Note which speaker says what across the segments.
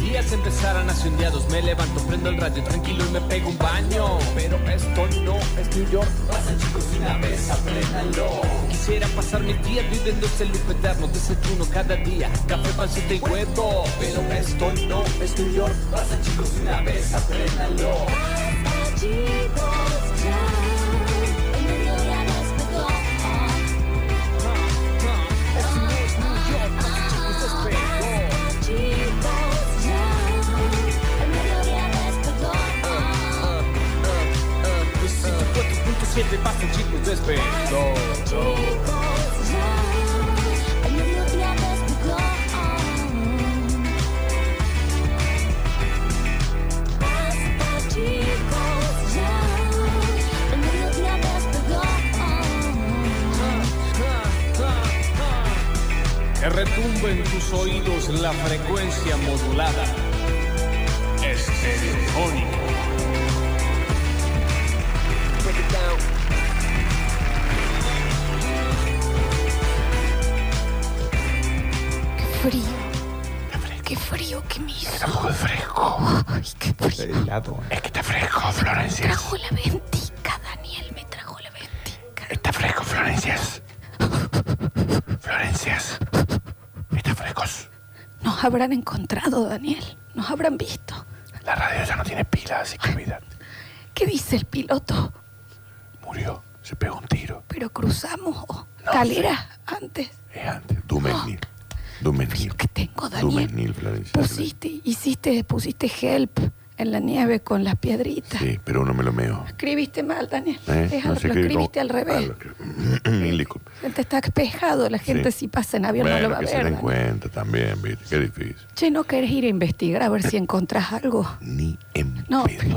Speaker 1: días empezaran hace un día dos Me levanto, prendo el radio tranquilo y me pego un baño Pero esto no es New York Pasa chicos una vez, apréndanlo Quisiera pasar mi día viviendo ese loop eterno Desayuno cada día, café, pancita y huevo Pero esto no es New York Pasa chicos una vez, apréndanlo
Speaker 2: Chicos, ya, el mediodía despegó. Chicos, ya, el mediodía despegó.
Speaker 1: siete pasan chicos despegó
Speaker 2: Chicos, ya, el mediodía despegó. Basta, chicos, ya, el mediodía despegó.
Speaker 1: Que retumbe en tus oídos la frecuencia modulada Estereofónica
Speaker 3: Qué frío. Qué frío que me hizo.
Speaker 4: Poco de fresco.
Speaker 3: Ay, qué frío.
Speaker 5: helado.
Speaker 4: Es que está fresco, Florencia.
Speaker 3: Trajo la ventica, Daniel. Me trajo la ventica.
Speaker 4: Está fresco, Florencia. Florencia. Está frescos.
Speaker 3: Nos habrán encontrado, Daniel. Nos habrán visto.
Speaker 4: La radio ya no tiene pila, así que olvídate.
Speaker 3: ¿Qué dice el piloto?
Speaker 4: Murió. Se pegó un tiro.
Speaker 3: Pero cruzamos oh,
Speaker 4: No
Speaker 3: calera antes.
Speaker 4: Es antes.
Speaker 3: Ah.
Speaker 5: Dumesnil. Dumesnil.
Speaker 3: Lo que tengo, Daniel.
Speaker 5: Dumesnil, Florencia.
Speaker 3: Pusiste, hiciste, pusiste help en la nieve con las piedritas.
Speaker 5: Sí, pero uno me lo meo.
Speaker 3: Escribiste mal, Daniel.
Speaker 5: ¿eh?
Speaker 3: Es
Speaker 5: No
Speaker 3: al-
Speaker 5: se
Speaker 3: lo
Speaker 5: escribe como-
Speaker 3: escribiste al revés.
Speaker 5: Ah, lo que- Disculpe.
Speaker 3: La gente está espejado. La gente
Speaker 5: Sí.
Speaker 3: si pasa en avión
Speaker 5: bueno,
Speaker 3: no lo va a
Speaker 5: que
Speaker 3: Mm, ver.
Speaker 5: se den
Speaker 3: Daniel.
Speaker 5: cuenta también, ¿viste? Qué difícil.
Speaker 3: Che, ¿no querés ir a investigar a ver si encontrás algo?
Speaker 5: Ni en
Speaker 3: No,
Speaker 5: pedo.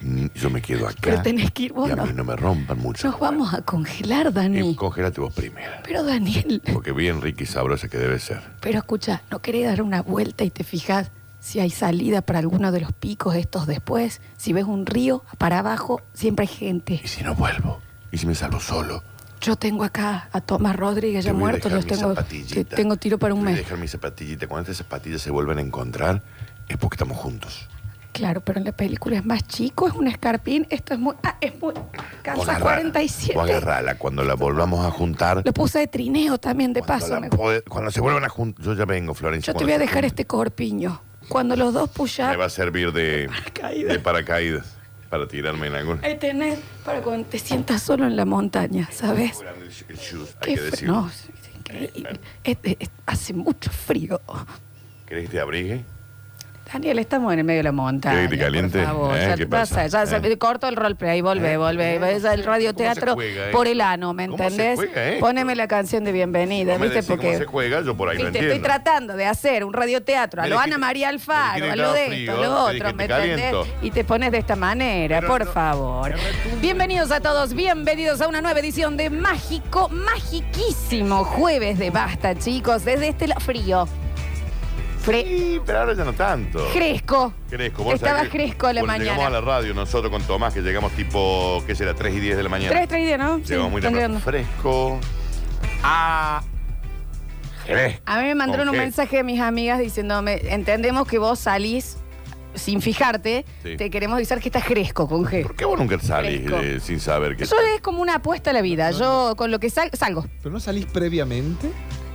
Speaker 5: Ni- Yo me quedo acá.
Speaker 3: Pero tenés que ir vos,
Speaker 5: Y a
Speaker 3: ¿no?
Speaker 5: mí no me rompan mucho. Em.
Speaker 3: Nos vamos a congelar,
Speaker 5: Y
Speaker 3: Dani.
Speaker 5: congélate vos primero.
Speaker 3: Pero Daniel,
Speaker 5: Porque bien rica y sabrosa que debe ser.
Speaker 3: pero escucha, ¿no querés dar una vuelta y te fijas si hay salida para alguno de los picos estos después? Si ves un río para abajo, siempre hay gente.
Speaker 5: ¿Y si no vuelvo? ¿Y si me salvo solo?
Speaker 3: Yo tengo acá a Tomás Rodríguez
Speaker 5: Te
Speaker 3: ya
Speaker 5: voy a
Speaker 3: muerto,
Speaker 5: dejar
Speaker 3: los
Speaker 5: mi
Speaker 3: tengo,
Speaker 5: zapatillita.
Speaker 3: que tengo tiro para un
Speaker 5: Te voy a
Speaker 3: mes.
Speaker 5: dejar mi zapatillita. Cuando estas zapatillas se vuelvan a encontrar, es porque estamos juntos.
Speaker 3: Claro, pero en la película es más chico, es un escarpín, esto es muy... Ah, es muy...
Speaker 5: Vos
Speaker 3: Calza
Speaker 5: agarrala,
Speaker 3: 47.
Speaker 5: vos agarrala. Cuando la volvamos a juntar.
Speaker 3: Lo puse de trineo también, de
Speaker 5: cuando
Speaker 3: paso.
Speaker 5: la
Speaker 3: me-
Speaker 5: pod- Cuando se vuelvan a juntar. Yo ya vengo, Florencia.
Speaker 3: Yo te
Speaker 5: cuando
Speaker 3: voy a
Speaker 5: se
Speaker 3: dejar
Speaker 5: junten.
Speaker 3: este corpiño. Cuando los dos
Speaker 5: Me va
Speaker 3: push-up
Speaker 5: a servir de
Speaker 3: Paracaídas.
Speaker 5: de paracaídas. Para tirarme en algún.
Speaker 3: ahí tenés para cuando te sientas solo en la montaña, ¿sabes?
Speaker 5: El sh- el shoes,
Speaker 3: Qué
Speaker 5: hay que
Speaker 3: fr-
Speaker 5: decirlo.
Speaker 3: no, es increíble. Este- este- hace mucho frío.
Speaker 5: ¿Querés que te abrigue?
Speaker 3: Daniel, estamos en el medio de la montaña.
Speaker 5: ¿Quieres que te caliente?
Speaker 3: Por favor,
Speaker 5: ¿Eh?
Speaker 3: ya
Speaker 5: ¿Qué
Speaker 3: pasa.
Speaker 5: pasa?
Speaker 3: Ya, se-
Speaker 5: ¿Eh?
Speaker 3: corto el roleplay, volvé,
Speaker 5: ¿Eh?
Speaker 3: volvé. Ves el radioteatro
Speaker 5: ¿Cómo se juega, eh?
Speaker 3: por el ano, ¿me
Speaker 5: ¿Cómo se
Speaker 3: entendés?
Speaker 5: juega esto?
Speaker 3: Poneme la canción de bienvenida,
Speaker 5: Vos me
Speaker 3: ¿viste?
Speaker 5: decís cómo
Speaker 3: Porque.
Speaker 5: se juega, yo por ahí no
Speaker 3: Viste,
Speaker 5: entiendo.
Speaker 3: estoy tratando de hacer un radioteatro a
Speaker 5: Me
Speaker 3: lo
Speaker 5: dijiste-
Speaker 3: Ana María
Speaker 5: me
Speaker 3: Alfaro,
Speaker 5: dijiste
Speaker 3: a
Speaker 5: que
Speaker 3: lo
Speaker 5: estaba
Speaker 3: de
Speaker 5: frío,
Speaker 3: esto, a
Speaker 5: te
Speaker 3: lo
Speaker 5: dije
Speaker 3: otro,
Speaker 5: que
Speaker 3: ¿me
Speaker 5: te
Speaker 3: entendés?
Speaker 5: caliento.
Speaker 3: Y te pones de esta manera,
Speaker 5: Pero
Speaker 3: por
Speaker 5: no-
Speaker 3: favor. Bienvenidos a todos, bienvenidos a una nueva edición de Mágico, Magiquísimo Jueves de Basta, chicos, desde este lado frío. Fre-
Speaker 5: Sí, pero ahora ya no tanto.
Speaker 3: Fresco.
Speaker 5: Cresco, vos
Speaker 3: Estaba
Speaker 5: sabés que
Speaker 3: fresco la
Speaker 5: cuando Llegamos a
Speaker 3: mañana.
Speaker 5: la radio nosotros con Tomás, que llegamos tipo, ¿qué será? 3 y 10 de la mañana.
Speaker 3: Tres, tres días, ¿no? Sí,
Speaker 5: Llegamos muy
Speaker 3: están
Speaker 5: temprano.
Speaker 3: llegando.
Speaker 5: Fresco. Ah. Fresco.
Speaker 3: A mí me mandaron
Speaker 5: ¿Con
Speaker 3: un
Speaker 5: qué?
Speaker 3: mensaje de mis amigas diciéndome, entendemos que vos salís sin fijarte,
Speaker 5: Sí.
Speaker 3: te queremos avisar que estás fresco con G.
Speaker 5: ¿Por qué vos nunca salís
Speaker 3: Fresco.
Speaker 5: eh, sin saber que
Speaker 3: Eso es como una apuesta a la vida. Yo con lo que sal- salgo.
Speaker 6: ¿Pero no salís previamente?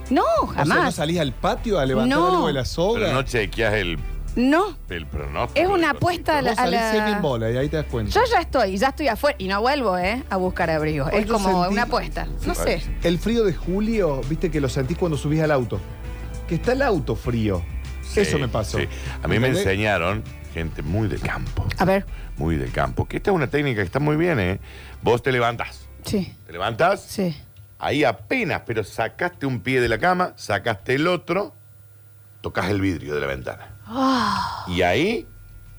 Speaker 3: No,
Speaker 6: O sea, ¿no
Speaker 3: jamás.
Speaker 6: salís al patio a levantar
Speaker 3: No.
Speaker 6: algo de la soga?
Speaker 5: Pero no chequeas el,
Speaker 3: no.
Speaker 5: el pronóstico.
Speaker 3: Es una
Speaker 5: de cosas.
Speaker 3: apuesta a la.
Speaker 6: Ah, Vos
Speaker 3: a
Speaker 6: salís
Speaker 3: la-
Speaker 6: semi en bola y ahí te das cuenta.
Speaker 3: Yo ya estoy, ya estoy afuera y no vuelvo, ¿eh? A buscar abrigo.
Speaker 6: Hoy
Speaker 3: es
Speaker 6: yo
Speaker 3: como
Speaker 6: sentí-
Speaker 3: una apuesta. No sé.
Speaker 6: El frío de julio, viste que lo sentís cuando subís al auto. Que está el auto frío.
Speaker 5: Sí,
Speaker 6: Eso me pasó.
Speaker 5: sí. A mí me
Speaker 6: ¿Entendés?
Speaker 5: enseñaron gente muy del campo.
Speaker 3: A ver.
Speaker 5: Muy del campo. Que esta es una técnica que está muy bien, ¿eh? Vos te levantas.
Speaker 3: Sí,
Speaker 5: Te levantas.
Speaker 3: sí.
Speaker 5: Ahí apenas, pero sacaste un pie de la cama, sacaste el otro, tocas el vidrio de la ventana.
Speaker 3: Ah,
Speaker 5: Y ahí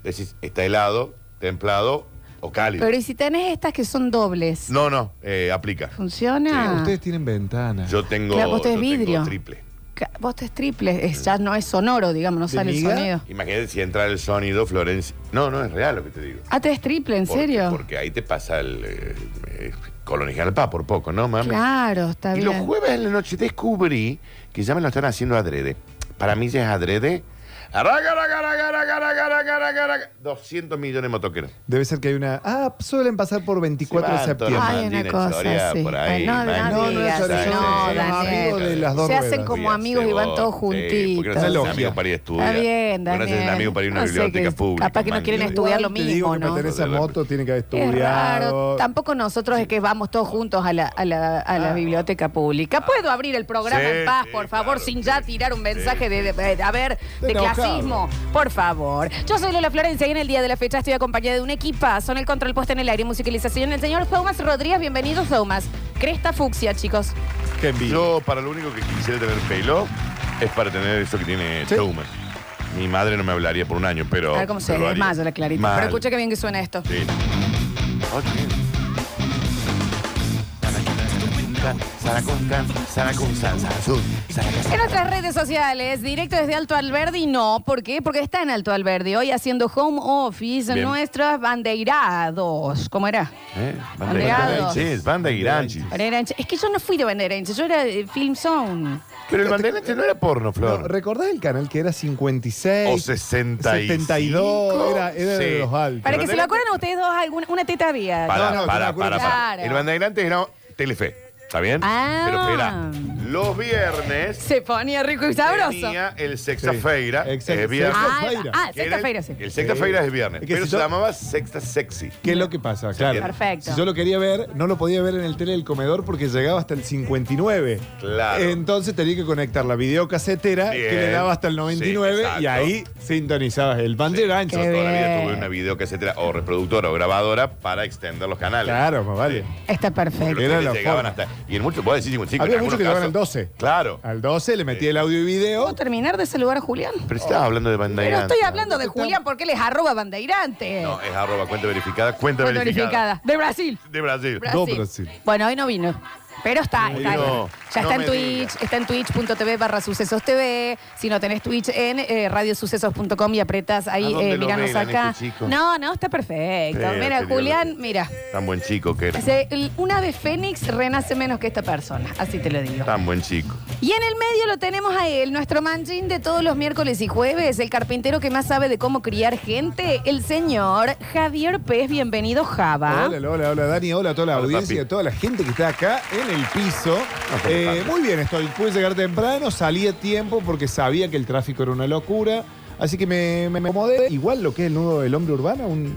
Speaker 5: decís, está helado, templado o cálido.
Speaker 3: Pero ¿y si tenés estas que son dobles?
Speaker 5: No, no, eh, aplica.
Speaker 3: ¿Funciona?
Speaker 6: Eh, Ustedes tienen ventanas.
Speaker 5: Yo tengo,
Speaker 3: Claro, Ah. vos tenés
Speaker 5: yo tengo
Speaker 3: vidrio.
Speaker 5: triple.
Speaker 3: Ca- Vos te es triple, es- ya no es sonoro, digamos, no
Speaker 6: ¿De
Speaker 3: sale el
Speaker 6: miga?
Speaker 3: sonido.
Speaker 5: Imagínate si entra el sonido, Florencia. No, no, es real lo que te digo.
Speaker 3: Ah, te es triple, ¿en
Speaker 5: Porque-
Speaker 3: serio?
Speaker 5: Porque ahí te pasa el eh, eh, colonizar el pa por poco, ¿no, mami?
Speaker 3: claro, está
Speaker 5: y
Speaker 3: bien.
Speaker 5: los jueves en la noche descubrí que ya me lo están haciendo adrede. Para mí ya es adrede. Arraga, arraga, arraga, arraga, arraga, arraga, arraga, arraga. 200 millones de motoqueros.
Speaker 6: Debe ser que hay una. Ah, suelen pasar por 24
Speaker 5: Sí,
Speaker 6: de
Speaker 5: va,
Speaker 6: septiembre.
Speaker 5: todo
Speaker 3: Ay,
Speaker 5: Mandina,
Speaker 3: una cosa
Speaker 5: Chorea,
Speaker 3: así.
Speaker 5: por ahí,
Speaker 3: Ay, no, no
Speaker 5: Mandina.
Speaker 6: no, no,
Speaker 3: digas,
Speaker 6: es
Speaker 5: Sí,
Speaker 6: Arizona,
Speaker 5: sí,
Speaker 3: no,
Speaker 5: sí.
Speaker 6: son amigos
Speaker 3: Daniel.
Speaker 6: de las dos
Speaker 3: Se hacen
Speaker 6: ruedas.
Speaker 3: como
Speaker 5: Cuídate
Speaker 3: amigos y
Speaker 5: vos,
Speaker 3: van todos
Speaker 5: sí, ¿Por qué no se hacen
Speaker 6: Una
Speaker 5: amigos para ir a estudiar?
Speaker 3: Está bien,
Speaker 5: ¿Por qué no se
Speaker 3: Daniel.
Speaker 5: hacen amigos para ir a una
Speaker 3: No sé
Speaker 5: biblioteca
Speaker 3: qué-
Speaker 5: pública?
Speaker 3: Capaz que no
Speaker 5: man?
Speaker 3: quieren
Speaker 5: Digo,
Speaker 3: estudiar lo
Speaker 6: Te digo
Speaker 3: mismo,
Speaker 6: que
Speaker 3: ¿no?
Speaker 6: para tener esa moto tienen que haber
Speaker 3: Es
Speaker 6: estudiado.
Speaker 3: raro. Tampoco nosotros es que vamos todos juntos a la, a la, a
Speaker 6: Ah.
Speaker 3: la biblioteca pública. ¿Puedo abrir el programa
Speaker 5: Sí,
Speaker 3: en paz,
Speaker 5: sí,
Speaker 3: por favor,
Speaker 5: claro,
Speaker 3: sin
Speaker 5: sí.
Speaker 3: ya tirar un mensaje
Speaker 5: Sí,
Speaker 3: de, de- a ver, de
Speaker 6: enojado.
Speaker 3: clasismo? Por favor. Yo soy Lola Florencia y en el día de la fecha estoy acompañada de un equipa. Son el control puesto en el aire y musicalización. El señor Thomas Rodríguez, bienvenido, Thomas. Cresta fucsia, chicos.
Speaker 6: Qué envidia.
Speaker 5: Yo, para lo único que quisiera tener pelo, es para tener eso que tiene
Speaker 6: Sí.
Speaker 5: Showman. Mi madre no me hablaría por un año, pero.
Speaker 3: a ver cómo se
Speaker 5: pero lo haría.
Speaker 3: desmaya la clarita.
Speaker 5: Mal.
Speaker 3: Pero escucha que bien que suena esto.
Speaker 5: Sí. Oh, qué bien. Saracuncan, saracuncan, saracun, saracun.
Speaker 3: En nuestras redes sociales, directo desde Alto Alberdi, no. ¿Por qué? Porque está en Alto Alberdi hoy haciendo home office
Speaker 5: Bien.
Speaker 3: nuestros bandeirados. ¿Cómo era?
Speaker 5: ¿Eh? Banda
Speaker 3: Bandeirados.
Speaker 5: Guiranchis, Banda Guiranchis.
Speaker 3: Bandeirados. Es que yo no fui de Bandeirados, yo era de Film Zone.
Speaker 5: Pero el bandeirante no era porno,
Speaker 6: No,
Speaker 5: Flor.
Speaker 6: ¿Recordás el canal que era 56?
Speaker 5: O 65.
Speaker 6: 72. Era, era
Speaker 5: Sí.
Speaker 6: de los altos.
Speaker 3: Para
Speaker 5: Pero no
Speaker 3: que se lo
Speaker 5: era-
Speaker 3: acuerden a ustedes dos, alguna, una teta había.
Speaker 5: Para,
Speaker 6: No, no,
Speaker 5: para,
Speaker 6: yo me
Speaker 5: para,
Speaker 6: acuerdo.
Speaker 5: para.
Speaker 3: Claro.
Speaker 5: El bandeirante era Telefe, ¿está bien?
Speaker 3: Ah.
Speaker 5: Pero espera, los viernes
Speaker 3: Se ponía rico y sabroso.
Speaker 5: tenía el
Speaker 6: Sí.
Speaker 5: Sexta Feira,
Speaker 6: Exacto.
Speaker 5: es viernes.
Speaker 3: Ah,
Speaker 6: Feira.
Speaker 3: ah,
Speaker 5: que era
Speaker 3: sexta
Speaker 5: el-
Speaker 3: feira, sí.
Speaker 5: El Sexta
Speaker 6: Sí.
Speaker 5: Feira es viernes,
Speaker 6: Es que
Speaker 5: pero
Speaker 6: si
Speaker 5: se
Speaker 6: yo-
Speaker 5: llamaba Sexta Sexy.
Speaker 6: ¿Qué es lo que pasa? Claro.
Speaker 3: Perfecto.
Speaker 6: Si yo lo quería ver, no lo podía ver en el tele del comedor porque llegaba hasta el 59.
Speaker 5: Claro.
Speaker 6: Entonces tenía que conectar la videocasetera
Speaker 5: Bien.
Speaker 6: que le daba hasta el 99
Speaker 5: Sí,
Speaker 6: y ahí sintonizabas el banderancho.
Speaker 5: Yo toda la vida
Speaker 3: bien.
Speaker 5: tuve una videocasetera o reproductora o grabadora para extender los canales.
Speaker 6: Claro, más vale.
Speaker 3: Está
Speaker 5: Pero
Speaker 3: perfecto.
Speaker 6: Era
Speaker 5: ustedes
Speaker 6: la
Speaker 5: llegaban
Speaker 6: forma.
Speaker 5: hasta- Y en muchos, vos decís 55.
Speaker 6: Había
Speaker 5: en
Speaker 6: muchos que
Speaker 5: algunos
Speaker 6: llegaban al
Speaker 5: casos-
Speaker 6: 12.
Speaker 5: Claro.
Speaker 6: Al 12 le metí el audio y video.
Speaker 3: ¿Puedo terminar de saludar a Julián?
Speaker 5: Pero si estabas hablando de
Speaker 3: Pero
Speaker 5: bandeirante.
Speaker 3: estoy hablando de Julián porque él es arroba bandeirante.
Speaker 5: No, es arroba cuenta verificada, cuenta,
Speaker 3: Cuenta
Speaker 5: verificada.
Speaker 3: verificada. De Brasil.
Speaker 5: De Brasil.
Speaker 6: Dos Brasil.
Speaker 3: Bueno, hoy no vino. Pero está,
Speaker 5: No
Speaker 3: está ahí.
Speaker 5: vino. No
Speaker 3: Ya está en
Speaker 5: me
Speaker 3: Twitch,
Speaker 5: digas.
Speaker 3: está en twitch.tv barra sucesos TV. Si no tenés Twitch en eh, radiosucesos.com y apretas
Speaker 5: ¿A
Speaker 3: ahí,
Speaker 5: dónde
Speaker 3: eh,
Speaker 5: lo
Speaker 3: miranos
Speaker 5: velan
Speaker 3: acá.
Speaker 5: este chico?
Speaker 3: no, no, está perfecto.
Speaker 5: Feo,
Speaker 3: mira,
Speaker 5: querido.
Speaker 3: Julián, mira.
Speaker 5: Tan buen chico que era.
Speaker 3: Se- el- Una de Fénix renace menos que esta persona, así te lo digo.
Speaker 5: Tan buen chico.
Speaker 3: Y en el medio lo tenemos a él, nuestro manjín de todos los miércoles y jueves, el carpintero que más sabe de cómo criar gente, el señor Javier Pez. Bienvenido, Java.
Speaker 6: Hola, hola, hola, Dani. Hola a toda la
Speaker 5: Hola,
Speaker 6: audiencia,
Speaker 5: papi. Ah,
Speaker 6: a toda la gente que está acá en el piso.
Speaker 5: pero
Speaker 6: Eh,
Speaker 5: papi.
Speaker 6: muy bien, estoy. Pude llegar temprano, salí a tiempo porque sabía que el tráfico era una locura. Así que me, me, me acomodé. Igual lo que es el nudo del hombre urbano, un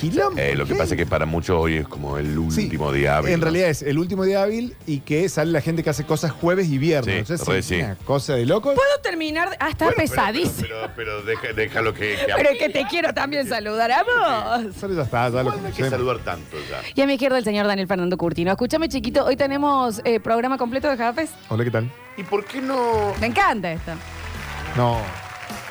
Speaker 6: quilombo.
Speaker 5: Eh, lo que
Speaker 6: ¿qué?
Speaker 5: pasa es que para muchos hoy es como el
Speaker 6: Sí,
Speaker 5: último día hábil,
Speaker 6: En
Speaker 5: ¿no?
Speaker 6: realidad es el último día hábil y que sale la gente que hace cosas jueves y
Speaker 5: Sí,
Speaker 6: viernes.
Speaker 5: re,
Speaker 6: es
Speaker 5: sí.
Speaker 6: una cosa de loco.
Speaker 3: ¿Puedo terminar? de- Ah, está
Speaker 5: Bueno, pero-
Speaker 3: pesadísimo.
Speaker 5: Pero, pero, deja- déjalo que. que
Speaker 3: Pero es que te quiero también saludar a vos.
Speaker 6: Solo ya está, Ah, ya lo
Speaker 5: Bueno, hay que
Speaker 6: sí.
Speaker 5: saludar tanto ya.
Speaker 3: Y a mi izquierda el señor Daniel Fernando Curtino. Escúchame, chiquito, hoy tenemos eh, programa completo de Jafes.
Speaker 6: Hola, ¿qué tal?
Speaker 5: ¿Y por qué no.?
Speaker 3: Me encanta esto.
Speaker 6: No.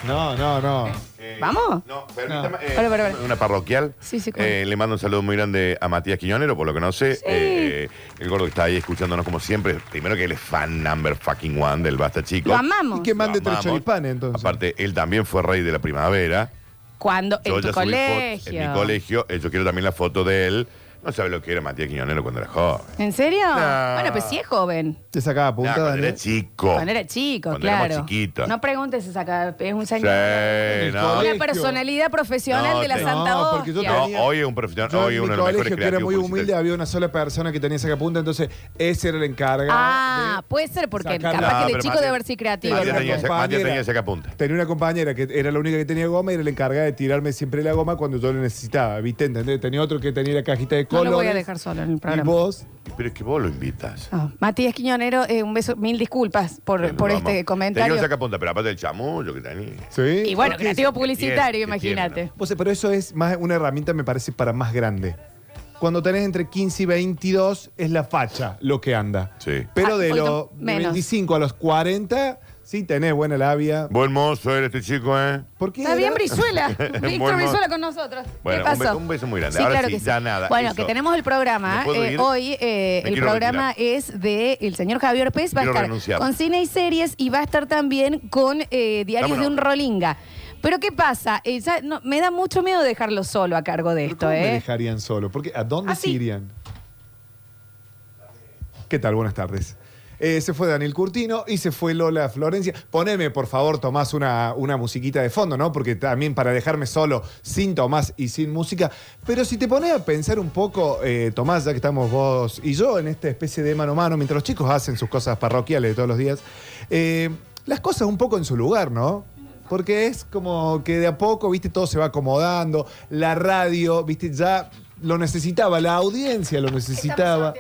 Speaker 6: No, no, no.
Speaker 5: eh,
Speaker 3: ¿Vamos?
Speaker 5: No, permítame.
Speaker 6: No.
Speaker 5: eh,
Speaker 3: Para, para, para.
Speaker 5: Una parroquial.
Speaker 3: Sí, sí, claro.
Speaker 5: Eh, le mando un saludo muy grande a Matías Quiñonero, por lo que no sé. Eh, el gordo que está ahí escuchándonos como siempre. Primero que él es fan number fucking one del Basta Chico.
Speaker 3: Lo amamos.
Speaker 6: Y que
Speaker 5: Lo
Speaker 6: mande tres
Speaker 5: amamos.
Speaker 6: choripanes, entonces.
Speaker 5: Aparte, él también fue rey de la primavera.
Speaker 3: Cuando
Speaker 5: Yo
Speaker 3: en tu
Speaker 5: ya subí fotos
Speaker 3: colegio.
Speaker 5: En mi colegio. Eh, yo quiero también la foto de él. No sabe lo que era Matías Quiñonero cuando era joven.
Speaker 3: ¿En serio?
Speaker 5: No.
Speaker 3: Bueno, pues sí es joven.
Speaker 6: Te sacaba punta,
Speaker 5: Nah, cuando
Speaker 6: Daniel.
Speaker 5: era chico.
Speaker 3: Cuando era chico,
Speaker 5: Cuando
Speaker 3: claro.
Speaker 5: éramos chiquitos.
Speaker 3: No preguntes, saca, es un
Speaker 5: Sí,
Speaker 3: señor.
Speaker 5: no.
Speaker 3: Una
Speaker 6: colegio.
Speaker 3: personalidad profesional
Speaker 5: No,
Speaker 3: de la
Speaker 5: te-
Speaker 3: Santa
Speaker 6: No,
Speaker 3: Hostia.
Speaker 6: porque yo
Speaker 5: No,
Speaker 6: tenía-
Speaker 5: hoy es un profesional,
Speaker 6: Yo
Speaker 5: hoy
Speaker 6: en
Speaker 5: es
Speaker 6: mi
Speaker 5: uno de los mejores
Speaker 6: colegio, que era
Speaker 5: creativos
Speaker 6: muy humilde,
Speaker 5: publicitarios.
Speaker 6: había una sola persona que tenía sacapunta, entonces ese era el encargado.
Speaker 3: Ah,
Speaker 6: de-
Speaker 3: puede ser, porque
Speaker 6: Sacar-
Speaker 3: capaz
Speaker 5: No,
Speaker 3: que de
Speaker 5: pero
Speaker 3: chico
Speaker 5: Matías-
Speaker 3: debe haber sido creativo.
Speaker 5: Matías tenía,
Speaker 3: ¿no?
Speaker 5: ese- Matías tenía ese sacapunta.
Speaker 6: Tenía una compañera que era la única que tenía goma y era la encargada de tirarme siempre la goma cuando yo la necesitaba, ¿viste? ¿Entendés? Tenía otro que tenía la cajita de
Speaker 3: No
Speaker 6: colores.
Speaker 3: lo voy a dejar solo en el
Speaker 6: Y
Speaker 3: programa.
Speaker 6: vos,
Speaker 5: Pero es que vos lo invitas.
Speaker 3: Ah, Matías Quiñonero, eh, un beso, mil disculpas
Speaker 5: Eh,
Speaker 3: por, por
Speaker 5: lo
Speaker 3: este
Speaker 5: amo.
Speaker 3: comentario.
Speaker 5: Tenía un sacapunta, pero aparte del chamullo que tenía.
Speaker 6: ¿sí?
Speaker 3: Y bueno,
Speaker 6: Porque-
Speaker 3: creativo publicitario,
Speaker 5: que tiene,
Speaker 3: imagínate.
Speaker 6: Vos sé, pero eso es más una herramienta, me parece, para más grande. Cuando tenés entre 15 y 22 es la facha lo que anda.
Speaker 5: Sí.
Speaker 3: Ah,
Speaker 6: Pero
Speaker 3: un
Speaker 6: de
Speaker 3: poquito
Speaker 6: los
Speaker 3: menos.
Speaker 6: 25 a los 40, sí tenés buena labia.
Speaker 5: Buen mozo eres este chico, ¿eh?
Speaker 6: ¿Por qué
Speaker 3: Está bien
Speaker 6: era?
Speaker 3: Brizuela. Víctor
Speaker 5: Bueno.
Speaker 3: Brizuela con nosotros.
Speaker 5: Bueno,
Speaker 3: ¿Qué
Speaker 5: un
Speaker 3: pasó?
Speaker 5: beso- un beso muy grande. Ahora sí, ya nada,
Speaker 3: Bueno,
Speaker 5: eso.
Speaker 3: que tenemos el programa.
Speaker 5: ¿Me puedo
Speaker 3: eh,
Speaker 5: ir?
Speaker 3: hoy eh,
Speaker 5: Me
Speaker 3: el
Speaker 5: quiero
Speaker 3: programa es de el señor Javier Pérez. Va a
Speaker 5: Quiero
Speaker 3: estar
Speaker 5: renunciar.
Speaker 3: con cine y series y va a estar también con eh, Diarios
Speaker 5: Vámonos.
Speaker 3: de un Rolinga. Pero ¿qué pasa? Eh, ya- no, me da mucho miedo dejarlo solo a cargo de
Speaker 6: ¿Pero
Speaker 3: esto,
Speaker 6: ¿Cómo me
Speaker 3: ¿eh? Ah,
Speaker 6: dejarían solo? Porque ¿A dónde
Speaker 3: Así.
Speaker 6: se irían? ¿Qué tal? Buenas tardes. Eh, se fue Daniel Curtino y se fue Lola Florencia. Poneme, por favor, Tomás, una, una musiquita de fondo, ¿no? Porque también para dejarme solo sin Tomás y sin música. Pero si te pones a pensar un poco, eh, Tomás, ya que estamos vos y yo en esta especie de mano a mano, mientras los chicos hacen sus cosas parroquiales de todos los días, eh, las cosas un poco en su lugar, ¿no? Porque es como que de a poco, viste, todo se va acomodando. La radio, viste, ya lo necesitaba, la audiencia lo necesitaba.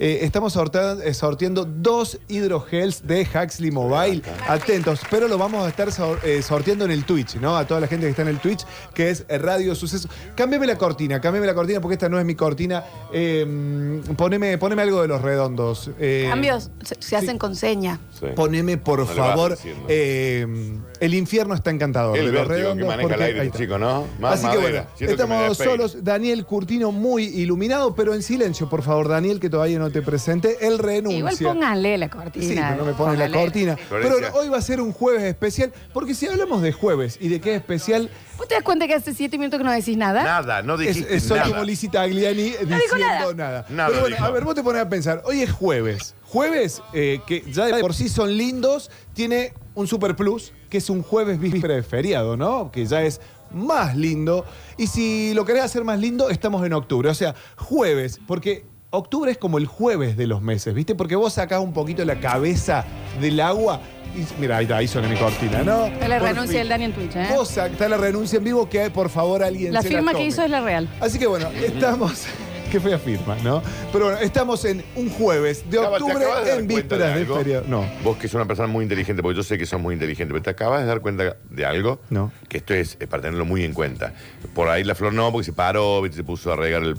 Speaker 6: Eh, estamos sorta- eh, sorteando dos hidrogels de Huxley Mobile. Atentos, pero lo vamos a estar sor- eh, sorteando en el Twitch, ¿no? A toda la gente que está en el Twitch, que es Radio Suceso. Cámbiame la cortina, cámbiame la cortina porque esta no es mi cortina. Eh, poneme, poneme algo de los redondos. Eh,
Speaker 7: Cambios se, se hacen con seña.
Speaker 5: Sí.
Speaker 6: Poneme, por
Speaker 5: No le vas
Speaker 6: favor,
Speaker 5: diciendo.
Speaker 6: eh, El infierno está encantador. de
Speaker 5: El
Speaker 6: los
Speaker 5: vértigo que
Speaker 6: Redondos,
Speaker 5: maneja el
Speaker 6: porque- ahí
Speaker 5: aire,
Speaker 6: está.
Speaker 5: chico, ¿no?
Speaker 6: Así que bueno, estamos solos. Daniel Curtino muy iluminado, pero en silencio, por favor, Daniel, que todavía no te presenté. Él renuncia.
Speaker 8: Igual pónganle la
Speaker 6: Sí,
Speaker 8: cortina.
Speaker 6: pero no me pones la
Speaker 8: pónganle.
Speaker 6: cortina. Pero
Speaker 5: Florencia.
Speaker 6: hoy va a ser un jueves especial, porque si hablamos de jueves y de qué especial,
Speaker 7: ¿Vos te das cuenta que hace siete minutos que no decís nada?
Speaker 5: Nada, no
Speaker 6: es,
Speaker 5: dijiste
Speaker 6: es- soy
Speaker 5: nada.
Speaker 6: como Lizzy Tagliani diciendo nada.
Speaker 5: Nada
Speaker 6: Pero bueno,
Speaker 5: dijo.
Speaker 6: a ver, vos te pones a pensar, hoy es jueves. Jueves, eh, que ya de por sí son lindos, tiene un super plus, que es un jueves víspera de feriado, ¿no? Que ya es más lindo. Y si lo querés hacer más lindo, estamos en octubre. O sea, jueves, porque octubre es como el jueves de los meses, ¿viste? Porque vos sacás un poquito la cabeza del agua. Y, mira, ahí, está, ahí suena mi cortina, ¿no?
Speaker 8: Te le
Speaker 6: Por
Speaker 8: renuncia
Speaker 6: fin.
Speaker 8: el Daniel Twitch, ¿eh?
Speaker 6: Vos sac- está la renuncia en vivo que por favor alguien
Speaker 8: La
Speaker 6: se
Speaker 8: firma
Speaker 6: tome.
Speaker 8: que hizo es la real.
Speaker 6: Así que bueno, estamos. Qué fea firma, ¿no? Pero bueno, estamos en un jueves de
Speaker 5: Acaba- te
Speaker 6: octubre
Speaker 5: acabas de dar
Speaker 6: en
Speaker 5: cuenta
Speaker 6: vísperas
Speaker 5: de
Speaker 6: de
Speaker 5: algo.
Speaker 6: feriado. No.
Speaker 5: Vos que sos una persona muy inteligente, porque yo sé que sos muy inteligente, pero te acabas de dar cuenta de algo
Speaker 6: No.
Speaker 5: que esto es, eh, para tenerlo muy en cuenta. Por ahí la flor no, porque se paró, viste, se puso a regar el...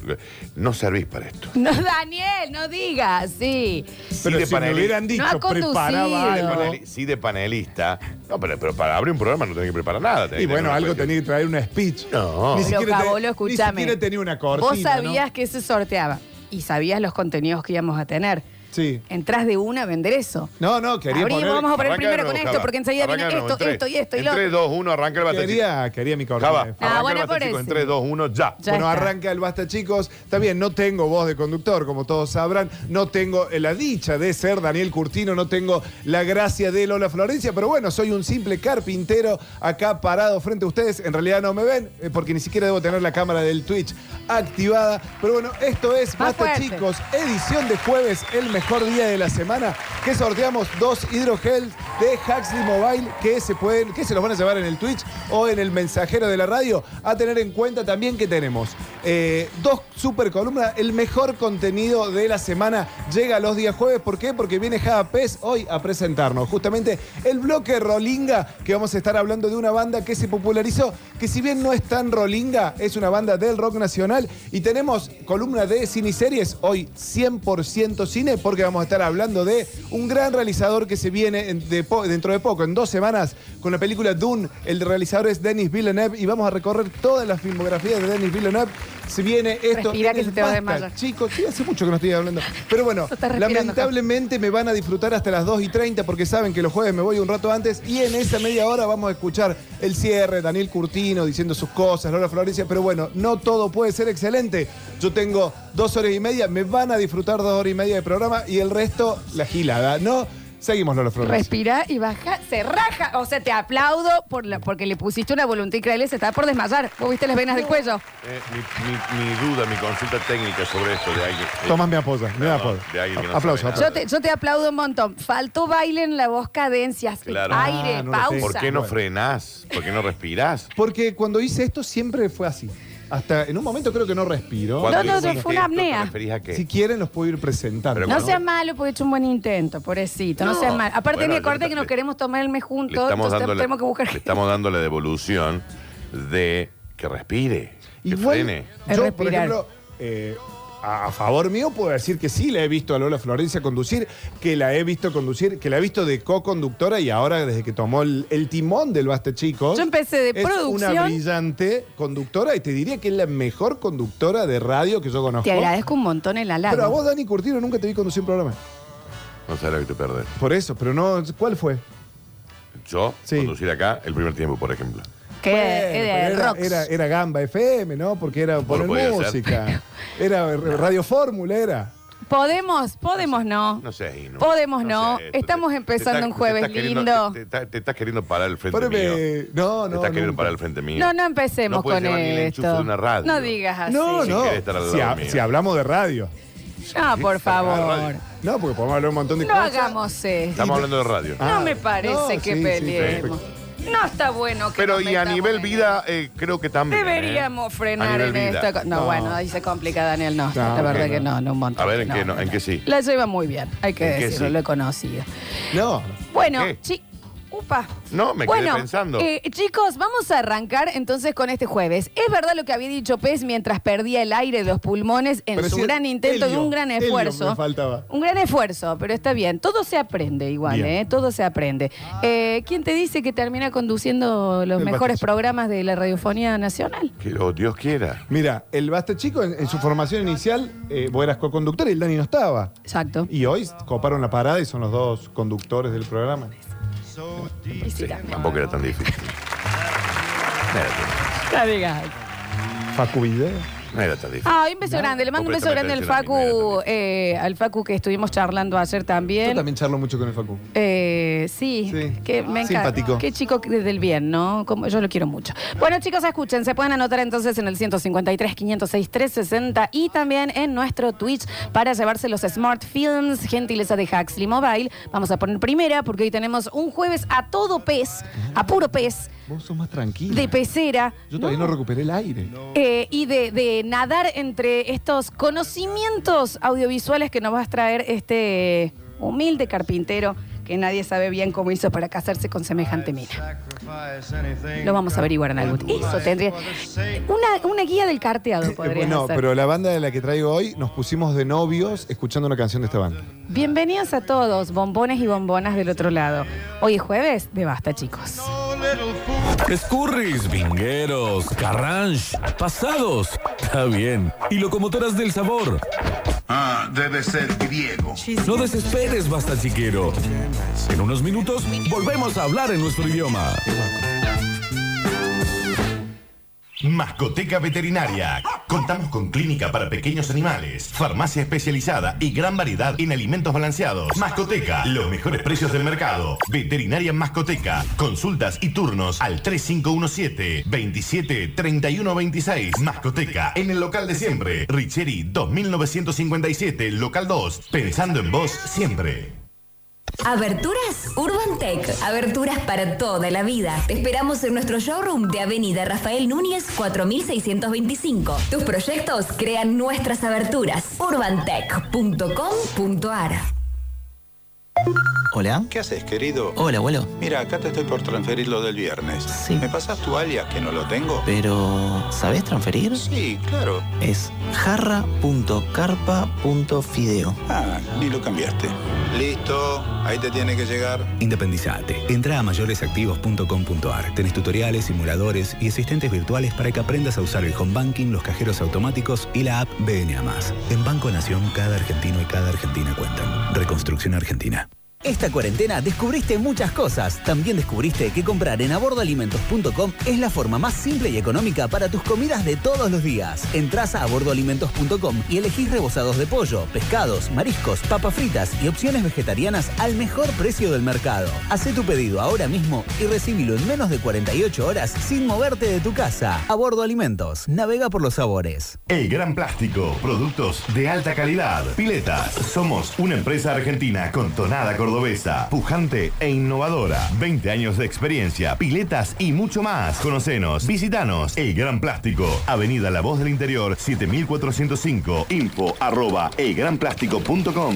Speaker 5: No servís para esto.
Speaker 8: No, Daniel, no digas, sí.
Speaker 6: Pero
Speaker 5: de
Speaker 6: si me
Speaker 5: panelista.
Speaker 6: hubieran dicho,
Speaker 8: No ha conducido.
Speaker 6: preparaba
Speaker 5: De
Speaker 6: algo.
Speaker 5: paneli- sí, de panelista. No, pero, pero para abrir un programa no tenés que preparar nada. tenés
Speaker 6: Y
Speaker 5: que tener
Speaker 6: bueno,
Speaker 5: una
Speaker 6: algo
Speaker 5: cuestión.
Speaker 6: tenía que traer una speech. Ni
Speaker 5: No. Pero,
Speaker 8: Pero
Speaker 6: siquiera te-
Speaker 8: Cabolo, escúchame.
Speaker 6: Ni siquiera tenía una cortina.
Speaker 8: Vos sabías
Speaker 6: ¿no?
Speaker 8: que se sorteaba y sabías los contenidos que íbamos a tener.
Speaker 6: Sí.
Speaker 8: Entrás de una a vender eso.
Speaker 6: No, no, quería
Speaker 8: Abrimos,
Speaker 6: poner-
Speaker 8: vamos a poner
Speaker 5: Arranca de
Speaker 8: primero
Speaker 5: nuevo,
Speaker 8: con esto,
Speaker 5: Java.
Speaker 8: porque enseguida
Speaker 5: Arranca
Speaker 8: viene
Speaker 5: de nuevo,
Speaker 8: esto,
Speaker 5: en
Speaker 8: esto y
Speaker 5: tres-
Speaker 8: esto y
Speaker 5: en
Speaker 8: lo Ah,
Speaker 5: 3, 2, 1, arranca el basta, chicos.
Speaker 6: Quería, quería mi cortina.
Speaker 5: Java,
Speaker 6: de
Speaker 5: arranca el
Speaker 8: bueno,
Speaker 5: basta,
Speaker 8: por
Speaker 5: chicos, en
Speaker 8: eso.
Speaker 5: 3, 2, 1, ya.
Speaker 8: Ya
Speaker 6: bueno,
Speaker 8: está.
Speaker 6: arranca el basta, chicos. También no tengo voz de conductor, como todos sabrán. No tengo la dicha de ser Daniel Curtino, no tengo la gracia de Lola Florencia, pero bueno, soy un simple carpintero acá parado frente a ustedes. En realidad no me ven, eh, porque ni siquiera debo tener la cámara del Twitch activada. Pero bueno, esto es
Speaker 8: Más
Speaker 6: Basta,
Speaker 8: fuerte.
Speaker 6: chicos. Edición de jueves, el mejor día de la semana, que sorteamos dos hidrogel de Huxley Mobile que se pueden, que se los van a llevar en el Twitch o en el mensajero de la radio. A tener en cuenta también que tenemos eh, dos super columnas, el mejor contenido de la semana llega los días jueves. ¿Por qué? Porque viene Java Pez hoy a presentarnos justamente el bloque Rolinga, que vamos a estar hablando de una banda que se popularizó, que si bien no es tan Rolinga, es una banda del rock nacional. Y tenemos columna de cine y series, hoy 100% cine, porque vamos a estar hablando de un gran realizador que se viene en- de po- dentro de poco, en dos semanas, con la película Dune. El realizador es Denis Villeneuve y vamos a recorrer toda la filmografía de Denis Villeneuve. Se viene esto.
Speaker 8: Respira
Speaker 6: en
Speaker 8: que
Speaker 6: el
Speaker 8: se te va a
Speaker 6: Basta,
Speaker 8: desmayar.
Speaker 6: Chicos, sí, hace mucho que no estoy hablando. Pero bueno,
Speaker 8: Está respirando,
Speaker 6: lamentablemente me van a disfrutar hasta las 2 y 30 porque saben que los jueves me voy un rato antes y en esa media hora vamos a escuchar el cierre, Daniel Curtino diciendo sus cosas, Lola Florencia, pero bueno, no todo puede ser excelente. Yo tengo dos horas y media, me van a disfrutar dos horas y media de programa y el resto, la gilada, ¿no? Seguimos, Lola Florencia.
Speaker 8: Respira y baja, se raja. O sea, te aplaudo por la- porque le pusiste una voluntad increíble, se estaba por desmayar. Vos viste las venas del cuello.
Speaker 5: Eh, mi, mi- mi duda, mi consulta técnica sobre esto de alguien. eh,
Speaker 6: Tomás me apoya, me
Speaker 5: No,
Speaker 6: apoya.
Speaker 5: de alguien que no
Speaker 6: Aplauso,
Speaker 5: sabe nada.
Speaker 8: Yo te, yo te aplaudo un montón. Faltó baile en la voz cadencias.
Speaker 5: Claro.
Speaker 8: Aire,
Speaker 6: Ah, no lo
Speaker 8: pausa.
Speaker 6: tengo.
Speaker 5: ¿Por qué no
Speaker 6: Bueno.
Speaker 5: frenás? ¿Por qué no respirás?
Speaker 6: Porque cuando hice esto siempre fue así. Hasta en un momento creo que no respiro.
Speaker 5: Cuando
Speaker 8: No, no,
Speaker 5: dijiste
Speaker 8: no, fue una
Speaker 5: esto, ¿te
Speaker 8: apnea.
Speaker 5: referís a qué?
Speaker 6: Si quieren los puedo ir presentando.
Speaker 5: Pero
Speaker 8: No
Speaker 5: Bueno.
Speaker 8: seas malo porque he hecho un buen intento, pobrecito. No,
Speaker 5: No.
Speaker 8: seas malo. Aparte,
Speaker 5: Bueno,
Speaker 8: me
Speaker 5: le-
Speaker 8: acordé que nos
Speaker 5: le-
Speaker 8: queremos tomar el mes
Speaker 5: Le
Speaker 8: juntos.
Speaker 5: estamos,
Speaker 8: Entonces
Speaker 5: dando la,
Speaker 8: tenemos que buscar.
Speaker 5: le estamos dando la devolución de que respire, que
Speaker 6: Igual,
Speaker 5: frene.
Speaker 8: Es
Speaker 6: Yo, por
Speaker 8: respirar.
Speaker 6: ejemplo, eh, a a favor mío puedo decir que sí, la he visto a Lola Florencia conducir, que la he visto conducir, que la he visto de co-conductora y ahora desde que tomó el, el timón del Basta Chicos.
Speaker 8: Yo empecé de
Speaker 6: es Una
Speaker 8: producción.
Speaker 6: brillante conductora y te diría que es la mejor conductora de radio que yo conozco.
Speaker 8: Te agradezco un montón el halago.
Speaker 6: Pero a vos, Dani Curtino, nunca te vi conducir un programa.
Speaker 5: No sabes lo que te perdés.
Speaker 6: Por eso, pero no, ¿cuál fue?
Speaker 5: Yo,
Speaker 6: Sí.
Speaker 5: conducir acá el primer tiempo, por ejemplo.
Speaker 8: que que
Speaker 6: Bueno,
Speaker 8: de
Speaker 6: pero era,
Speaker 8: rocks.
Speaker 6: era, era Gamba FM, ¿no? Porque era poner
Speaker 5: podía ser.
Speaker 6: música. Era eh, Radio Fórmula, era.
Speaker 3: Podemos, podemos no.
Speaker 2: No sé, Inu.
Speaker 3: Podemos no.
Speaker 2: sé, esto
Speaker 3: Estamos
Speaker 2: te-
Speaker 3: empezando
Speaker 2: te está-
Speaker 3: un jueves
Speaker 2: te estás queriendo- este
Speaker 3: lindo.
Speaker 2: Te, te está- te estás queriendo parar el frente mío.
Speaker 6: Párame. No,
Speaker 2: te
Speaker 6: no.
Speaker 2: estás queriendo
Speaker 6: nunca.
Speaker 2: parar el frente mío.
Speaker 3: No, no empecemos
Speaker 2: No puedes
Speaker 3: con
Speaker 2: llevar ni el
Speaker 3: esto.
Speaker 2: enchufe de una radio.
Speaker 3: No digas así.
Speaker 6: No,
Speaker 2: Si
Speaker 6: no.
Speaker 2: querés estar al lado
Speaker 6: Si, ha-
Speaker 2: mío.
Speaker 6: si hablamos de radio.
Speaker 3: Ah,
Speaker 2: Sí,
Speaker 3: por
Speaker 2: está en la
Speaker 3: favor.
Speaker 2: radio.
Speaker 6: No, porque podemos hablar un montón de
Speaker 3: No
Speaker 6: cosas.
Speaker 3: hagamos esto.
Speaker 2: Estamos hablando de radio.
Speaker 6: Ah,
Speaker 3: No me parece
Speaker 6: no,
Speaker 3: que
Speaker 6: sí, sí,
Speaker 3: peleemos. no está bueno que
Speaker 2: Pero
Speaker 3: nos
Speaker 2: y a
Speaker 3: metamos
Speaker 2: nivel
Speaker 3: en
Speaker 2: vida, eh, creo que también. ¿eh?
Speaker 3: Deberíamos
Speaker 2: A
Speaker 3: frenar
Speaker 2: nivel
Speaker 3: en
Speaker 2: vida.
Speaker 3: esta. co- No,
Speaker 6: No.
Speaker 3: bueno, ahí se complica Daniel. No,
Speaker 6: No,
Speaker 3: la
Speaker 6: ok,
Speaker 3: verdad
Speaker 6: no.
Speaker 3: que no, no, un montón.
Speaker 2: A ver, ¿en qué no? ¿En qué sí?
Speaker 3: La lleva muy bien, hay que
Speaker 2: ¿En qué
Speaker 3: decirlo,
Speaker 2: sí?
Speaker 3: lo he conocido.
Speaker 6: No.
Speaker 3: Bueno,
Speaker 2: qué?
Speaker 3: chi- Upa.
Speaker 2: No, me quedé
Speaker 3: bueno,
Speaker 2: pensando.
Speaker 3: eh, chicos, vamos a arrancar entonces con este jueves. Es verdad lo que había dicho Pez mientras perdía el aire de los pulmones en
Speaker 6: Pero
Speaker 3: su
Speaker 6: si es
Speaker 3: gran intento y
Speaker 6: helio,
Speaker 3: un gran
Speaker 6: helio
Speaker 3: esfuerzo.
Speaker 6: me faltaba.
Speaker 3: Un gran esfuerzo, pero está bien. Todo se aprende igual,
Speaker 6: Bien.
Speaker 3: ¿eh? Todo se aprende. Eh, ¿Quién te dice que termina conduciendo los
Speaker 6: El
Speaker 3: mejores
Speaker 6: Batazo.
Speaker 3: programas de la radiofonía nacional?
Speaker 2: Que lo Dios quiera.
Speaker 6: Mira, el Basta Chico en, en su formación inicial, eh, vos eras co-conductor y el Dani no estaba.
Speaker 3: Exacto.
Speaker 6: Y hoy coparon la parada y son los dos conductores del programa.
Speaker 3: Y sí,
Speaker 2: Sí,
Speaker 3: también.
Speaker 2: tampoco era tan difícil. No era tan,
Speaker 3: No digas.
Speaker 6: Facu Video.
Speaker 2: no era tan difícil.
Speaker 3: Ah, un beso grande. Le mando un beso grande al
Speaker 2: Completamente
Speaker 3: Facu,
Speaker 2: difícil.
Speaker 3: eh, al Facu que estuvimos charlando ayer
Speaker 6: Yo
Speaker 3: también.
Speaker 6: también charlo mucho con el Facu.
Speaker 3: Eh, sí,
Speaker 6: Sí.
Speaker 3: que me encanta.
Speaker 6: Simpático.
Speaker 3: Qué chico que- del bien, ¿no? Como, yo lo quiero mucho. Bueno, chicos, escuchen, se pueden anotar entonces en el 153 506 360 y también en nuestro Twitch para llevarse los Smart Films, gentileza de Huxley Mobile. Vamos a poner primera porque hoy tenemos un jueves a todo pez, a puro pez,
Speaker 6: Vos sos más tranquilo.
Speaker 3: de pecera.
Speaker 6: Yo todavía no, recuperé el aire.
Speaker 3: Eh, y de, de nadar entre estos conocimientos audiovisuales que nos va a traer este humilde carpintero que nadie sabe bien cómo hizo para casarse con semejante mina. Lo vamos a averiguar en algún Eso tendría. Una, una guía del carteado podría
Speaker 6: no,
Speaker 3: hacer.
Speaker 6: pero la banda de la que traigo hoy nos pusimos de novios escuchando una canción de esta banda.
Speaker 3: Bienvenidos a todos, bombones y bombonas del otro lado. Hoy es jueves de basta, chicos.
Speaker 9: Escurris, vingueros, carranche, pasados. Está bien. Y locomotoras del sabor.
Speaker 10: Ah, debe ser griego.
Speaker 9: No desesperes, basta chiquero. En unos minutos volvemos a hablar en nuestro idioma.
Speaker 5: Mascoteca Veterinaria. Contamos con clínica para pequeños animales, farmacia especializada y gran variedad en alimentos balanceados. Mascoteca, los mejores precios del mercado. Veterinaria Mascoteca. Consultas y turnos al 3517-273126. Mascoteca, en el local de siempre. Richeri 2957, local 2. Pensando en vos siempre.
Speaker 8: Aberturas Urban Tech. Aberturas para toda la vida. Te esperamos en nuestro showroom de Avenida Rafael Núñez 4625. Tus proyectos crean nuestras aberturas. urbantech.com.ar
Speaker 11: Hola.
Speaker 10: ¿Qué haces, querido?
Speaker 11: Hola, abuelo.
Speaker 10: Mira, acá te estoy por transferir lo del viernes.
Speaker 11: Sí.
Speaker 10: ¿Me pasas tu alias que no lo tengo?
Speaker 11: Pero, ¿sabés transferir?
Speaker 10: Sí, claro.
Speaker 11: Es jarra.carpa.fideo.
Speaker 10: Ah, ni lo cambiaste. Listo, ahí te tiene que llegar.
Speaker 9: Independizate. Entra a mayoresactivos.com.ar. Tenés tutoriales, simuladores y asistentes virtuales para que aprendas a usar el home banking, los cajeros automáticos y la app BNA+. En Banco Nación, cada argentino y cada argentina cuentan. Reconstrucción Argentina.
Speaker 11: Esta cuarentena descubriste muchas cosas. También descubriste que comprar en abordoalimentos.com es la forma más simple y económica para tus comidas de todos los días. Entrás a abordoalimentos.com y elegís rebozados de pollo, pescados, mariscos, papas fritas y opciones vegetarianas al mejor precio del mercado. Hacé tu pedido ahora mismo y recibilo en menos de 48 horas sin moverte de tu casa. Abordo Alimentos. Navega por los sabores.
Speaker 5: El Gran Plástico, productos de alta calidad, piletas. Somos una empresa argentina con tonada cordobesa, pujante e innovadora. 20 años de experiencia, piletas y mucho más. Conocenos, visitanos. El Gran Plástico, Avenida La Voz del Interior, 7405. Info arroba elgranplástico.com.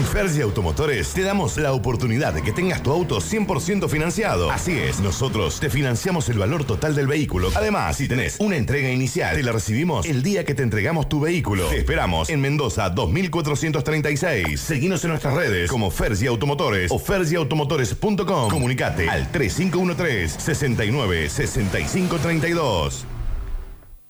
Speaker 5: En Fergie Automotores te damos la oportunidad de que tengas tu auto 100% financiado. Así es, nosotros te financiamos el valor total del vehículo. Además, si tenés una entrega inicial, te la recibimos el día que te entregamos tu vehículo. Te esperamos en Mendoza 2436. Seguinos en nuestras redes como Fergie Automotores o fergiautomotores.com. Comunicate al 3513 69 65 32.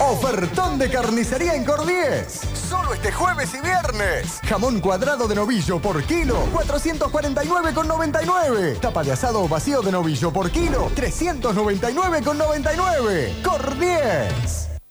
Speaker 12: Ofertón de carnicería en Cordies. Solo este jueves y viernes. Jamón cuadrado de novillo por kilo, 449,99. Tapa de asado vacío de novillo por kilo, 399,99. Cordies.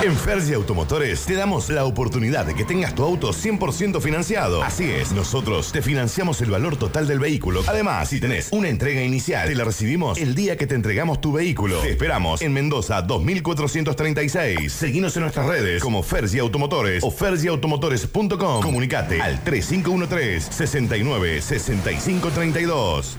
Speaker 5: En Fergie Automotores te damos la oportunidad de que tengas tu auto 100% financiado. Así es, nosotros te financiamos el valor total del vehículo. Además, si tenés una entrega inicial, te la recibimos el día que te entregamos tu vehículo. Te esperamos en Mendoza 2436. Seguinos en nuestras redes como Fergie Automotores o fergieautomotores.com. Comunicate al 3513 69 65 32.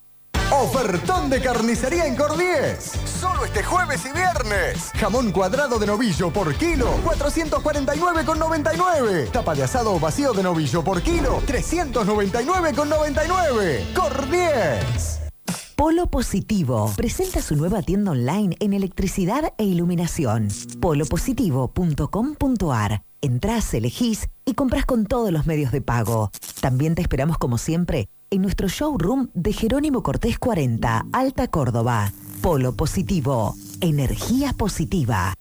Speaker 12: Ofertón de carnicería en Cordies. Solo este jueves y viernes. Jamón cuadrado de novillo por kilo, 449,99. Tapa de asado vacío de novillo por kilo, 399,99. Cordies.
Speaker 13: Polo Positivo presenta su nueva tienda online en electricidad e iluminación. polopositivo.com.ar. Entrás, elegís y compras con todos los medios de pago. También te esperamos como siempre en nuestro showroom de Jerónimo Cortés 40, Alta Córdoba. Polo Positivo. Energía positiva.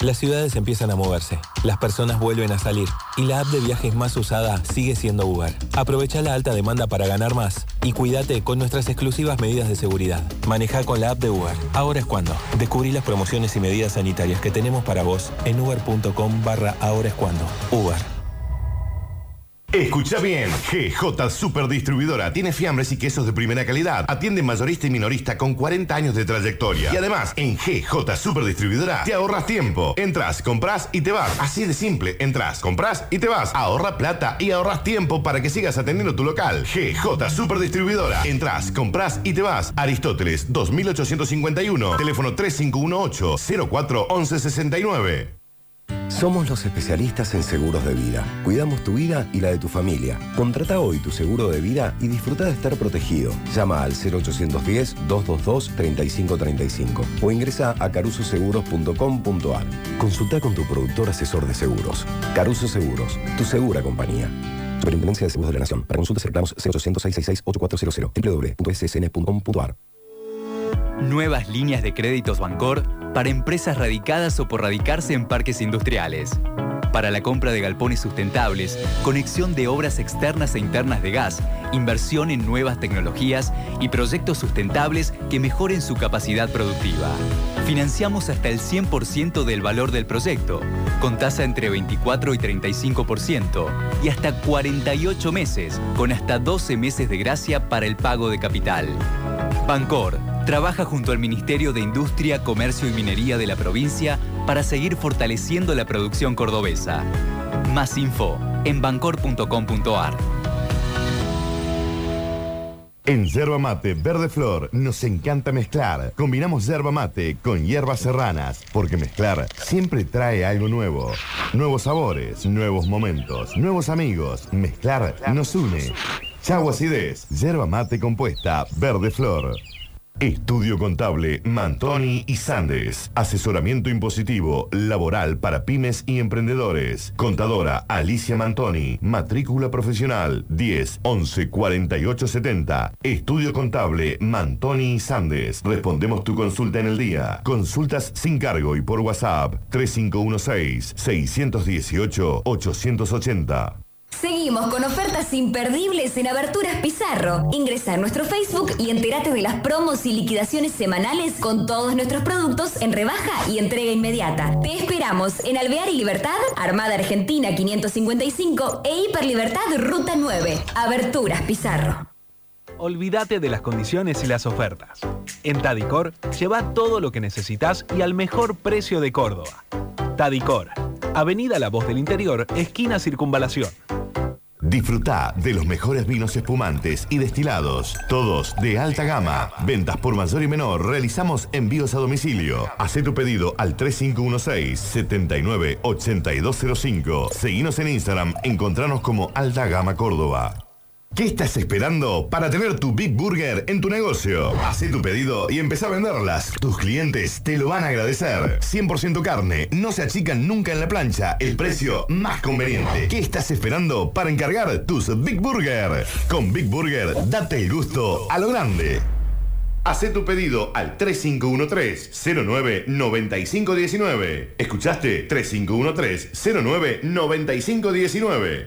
Speaker 14: Las ciudades empiezan a moverse, las personas vuelven a salir y la app de viajes más usada sigue siendo Uber. Aprovecha la alta demanda para ganar más y cuídate con nuestras exclusivas medidas de seguridad. Maneja con la app de Uber. Ahora es cuando. Descubrí las promociones y medidas sanitarias que tenemos para vos en uber.com barra ahora es cuando. Uber.
Speaker 5: Escucha bien, GJ Super Distribuidora tiene fiambres y quesos de primera calidad. Atiende mayorista y minorista con 40 años de trayectoria. Y además, en GJ Super Distribuidora te ahorras tiempo. Entras, compras y te vas. Así de simple, entras, compras y te vas. Ahorra plata y ahorras tiempo para que sigas atendiendo tu local. GJ Super Distribuidora. Entras, compras y te vas. Aristóteles 2851. Teléfono 3518 04 1169.
Speaker 15: Somos los especialistas en seguros de vida. Cuidamos tu vida y la de tu familia. Contrata hoy tu seguro de vida y disfruta de estar protegido. Llama al 0810-222-3535 o ingresa a carusoseguros.com.ar. Consulta con tu productor asesor de seguros. Caruso Seguros, tu segura compañía. Superintendencia de Seguros de la Nación. Para consultas reclamos 0800 666 8400 www.ssn.com.ar.
Speaker 16: Nuevas líneas de créditos Bancor para empresas radicadas o por radicarse en parques industriales. Para la compra de galpones sustentables, conexión de obras externas e internas de gas, inversión en nuevas tecnologías y proyectos sustentables que mejoren su capacidad productiva. Financiamos hasta el 100% del valor del proyecto, con tasa entre 24 y 35% y hasta 48 meses, con hasta 12 meses de gracia para el pago de capital. Bancor trabaja junto al Ministerio de Industria, Comercio y Minería de la provincia para seguir fortaleciendo la producción cordobesa. Más info en bancor.com.ar.
Speaker 5: En Yerba Mate Verde Flor nos encanta mezclar. Combinamos yerba mate con hierbas serranas, porque mezclar siempre trae algo nuevo. Nuevos sabores, nuevos momentos, nuevos amigos. Mezclar nos une. Chau acidez, yerba mate compuesta, verde flor. Estudio Contable, Mantoni y Sandes. Asesoramiento impositivo, laboral para pymes y emprendedores. Contadora Alicia Mantoni. Matrícula profesional 10 11 48 70. Estudio Contable, Mantoni y Sandes. Respondemos tu consulta en el día. Consultas sin cargo y por WhatsApp 3516 618 880.
Speaker 8: Seguimos con ofertas imperdibles en Aberturas Pizarro. Ingresa a nuestro Facebook y entérate de las promos y liquidaciones semanales con todos nuestros productos en rebaja y entrega inmediata. Te esperamos en Alvear y Libertad, Armada Argentina 555 e Hiperlibertad Ruta 9. Aberturas Pizarro.
Speaker 14: Olvídate de las condiciones y las ofertas. En Tadicor, lleva todo lo que necesitas y al mejor precio de Córdoba. Tadicor, Avenida La Voz del Interior, esquina Circunvalación.
Speaker 5: Disfruta de los mejores vinos espumantes y destilados, todos de alta gama. Ventas por mayor y menor, realizamos envíos a domicilio. Hacé tu pedido al 3516-798205. Seguinos en Instagram, encontranos como Alta Gama Córdoba. ¿Qué estás esperando para tener tu Big Burger en tu negocio? Hacé tu pedido y empezá a venderlas. Tus clientes te lo van a agradecer. 100% carne, no se achican nunca en la plancha. El precio más conveniente. ¿Qué estás esperando para encargar tus Big Burger? Con Big Burger, date el gusto a lo grande. Hacé tu pedido al 3513-099519. ¿Escuchaste? 3513-099519.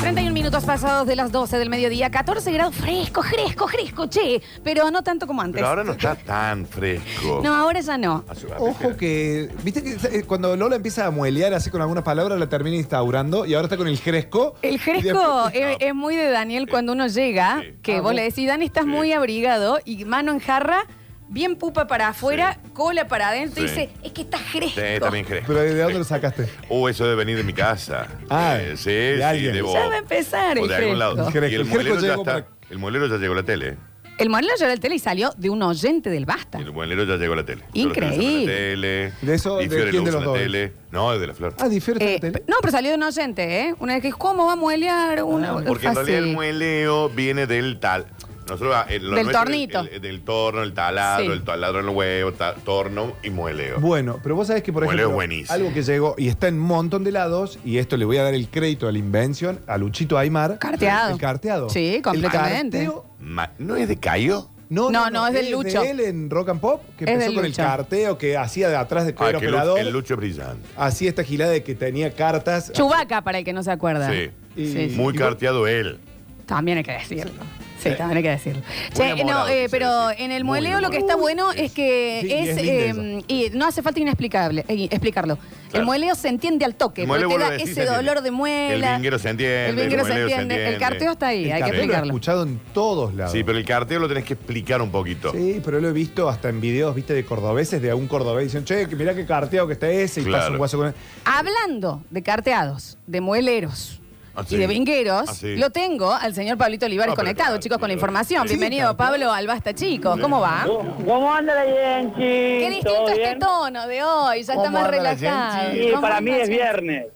Speaker 3: 31 minutos pasados de las 12 del mediodía, 14 grados fresco, fresco, fresco, che, pero no tanto como antes.
Speaker 13: Pero ahora no está tan fresco.
Speaker 3: No, ahora ya no.
Speaker 6: Ojo que, viste que eh, cuando Lola empieza a muelear así con algunas palabras, la termina instaurando y ahora está con el fresco.
Speaker 3: El fresco es, es muy de Daniel cuando uno llega, que
Speaker 6: Ah,
Speaker 3: vos
Speaker 6: vos-
Speaker 3: le decís, Dani, estás muy abrigado y mano en jarra, bien pupa para afuera, cola para adentro, y
Speaker 13: Sí.
Speaker 3: dice, es que estás fresco.
Speaker 13: Sí, también fresco.
Speaker 6: Pero ¿de dónde lo sacaste?
Speaker 13: Uh, eso debe venir de mi casa. Ah, sí, sí,
Speaker 6: alguien.
Speaker 13: de vos.
Speaker 3: Ya va a empezar
Speaker 13: O
Speaker 3: el
Speaker 13: de algún lado.
Speaker 3: fresco.
Speaker 13: Y el muelero ya está. El muelero ya llegó a la tele.
Speaker 3: El modelo lloró al tele y salió de un oyente del Basta.
Speaker 13: El muelero ya llegó a la tele. Yo lo estoy usando
Speaker 3: Increíble.
Speaker 13: en la tele.
Speaker 6: ¿De eso,
Speaker 13: Di
Speaker 6: de
Speaker 13: Fiore
Speaker 6: quién
Speaker 13: lo
Speaker 6: de
Speaker 13: usa
Speaker 6: los
Speaker 13: en la
Speaker 6: dos?
Speaker 13: tele. No, es de la flor.
Speaker 6: Ah, difiere.
Speaker 3: Eh, pe- no, pero salió de un oyente, ¿eh? Una vez que dijo, ¿cómo va a muelear una
Speaker 13: Ah, Porque en
Speaker 3: Ah, fácil.
Speaker 13: realidad el mueleo viene del tal. Nosotros, ah, eh, lo
Speaker 3: Del
Speaker 13: nuestro es
Speaker 3: tornito.
Speaker 13: el- el- del torno, el taladro,
Speaker 3: Sí.
Speaker 13: el taladro en el huevo, ta- torno y mueleo.
Speaker 6: Bueno, pero vos sabés que, por
Speaker 13: Bueno,
Speaker 6: ejemplo,
Speaker 13: es buenísimo.
Speaker 6: algo que llegó y está en un montón de lados, y esto le voy a dar el crédito a la invención, a Luchito Aymar.
Speaker 3: Carteado.
Speaker 6: El carteado.
Speaker 3: Sí,
Speaker 6: El
Speaker 3: completamente.
Speaker 6: carteo-
Speaker 13: Ma- ¿No es de Cayo?
Speaker 6: No,
Speaker 3: No, no, es del
Speaker 6: de
Speaker 3: Lucho.
Speaker 6: él en Rock and Pop, que
Speaker 3: Es
Speaker 6: empezó
Speaker 3: del
Speaker 6: con el
Speaker 3: Lucho.
Speaker 6: carteo que hacía de atrás de
Speaker 13: Ah,
Speaker 6: cuero
Speaker 13: que Lu-
Speaker 6: operador.
Speaker 13: el lucho es brillante.
Speaker 6: Hacía esta gilada de que tenía cartas.
Speaker 3: Chubaca, para el que no se acuerda.
Speaker 13: Sí.
Speaker 3: Sí, sí.
Speaker 13: Muy carteado él.
Speaker 3: También hay que decirlo.
Speaker 13: Eh,
Speaker 3: Sí, también hay que decirlo.
Speaker 13: Muy
Speaker 3: Che, no,
Speaker 13: enamorado,
Speaker 3: eh,
Speaker 13: que se
Speaker 3: pero en el mueleo lo que está bueno es que
Speaker 13: Sí,
Speaker 3: es.
Speaker 13: es linda
Speaker 3: eh, y no hace falta inexplicable eh, explicarlo. El
Speaker 13: Claro.
Speaker 3: mueleo se entiende al toque.
Speaker 13: El mueleo
Speaker 3: porque te
Speaker 13: vos
Speaker 3: da
Speaker 13: lo decís,
Speaker 3: ese
Speaker 13: se entiende.
Speaker 3: dolor de
Speaker 13: El
Speaker 3: muela.
Speaker 13: vinguero se entiende.
Speaker 3: El vinguero se
Speaker 13: mueleo
Speaker 3: entiende, el carteo está ahí,
Speaker 6: El
Speaker 3: hay que
Speaker 6: carteo Lo he
Speaker 3: explicarlo.
Speaker 6: escuchado en todos lados.
Speaker 13: Sí, pero el carteo lo tenés que explicar un poquito.
Speaker 6: Sí, pero lo he visto hasta en videos, viste, de cordobeses, de algún cordobés. Dicen, che, que mirá qué carteado que está ese, y
Speaker 13: Claro.
Speaker 6: pasa un guaso con él.
Speaker 3: Hablando de carteados, de mueleros.
Speaker 6: Ah,
Speaker 3: Y
Speaker 6: sí.
Speaker 3: de vingueros,
Speaker 6: Ah, sí.
Speaker 3: lo tengo al señor Pablito
Speaker 13: Ah,
Speaker 3: Olivares conectado, chicos, con la información.
Speaker 6: Sí,
Speaker 3: Bienvenido, Pablo, al Basta Chico. ¿Cómo va?
Speaker 17: ¿Cómo anda la Genchi?
Speaker 3: Qué distinto
Speaker 17: ¿Todo
Speaker 3: este
Speaker 17: bien?
Speaker 3: tono de hoy, ya está
Speaker 17: ¿Cómo
Speaker 3: más
Speaker 17: anda la
Speaker 3: relajado.
Speaker 17: Genchi? Sí,
Speaker 3: ¿Cómo
Speaker 17: para
Speaker 3: anda,
Speaker 17: mí es
Speaker 3: Genchi?
Speaker 17: viernes.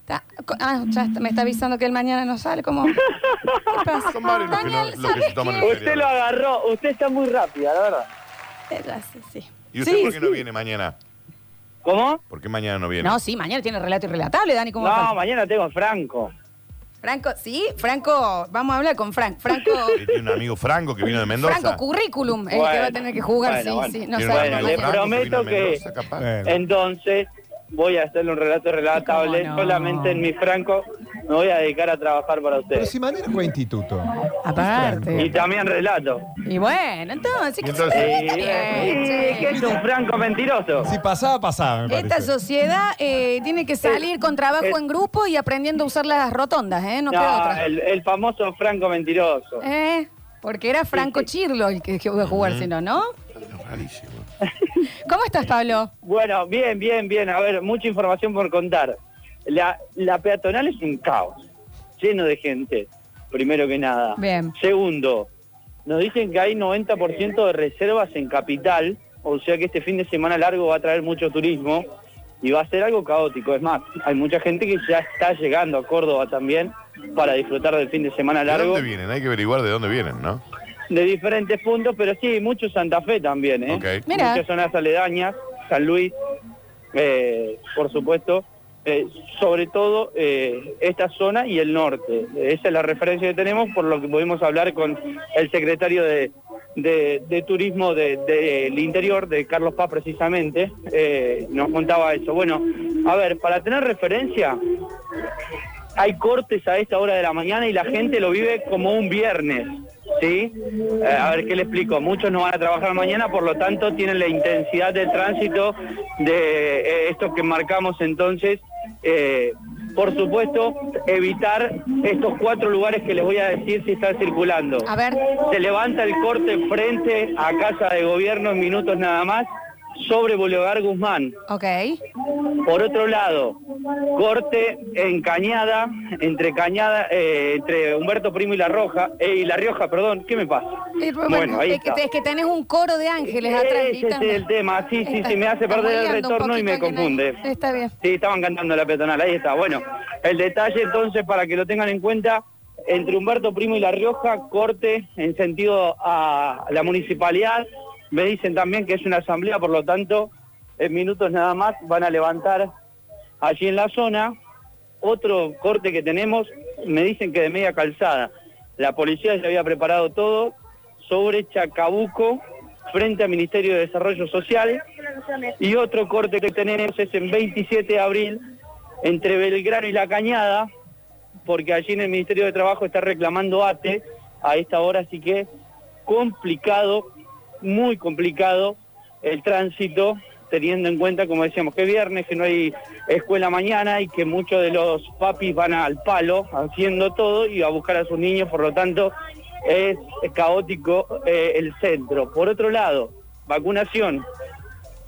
Speaker 3: Está- co- ah, ya está- me está avisando que el mañana no sale. ¿Cómo? ¿Qué pasa? Daniel, ¿sabes qué?
Speaker 17: Usted lo agarró, usted está muy rápida, la verdad.
Speaker 3: Eh, Ya sé, sí.
Speaker 13: ¿Y usted
Speaker 3: Sí,
Speaker 13: por qué no
Speaker 3: sí.
Speaker 13: viene mañana?
Speaker 17: ¿Cómo?
Speaker 13: ¿Por qué mañana no viene?
Speaker 3: No, sí, mañana tiene relato irrelatable, Dani. ¿cómo
Speaker 17: No,
Speaker 3: va?
Speaker 17: mañana tengo Franco.
Speaker 3: Franco, sí, Franco, vamos a hablar con Frank. Franco,
Speaker 13: Tiene un amigo Franco que vino de Mendoza.
Speaker 3: Franco Currículum, el que
Speaker 13: Bueno,
Speaker 3: va a tener que jugar,
Speaker 13: bueno,
Speaker 3: sí,
Speaker 13: bueno.
Speaker 3: sí. No
Speaker 13: Tiene
Speaker 3: sabemos
Speaker 13: un amigo
Speaker 17: Le
Speaker 13: Franco vino
Speaker 17: prometo
Speaker 13: de
Speaker 17: que
Speaker 13: Mendoza, capaz.
Speaker 17: entonces voy a hacerle un relato relatable solamente en mi Franco. Me voy a dedicar a trabajar para
Speaker 6: Pero
Speaker 17: ustedes.
Speaker 6: si Manera fue instituto.
Speaker 17: Y también relato.
Speaker 3: Y bueno, entonces, ¿qué
Speaker 17: Entonces,
Speaker 3: está bien,
Speaker 17: sí,
Speaker 3: che.
Speaker 17: ¿qué es un Franco mentiroso?
Speaker 6: Si pasaba, pasaba, me
Speaker 3: Esta sociedad eh, tiene que salir con trabajo en grupo y aprendiendo a usar las rotondas, ¿eh? No, queda
Speaker 17: Eh, No,
Speaker 3: otra.
Speaker 17: el, el famoso Franco mentiroso.
Speaker 3: ¿Eh? Porque era Franco Chirlo el que iba a jugar, si no, ¿no? ¿Cómo estás, Pablo?
Speaker 17: Bueno, bien, bien, bien. A ver, mucha información por contar. La, la peatonal es un caos, lleno de gente, primero que nada.
Speaker 7: Bien.
Speaker 17: Segundo, nos dicen que hay 90% de reservas en capital, o sea que este fin de semana largo va a traer mucho turismo y va a ser algo caótico. Es más, hay mucha gente que ya está llegando a Córdoba también para disfrutar del fin de semana
Speaker 5: ¿De
Speaker 17: largo
Speaker 5: dónde vienen? Hay que averiguar de dónde vienen, ¿no?
Speaker 17: de diferentes puntos, pero sí, mucho Santa Fe también, ¿eh?
Speaker 5: Ok.
Speaker 7: Mirá.
Speaker 17: Muchas zonas aledañas, San Luis, eh, por supuesto, eh, sobre todo eh, esta zona y el norte. Esa es la referencia que tenemos, por lo que pudimos hablar con el secretario de, de- de Turismo de- del Interior, de Carlos Paz precisamente, eh, nos contaba eso. Bueno, a ver, para tener referencia, hay cortes a esta hora de la mañana y la gente lo vive como un viernes, ¿sí? Eh, a ver, ¿qué le explico? Muchos no van a trabajar mañana, por lo tanto tienen la intensidad de tránsito de eh, estos que marcamos entonces. eh, por supuesto, evitar estos cuatro lugares que les voy a decir si están circulando.
Speaker 7: A ver.
Speaker 17: Se levanta el corte frente a Casa de Gobierno en minutos nada más sobre Boulevard Guzmán.
Speaker 7: Ok.
Speaker 17: Por otro lado, corte en Cañada, entre Cañada, eh, entre Humberto Primo y La Roja, eh, y La Rioja, perdón, ¿qué me pasa?
Speaker 7: Eh, bueno,
Speaker 17: Bueno, ahí
Speaker 7: es, que,
Speaker 17: está.
Speaker 7: es que tenés un coro de ángeles atrás.
Speaker 17: Ese es el tema, sí, sí, sí, me hace perder el retorno y me confunde.
Speaker 7: Está bien.
Speaker 17: Sí, estaban cantando la peatonal, ahí está. Bueno, el detalle entonces, para que lo tengan en cuenta, entre Humberto Primo y La Rioja, corte en sentido a la municipalidad. Me dicen también que es una asamblea, por lo tanto, en minutos nada más van a levantar allí en la zona. Otro corte que tenemos, me dicen que de media calzada. La policía ya había preparado todo sobre Chacabuco frente al Ministerio de Desarrollo Social. Y otro corte que tenemos es en 27 de abril entre Belgrano y La Cañada, porque allí en el Ministerio de Trabajo está reclamando ATE a esta hora, así que complicado, muy complicado el tránsito, teniendo en cuenta, como decíamos, que viernes, que no hay escuela mañana y que muchos de los papis van al palo haciendo todo y a buscar a sus niños, por lo tanto es caótico eh, el centro. Por otro lado, vacunación,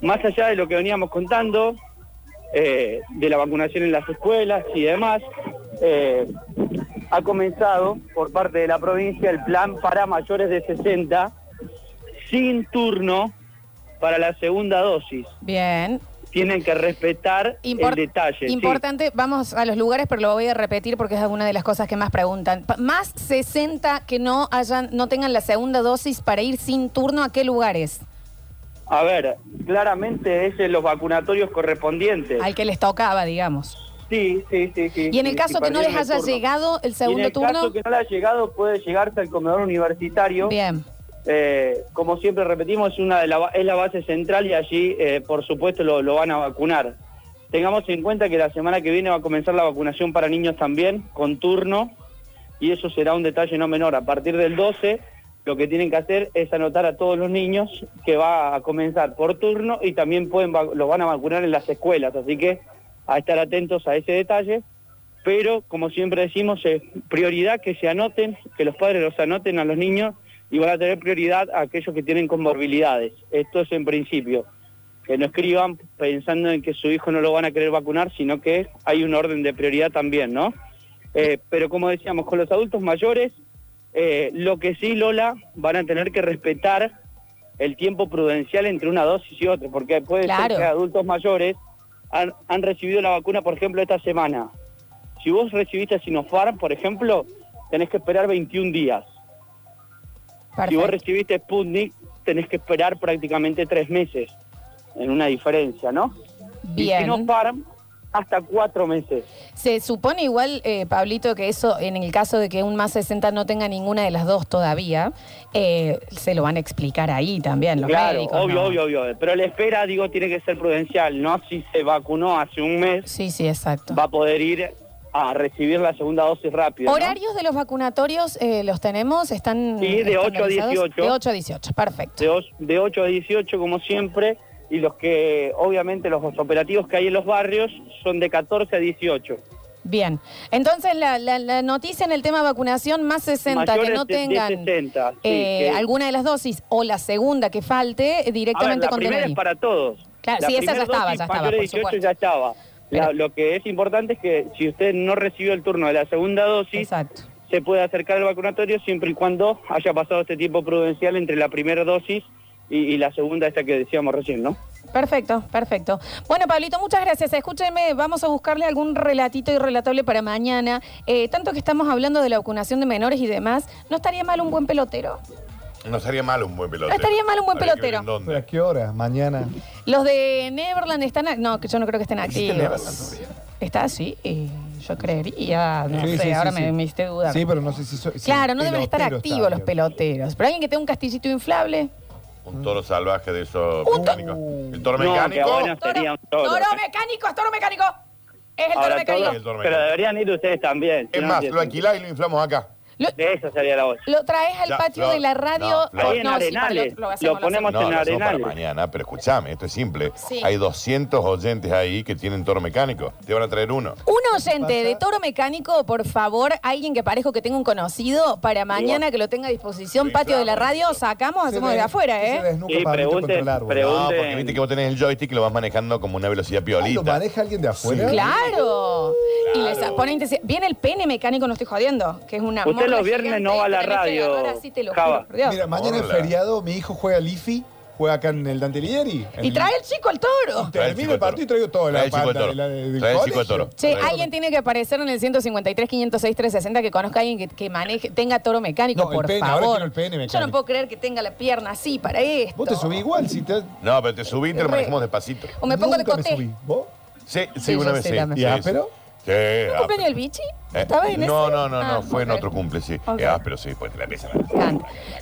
Speaker 17: más allá de lo que veníamos contando, eh, de la vacunación en las escuelas y demás, eh, ha comenzado por parte de la provincia el plan para mayores de 60 sin turno para la segunda dosis.
Speaker 7: Bien.
Speaker 17: Tienen que respetar
Speaker 7: Import-
Speaker 17: el detalle. sí.
Speaker 7: Importante, vamos a los lugares, pero lo voy a repetir porque es una de las cosas que más preguntan. Pa- más 60 que no hayan, no tengan la segunda dosis para ir sin turno, ¿a qué lugares?
Speaker 17: A ver, claramente es en los vacunatorios correspondientes.
Speaker 7: Al que les tocaba, digamos.
Speaker 17: Sí, sí, sí, sí.
Speaker 7: Y en el
Speaker 17: sí,
Speaker 7: caso
Speaker 17: sí,
Speaker 7: que no les
Speaker 17: perdieron el
Speaker 7: haya
Speaker 17: turno.
Speaker 7: llegado el segundo
Speaker 17: Y en el
Speaker 7: turno.
Speaker 17: caso que no le haya llegado, puede llegarse al comedor universitario.
Speaker 7: Bien.
Speaker 17: Eh, como siempre repetimos, es, una de la, ba- es la base central y allí, eh, por supuesto, lo, lo van a vacunar. Tengamos en cuenta que la semana que viene va a comenzar la vacunación para niños también, con turno, y eso será un detalle no menor. A partir del 12, lo que tienen que hacer es anotar a todos los niños que va a comenzar por turno y también pueden va- los van a vacunar en las escuelas, así que a estar atentos a ese detalle pero como siempre decimos, es prioridad que se anoten, que los padres los anoten a los niños y van a tener prioridad a aquellos que tienen comorbilidades. Esto es en principio. Que no escriban pensando en que su hijo no lo van a querer vacunar, sino que hay un orden de prioridad también, ¿no? Eh, pero como decíamos, con los adultos mayores, eh, lo que sí, Lola, van a tener que respetar el tiempo prudencial entre una dosis y otra, porque puede
Speaker 7: Claro.
Speaker 17: ser que adultos mayores han, han recibido la vacuna, por ejemplo, esta semana. Si vos recibiste Sinopharm, por ejemplo, tenés que esperar 21 días. Si vos recibiste Sputnik, tenés que esperar prácticamente tres meses, en una diferencia, ¿no? Y
Speaker 7: Bien.
Speaker 17: Sinopharm, hasta cuatro meses.
Speaker 7: Se supone igual, eh, Pablito, que eso, en el caso de que un más 60 no tenga ninguna de las dos todavía, eh, se lo van a explicar ahí también los
Speaker 17: claro,
Speaker 7: médicos,
Speaker 17: obvio,
Speaker 7: ¿no?
Speaker 17: obvio, obvio. Pero la espera, digo, tiene que ser prudencial, ¿no? Si se vacunó hace un mes,
Speaker 7: sí, sí, exacto.
Speaker 17: va a poder ir a recibir la segunda dosis rápido. ¿no?
Speaker 7: ¿Horarios de los vacunatorios eh, los tenemos? ¿Están
Speaker 17: Sí, de 8 a
Speaker 7: estandarizados?
Speaker 17: 18.
Speaker 7: De 8 a 18, perfecto.
Speaker 17: de, os- de 8 a 18 como siempre y los que obviamente los operativos que hay en los barrios son de 14 a 18.
Speaker 7: Bien. Entonces, la, la- la noticia en el tema vacunación, más 60 que
Speaker 17: Mayores
Speaker 7: no
Speaker 17: de- de
Speaker 7: tengan
Speaker 17: 60, sí,
Speaker 7: eh,
Speaker 17: que-
Speaker 7: alguna de las dosis o la segunda que falte, eh,
Speaker 17: A ver,
Speaker 7: directamente
Speaker 17: la
Speaker 7: con
Speaker 17: primera
Speaker 7: DNI.
Speaker 17: es para todos.
Speaker 7: Claro,
Speaker 17: La
Speaker 7: sí, esa ya
Speaker 17: primera
Speaker 7: estaba,
Speaker 17: dosis
Speaker 7: ya estaba,
Speaker 17: mayores de
Speaker 7: por supuesto.
Speaker 17: ya estaba. La- lo que es importante es que si usted no recibió el turno de la segunda dosis, se puede acercar al vacunatorio siempre y cuando haya pasado este tiempo prudencial entre la primera dosis y, y la segunda, esta que decíamos recién, ¿no?
Speaker 3: Perfecto, perfecto. Bueno, Pablito, muchas gracias. Escúcheme, vamos a buscarle algún relatito irrelatable para mañana. Eh, tanto que estamos hablando de la vacunación de menores y demás, ¿no estaría mal un buen pelotero?
Speaker 5: No estaría mal un buen pelotero.
Speaker 3: No estaría mal un buen
Speaker 5: Habría que
Speaker 3: pelotero.
Speaker 5: ver en dónde.
Speaker 6: ¿Pero ¿A qué hora? Mañana.
Speaker 3: Los de Neverland están... ac- No, que yo no creo que estén activos. Está así, yo creería. No
Speaker 6: Sí,
Speaker 3: sé,
Speaker 6: sí, sí,
Speaker 3: ahora
Speaker 6: sí.
Speaker 3: me, me hiciste dudar.
Speaker 6: Sí, pero no sé si soy. si
Speaker 3: Claro,
Speaker 6: el
Speaker 3: no deben estar
Speaker 6: pelotero está
Speaker 3: activos los
Speaker 6: abierto.
Speaker 3: peloteros. Pero alguien que tenga un castillito inflable.
Speaker 5: Un toro salvaje de esos mecánicos. ¿El toro mecánico?
Speaker 3: ¡Toro mecánico! ¡Toro mecánico! Es el toro
Speaker 5: Ahora
Speaker 3: mecánico.
Speaker 5: todo- El toro
Speaker 17: Pero
Speaker 5: mecánico.
Speaker 17: deberían ir ustedes también.
Speaker 5: Es más, lo alquilás y lo inflamos acá.
Speaker 17: De eso sería la voz.
Speaker 3: Lo traes al
Speaker 5: Ya,
Speaker 3: patio
Speaker 5: Flor,
Speaker 3: de la radio.
Speaker 5: no, Flor. Ahí en
Speaker 3: sí, para el
Speaker 5: Arenales.
Speaker 3: otro hacemos,
Speaker 17: Lo ponemos
Speaker 5: No,
Speaker 17: en
Speaker 5: lo hacemos para
Speaker 17: Arenales.
Speaker 5: mañana, pero escúchame, esto es simple.
Speaker 3: Sí.
Speaker 5: Hay 200 oyentes ahí que tienen toro mecánico. Te van a traer uno.
Speaker 3: Un oyente de toro mecánico, por favor, alguien que parezco que tenga un conocido, para mañana que lo tenga a disposición, patio de la radio, sacamos, hacemos de afuera, ¿eh?
Speaker 6: Sí, Pablito, pregunte- contra el árbol. pregunten-
Speaker 5: No, porque viste que vos tenés el joystick y lo vas manejando como una velocidad piolita.
Speaker 6: ¿Lo maneja alguien de afuera?
Speaker 3: Claro. Y les pone intensidad. Viene el pene mecánico, no estoy jodiendo, que es una.
Speaker 6: Usted
Speaker 3: morra
Speaker 6: los viernes
Speaker 3: gigante
Speaker 6: no va a la
Speaker 3: que tenés que
Speaker 6: radio,
Speaker 3: agarrar así, te lo
Speaker 6: Java.
Speaker 3: juro por Dios.
Speaker 6: Mira, mañana es feriado, mi hijo juega al IFI, juega acá en el Dante Ligieri.
Speaker 3: Y trae el chico al toro.
Speaker 6: Termino el partido y traigo toda
Speaker 5: Trae
Speaker 6: la
Speaker 5: el chico de
Speaker 6: banda
Speaker 5: toro.
Speaker 6: de la- del
Speaker 5: Trae el
Speaker 6: colegio.
Speaker 5: chico de toro.
Speaker 3: Che, alguien tiene que aparecer en el 153, 506, 360 que conozca a alguien que, que maneje, tenga toro mecánico,
Speaker 6: No, el
Speaker 3: por
Speaker 6: pene, ahora
Speaker 3: favor.
Speaker 6: quiero el pene
Speaker 3: Yo no
Speaker 6: mecánico.
Speaker 3: puedo creer que tenga la pierna así para esto.
Speaker 6: Vos te subís igual, si te...
Speaker 5: No, pero te subí y te lo
Speaker 3: Re.
Speaker 5: manejamos despacito.
Speaker 3: O me pongo de coté.
Speaker 6: ¿Vos?
Speaker 5: Sí, sí,
Speaker 3: Sí,
Speaker 5: una
Speaker 3: yo
Speaker 5: vez
Speaker 3: sé
Speaker 5: sí.
Speaker 3: también.
Speaker 5: Sí,
Speaker 3: ¿Y
Speaker 5: sí.
Speaker 6: áspero?
Speaker 5: Sí,
Speaker 3: ¿Un
Speaker 5: áspero.
Speaker 3: cumpleaños del bichi?
Speaker 5: Eh,
Speaker 3: ¿Estaba en
Speaker 5: no,
Speaker 3: ese?
Speaker 5: no, no, no,
Speaker 3: Ah,
Speaker 5: fue en
Speaker 3: ok.
Speaker 5: otro cumple, sí.
Speaker 3: Ok.
Speaker 5: Es áspero, sí, pues te la empiezan a...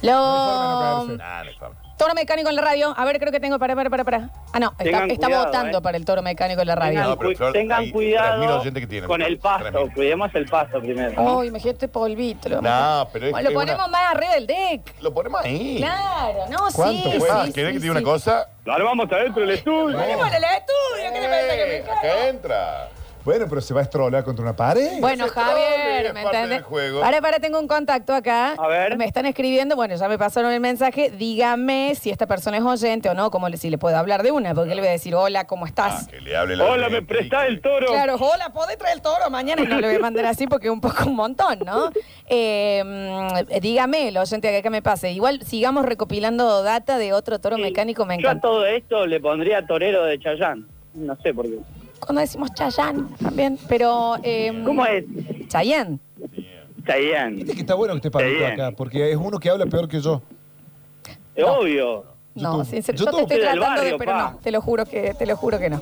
Speaker 3: Lo...
Speaker 5: Nah, no es fama.
Speaker 3: Toro mecánico en la radio. A ver, creo que tengo. Para, para, para, para. Ah, no, está,
Speaker 17: Tengan
Speaker 3: está
Speaker 17: cuidado,
Speaker 3: votando
Speaker 17: eh.
Speaker 3: para el toro mecánico en la radio.
Speaker 17: Tengan,
Speaker 3: No,
Speaker 17: cu- tengan cuidado con el pasto, cuidemos el pasto primero. ¿no?
Speaker 3: Ay, imagínate polvito. Lo,
Speaker 17: No, pero es
Speaker 3: Bueno,
Speaker 17: que
Speaker 3: lo ponemos
Speaker 17: una-
Speaker 3: más arriba del deck.
Speaker 5: Lo ponemos ahí.
Speaker 3: Claro, no,
Speaker 5: ¿Cuánto
Speaker 3: sí.
Speaker 5: fue?
Speaker 3: sí,
Speaker 5: Ah, ¿Querés que te
Speaker 3: sí,
Speaker 5: diga una
Speaker 3: sí.
Speaker 5: cosa?
Speaker 17: Ahora vamos adentro del estudio.
Speaker 3: Ponemos en el estudio, ¿qué te parece que me
Speaker 5: Eh, acá entra.
Speaker 6: Bueno, pero se va a estrolar contra una pared.
Speaker 3: Bueno, Javier, ¿me
Speaker 5: parte
Speaker 3: entiendes?
Speaker 5: del juego.
Speaker 3: Ahora, para, tengo un contacto acá.
Speaker 6: A ver.
Speaker 3: Me están escribiendo, bueno, ya me pasaron el mensaje. Dígame si esta persona es oyente o no, como si le puedo hablar de una, porque le voy a decir, hola, ¿cómo estás?
Speaker 5: Que le hable la
Speaker 17: Hola, me prestás el toro.
Speaker 3: Claro, hola, ¿podés traer el toro mañana? Y no le voy a mandar así porque es un poco un montón, ¿no? Eh, mm, dígame, el oyente que acá me pase. Igual sigamos recopilando data de otro toro mecánico, me
Speaker 17: Yo a
Speaker 3: encanta.
Speaker 17: todo esto le pondría torero de Chayán. No sé por qué.
Speaker 3: Cuando decimos Chayán también, pero... em,
Speaker 17: ¿Cómo es?
Speaker 3: Chayán.
Speaker 17: Chayán.
Speaker 6: Viste que está bueno que esté Pablito
Speaker 17: Está bien.
Speaker 6: acá, porque es uno que habla peor que yo.
Speaker 17: Es obvio.
Speaker 3: No, sincero,
Speaker 6: yo
Speaker 3: yo, te
Speaker 6: te- Soy
Speaker 3: estoy
Speaker 6: del
Speaker 3: tratando de,
Speaker 6: barrio,
Speaker 3: pero
Speaker 6: pa.
Speaker 3: no, te lo juro que, te lo juro que no.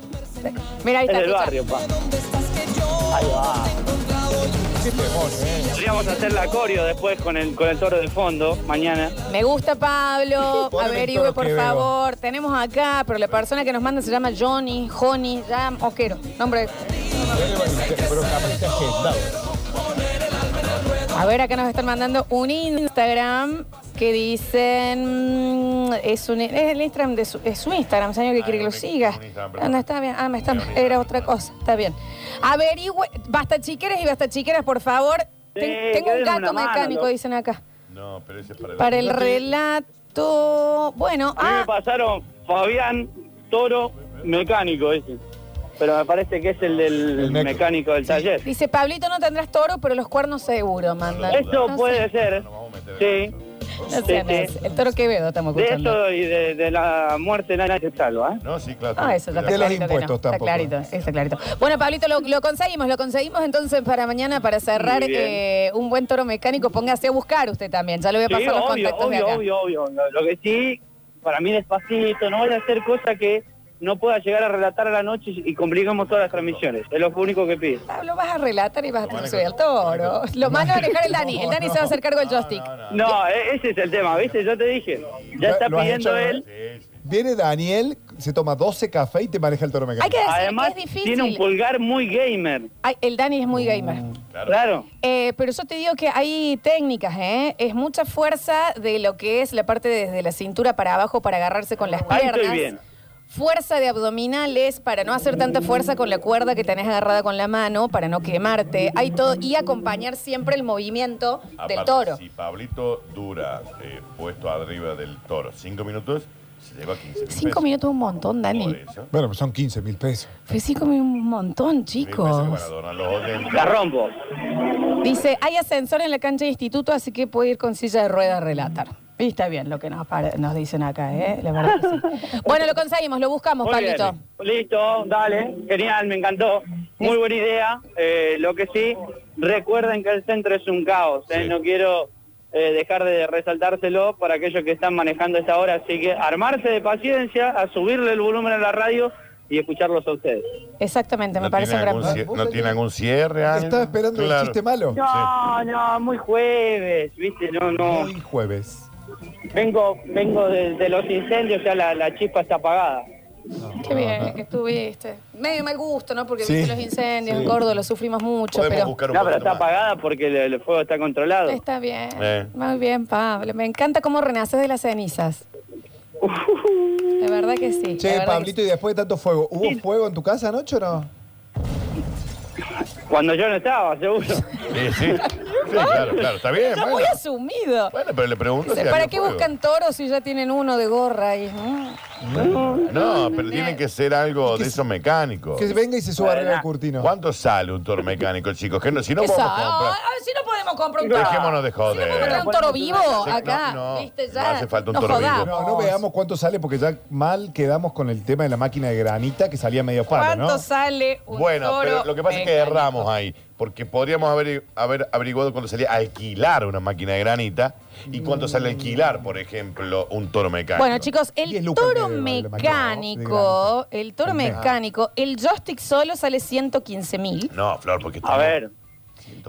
Speaker 3: Mira, ahí
Speaker 17: Es
Speaker 3: está.
Speaker 17: del
Speaker 3: escucha.
Speaker 17: barrio, pa. Ahí va. Podríamos hacer la coreo después con el, con el toro de fondo, mañana.
Speaker 3: Me gusta Pablo,
Speaker 17: Poneme el
Speaker 3: averigüe
Speaker 17: toro
Speaker 3: por
Speaker 17: que veo.
Speaker 3: favor. Tenemos acá, pero la persona que nos manda se llama Johnny, Johnny, ya Oquero. Nombre.
Speaker 6: Pero capaz está agendado.
Speaker 3: A ver, acá nos están mandando un Instagram que dicen. mm, Es, un, es el Instagram de su, es su Instagram, señor, que
Speaker 17: Ah,
Speaker 3: quiere que lo siga. ¿Dónde está bien? Ah, me están. Era otra cosa, está bien. Averigüe. Basta chiqueras y basta chiqueras, por favor. Ten-
Speaker 5: que
Speaker 3: tengo un
Speaker 5: den una
Speaker 3: gato
Speaker 5: mano,
Speaker 3: mecánico,
Speaker 5: loco.
Speaker 3: dicen acá.
Speaker 5: No, pero ese es para el...
Speaker 3: Para el relato. Bueno, ah.
Speaker 17: A mí me pasaron Fabián Toro Mecánico ese. Pero me parece que es el del mecánico del taller.
Speaker 3: dice Pablito, no tendrás toro, pero los cuernos seguro, manda.
Speaker 17: Eso
Speaker 3: No
Speaker 17: puede
Speaker 3: sé.
Speaker 17: ser. Sí.
Speaker 3: No sé,
Speaker 17: Sí, sí.
Speaker 3: no sé. El toro Quevedo estamos
Speaker 17: De
Speaker 3: escuchando.
Speaker 17: eso y de, de la muerte nadie se salva.
Speaker 5: No, sí, claro.
Speaker 3: Ah, eso ya está clarito que no. Está clarito, está clarito. Bueno, Pablito, lo, lo conseguimos, lo conseguimos entonces para mañana, para cerrar
Speaker 17: Muy bien.
Speaker 3: eh, un buen toro mecánico. Póngase a buscar usted también. Ya le voy a pasar los
Speaker 17: Sí, obvio,
Speaker 3: contactos de
Speaker 17: obvio,
Speaker 3: acá.
Speaker 17: obvio, obvio. Lo, lo que sí, para mí despacito, no vaya a hacer cosas que no pueda llegar a relatar a la noche y complicamos todas las transmisiones. Es lo único que pido.
Speaker 3: Pablo, vas a relatar y vas a tener que subir al toro. Lo más no manejar el Dani. El Dani se va a hacer cargo del joystick.
Speaker 17: No, e- ese es el tema, ¿viste? Yo te dije. Ya está
Speaker 6: ¿Lo has hecho,
Speaker 17: pidiendo él.
Speaker 6: Viene Daniel, se toma 12 cafés y te maneja el toro mecánico.
Speaker 3: Hay que decir
Speaker 17: Además,
Speaker 3: que es difícil.
Speaker 17: tiene un pulgar muy gamer.
Speaker 3: Ay, el Dani es muy gamer.
Speaker 17: Claro.
Speaker 3: Eh, pero yo te digo que hay técnicas, ¿eh? Es mucha fuerza de lo que es la parte desde la cintura para abajo para agarrarse con las
Speaker 17: Ahí
Speaker 3: piernas.
Speaker 17: estoy bien.
Speaker 3: Fuerza de abdominales para no hacer tanta fuerza con la cuerda que tenés agarrada con la mano, para no quemarte. Hay todo. Y acompañar siempre el movimiento del
Speaker 17: Ah,
Speaker 5: Aparte,
Speaker 3: toro.
Speaker 5: Si Pablito dura eh, puesto arriba del toro cinco minutos, Se lleva 15 mil
Speaker 3: Cinco
Speaker 5: pesos.
Speaker 3: minutos es un montón, Dani.
Speaker 6: Bueno, pues son 15 mil pesos.
Speaker 3: Fue cinco minutos un montón, chicos.
Speaker 17: La rompo.
Speaker 3: Dice, hay ascensor en la cancha de instituto, así que puede ir con silla de ruedas a relatar. Y está bien lo que nos, pare- nos dicen acá, ¿eh? La verdad que sí. Bueno, lo conseguimos, lo buscamos,
Speaker 17: Muy bien.
Speaker 3: Pablito.
Speaker 17: Listo, dale. Genial, me encantó. Muy buena idea. Eh, lo que sí, recuerden que el centro es un caos. ¿eh? No quiero eh, dejar de resaltárselo para aquellos que están manejando esta hora. Así que armarse de paciencia, a subirle el volumen a la radio y escucharlos a ustedes.
Speaker 3: Exactamente, me
Speaker 5: ¿No
Speaker 3: parece
Speaker 5: tiene,
Speaker 3: un gran
Speaker 5: algún cie- ¿No tiene algún cierre? algo?
Speaker 6: Estaba esperando el
Speaker 5: Claro.
Speaker 6: chiste malo.
Speaker 17: No, no, muy jueves, viste, no, no.
Speaker 6: Muy jueves.
Speaker 17: Vengo, vengo de, de los incendios, ya la, la chispa está apagada.
Speaker 3: Qué bien que estuviste. Medio mal gusto, ¿no? Porque
Speaker 17: Sí.
Speaker 3: viste los incendios,
Speaker 17: Sí.
Speaker 3: en Córdoba los sufrimos mucho, pero
Speaker 17: No, pero está apagada porque el, el fuego está controlado.
Speaker 3: está bien.
Speaker 17: Eh.
Speaker 3: Muy bien, Pablo. Me encanta cómo renaces de las cenizas. De verdad que sí. de
Speaker 6: Che,
Speaker 3: verdad que
Speaker 6: Pablito, y después de tanto fuego, ¿hubo fuego en tu casa anoche o no?
Speaker 17: Cuando yo no estaba, seguro.
Speaker 5: Sí, sí. Sí, claro, claro. Está bien,
Speaker 3: Está
Speaker 5: bueno.
Speaker 3: muy asumido.
Speaker 5: Bueno, pero le pregunto si
Speaker 3: ¿Para
Speaker 5: había
Speaker 3: qué
Speaker 5: fuego.
Speaker 3: buscan toros si ya tienen uno de gorra ahí? Mm.
Speaker 5: No, pero tiene que ser algo de esos mecánicos.
Speaker 6: Que venga y se suba arriba el curtino.
Speaker 5: ¿Cuánto sale un toro mecánico, chicos? Que no, si no
Speaker 3: Eso,
Speaker 5: podemos
Speaker 3: ah,
Speaker 5: comprar.
Speaker 3: a ver si no podemos comprar un toro.
Speaker 5: Dejémonos de
Speaker 3: Si no podemos comprar
Speaker 5: joder.
Speaker 3: un toro vivo
Speaker 5: Sí, no,
Speaker 3: acá.
Speaker 5: no,
Speaker 3: ¿Viste? Ya.
Speaker 5: no hace falta un
Speaker 3: nos
Speaker 5: toro
Speaker 3: jodamos.
Speaker 6: No, no veamos cuánto sale porque ya mal quedamos con el tema de la máquina de granita que salía medio palo, ¿no?
Speaker 3: ¿Cuánto sale un
Speaker 5: Bueno,
Speaker 3: toro?
Speaker 5: pero lo que pasa es que
Speaker 3: mecánico?
Speaker 5: erramos ahí, porque podríamos haber, haber averiguado cuánto salía alquilar una máquina de granita y cuánto sale alquilar, por ejemplo, un toro mecánico.
Speaker 3: Bueno, chicos, el toro mecánico, el toro mecánico, el joystick solo sale 115 mil
Speaker 5: No, Flor, porque
Speaker 17: A ver.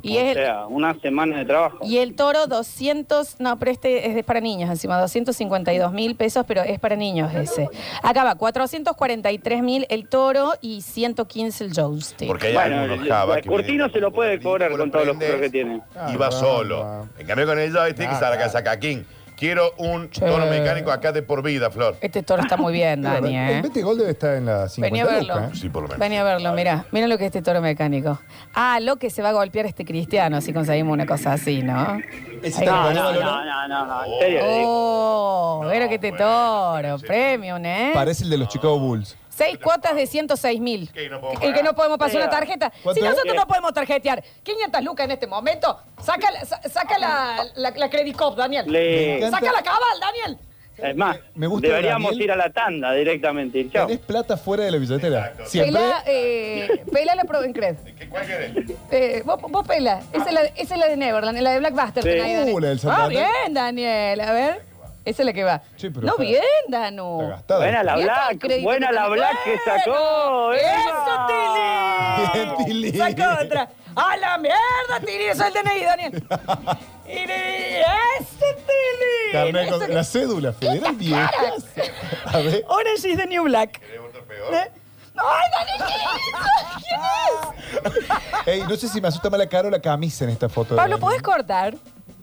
Speaker 3: Y es-
Speaker 17: o sea, una semana de trabajo.
Speaker 3: y el toro 200, no, pero este es de- para niños encima, 252 mil pesos, pero es para niños ese. Acá va, 443 mil el toro y 115 el joystick.
Speaker 5: Porque hay
Speaker 17: Bueno,
Speaker 5: algunos
Speaker 17: el-
Speaker 5: java
Speaker 17: el
Speaker 5: que
Speaker 17: Curtino se lo puede cobrar con todos los curos que tiene.
Speaker 5: y va solo. En cambio con el joystick que saca sacaquín. Quiero un toro mecánico acá de por vida, Flor.
Speaker 3: Este toro está muy bien, Dani, ¿eh?
Speaker 6: El Betty Gold Este debe estar en la 50
Speaker 3: Vení a verlo.
Speaker 6: lucas, ¿eh?
Speaker 5: Sí, por lo
Speaker 3: Vení a verlo, mira, mira lo que es este toro mecánico. Ah, lo que se va a golpear este cristiano si conseguimos una cosa así, ¿no? Ahí
Speaker 17: No,
Speaker 3: va.
Speaker 17: no, no, no, no, no, en serio le digo.
Speaker 3: Oh, mira que te
Speaker 17: pues,
Speaker 3: toro, premium, ¿eh?
Speaker 6: Parece el de los Chicago Bulls.
Speaker 3: Seis cuotas de 106 mil. Y que no podemos pasar una tarjeta. Si
Speaker 6: ¿Cuánto es?
Speaker 3: nosotros no podemos tarjetear 500 lucas en este momento, saca, la- sa- saca la, la, la Credit Cop, Daniel.
Speaker 17: Le- Me
Speaker 3: Saca
Speaker 17: encanta.
Speaker 3: la cabal, Daniel.
Speaker 17: Es más,
Speaker 6: Me gusta
Speaker 17: deberíamos
Speaker 6: Daniel.
Speaker 17: ir a la tanda directamente. y Chao.
Speaker 6: Tenés plata fuera de la billetera. Siempre.
Speaker 3: Pela, eh, pela la Provencred. Eh, vos, vos pela. Esa es, la, esa es la de Neverland, la de Blackbuster.
Speaker 6: Sí.
Speaker 3: tenés ahí, Daniel.
Speaker 6: Uh, la del
Speaker 3: Ah,
Speaker 6: Santander.
Speaker 3: bien, Daniel. A ver. Esa es la que va.
Speaker 6: pero
Speaker 3: no,
Speaker 6: está-
Speaker 3: bien, Danu.
Speaker 17: Buena la
Speaker 3: Bien para el
Speaker 17: Black,
Speaker 3: crédito
Speaker 17: buena
Speaker 3: que
Speaker 17: la
Speaker 3: tenés.
Speaker 17: Black que sacó.
Speaker 3: ¡Eso, Tili!
Speaker 17: Tili.
Speaker 3: Saca otra. ¡A la mierda, Tili! Eso es el DNI, Daniel. Tili, ¡Eso, Tili!
Speaker 6: Carné
Speaker 3: este, Eso
Speaker 6: con
Speaker 3: que-
Speaker 6: la cédula federal
Speaker 3: Cara.
Speaker 6: vieja. A ver.
Speaker 3: Orange is the New Black. ¿Eh? ¡Ay, Dani, ¿quién es?
Speaker 6: Ey, no sé si me asusta más la cara o la camisa en esta foto.
Speaker 3: Pablo, ¿podés cortar?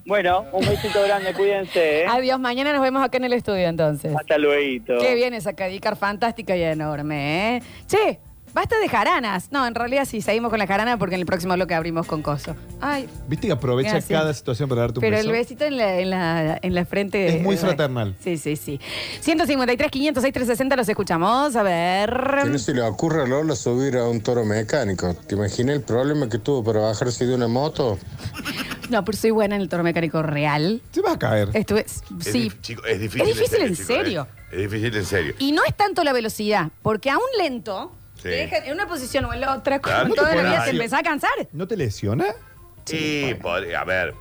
Speaker 17: Bueno, un besito grande, cuídense. ¿eh?
Speaker 3: Adiós, mañana nos vemos acá en el estudio entonces.
Speaker 17: Hasta luego.
Speaker 3: Qué bien esa cadicar fantástica y enorme, ¿eh? Che, basta de jaranas. No, en realidad sí, seguimos con la jarana porque en el próximo bloque abrimos con coso. Ay,
Speaker 6: Viste que aprovecha
Speaker 3: Gracias.
Speaker 6: cada situación para darte un
Speaker 3: pero
Speaker 6: beso.
Speaker 3: el besito en la, en la, en la frente...
Speaker 6: Es muy fraternal.
Speaker 3: Sí, sí, sí. 153, 506, 360, los escuchamos. A ver...
Speaker 18: Que no se le ocurra a Lola subir a un toro mecánico. ¿Te imaginas el problema que tuvo para bajarse de una moto?
Speaker 3: No, pero soy buena en el toro mecánico real.
Speaker 6: Te vas a caer. Eh,
Speaker 3: Estuve...
Speaker 5: Es
Speaker 3: Sí.
Speaker 5: dif- chico, es difícil.
Speaker 3: Es difícil en
Speaker 5: chicos, ¿eh?
Speaker 3: serio.
Speaker 5: Es difícil en serio.
Speaker 3: Y no es tanto la velocidad, porque a un lento...
Speaker 5: Sí.
Speaker 3: Te dejan en una posición o en la otra,
Speaker 5: Claro,
Speaker 3: como
Speaker 5: te
Speaker 3: toda la
Speaker 5: pones
Speaker 3: vida te
Speaker 5: ahí.
Speaker 3: empezás a cansar.
Speaker 6: ¿No te lesiona?
Speaker 5: Sí, podría- a ver.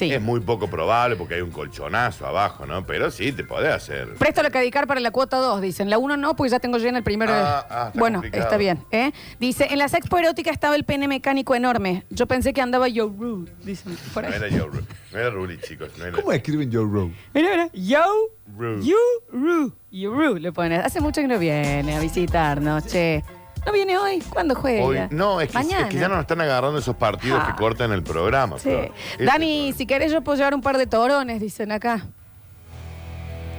Speaker 5: Es muy poco probable porque hay un colchonazo abajo, ¿no? Pero sí, te podés hacer.
Speaker 3: Presto la cadicar para la cuota 2, dicen. La 1 no, pues ya tengo llena el primero. de-
Speaker 5: Ah, ah, está
Speaker 3: bueno,
Speaker 5: complicado.
Speaker 3: está bien. ¿eh? Dice, en la expo erótica estaba el pene mecánico enorme. Yo pensé que andaba Yo Rude, dicen por
Speaker 5: No
Speaker 3: ahí.
Speaker 5: era yo, Ru- no era Ruli, chicos. No era
Speaker 6: ¿Cómo escriben Joe Rowe?
Speaker 3: Mira, mira, Yo
Speaker 5: Ru.
Speaker 3: You Ru, You Ru, le ponen. Hace mucho que no viene a visitarnos, che. ¿No viene hoy? ¿Cuándo juega?
Speaker 5: Hoy- no, es que,
Speaker 3: Mañana.
Speaker 5: es que ya nos están agarrando esos partidos
Speaker 3: Ah.
Speaker 5: que cortan el programa.
Speaker 3: Sí.
Speaker 5: Flor. Es-
Speaker 3: Dani, si querés yo puedo llevar un par de torones, dicen acá.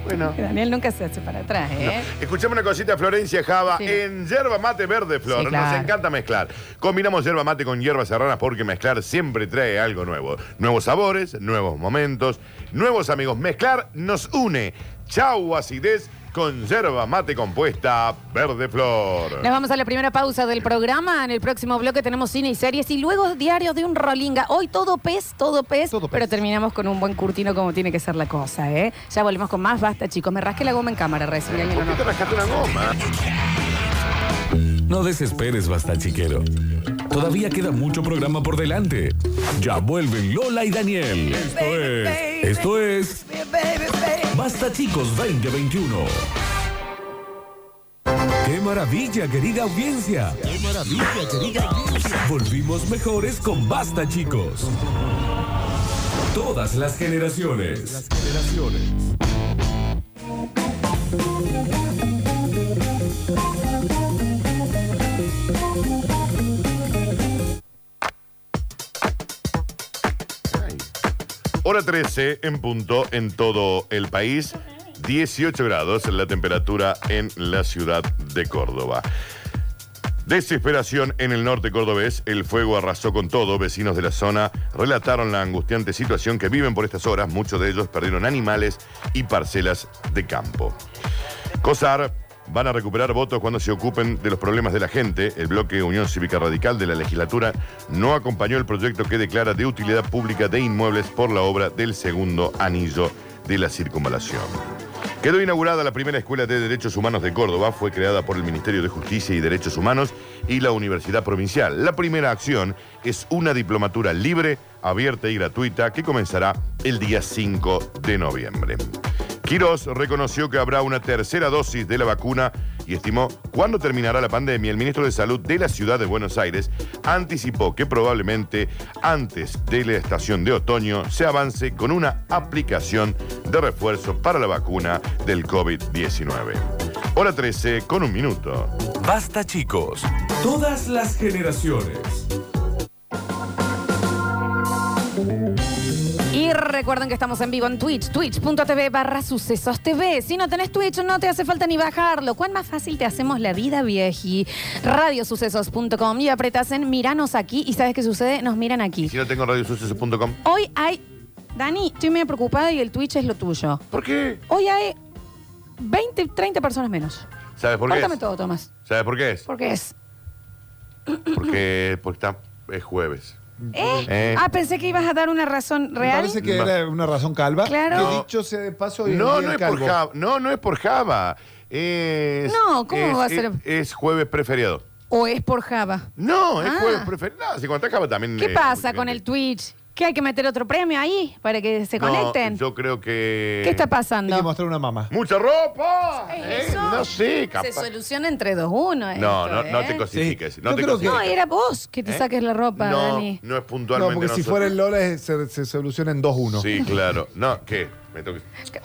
Speaker 5: Bueno.
Speaker 3: Que Daniel nunca se hace para atrás,
Speaker 5: No.
Speaker 3: ¿eh?
Speaker 5: Escuchame una cosita, Florencia Java.
Speaker 3: Sí.
Speaker 5: En yerba mate verde, Flor,
Speaker 3: Sí, claro.
Speaker 5: nos encanta mezclar. Combinamos yerba mate con hierbas serranas porque mezclar siempre trae algo nuevo. Nuevos sabores, nuevos momentos, nuevos amigos. Mezclar nos une. Chau acidez con yerba mate compuesta verde flor.
Speaker 3: Nos vamos a la primera pausa del programa. En el próximo bloque tenemos cine y series y luego diarios de un rolinga. Hoy todo pez, todo pez, pero terminamos con un buen curtino como tiene que ser la cosa, ¿eh? Ya volvemos con más. Basta, chicos. Me rasqué la goma en cámara recién. alguien lo notó.
Speaker 19: No desesperes, basta chiquero. Todavía queda mucho programa por delante. Ya vuelven Lola y Daniel. Esto es. Esto es. Basta chicos 2021. ¡Qué maravilla, querida audiencia! ¡Qué maravilla, querida audiencia! Volvimos mejores con Basta chicos. Todas las generaciones. Las generaciones.
Speaker 5: Hora 13 en punto en todo el país. 18 grados la temperatura en la ciudad de Córdoba. Desesperación en el norte cordobés. El fuego arrasó con todo. Vecinos de la zona relataron la angustiante situación que viven por estas horas. Muchos de ellos perdieron animales y parcelas de campo. COSAR van a recuperar votos cuando se ocupen de los problemas de la gente. El bloque Unión Cívica Radical de la legislatura no acompañó el proyecto que declara de utilidad pública de inmuebles por la obra del segundo anillo de la circunvalación. Quedó inaugurada la primera Escuela de Derechos Humanos de Córdoba, fue creada por el Ministerio de Justicia y Derechos Humanos y la Universidad Provincial. La primera acción es una diplomatura libre, abierta y gratuita que comenzará el día 5 de noviembre. Quirós reconoció que habrá una tercera dosis de la vacuna y estimó cuándo terminará la pandemia. El ministro de Salud de la ciudad de Buenos Aires anticipó que probablemente antes de la estación de otoño se avance con una aplicación de refuerzo para la vacuna del COVID-19. Hora 13 con un minuto.
Speaker 19: Basta chicos. Todas las generaciones.
Speaker 3: Y recuerden que estamos en vivo en Twitch, twitch.tv barra sucesos TV. Si no tenés Twitch, no te hace falta ni bajarlo. ¿Cuán más fácil te hacemos la vida, vieji? Radiosucesos.com y apretas en miranos aquí y ¿sabes qué sucede? Nos miran
Speaker 5: Y
Speaker 3: aquí.
Speaker 5: si no tengo radiosuceso.com.
Speaker 3: Hoy hay... Dani, estoy medio preocupada y el Twitch es lo tuyo.
Speaker 5: ¿Por qué?
Speaker 3: Hoy hay 20, 30 personas menos.
Speaker 5: ¿Sabes Eh, por qué?
Speaker 3: Córtame
Speaker 5: Es?
Speaker 3: todo, Tomás.
Speaker 5: ¿Sabes por qué es?
Speaker 3: Porque es...
Speaker 5: Porque, porque está, es jueves.
Speaker 3: ¿Eh?
Speaker 5: Eh.
Speaker 3: Ah, pensé que ibas a dar una razón
Speaker 6: Mm, Me
Speaker 3: real.
Speaker 6: parece que
Speaker 5: No.
Speaker 6: era una razón calva.
Speaker 3: Claro.
Speaker 6: Que dicho sea de paso, hoy en
Speaker 5: No,
Speaker 6: día
Speaker 5: no es
Speaker 6: calvo.
Speaker 5: por Java. No, no es por Java. Es-
Speaker 3: No, ¿cómo
Speaker 5: es-
Speaker 3: va a ser?
Speaker 5: Es, es jueves preferido.
Speaker 3: ¿O es por Java?
Speaker 5: No, es
Speaker 3: Ah.
Speaker 5: jueves preferido. No, si contás Java también.
Speaker 3: ¿Qué
Speaker 5: eh,
Speaker 3: pasa con el Twitch? ¿Que hay que meter otro premio ahí para que se
Speaker 5: no,
Speaker 3: conecten?
Speaker 5: yo creo que.
Speaker 3: ¿Qué está pasando? Hay que
Speaker 6: mostrar una mamá.
Speaker 5: ¡Mucha ropa! ¿eh?
Speaker 3: Eso
Speaker 5: No sé,
Speaker 3: Se
Speaker 5: capaz.
Speaker 3: soluciona entre dos uno.
Speaker 5: No,
Speaker 3: esto,
Speaker 5: no, no
Speaker 3: ¿eh?
Speaker 5: te cosifiques. No
Speaker 6: Yo
Speaker 5: te
Speaker 6: creo
Speaker 5: cosifiques.
Speaker 3: No, era vos que te
Speaker 5: ¿Eh?
Speaker 3: saques la ropa,
Speaker 5: No,
Speaker 3: Dani.
Speaker 5: no es
Speaker 6: No,
Speaker 5: puntualmente.
Speaker 6: porque si
Speaker 5: nosotros.
Speaker 6: fuera el Lola eh, se, se soluciona en 2-1.
Speaker 5: Sí, claro. No, ¿qué? Me tengo que-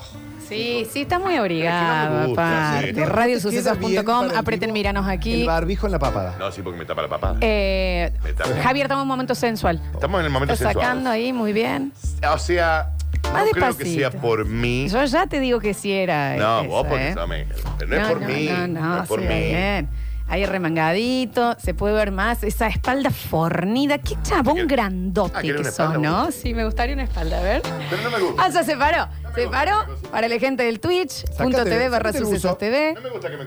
Speaker 3: Sí, sí, está muy abrigada,
Speaker 5: me gusta,
Speaker 3: aparte.
Speaker 5: sí.
Speaker 6: Queda bien para
Speaker 3: Radiosucesos.com,
Speaker 6: el
Speaker 3: apreten, miranos aquí.
Speaker 6: El barbijo en la papada.
Speaker 5: No, sí, porque me tapa la papada.
Speaker 3: Eh,
Speaker 5: Me tapa.
Speaker 3: Javier, estamos en un momento sensual.
Speaker 5: Estamos en el momento
Speaker 3: Está sacando
Speaker 5: sensual.
Speaker 3: ahí, muy bien.
Speaker 5: O sea, no
Speaker 3: Más
Speaker 5: creo que sea
Speaker 3: despacito.
Speaker 5: por mí.
Speaker 3: Yo ya te digo que sí era.
Speaker 5: No,
Speaker 3: eso,
Speaker 5: vos porque
Speaker 3: ¿eh?
Speaker 5: sos me- Pero no, es por mí.
Speaker 3: No, no,
Speaker 5: es por
Speaker 3: sí,
Speaker 5: mí.
Speaker 3: bien. Ahí remangadito, se puede ver más. Esa espalda fornida. Qué chabón grandote
Speaker 2: ah,
Speaker 3: que
Speaker 2: ¿querés una
Speaker 3: sos,
Speaker 2: espalda,
Speaker 3: ¿no? Sí, me gustaría una espalda, a ver.
Speaker 5: Pero no me gusta.
Speaker 3: Ah, ya se paró. se paró para la gente del Twitch, punto TV barra
Speaker 6: sácate el
Speaker 3: sucesos
Speaker 6: buzo.
Speaker 3: TV.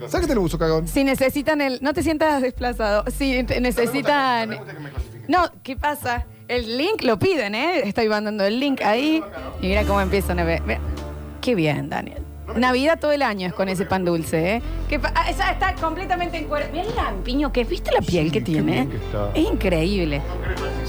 Speaker 6: Sácate el buzo, cagón.
Speaker 3: Si necesitan el. No te sientas desplazado. Si te- necesitan. No, ¿qué pasa? El link lo piden, ¿eh? Estoy mandando el link ahí. Y mira cómo empieza una vez. Mira. Qué bien, Daniel. Navidad todo el año es con ese pan dulce, ¿eh? ¿Qué pa- ah, esa está completamente en cuero. Mira el lampiño que es. ¿Viste la piel que tiene?
Speaker 6: bien que está.
Speaker 3: Es increíble.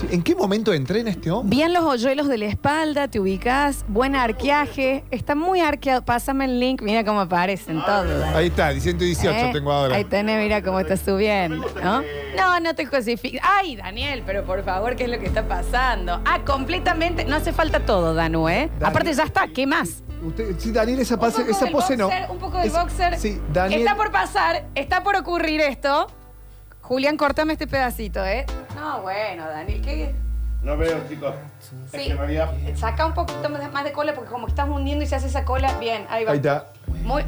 Speaker 6: Sí, ¿En qué momento entrena este hombre?
Speaker 3: Bien los hoyuelos de la espalda, te ubicás. Buen arqueaje. Está muy arqueado. Pásame el link. Mira cómo aparecen todos.
Speaker 6: Ahí está, 118
Speaker 3: ¿Eh?
Speaker 6: Ah, tengo ahora.
Speaker 3: Ahí tenés, mira cómo está subiendo, ¿no? No, no te cosifiques. Ay, Daniel, pero por favor, ¿qué es lo que está pasando? Ah, completamente. No hace falta todo, Danu, ¿eh? Aparte, ya está. ¿Qué más?
Speaker 6: Usted- sí, Daniel, esa, pase- esa
Speaker 3: del
Speaker 6: pose
Speaker 3: boxer,
Speaker 6: no.
Speaker 3: Un poco del
Speaker 6: Es-
Speaker 3: boxer.
Speaker 6: Sí, Daniel.
Speaker 3: Está por pasar, está por ocurrir esto. Julián, cortame este pedacito, ¿eh? No, bueno, Daniel, ¿qué?
Speaker 5: No veo, chicos.
Speaker 3: Sí. Saca un poquito más más de cola porque como que estás hundiendo y se hace esa cola, bien, ahí va.
Speaker 6: Ahí está.
Speaker 3: Muy...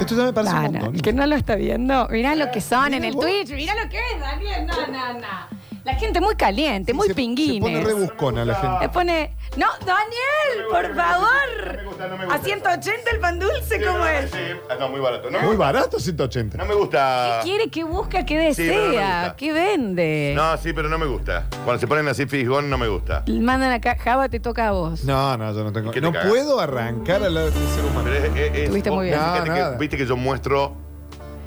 Speaker 6: Esto ya me parece
Speaker 3: Ah,
Speaker 6: un
Speaker 3: no,
Speaker 6: montón.
Speaker 3: el que no lo está viendo, mirá lo que son en el
Speaker 6: vos.
Speaker 3: Twitch, mirá lo que es, Daniel, no, no, no. La gente muy caliente, muy pinguines.
Speaker 6: Se pone rebuscona la gente.
Speaker 3: Le pone. ¡No, Daniel! ¡Por favor! A 180 el pan dulce, ¿cómo es?
Speaker 5: Ah, no, muy barato. No me
Speaker 6: Muy
Speaker 5: gusta.
Speaker 6: barato, 180.
Speaker 5: No me gusta.
Speaker 3: ¿Qué quiere? ¿Qué busca? ¿Qué
Speaker 5: Sí, pero no me
Speaker 3: desea?
Speaker 5: gusta.
Speaker 3: ¿Qué vende?
Speaker 5: No, sí, pero no me gusta. Cuando se ponen así fisgón, no me gusta.
Speaker 3: Mandan acá, Java, te toca a vos.
Speaker 6: No, no, yo no tengo.
Speaker 5: ¿Qué te
Speaker 6: No
Speaker 5: cagas?
Speaker 6: puedo arrancar al lado del ser humano.
Speaker 5: Pero es- es- es-
Speaker 3: Estuviste
Speaker 5: vos-
Speaker 3: muy bien.
Speaker 5: vos fíjate
Speaker 6: No,
Speaker 5: que-
Speaker 6: nada.
Speaker 5: Viste que yo muestro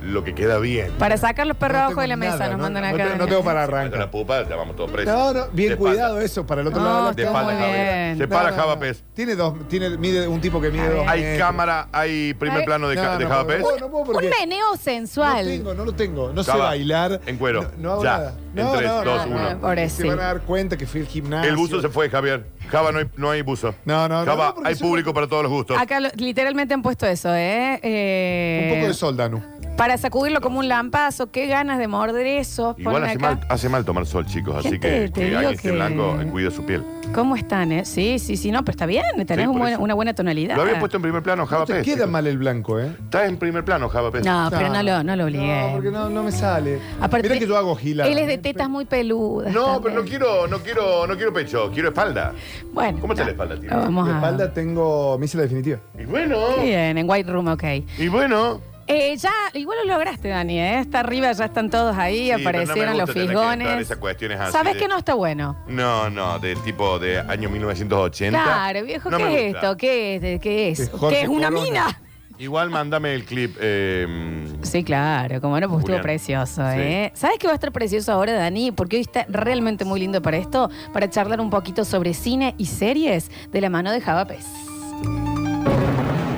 Speaker 5: lo que queda bien.
Speaker 3: Para sacar los perros
Speaker 6: No
Speaker 3: abajo de la
Speaker 6: tengo
Speaker 3: mesa,
Speaker 6: nada,
Speaker 3: nos
Speaker 6: no,
Speaker 3: mandan
Speaker 6: no
Speaker 3: acá.
Speaker 6: tengo- no tengo para arrancar.
Speaker 5: Con la pupa, la vamos todos presos.
Speaker 6: No, no, bien
Speaker 5: De espalda.
Speaker 6: cuidado eso, para el otro
Speaker 5: No,
Speaker 6: lado de la
Speaker 5: está De espalda, muy Javier. bien. Se para Java Pez.
Speaker 6: Tiene dos, tiene, mide un tipo que mide dos.
Speaker 5: Hay
Speaker 6: metros.
Speaker 5: cámara, hay primer
Speaker 3: Ay.
Speaker 5: plano de,
Speaker 6: No,
Speaker 5: ca-
Speaker 6: no
Speaker 5: de Java
Speaker 6: puedo,
Speaker 5: Pez.
Speaker 6: no puedo, no puedo porque
Speaker 3: Un meneo sensual.
Speaker 6: No tengo, no lo tengo. No sé
Speaker 5: Java,
Speaker 6: bailar.
Speaker 5: En cuero.
Speaker 6: No hago
Speaker 5: ya.
Speaker 6: nada.
Speaker 5: en
Speaker 6: No,
Speaker 5: 3,
Speaker 6: no,
Speaker 5: 2,
Speaker 6: no,
Speaker 3: Ah,
Speaker 5: 1.
Speaker 6: no. Se van a dar cuenta que fui al gimnasio.
Speaker 5: El buzo se fue, Javier. Java, no hay, no hay buzo.
Speaker 6: No, no, no,
Speaker 5: Java,
Speaker 6: no, porque
Speaker 5: hay
Speaker 6: yo-
Speaker 5: público para todos los gustos.
Speaker 3: Acá lo- literalmente han puesto eso, ¿eh? Eh,
Speaker 6: Un poco de sol, Danu.
Speaker 3: Para sacudirlo como un lampazo. Qué ganas de morder eso.
Speaker 5: Igual
Speaker 3: Ponen
Speaker 5: hace
Speaker 3: acá.
Speaker 5: mal, hace mal tomar sol, chicos. Así
Speaker 3: Gente,
Speaker 5: que,
Speaker 3: te
Speaker 5: que
Speaker 3: digo
Speaker 5: alguien esté
Speaker 3: que-
Speaker 5: blanco eh, cuida su piel.
Speaker 3: ¿Cómo están, eh? Sí, sí, sí, no, pero está bien. Tenés
Speaker 5: Sí,
Speaker 3: un
Speaker 5: por
Speaker 3: buen-
Speaker 5: eso.
Speaker 3: una buena tonalidad.
Speaker 5: Lo había puesto en primer plano, Java
Speaker 6: No te
Speaker 5: Pez.
Speaker 6: queda mal el blanco, ¿eh?
Speaker 5: Está en primer plano, Java Pez.
Speaker 3: No, pero no lo, no lo
Speaker 6: No,
Speaker 3: obligué.
Speaker 6: porque no, no me sale.
Speaker 3: Aparte-
Speaker 6: Mirá que yo hago gila.
Speaker 3: Él es de tetas muy peludas.
Speaker 5: No,
Speaker 3: también.
Speaker 5: pero no quiero, no quiero, no quiero pecho, quiero espalda.
Speaker 3: Bueno.
Speaker 5: ¿Cómo está la espalda, tío?
Speaker 3: Vamos
Speaker 6: de
Speaker 3: a-
Speaker 6: espalda tengo. Me hice la definitiva.
Speaker 5: Y bueno.
Speaker 3: Bien, en White Room, ok.
Speaker 5: Y bueno.
Speaker 3: Eh, ya, igual lo lograste, Dani, ¿eh? Está arriba, ya están todos ahí,
Speaker 5: Sí, pero no me gusta
Speaker 3: aparecieron los
Speaker 5: tener que entrar en
Speaker 3: fisgones.
Speaker 5: esas cuestiones así
Speaker 3: Sabes
Speaker 5: de-
Speaker 3: que no está bueno.
Speaker 5: No, no, del tipo de año 1980.
Speaker 3: Claro, viejo,
Speaker 5: No me
Speaker 3: ¿qué es
Speaker 5: gusta.
Speaker 3: esto? ¿Qué es? ¿De ¿Qué es?
Speaker 5: Es
Speaker 3: ¿Qué
Speaker 5: Jorge
Speaker 3: es una
Speaker 5: Corona.
Speaker 3: mina?
Speaker 5: Igual mándame el clip. eh,
Speaker 3: Sí, claro, como no, pues estuvo
Speaker 5: Julián.
Speaker 3: precioso, ¿eh? ¿Sabes qué va a estar precioso ahora, Dani? Porque hoy está realmente muy lindo para esto, para charlar un poquito sobre cine y series de la mano de Javapes.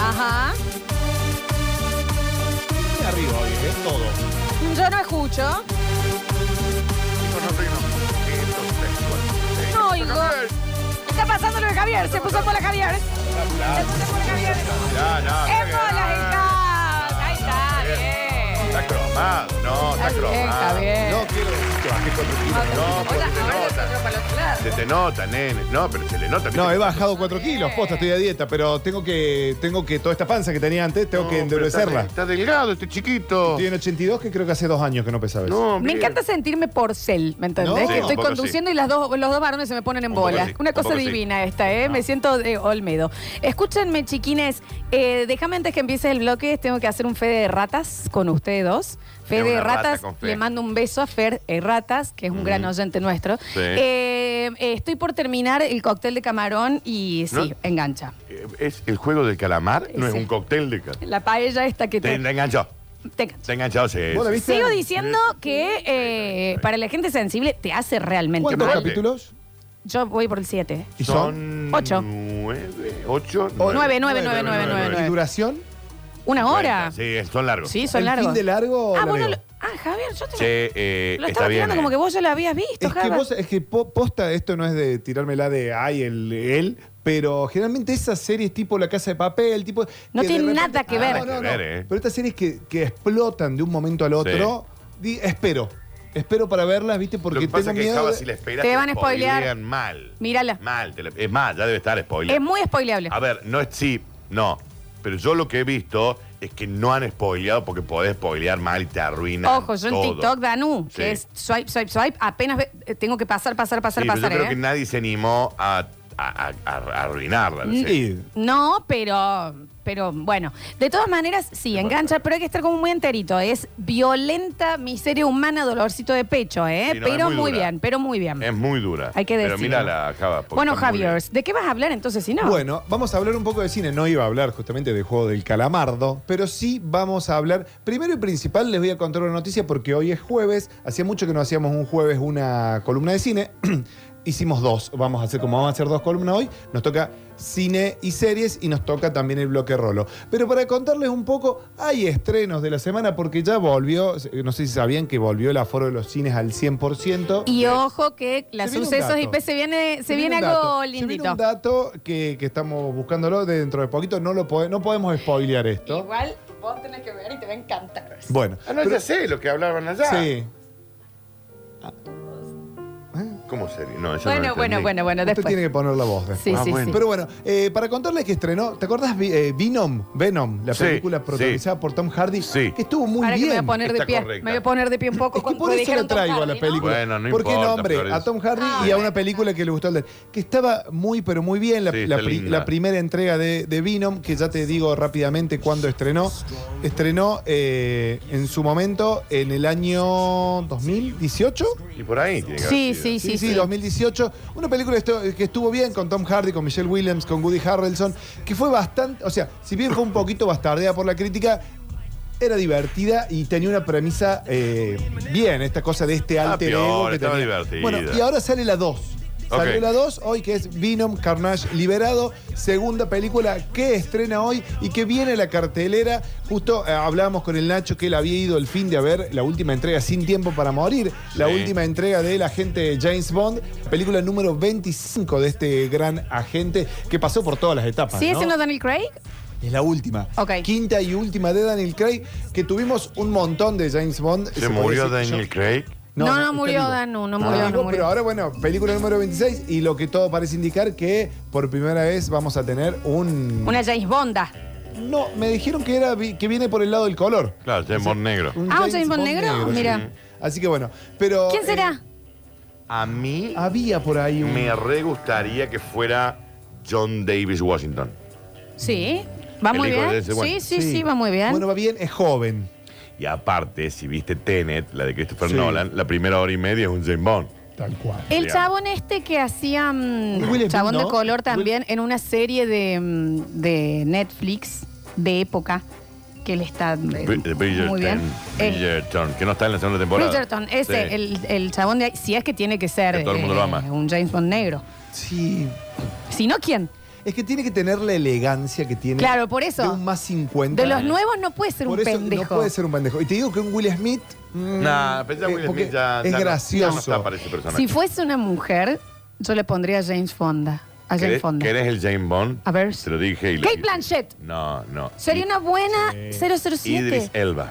Speaker 3: Ajá.
Speaker 6: Arriba, oye, es todo.
Speaker 3: Yo no escucho. No oigo. Está pasando lo de Javier, se puso por la Javier.
Speaker 5: Ya, no.
Speaker 3: ¡Es bola, hijas! Ahí está, bien.
Speaker 5: Está cromado, no, está
Speaker 3: Está bien,
Speaker 5: cromado.
Speaker 3: está bien.
Speaker 5: No quiero que bajé cuatro kilos. No, pero se te nota. Se te nota, nene. No, pero se le nota.
Speaker 6: No, he bajado 4 kilos, posta, estoy a dieta, pero tengo que, tengo que, toda esta panza que tenía antes, tengo que
Speaker 5: Está,
Speaker 6: endurecerla.
Speaker 5: está delgado este chiquito.
Speaker 6: Estoy en 82, que creo que hace dos años que no pesaba eso.
Speaker 5: No,
Speaker 3: Pues, Me
Speaker 5: bien.
Speaker 3: encanta sentirme porcel, ¿me entendés?
Speaker 6: No.
Speaker 3: que
Speaker 6: Sí,
Speaker 3: estoy
Speaker 6: un poco
Speaker 3: conduciendo y las dos, los dos varones se me ponen en
Speaker 6: Un poco
Speaker 3: bola.
Speaker 6: sí,
Speaker 3: Una
Speaker 6: un
Speaker 3: cosa
Speaker 6: poco sí.
Speaker 3: divina esta,
Speaker 5: Ah.
Speaker 3: ¿eh? Me siento de Olmedo. Escúchenme, chiquines. eh, déjame antes que empiece el bloque, tengo que hacer un fe de ratas con ustedes dos. Fe
Speaker 5: Era
Speaker 3: de
Speaker 5: una rata
Speaker 3: ratas,
Speaker 5: con Fe.
Speaker 3: le mando un beso a Fer eh, Ratas, que es un gran oyente nuestro.
Speaker 5: Sí.
Speaker 3: Eh, eh, estoy por terminar el cóctel de camarón y sí,
Speaker 5: No.
Speaker 3: engancha.
Speaker 5: Eh, Es el juego del calamar, no es
Speaker 3: Sí.
Speaker 5: un cóctel de calamar.
Speaker 3: La paella esta que
Speaker 5: Te,
Speaker 3: te...
Speaker 5: te enganchó.
Speaker 3: te engancha.
Speaker 5: Te enganchó, sí.
Speaker 6: ¿Vos la
Speaker 5: sí.
Speaker 6: viste?
Speaker 3: Sigo diciendo que eh, para la gente sensible te hace realmente
Speaker 6: ¿Cuántos
Speaker 3: mal.
Speaker 6: capítulos?
Speaker 3: Yo voy por el 7.
Speaker 6: ¿Y son?
Speaker 3: Ocho.
Speaker 5: Nueve, ocho,
Speaker 3: Nueve, nueve, nueve, nueve, nueve,
Speaker 6: ¿Y
Speaker 3: nueve.
Speaker 6: duración?
Speaker 3: ¿Una hora?
Speaker 5: Cuarenta, Sí, son largos.
Speaker 3: Sí, son
Speaker 6: ¿El
Speaker 3: largos.
Speaker 6: fin de largo o
Speaker 3: Ah,
Speaker 6: largo?
Speaker 3: bueno, lo- ah, Javier, yo te
Speaker 5: Sí, eh,
Speaker 3: lo
Speaker 5: está
Speaker 3: estaba
Speaker 5: bien.
Speaker 3: tirando como que vos ya la habías visto,
Speaker 6: Es que,
Speaker 3: Java.
Speaker 6: vos- es que po- posta, esto no es de tirármela de ay, el, él, pero generalmente esas series tipo La Casa de Papel, tipo.
Speaker 3: No
Speaker 6: que de Ah,
Speaker 3: tiene nada que ver.
Speaker 6: No, no, no.
Speaker 5: Nada que ver, eh.
Speaker 6: Pero estas series que, que explotan de un momento al otro, di- espero. Espero para verlas, ¿viste?
Speaker 5: Lo
Speaker 6: Porque
Speaker 5: que pasa es
Speaker 6: tengo
Speaker 5: que
Speaker 6: miedo.
Speaker 5: Java,
Speaker 6: de-
Speaker 5: si la esperas,
Speaker 3: Te van a spoilear.
Speaker 5: spoilean mal.
Speaker 3: Mírala.
Speaker 5: Mal. te la- es más, ya debe estar spoiler.
Speaker 3: Es muy spoileable.
Speaker 5: A ver, no es sí, no. Pero yo lo que he visto es que no han spoileado porque podés spoilear mal y te arruina.
Speaker 3: Ojo, yo en TikTok, Danú,
Speaker 5: Sí.
Speaker 3: que es swipe, swipe, swipe, apenas ve- eh, tengo que pasar, pasar, pasar,
Speaker 5: Sí, pero yo
Speaker 3: pasar,
Speaker 5: creo que
Speaker 3: ¿eh?
Speaker 5: nadie se animó a, a- a- a- a arruinarla. la serie.
Speaker 3: No, pero, pero bueno. De todas maneras, sí, engancha, pero hay que estar como muy enterito. Es violenta miseria humana, dolorcito de pecho, ¿eh?
Speaker 5: Sí, no, es
Speaker 3: pero
Speaker 5: muy
Speaker 3: muy,
Speaker 5: dura.
Speaker 3: bien, pero muy bien.
Speaker 5: Es muy dura.
Speaker 3: Hay que
Speaker 5: Pero
Speaker 3: decirlo.
Speaker 5: mira la Java. porque
Speaker 3: Bueno,
Speaker 5: está muy
Speaker 3: Javier, ¿de qué vas a hablar entonces si no?
Speaker 6: Bueno, vamos a hablar un poco de cine. No iba a hablar justamente del juego del calamardo, pero sí vamos a hablar. Primero y principal, les voy a contar una noticia porque hoy es jueves. Hacía mucho que no hacíamos un jueves una columna de cine. Hicimos dos, vamos a hacer como vamos a hacer dos columnas hoy, nos toca cine y series y nos toca también el bloque rolo. Pero para contarles un poco, hay estrenos de la semana porque ya volvió, no sé si sabían que volvió el aforo de los cines al 100%.
Speaker 3: Y ojo que las
Speaker 6: Se viene un
Speaker 3: sucesos
Speaker 6: dato.
Speaker 3: IP se viene, se viene,
Speaker 6: un
Speaker 3: algo
Speaker 6: dato. Se viene
Speaker 3: lindito.
Speaker 6: un dato que, que estamos buscándolo dentro de poquito, no lo pode- no podemos spoilear esto.
Speaker 3: Igual vos tenés que ver y te va a encantar.
Speaker 6: Bueno.
Speaker 5: Ah, no,
Speaker 6: pero-
Speaker 5: ya sé lo que hablaban allá. Ah.
Speaker 6: Sí.
Speaker 5: ¿Eh? ¿Cómo serio? No, yo
Speaker 3: Bueno,
Speaker 5: no lo
Speaker 3: bueno,
Speaker 5: entendí.
Speaker 3: bueno, bueno,
Speaker 6: Usted
Speaker 3: después.
Speaker 6: tiene que poner la voz después.
Speaker 3: Sí, Ah, sí, bueno. sí.
Speaker 6: Pero bueno, eh, para contarles que estrenó, ¿te acordás Vi- eh, Venom? Venom, la
Speaker 5: Sí,
Speaker 6: película
Speaker 5: sí.
Speaker 6: protagonizada por Tom Hardy, que estuvo muy
Speaker 3: Ahora que
Speaker 6: bien.
Speaker 3: me voy a poner de pie. Me voy a poner de pie un poco.
Speaker 6: Y
Speaker 3: cuando
Speaker 6: por eso
Speaker 3: dijeron
Speaker 6: lo
Speaker 3: Tom
Speaker 6: traigo a
Speaker 3: Hardy,
Speaker 6: la
Speaker 3: ¿no?
Speaker 6: película.
Speaker 5: Bueno, no
Speaker 6: Porque
Speaker 5: importa,
Speaker 6: nombre
Speaker 5: Flores.
Speaker 6: a Tom Hardy y a una película que le gustó al de- Que estaba muy, pero muy bien. La,
Speaker 5: Sí,
Speaker 6: la
Speaker 5: está
Speaker 6: pri-
Speaker 5: linda.
Speaker 6: la primera entrega de, de Venom, que ya te digo rápidamente cuándo estrenó. Estrenó eh, en su momento en el año 2018.
Speaker 5: Y por ahí tiene que haber sido.
Speaker 6: Sí, sí, 2018. Una película esto- que estuvo bien con Tom Hardy, con Michelle Williams, con Woody Harrelson, que fue bastante, o sea, si bien fue un poquito bastardeada por la crítica, era divertida y tenía una premisa eh, bien, esta cosa de este
Speaker 5: Ah,
Speaker 6: alter ego
Speaker 5: piola,
Speaker 6: que
Speaker 5: estaba
Speaker 6: tenía.
Speaker 5: divertida.
Speaker 6: Bueno, y ahora sale la 2. Salió
Speaker 5: Ok.
Speaker 6: la 2 hoy, que es Venom Carnage Liberado, segunda película que estrena hoy y que viene a la cartelera. Justo eh, hablábamos con el Nacho que él había ido el fin de a ver la última entrega Sin Tiempo para Morir, la
Speaker 5: Sí.
Speaker 6: última entrega del agente James Bond, película número 25 de este gran agente que pasó por todas las etapas.
Speaker 3: ¿Sigue
Speaker 6: ¿no?
Speaker 3: siendo Daniel Craig?
Speaker 6: Es la última.
Speaker 3: Ok.
Speaker 6: Quinta y última de Daniel Craig, que tuvimos un montón de James Bond.
Speaker 5: ¿Se,
Speaker 6: puede decir que
Speaker 5: murió
Speaker 6: yo-
Speaker 5: Daniel Craig?
Speaker 3: No, no,
Speaker 6: está
Speaker 3: murió
Speaker 6: vivo.
Speaker 3: Danu, no
Speaker 6: Está
Speaker 3: murió,
Speaker 6: vivo,
Speaker 3: no murió.
Speaker 6: ah, Pero ahora, bueno, película número 26 y lo que todo parece indicar que por primera vez vamos a tener un...
Speaker 3: Una James Bonda.
Speaker 6: No, me dijeron que, era, vi- que viene por el lado del color.
Speaker 5: Claro, James Bond negro.
Speaker 3: Ah, un James Bond negro, mira.
Speaker 6: sí. Así que bueno, pero... eh,
Speaker 3: ¿Quién será?
Speaker 5: A mí
Speaker 6: Había por ahí un...
Speaker 5: me re gustaría que fuera John Davis Washington.
Speaker 3: Sí, va
Speaker 5: El
Speaker 3: muy
Speaker 5: hijo de
Speaker 3: bien.
Speaker 5: ese, bueno.
Speaker 3: Sí, sí, sí, va muy bien.
Speaker 6: Bueno, va bien, es joven.
Speaker 5: Y aparte, si viste Tenet, la de Christopher
Speaker 6: Sí.
Speaker 5: Nolan, la primera hora y media es un James Bond.
Speaker 6: Tal cual.
Speaker 3: El chabón este que hacía mm,
Speaker 5: Will Smith,
Speaker 3: chabón
Speaker 5: ¿no?
Speaker 3: de color también en una serie de, mm, de Netflix de época que le está eh,
Speaker 5: De Bridgerton.
Speaker 3: muy bien. Eh,
Speaker 5: Bridgerton, que no está en la segunda temporada.
Speaker 3: Bridgerton, ese,
Speaker 5: Sí.
Speaker 3: el, el chabón de ahí, si es que tiene que ser eh,
Speaker 5: Que todo el mundo lo ama.
Speaker 3: un James Bond negro.
Speaker 6: Sí.
Speaker 3: Si no, ¿quién?
Speaker 6: Es que tiene que tener la elegancia que tiene.
Speaker 3: Claro, por eso.
Speaker 6: De un más 50.
Speaker 3: De los nuevos no puede ser
Speaker 6: Por
Speaker 3: un
Speaker 6: eso
Speaker 3: pendejo.
Speaker 6: no puede ser un pendejo. Y te digo que un Will Smith... mm,
Speaker 5: Nah, pensá
Speaker 6: eh,
Speaker 5: Will
Speaker 6: porque
Speaker 5: Smith ya,
Speaker 6: Es
Speaker 5: ya no-
Speaker 6: gracioso.
Speaker 5: ya no está para ese personaje.
Speaker 3: Si fuese una mujer, yo le pondría a James Fonda. A James
Speaker 5: ¿Querés,
Speaker 3: Fonda.
Speaker 5: querés el James Bond?
Speaker 3: A ver.
Speaker 5: Te lo dije. Y lo-
Speaker 3: Kate Blanchett.
Speaker 5: No, no.
Speaker 3: Sería una buena 007.
Speaker 5: Idris Elba.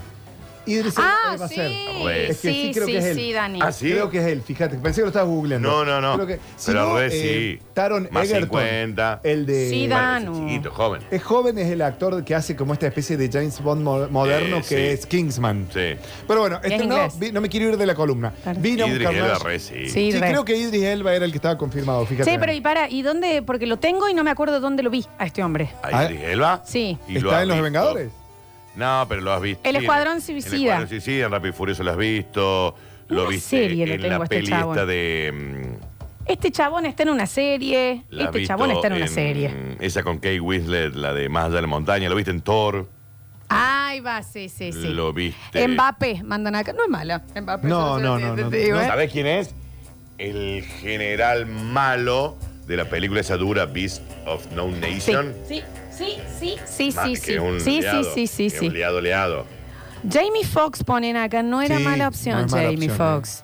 Speaker 6: Idris
Speaker 3: Ah,
Speaker 6: Elba
Speaker 3: sí,
Speaker 6: ser.
Speaker 5: Re.
Speaker 6: Es que sí,
Speaker 3: sí,
Speaker 6: creo
Speaker 3: sí,
Speaker 6: que es él.
Speaker 3: sí, Dani.
Speaker 5: Ah, sí.
Speaker 6: Creo que es él, fíjate. Pensé que lo estabas googleando.
Speaker 5: No, no, no.
Speaker 6: Creo que- si
Speaker 5: Pero
Speaker 6: no,
Speaker 5: re,
Speaker 6: eh,
Speaker 5: sí.
Speaker 6: Taron
Speaker 5: Más
Speaker 6: Egerton.
Speaker 5: 50.
Speaker 6: El de.
Speaker 3: Sí,
Speaker 5: Bueno,
Speaker 3: Danu.
Speaker 5: ese chiquito, joven.
Speaker 6: Es joven, es el actor que hace como esta especie de James Bond mo- moderno
Speaker 5: Eh,
Speaker 6: que
Speaker 5: sí.
Speaker 6: es Kingsman.
Speaker 5: Sí.
Speaker 6: Pero bueno,
Speaker 5: es
Speaker 6: este no,
Speaker 5: inglés.
Speaker 6: vi- no me quiero ir de la columna. Vino un
Speaker 5: Idris Elba,
Speaker 6: carnage.
Speaker 5: re, sí.
Speaker 3: Sí, re.
Speaker 6: creo que Idris Elba era el que estaba confirmado, fíjate.
Speaker 3: Sí, pero y para, ¿y dónde? Porque lo tengo y no me acuerdo dónde lo vi a este hombre.
Speaker 5: A Idris Elba.
Speaker 3: Sí.
Speaker 5: Y lo
Speaker 6: Ah, ¿Está
Speaker 5: has
Speaker 6: en Los
Speaker 5: visto.
Speaker 6: Vengadores?
Speaker 5: No, pero lo has visto.
Speaker 3: El
Speaker 5: Sí, en-
Speaker 3: Escuadrón
Speaker 5: en
Speaker 3: Suicida.
Speaker 5: El Escuadrón Suicida, en Rápido y Furioso lo has visto. Lo
Speaker 3: Una
Speaker 5: viste
Speaker 3: serie lo
Speaker 5: en
Speaker 3: tengo
Speaker 5: la
Speaker 3: a este
Speaker 5: peli
Speaker 3: chabón.
Speaker 5: esta de... mm,
Speaker 3: Este chabón está en una serie.
Speaker 5: la has
Speaker 3: este
Speaker 5: visto
Speaker 3: chabón está en una serie.
Speaker 5: mm, Esa con Kate Winslet, la de Más allá de la montaña. Lo viste en Thor.
Speaker 3: Ay, va, sí, sí, sí.
Speaker 5: Lo viste...
Speaker 3: Mbappé, mandan acá. No es mala. Mbappé.
Speaker 5: No,
Speaker 3: yo
Speaker 5: no,
Speaker 3: sé,
Speaker 5: no,
Speaker 3: te-
Speaker 5: no.
Speaker 3: te digo, ¿eh?
Speaker 5: ¿Sabés quién es? El general malo de la película esa dura, Beast of No Nation.
Speaker 3: Sí, sí, sí, sí,
Speaker 5: Ma-
Speaker 3: sí,
Speaker 5: que
Speaker 3: sí.
Speaker 5: es un
Speaker 3: Sí,
Speaker 5: leado,
Speaker 3: sí, sí, sí,
Speaker 5: que es un
Speaker 3: sí.
Speaker 5: leado, leado.
Speaker 3: Jamie Foxx ponen acá, no era
Speaker 5: Sí,
Speaker 3: mala
Speaker 5: no
Speaker 3: opción,
Speaker 5: es mala
Speaker 3: Jamie
Speaker 6: eh.
Speaker 5: opción,
Speaker 3: Foxx.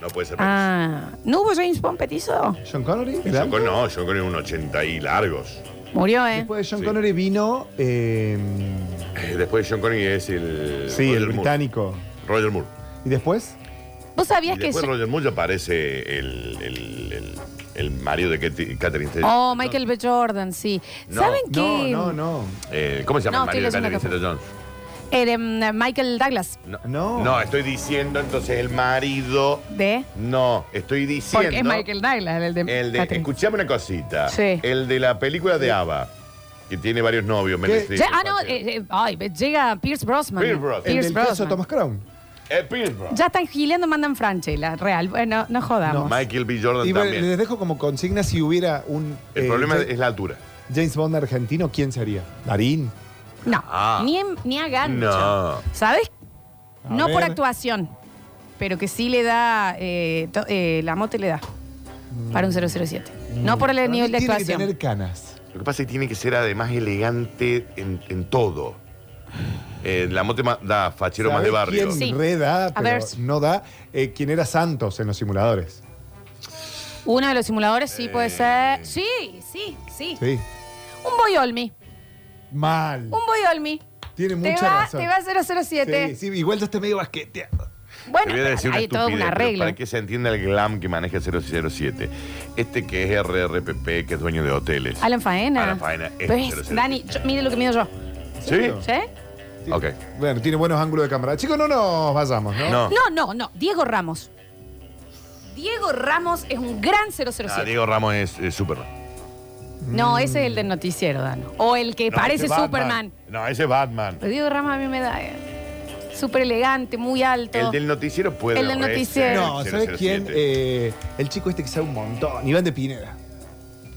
Speaker 5: No puede ser.
Speaker 3: Ah, ¿no hubo James Bond petizo?
Speaker 6: ¿John Connery?
Speaker 5: Yo con, no, yo con un 80 y largos.
Speaker 3: Murió, ¿eh?
Speaker 6: Después de John Connery vino. eh,
Speaker 5: Eh, Después de John Connery es el.
Speaker 6: sí, el
Speaker 5: Eh, Moore.
Speaker 6: británico.
Speaker 5: Roger Moore.
Speaker 6: ¿Y después?
Speaker 3: Ah. ¿Vos
Speaker 5: Y
Speaker 3: sabías que...
Speaker 5: después
Speaker 3: Jean-
Speaker 5: Roger Moore ya aparece el, el, el, el marido de Katy- Catherine Zeta
Speaker 3: Oh, Michael B. Jordan, sí.
Speaker 5: Eh, No,
Speaker 3: ¿Saben qué?
Speaker 6: no.
Speaker 5: eh, ¿Cómo se llama
Speaker 3: No,
Speaker 5: el marido de
Speaker 3: estoy leyendo
Speaker 5: Catherine Zeta Jones?
Speaker 3: El, em, Michael Douglas.
Speaker 5: No. no. estoy diciendo entonces el marido.
Speaker 3: ¿De?
Speaker 5: No, estoy diciendo.
Speaker 3: Porque es Michael Douglas, el de...
Speaker 5: El de.
Speaker 3: Catherine.
Speaker 5: Escuchame una cosita.
Speaker 3: Sí.
Speaker 5: El de la película de Ava, que tiene varios novios. Meryl Streep,
Speaker 3: Ya- ah, no,
Speaker 5: cualquiera.
Speaker 3: eh, eh, ay, llega Pierce Brosnan.
Speaker 5: Pierce Brosnan.
Speaker 6: El
Speaker 3: Pierce
Speaker 6: del caso
Speaker 3: Brosnan.
Speaker 6: Thomas Crown.
Speaker 5: Eh, Pierce Brosnan.
Speaker 3: Ya están gileando, mandan Franchella, real. Bueno, no jodamos.
Speaker 5: Michael B. Jordan
Speaker 6: Y bueno,
Speaker 5: también.
Speaker 6: les dejo como consigna si hubiera un.
Speaker 5: El
Speaker 6: eh,
Speaker 5: problema
Speaker 6: Ja-
Speaker 5: es la altura.
Speaker 6: James Bond argentino, ¿quién sería? Darín.
Speaker 3: No,
Speaker 5: Ah.
Speaker 3: ni, en- ni a gancho.
Speaker 5: No.
Speaker 3: ¿Sabes?
Speaker 6: A
Speaker 3: no
Speaker 6: ver.
Speaker 3: por actuación, pero que sí le da, eh, to- eh, la mote le da. para un 007. No por el
Speaker 6: Para mí
Speaker 3: nivel de
Speaker 6: tiene que
Speaker 3: actuación.
Speaker 6: tener canas.
Speaker 5: Lo que pasa es que tiene que ser además elegante en, en todo. Eh, la mote ma- da fachero más de
Speaker 6: ¿Sabe
Speaker 5: barrio.
Speaker 6: quién re da,
Speaker 3: A
Speaker 6: pero
Speaker 3: ver.
Speaker 6: no da? Eh, ¿Quién era Santos en los simuladores?
Speaker 3: Uno de los simuladores sí
Speaker 5: Eh.
Speaker 3: puede ser. Sí, sí, sí.
Speaker 6: Sí.
Speaker 3: Un Boyolmi.
Speaker 6: Mal.
Speaker 3: Un Boyolmi.
Speaker 6: Mm. Tiene
Speaker 3: Te
Speaker 6: mucha
Speaker 3: va,
Speaker 6: razón.
Speaker 3: te va a 007.
Speaker 6: Sí, sí, igual ya está medio basqueteado.
Speaker 3: Bueno,
Speaker 5: Te voy a decir una
Speaker 3: hay todo un
Speaker 5: estupidez, pero
Speaker 3: arreglo.
Speaker 5: Para que se entienda el glam que maneja 007. Este que es RRPP, que es dueño de hoteles.
Speaker 3: Alan Faena.
Speaker 5: Alan Faena este es
Speaker 3: Pero es-
Speaker 5: 007.
Speaker 3: Dani, yo- mire lo que mido yo.
Speaker 5: ¿Sí?
Speaker 3: ¿Sí?
Speaker 5: Ok.
Speaker 6: Bueno, tiene buenos ángulos de cámara. Chicos, no nos vayamos, ¿no?
Speaker 5: No.
Speaker 3: No, no, no. Diego Ramos. Diego Ramos es un gran 007.
Speaker 5: Ah, Diego Ramos es, es Superman.
Speaker 3: No, ese es el del noticiero, Dano. O el que
Speaker 5: No, ese
Speaker 3: parece
Speaker 5: es Batman.
Speaker 3: Superman.
Speaker 5: No, ese es Batman.
Speaker 3: Pero Diego Ramos a mí me da eh, súper elegante, muy alto.
Speaker 5: El del noticiero puede.
Speaker 3: El del
Speaker 5: re
Speaker 3: noticiero.
Speaker 5: ser
Speaker 6: No,
Speaker 5: el
Speaker 6: ¿sabes
Speaker 5: 007.
Speaker 6: quién? Eh, el chico este que sabe un montón. Iván de Pineda.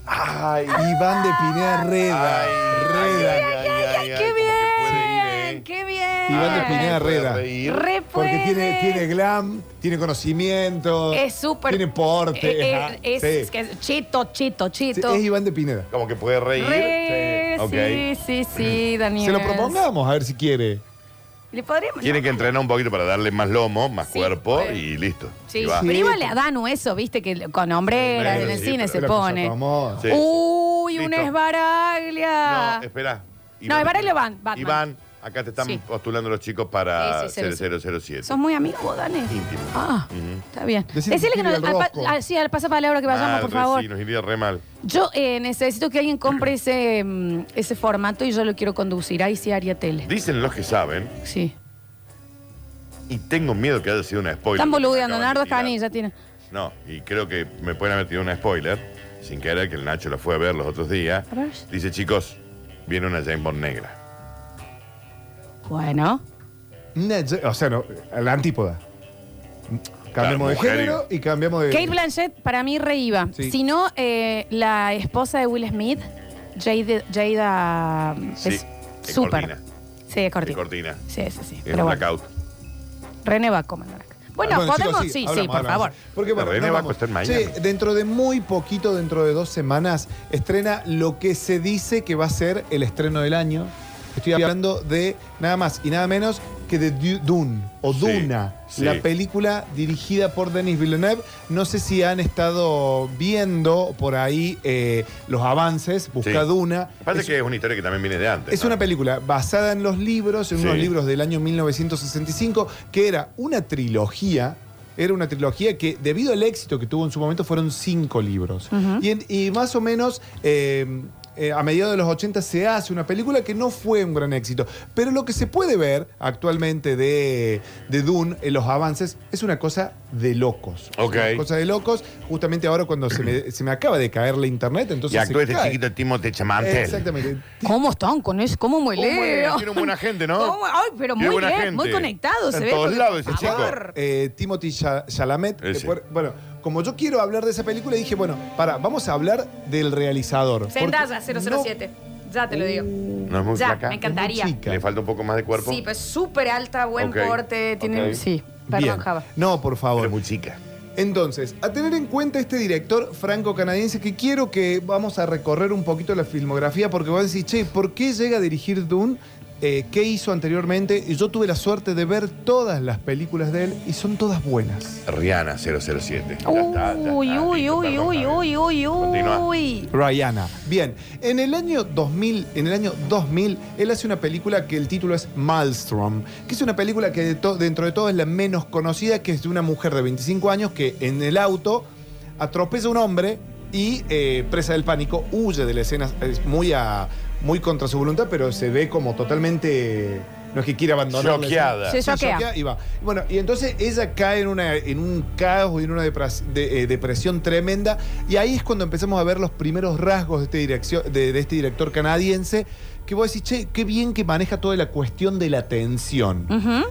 Speaker 5: Ay,
Speaker 6: Iván de Pineda Reda. Reda.
Speaker 3: ¡Qué
Speaker 5: ¿eh?
Speaker 3: bien! ¡Qué bien!
Speaker 6: Iván de Pineda Reda.
Speaker 3: Re
Speaker 6: Porque
Speaker 3: puede.
Speaker 6: tiene, tiene glam, tiene conocimiento.
Speaker 3: Es súper.
Speaker 6: Tiene porte.
Speaker 3: Eh, eh,
Speaker 6: ajá,
Speaker 3: es,
Speaker 6: sí.
Speaker 3: es que es chito, chito,
Speaker 6: Sí,
Speaker 3: chito.
Speaker 6: es Iván de Pineda.
Speaker 5: Como que puede reír.
Speaker 3: Re, sí,
Speaker 5: Ok.
Speaker 3: sí, sí, Daniel.
Speaker 6: Se lo propongamos a ver si quiere.
Speaker 3: ¿Le podríamos?
Speaker 5: Tiene que entrenar un poquito para darle más lomo, más cuerpo y listo.
Speaker 3: Sí,
Speaker 5: Y va.
Speaker 3: pero igual a Danu eso, viste, que con hombreras en el
Speaker 5: Sí,
Speaker 3: cine
Speaker 5: pero
Speaker 3: se
Speaker 5: es lo que
Speaker 3: pone.
Speaker 5: Sí.
Speaker 3: Uy, una
Speaker 5: Listo.
Speaker 3: esbaraglia.
Speaker 5: No, espera.
Speaker 3: No, es Varela Van, Batman.
Speaker 5: Iván, acá te están
Speaker 3: Sí.
Speaker 5: postulando los chicos para
Speaker 3: Sí, sí,
Speaker 5: 0007.
Speaker 3: Sos muy amigo, vos, Dani.
Speaker 5: Íntimo.
Speaker 3: Ah,
Speaker 5: Ujú.
Speaker 3: está bien.
Speaker 5: Decile
Speaker 3: Decirle
Speaker 5: que
Speaker 3: que nos,
Speaker 5: escribe al
Speaker 3: al, pa-
Speaker 5: Rosco.
Speaker 3: al- sí, al pasapalabra que vayamos,
Speaker 5: Ah,
Speaker 3: por
Speaker 5: re,
Speaker 3: favor.
Speaker 5: Sí, nos iría re mal.
Speaker 3: Yo eh, necesito que alguien compre ese, mm, ese formato y yo lo quiero conducir. Ahí sí haría tele.
Speaker 5: Dicen los que saben,
Speaker 3: Sí.
Speaker 5: y tengo miedo que haya sido una spoiler.
Speaker 3: Están boludeando,
Speaker 5: Acaban de
Speaker 3: Nardo
Speaker 5: tirar.
Speaker 3: Canilla tiene.
Speaker 5: No, y creo que me pueden haber tirado una spoiler, sin querer, que el Nacho la fue a ver los otros días.
Speaker 3: A ver.
Speaker 5: Dice, chicos, viene una James Bond negra.
Speaker 3: Bueno.
Speaker 6: Ne- O sea, no, a la antípoda. Cambiamos de
Speaker 5: mujer,
Speaker 6: género y cambiamos de.
Speaker 3: Kate Blanchett, para mí, re iba.
Speaker 6: Sí.
Speaker 3: Si no, eh, la esposa de Will Smith, Jada. Jada
Speaker 5: Sí,
Speaker 3: es
Speaker 5: de
Speaker 3: súper.
Speaker 5: Cortina.
Speaker 3: Sí, es
Speaker 5: De
Speaker 3: cortina.
Speaker 5: cortina.
Speaker 3: Sí, es así.
Speaker 5: Es
Speaker 3: Pero
Speaker 5: un
Speaker 3: bueno,
Speaker 5: blackout.
Speaker 3: René va a comandar acá. Bueno,
Speaker 6: Bueno, chicos,
Speaker 3: podemos. sí, sí,
Speaker 6: hablamos,
Speaker 3: por
Speaker 6: hablamos.
Speaker 3: favor.
Speaker 6: Porque bueno,
Speaker 5: René
Speaker 6: nos
Speaker 5: va a
Speaker 6: vamos.
Speaker 5: costar Miami.
Speaker 6: Che, dentro de muy poquito, dentro de dos semanas, estrena lo que se dice que va a ser el estreno del año. Estoy hablando de nada más y nada menos que de Du- Dune o Duna,
Speaker 5: sí.
Speaker 6: la película dirigida por Denis Villeneuve. No sé si han estado viendo por ahí eh, los avances. Busca
Speaker 5: Sí.
Speaker 6: Duna.
Speaker 5: Parece
Speaker 6: Es-
Speaker 5: que es una historia que también viene de antes.
Speaker 6: es
Speaker 5: ¿no?
Speaker 6: una película basada en los libros, en
Speaker 5: Sí.
Speaker 6: unos libros del año 1965, que era una trilogía. Era una trilogía que, debido al éxito que tuvo en su momento, fueron cinco libros.
Speaker 20: Ujú.
Speaker 6: y, en- y más o menos. eh, eh, a mediados de los 80 se hace una película que no fue un gran éxito. Pero lo que se puede ver actualmente de, de Dune, en los avances, es una cosa de locos.
Speaker 5: Ok.
Speaker 6: Es Una cosa de locos. Justamente ahora cuando se me, se me acaba de caer la internet, entonces.
Speaker 5: Y actúa
Speaker 6: se
Speaker 5: este
Speaker 6: cae.
Speaker 5: chiquito Timothée Chamantel.
Speaker 6: Exactamente.
Speaker 3: ¿Cómo están con eso? ¿Cómo mueleo?
Speaker 5: Tiene buena gente, ¿no?
Speaker 3: ¿Cómo? Ay, pero
Speaker 5: Tiene
Speaker 3: muy
Speaker 5: buena
Speaker 3: bien,
Speaker 5: gente.
Speaker 3: muy conectado.
Speaker 5: Está
Speaker 3: Se
Speaker 5: en
Speaker 3: ve
Speaker 5: todos
Speaker 3: por-
Speaker 5: lados ese
Speaker 3: por
Speaker 5: chico.
Speaker 3: favor.
Speaker 6: eh, Timothy Cha- Chalamet. eh, por- bueno, como yo quiero hablar de esa película, dije, bueno, para, vamos a hablar del realizador.
Speaker 3: Zendaya 007. Ya te lo digo.
Speaker 5: No es muy
Speaker 3: ya,
Speaker 5: flaca.
Speaker 3: me encantaría.
Speaker 5: Le falta un poco más de cuerpo.
Speaker 3: Sí, pues súper alta, buen
Speaker 5: Ok,
Speaker 3: porte. Tiene,
Speaker 5: ok.
Speaker 3: Sí,
Speaker 6: Bien.
Speaker 3: perdón, Java.
Speaker 6: No, por favor.
Speaker 5: muy chica.
Speaker 6: Entonces, a tener en cuenta este director franco-canadiense que quiero que vamos a recorrer un poquito la filmografía porque van a decir, che, ¿por qué llega a dirigir Dune? Eh, ¿Qué hizo anteriormente? Y yo tuve la suerte de ver todas las películas de él y son todas buenas.
Speaker 5: Rihanna 007.
Speaker 8: Uh.
Speaker 5: Ya está, ya
Speaker 3: Uy,
Speaker 5: está,
Speaker 3: uy,
Speaker 5: listo,
Speaker 3: uy,
Speaker 5: perdón,
Speaker 3: uy,
Speaker 5: está bien.
Speaker 3: uy, uy, uy.
Speaker 6: Rihanna. Bien, en el año 2000, en el año 2000, él hace una película que el título es Maelstrom, que es una película que de to- dentro de todo es la menos conocida, que es de una mujer de 25 años que en el auto atropella a un hombre y eh, presa del pánico huye de la escena, es muy a- muy contra su voluntad, pero se ve como totalmente no es que quiera abandonar. la escena.
Speaker 5: Choqueada. Se
Speaker 6: Sí,
Speaker 5: choquea.
Speaker 6: choquea y va. Bueno, y entonces ella cae en, una, en un caos y en una depras- de- eh, depresión tremenda. Y ahí es cuando empezamos a ver los primeros rasgos de este, direccio- de, de este director canadiense. Que vos decís, che, qué bien que maneja toda la cuestión de la tensión.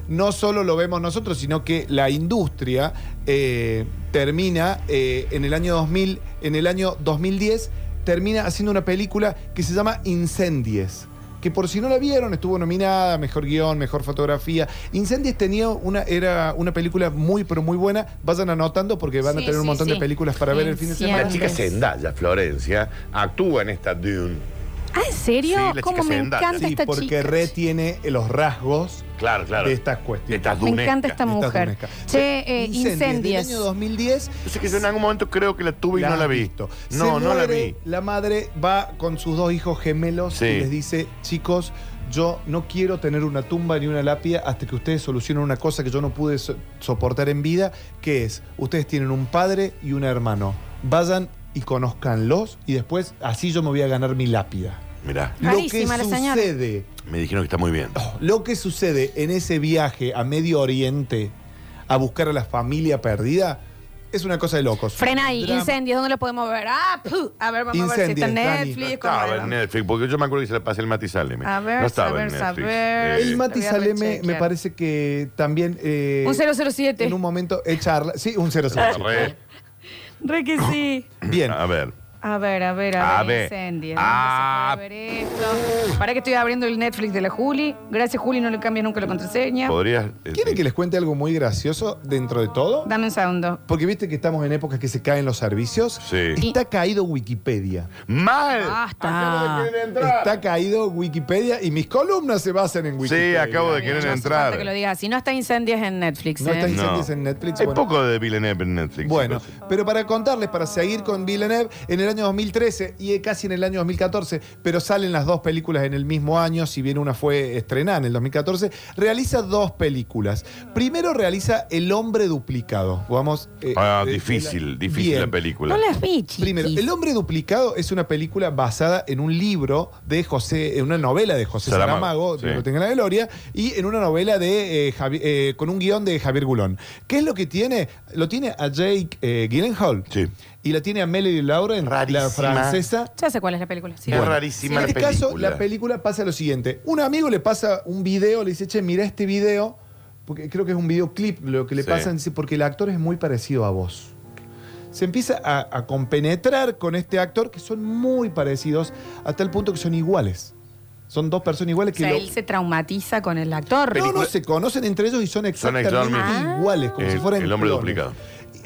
Speaker 6: No solo lo vemos nosotros, sino que la industria eh, termina eh, en el año 2000, en el año 2010, termina haciendo una película que se llama Incendies que por si no la vieron, estuvo nominada, mejor guión, mejor fotografía. Incendies tenía una, era una película muy, pero muy buena. Vayan anotando porque van
Speaker 5: Sí,
Speaker 6: a tener un
Speaker 5: sí,
Speaker 6: montón
Speaker 5: sí.
Speaker 6: de películas para ver el fin de semana.
Speaker 5: La chica Zendaya, Florencia, actúa en esta Dune.
Speaker 8: Ah, ¿en serio?
Speaker 5: Sí, la chica
Speaker 8: ¿Cómo me
Speaker 5: Zendaya.
Speaker 8: encanta
Speaker 5: Sí,
Speaker 8: esta
Speaker 5: porque
Speaker 8: chica?
Speaker 6: retiene los rasgos
Speaker 5: claro, claro.
Speaker 6: de estas cuestiones.
Speaker 8: Me encanta esta mujer. Che, eh, incendios.
Speaker 6: Del año 2010.
Speaker 5: que yo en algún momento creo que la tuve y no la vi. No,
Speaker 6: Se
Speaker 5: no la
Speaker 6: muere,
Speaker 5: vi.
Speaker 6: La madre va con sus dos hijos gemelos
Speaker 5: Sí.
Speaker 6: y les dice, chicos, yo no quiero tener una tumba ni una lápida hasta que ustedes solucionen una cosa que yo no pude so- soportar en vida, que es, ustedes tienen un padre y un hermano. Vayan y conozcanlos y después así yo me voy a ganar mi lápida.
Speaker 5: Mirá.
Speaker 6: Lo que
Speaker 3: Rarísima la señora.
Speaker 6: sucede
Speaker 5: Me dijeron que está muy bien.
Speaker 6: lo que sucede en ese viaje a Medio Oriente a buscar a la familia perdida es una cosa de locos.
Speaker 8: Frena ahí,
Speaker 6: Drama.
Speaker 8: incendios, ¿dónde lo podemos ver? Ah, puh. a ver, vamos a ver si está en
Speaker 6: Incendios, Dani.
Speaker 8: Netflix. ¿cómo
Speaker 5: Estaba
Speaker 8: era?
Speaker 5: en Netflix, porque yo me acuerdo que se la pasé el Matizale.
Speaker 8: A ver,
Speaker 5: no estaba
Speaker 8: saber,
Speaker 5: en Netflix.
Speaker 8: saber.
Speaker 5: Eh,
Speaker 6: El Mati
Speaker 8: Voy a
Speaker 6: Saleme
Speaker 8: rechequear.
Speaker 6: me parece que también... eh,
Speaker 8: Un 007.
Speaker 6: En un momento echarla... Sí, un 007.
Speaker 5: Re.
Speaker 8: Re que sí.
Speaker 6: Bien.
Speaker 5: A ver.
Speaker 8: A ver, a ver, a,
Speaker 5: A
Speaker 8: ver,
Speaker 5: ver.
Speaker 8: incendios.
Speaker 5: Ah.
Speaker 8: ¿dónde se puede ver esto? Pará que estoy abriendo el Netflix de la Juli. Gracias, Juli, no le cambies nunca la contraseña.
Speaker 5: eh,
Speaker 6: ¿Quieren que les cuente algo muy gracioso dentro de todo?
Speaker 8: Dame un segundo.
Speaker 6: Porque viste que estamos en épocas que se caen los servicios.
Speaker 5: Sí.
Speaker 6: Está caído Wikipedia.
Speaker 5: ¡Mal!
Speaker 8: Basta.
Speaker 6: Está caído Wikipedia y mis columnas se basan en Wikipedia.
Speaker 5: acabo de querer
Speaker 8: No hace
Speaker 5: entrar.
Speaker 8: falta que lo digas. Si no está incendios en Netflix.
Speaker 6: No
Speaker 8: ¿eh?
Speaker 6: está Incendios en Netflix.
Speaker 5: Hay
Speaker 6: bueno.
Speaker 5: poco de Villeneuve en Netflix.
Speaker 6: Bueno, pero para contarles, para seguir con Villeneuve, en el año 2013 y casi en el año 2014, pero salen las dos películas en el mismo año, si bien una fue estrenada en el 2014, realiza dos películas. Primero realiza El hombre duplicado. Vamos. eh,
Speaker 5: Ah,
Speaker 6: eh,
Speaker 5: difícil, difícil
Speaker 6: Bien.
Speaker 5: la película.
Speaker 8: vi,
Speaker 6: Primero, El hombre duplicado es una película basada en un libro de José, en una novela de José
Speaker 5: Saramago,
Speaker 6: Saramago,
Speaker 5: sí.
Speaker 6: Dios lo tenga en la gloria, y en una novela de eh, Javi- eh, con un guión de Javier Gulón. ¿Qué es lo que tiene? Lo tiene a Jake eh, Gyllenhaal. Y la tiene a Melody Lauren, la francesa.
Speaker 8: Ya sé cuál es la película. sí.
Speaker 6: Bueno, En este caso, la película pasa lo siguiente. Un amigo le pasa un video, le dice, che, mira este video, porque creo que es un videoclip lo que le
Speaker 5: Sí.
Speaker 6: pasan, dice, porque el actor es muy parecido a vos. Se empieza a, a compenetrar con este actor, que son muy parecidos, hasta el punto que son iguales. Son dos personas iguales
Speaker 8: O
Speaker 6: que
Speaker 8: sea,
Speaker 6: lo-
Speaker 8: él se traumatiza con el actor.
Speaker 6: no, no, se conocen entre ellos y son exactamente
Speaker 8: Ah.
Speaker 5: exactamente-
Speaker 6: iguales, como
Speaker 5: El,
Speaker 6: si fueran
Speaker 5: el hombre
Speaker 6: clones.
Speaker 5: duplicado.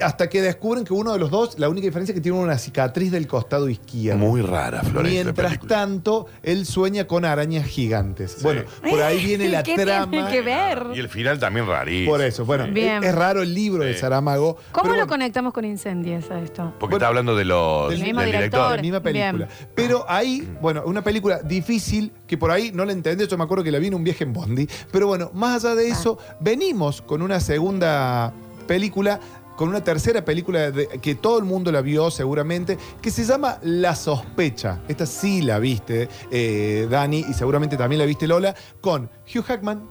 Speaker 6: Hasta que descubren que uno de los dos, la única diferencia es que tiene una cicatriz del costado izquierdo.
Speaker 5: Muy rara, Florencia,
Speaker 6: Mientras tanto, él sueña con arañas gigantes. Bueno, por ahí viene la
Speaker 8: ¿Qué
Speaker 6: trama.
Speaker 8: Tiene que ver?
Speaker 5: Y el final también rarísimo.
Speaker 6: Por eso, bueno,
Speaker 8: Bien.
Speaker 6: es raro el libro de Saramago.
Speaker 8: ¿Cómo lo conectamos con incendios a esto?
Speaker 5: Porque está hablando de los,
Speaker 8: Del
Speaker 5: del,
Speaker 8: mismo
Speaker 5: director.
Speaker 6: La misma película. Pero ahí, bueno, una película difícil que por ahí no la entendés. Yo me acuerdo que la vi en un viaje en Bondi. Pero bueno, más allá de eso, venimos con una segunda película, con una tercera película de- que todo el mundo la vio seguramente, que se llama La Sospecha. Esta sí la viste, eh, Dani, y seguramente también la viste, Lola, con Hugh Hackman.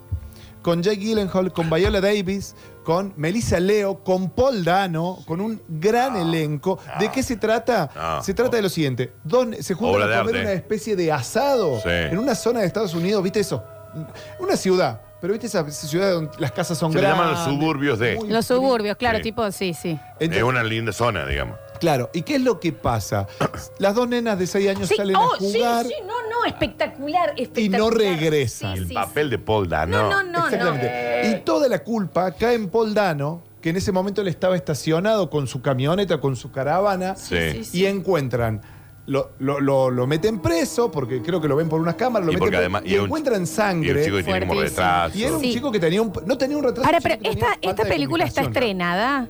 Speaker 6: Con Jake Gyllenhaal, con Viola Davis, con Melissa Leo, con Paul Dano, con un
Speaker 5: Ah.
Speaker 6: gran elenco. ¿De qué se trata?
Speaker 5: No.
Speaker 6: Se trata de lo siguiente: dos, ne- se juntan
Speaker 5: Ah. Obra de
Speaker 6: a comer
Speaker 5: arte.
Speaker 6: una especie de asado
Speaker 5: Sí.
Speaker 6: en una zona de Estados Unidos, ¿viste eso? Una ciudad, pero ¿viste esa esa ciudad donde las casas son
Speaker 5: Se le
Speaker 6: grandes?
Speaker 5: llaman los suburbios de.
Speaker 8: Los suburbios, claro,
Speaker 5: Sí.
Speaker 8: tipo, sí, sí.
Speaker 5: es una linda zona, digamos.
Speaker 6: Claro, ¿y qué es lo que pasa? Las dos nenas de 6 años
Speaker 8: Sí,
Speaker 6: salen
Speaker 8: oh,
Speaker 6: a jugar
Speaker 8: sí, sí, no, no, espectacular,
Speaker 6: y
Speaker 8: espectacular.
Speaker 6: no regresan.
Speaker 5: El papel de Paul Dano.
Speaker 8: No, no, no,
Speaker 6: Exactamente.
Speaker 8: no.
Speaker 5: Eh.
Speaker 6: Y toda la culpa cae en Paul Dano, que en ese momento él estaba estacionado con su camioneta, con su caravana,
Speaker 5: Sí. sí, sí.
Speaker 6: y encuentran. Lo, lo- lo- lo meten preso, porque creo que lo ven por unas cámaras, lo
Speaker 5: Y
Speaker 6: meten
Speaker 5: porque
Speaker 6: preso,
Speaker 5: además-
Speaker 6: y
Speaker 5: y era un-
Speaker 6: encuentran
Speaker 5: Y el
Speaker 6: sangre.
Speaker 5: chico que tiene como
Speaker 8: Fuertísimo.
Speaker 5: retraso.
Speaker 6: Y era un
Speaker 8: Sí.
Speaker 6: chico que tenía un, no tenía un retraso.
Speaker 8: Ahora,
Speaker 6: sino
Speaker 8: pero
Speaker 6: que tenía
Speaker 8: esta,
Speaker 6: falta
Speaker 8: esta
Speaker 6: de
Speaker 8: película está
Speaker 6: comunicación.
Speaker 8: estrenada.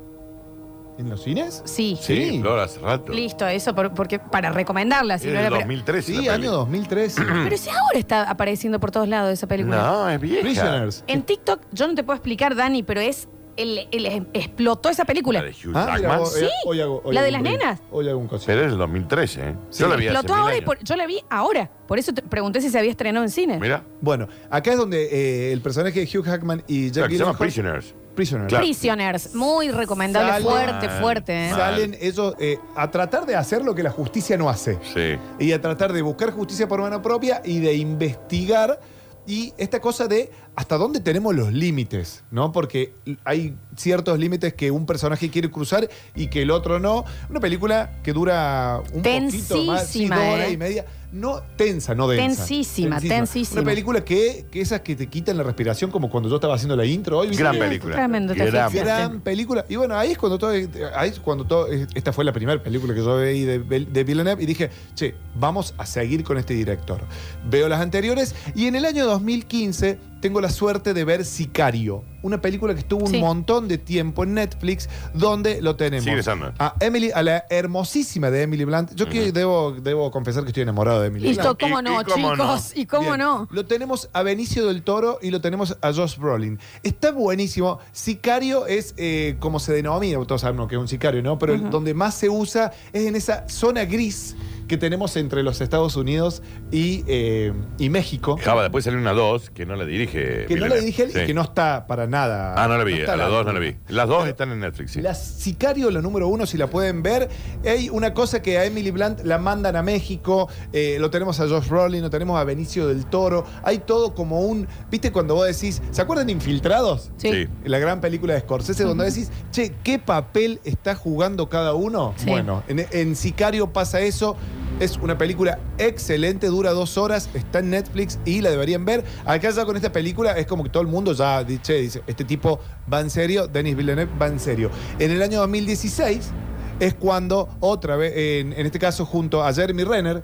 Speaker 6: ¿En los cines?
Speaker 8: Sí.
Speaker 5: Sí, Flor, hace rato.
Speaker 8: Listo, eso, por- porque para recomendarla. Si
Speaker 5: Es
Speaker 8: no
Speaker 5: del
Speaker 8: era-
Speaker 5: 2013
Speaker 6: Sí,
Speaker 5: la
Speaker 6: año 2013.
Speaker 8: Pero si ahora está apareciendo por todos lados esa película.
Speaker 5: No, es vieja. Prisoners.
Speaker 8: En TikTok, yo no te puedo explicar, Dani, pero es. El, el- explotó esa película.
Speaker 5: La de Hugh
Speaker 6: Ah, mira,
Speaker 5: Jackman.
Speaker 6: vos, eh,
Speaker 8: Sí,
Speaker 6: hoy hago- hoy
Speaker 8: la de
Speaker 6: hago
Speaker 8: las
Speaker 6: un-
Speaker 8: nenas.
Speaker 6: Hoy hago un cosito.
Speaker 5: Pero es del 2013, ¿eh? Yo la vi hace
Speaker 8: Explotó
Speaker 5: mil
Speaker 8: ahora y
Speaker 5: años.
Speaker 8: por- yo la vi ahora. Por eso te pregunté si se había estrenado en cine.
Speaker 5: Mira.
Speaker 6: Bueno, acá es donde eh, el personaje de Hugh Hackman y
Speaker 5: Claro,
Speaker 6: Jack
Speaker 5: que se
Speaker 6: Gyllenhaal-
Speaker 5: llama Prisoners.
Speaker 6: Prisoners.
Speaker 8: Prisoners, muy recomendable,
Speaker 6: Salen-
Speaker 8: fuerte, fuerte. ¿eh?
Speaker 6: Salen ellos eh, a tratar de hacer lo que la justicia no hace.
Speaker 5: Sí.
Speaker 6: Y a tratar de buscar justicia por mano propia y de investigar. Y esta cosa de hasta dónde tenemos los límites, ¿no? Porque hay ciertos límites que un personaje quiere cruzar y que el otro no. Una película que dura un poquito más, sí,
Speaker 3: Tensísima,
Speaker 6: dos horas
Speaker 3: eh.
Speaker 6: y media. No tensa, no densa.
Speaker 3: Tensísima, tensísima.
Speaker 6: Una película que, que esas que te quitan la respiración, como cuando yo estaba haciendo la intro hoy. ¿viste?
Speaker 5: Gran película. Tremendo, te
Speaker 6: gran,
Speaker 5: asfixiaste.
Speaker 6: gran película. Y bueno, ahí es cuando todo. Ahí es cuando todo esta fue la primera película que yo veí de, de Villeneuve y dije, che, vamos a seguir con este director. Veo las anteriores y en el año 2015 tengo la suerte de ver Sicario, una película que estuvo un montón de tiempo en Netflix, donde lo tenemos.
Speaker 5: Sigue Sandman.
Speaker 6: a Emily, a la hermosísima de Emily Blunt. Yo que debo, debo confesar que estoy enamorado de Emily
Speaker 3: Y
Speaker 6: Blunt.
Speaker 3: esto, cómo no, chicos, y cómo
Speaker 6: Bien.
Speaker 3: no.
Speaker 6: Lo tenemos a Benicio del Toro y lo tenemos a Josh Brolin. Está buenísimo. Sicario es eh, como se denomina, todos sabemos que es un sicario, ¿no? Pero
Speaker 2: Ujú.
Speaker 6: donde más se usa es en esa zona gris que tenemos entre los Estados Unidos y, eh, y México.
Speaker 5: Java, después salió una 2 que no la dirige.
Speaker 6: Que no la
Speaker 5: Villeneuve.
Speaker 6: dirige él y
Speaker 5: Eh, Sí.
Speaker 6: que no está para nada.
Speaker 5: Ah, no la vi,
Speaker 6: está
Speaker 5: a las dos no la vi. Las dos están en Netflix, sí.
Speaker 6: La Sicario, la número uno, si la pueden ver. Hay una cosa que a Emily Blunt la mandan a México, eh, lo tenemos a Josh Brolin, lo tenemos a Benicio del Toro. Hay todo como un. ¿Viste cuando vos decís. ¿Se acuerdan de Infiltrados?
Speaker 5: Sí. Sí.
Speaker 6: La gran película de Scorsese, donde decís, che, ¿qué papel está jugando cada uno?
Speaker 5: Sí.
Speaker 6: Bueno, en, en Sicario pasa eso. Es una película excelente, dura dos horas, está en Netflix y la deberían ver. Acá ya con esta película es como que todo el mundo ya dice, dice este tipo va en serio, Denis Villeneuve va en serio. En el año 2016 es cuando otra vez, en, en este caso junto a Jeremy Renner,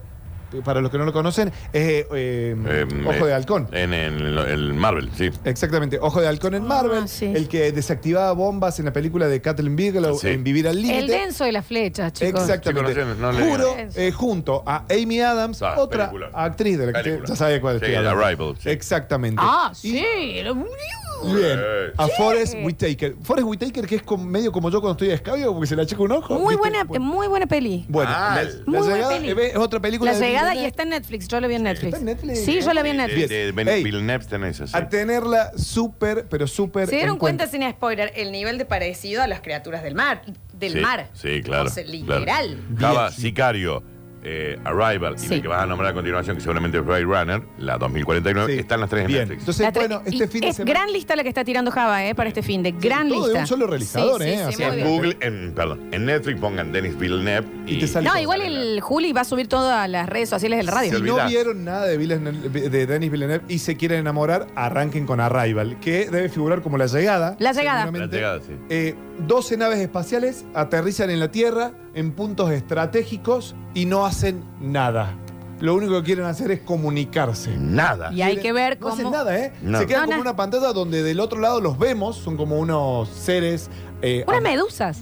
Speaker 6: para los que no lo conocen, es eh,
Speaker 5: Eh,
Speaker 6: Ojo de
Speaker 5: eh,
Speaker 6: Halcón.
Speaker 5: En, en lo- el Marvel, sí.
Speaker 6: Exactamente, Ojo de Halcón
Speaker 3: Ah,
Speaker 6: en Marvel, el que desactivaba bombas en la película de Kathleen Bigelow
Speaker 5: Sí.
Speaker 6: en Vivir al
Speaker 3: El
Speaker 6: Límite.
Speaker 3: denso de las flechas, chicos.
Speaker 6: Exactamente.
Speaker 5: Chicos, no- no le
Speaker 6: Juro,
Speaker 5: digan.
Speaker 6: eh, junto a Amy Adams, otra actriz de la que
Speaker 5: Película.
Speaker 6: ya sabe cuál es.
Speaker 5: Sí,
Speaker 6: estoy hablando.
Speaker 5: Arrival, sí.
Speaker 6: Exactamente.
Speaker 3: Ah, sí. lo-
Speaker 6: Bien. A
Speaker 3: Sí.
Speaker 6: Forrest Whitaker. Forrest Whitaker, que es con- medio como yo cuando estoy de escabio, porque se la checa un ojo.
Speaker 3: Muy
Speaker 6: ¿viste?
Speaker 3: buena, muy buena peli.
Speaker 6: Bueno,
Speaker 5: Ah,
Speaker 6: la,
Speaker 3: Muy
Speaker 6: la
Speaker 3: buena
Speaker 6: llegada
Speaker 3: peli.
Speaker 6: eh, ve, es otra película.
Speaker 3: La
Speaker 6: de
Speaker 3: llegada y
Speaker 6: Villeneuve.
Speaker 3: está en Netflix. Yo la vi en Netflix. Sí, yo la vi en
Speaker 5: De,
Speaker 3: Netflix.
Speaker 5: de Ben-
Speaker 6: Ey.
Speaker 5: Villeneuve está en esa, sí.
Speaker 6: A tenerla súper, pero súper.
Speaker 3: Se dieron
Speaker 6: en
Speaker 3: cuenta, sin spoiler, el nivel de parecido a las criaturas del mar. Del
Speaker 5: Sí,
Speaker 3: mar.
Speaker 5: Sí, claro.
Speaker 3: O sea,
Speaker 5: claro.
Speaker 3: literal.
Speaker 5: Java, Sicario, eh, Arrival y
Speaker 3: Sí.
Speaker 5: la que vas a nombrar a continuación, que seguramente es Blade Runner, la 2049, están las tres en Netflix.
Speaker 3: La tre-
Speaker 6: este
Speaker 3: y es gran lista la que está tirando Java, ¿eh? Para este fin de gran
Speaker 5: todo de
Speaker 3: lista.
Speaker 5: un solo
Speaker 3: Sí,
Speaker 6: ¿eh?
Speaker 3: sí, sí, muy
Speaker 5: en
Speaker 3: bien.
Speaker 5: Google, en, perdón, en Netflix pongan Dennis Villeneuve y,
Speaker 3: No, igual el Juli va a subir todas las redes sociales del radio.
Speaker 6: Si no vieron nada de, Villeneuve- de Denis Villeneuve y se quieren enamorar, arranquen con Arrival, que debe figurar como la llegada.
Speaker 3: La llegada.
Speaker 5: La
Speaker 6: seguramente.
Speaker 5: llegada, sí.
Speaker 6: Eh, 12 naves espaciales aterrizan en la Tierra en puntos estratégicos y no hacen nada. Lo único que quieren hacer es comunicarse.
Speaker 5: Nada.
Speaker 3: Y hay que ver
Speaker 6: No hacen
Speaker 3: cómo-
Speaker 6: nada, ¿eh?
Speaker 5: No.
Speaker 6: Se quedan
Speaker 3: No,
Speaker 6: como
Speaker 3: no.
Speaker 6: una pantalla donde del otro lado los vemos, son como unos seres. eh,
Speaker 3: Unas medusas.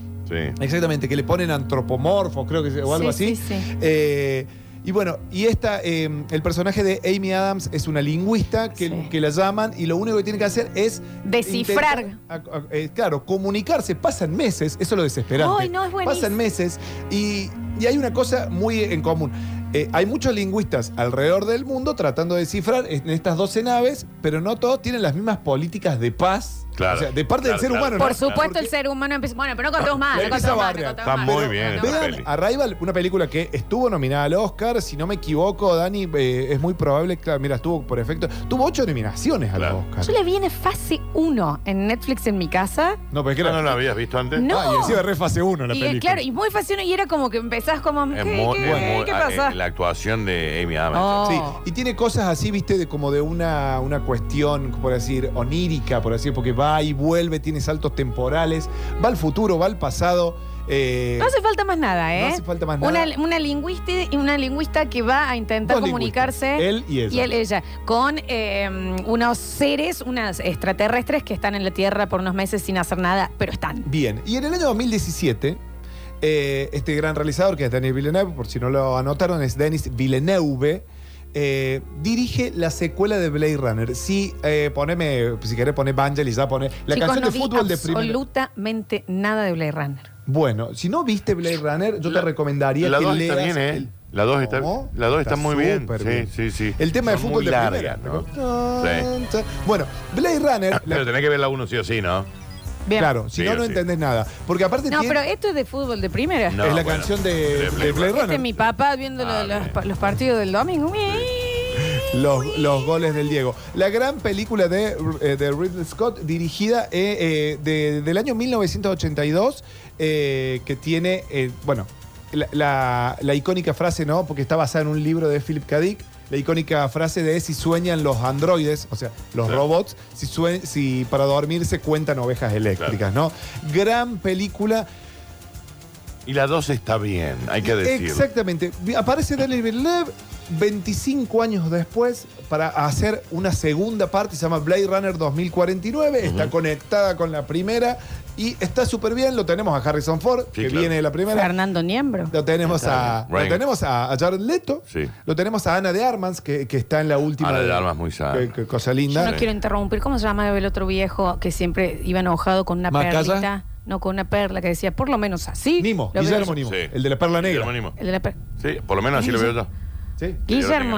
Speaker 6: Exactamente, que le ponen antropomorfos, creo que o algo
Speaker 3: Sí,
Speaker 6: así.
Speaker 3: sí, sí.
Speaker 6: Eh, y bueno, y esta, eh, el personaje de Amy Adams es una lingüista que, que la llaman y lo único que tiene que hacer es.
Speaker 3: Descifrar.
Speaker 6: intentar, a- a- eh, claro, comunicarse. Pasan meses, eso es lo desesperante.
Speaker 3: Ay, no, es buenísimo.
Speaker 6: Pasan meses y, y hay una cosa muy en común. Eh, hay muchos lingüistas alrededor del mundo tratando de descifrar en estas 12 naves, pero no todos tienen las mismas políticas de paz.
Speaker 5: Claro,
Speaker 6: o sea, de parte
Speaker 5: claro,
Speaker 6: del ser
Speaker 5: claro,
Speaker 6: humano.
Speaker 3: Por
Speaker 6: ¿no?
Speaker 3: supuesto, el ser humano empieza. Bueno, pero no contemos más.
Speaker 6: Le
Speaker 3: No
Speaker 6: empieza a
Speaker 3: contemos más. no
Speaker 6: barrear.
Speaker 3: contemos
Speaker 5: Está
Speaker 3: más.
Speaker 5: muy bien esta
Speaker 6: Vean,
Speaker 5: peli.
Speaker 6: Arrival, una película que estuvo nominada al Oscar, si no me equivoco, Dani, eh, es muy probable, claro, mira, estuvo por efecto, tuvo ocho nominaciones al Oscar.
Speaker 3: Yo le vi en fase 1 en Netflix en mi casa.
Speaker 6: No, pero es que
Speaker 5: no la habías visto antes?
Speaker 3: No.
Speaker 6: Ah, y encima re fase 1 la
Speaker 3: y eh,
Speaker 6: película.
Speaker 3: claro, y muy fácil y era como que empezás como. ¿Qué,
Speaker 5: Es muy-
Speaker 3: qué-
Speaker 5: es muy-
Speaker 3: qué
Speaker 5: ah,
Speaker 3: pasa?
Speaker 5: eh, La actuación de Amy Adams.
Speaker 3: Oh.
Speaker 6: Sí, y tiene cosas así, viste, de como de una, una cuestión, por decir, onírica, por decir, porque va y vuelve, tiene saltos temporales, va al futuro, va al pasado. eh,
Speaker 3: No hace falta más nada, ¿eh?
Speaker 6: no hace falta más
Speaker 3: Una,
Speaker 6: nada.
Speaker 3: una lingüista y una lingüista que va a intentar
Speaker 6: Dos
Speaker 3: comunicarse.
Speaker 6: lingüistas, él y ella.
Speaker 3: Y él, ella. Con eh, unos seres, unas extraterrestres que están en la Tierra por unos meses sin hacer nada, pero están.
Speaker 6: Bien, y en el año 2017, eh, este gran realizador, que es Denis Villeneuve, por si no lo anotaron, es Denis Villeneuve, eh, dirige la secuela de Blade Runner. Si, eh, poneme, si querés poner Vangelis, ya pone la
Speaker 3: Chicos,
Speaker 6: canción
Speaker 3: no
Speaker 6: de
Speaker 3: vi
Speaker 6: fútbol de primero.
Speaker 3: absolutamente nada de Blade Runner.
Speaker 6: Bueno, si no viste Blade Runner, yo te recomendaría
Speaker 5: La
Speaker 6: que
Speaker 5: 2
Speaker 6: leas
Speaker 5: está bien, ¿eh?
Speaker 6: el-
Speaker 5: La 2 está,
Speaker 6: ¿Cómo?
Speaker 5: la dos está,
Speaker 6: Está
Speaker 5: muy bien.
Speaker 6: súper
Speaker 5: Sí,
Speaker 6: bien.
Speaker 5: sí, sí.
Speaker 6: el tema de
Speaker 5: Son
Speaker 6: fútbol
Speaker 5: muy
Speaker 6: de
Speaker 5: largas,
Speaker 6: primera.
Speaker 5: ¿no? Sí.
Speaker 6: Bueno, Blade Runner, la-
Speaker 5: Pero tenés que ver la 1 sí o sí, ¿no?
Speaker 3: Bien.
Speaker 6: claro, si
Speaker 5: Sí
Speaker 6: no,
Speaker 5: o
Speaker 6: no
Speaker 5: sí.
Speaker 6: entendés nada. Porque aparte
Speaker 3: No,
Speaker 6: tiene-
Speaker 3: pero esto es de fútbol de primera.
Speaker 5: No,
Speaker 6: es la
Speaker 5: bueno, Ah,
Speaker 6: canción de, de Blade
Speaker 3: Este
Speaker 6: Runner.
Speaker 3: es mi papá viendo lo- los, pa- los partidos del domingo.
Speaker 6: los, los goles del Diego. La gran película de, eh, de Ridley Scott, dirigida eh, eh, de- del año 1982, eh, que tiene, eh, bueno, la, la- la icónica frase, ¿no? Porque está basada en un libro de Philip K. Dick. La icónica frase de si sueñan los androides, o sea, los robots, si, sue- si para dormirse cuentan ovejas eléctricas, ¿no? Gran película.
Speaker 21: Y la 2 está bien, hay que decirlo.
Speaker 6: Exactamente. Vi- Aparece Denis Villeneuve 25 años después para hacer una segunda parte, se llama Blade Runner 2049, está conectada con la primera y está súper bien, lo tenemos a Harrison Ford,
Speaker 3: Sí,
Speaker 6: que
Speaker 3: claro.
Speaker 6: viene de la primera.
Speaker 3: Fernando Niembro.
Speaker 6: Lo tenemos
Speaker 21: Está
Speaker 6: a
Speaker 21: bien.
Speaker 6: lo
Speaker 21: Right.
Speaker 6: tenemos a a Jared Leto,
Speaker 21: Sí.
Speaker 6: lo tenemos a Ana de Armas, que, que está en la última.
Speaker 21: Ana Ah, de Armas muy sana.
Speaker 6: Qué- qué cosa
Speaker 3: Yo
Speaker 6: linda.
Speaker 3: no quiero interrumpir. ¿Cómo se llama el otro viejo que siempre iba enojado con una
Speaker 6: ¿Macaya?
Speaker 3: perlita? No, con una perla que decía, por lo menos así.
Speaker 6: Nimo,
Speaker 3: lo veo
Speaker 6: Guillermo
Speaker 3: yo.
Speaker 6: Nimo, el de la perla negra.
Speaker 3: El de la per-
Speaker 21: Sí, por lo menos así lo veo yo.
Speaker 6: Sí.
Speaker 3: Guillermo.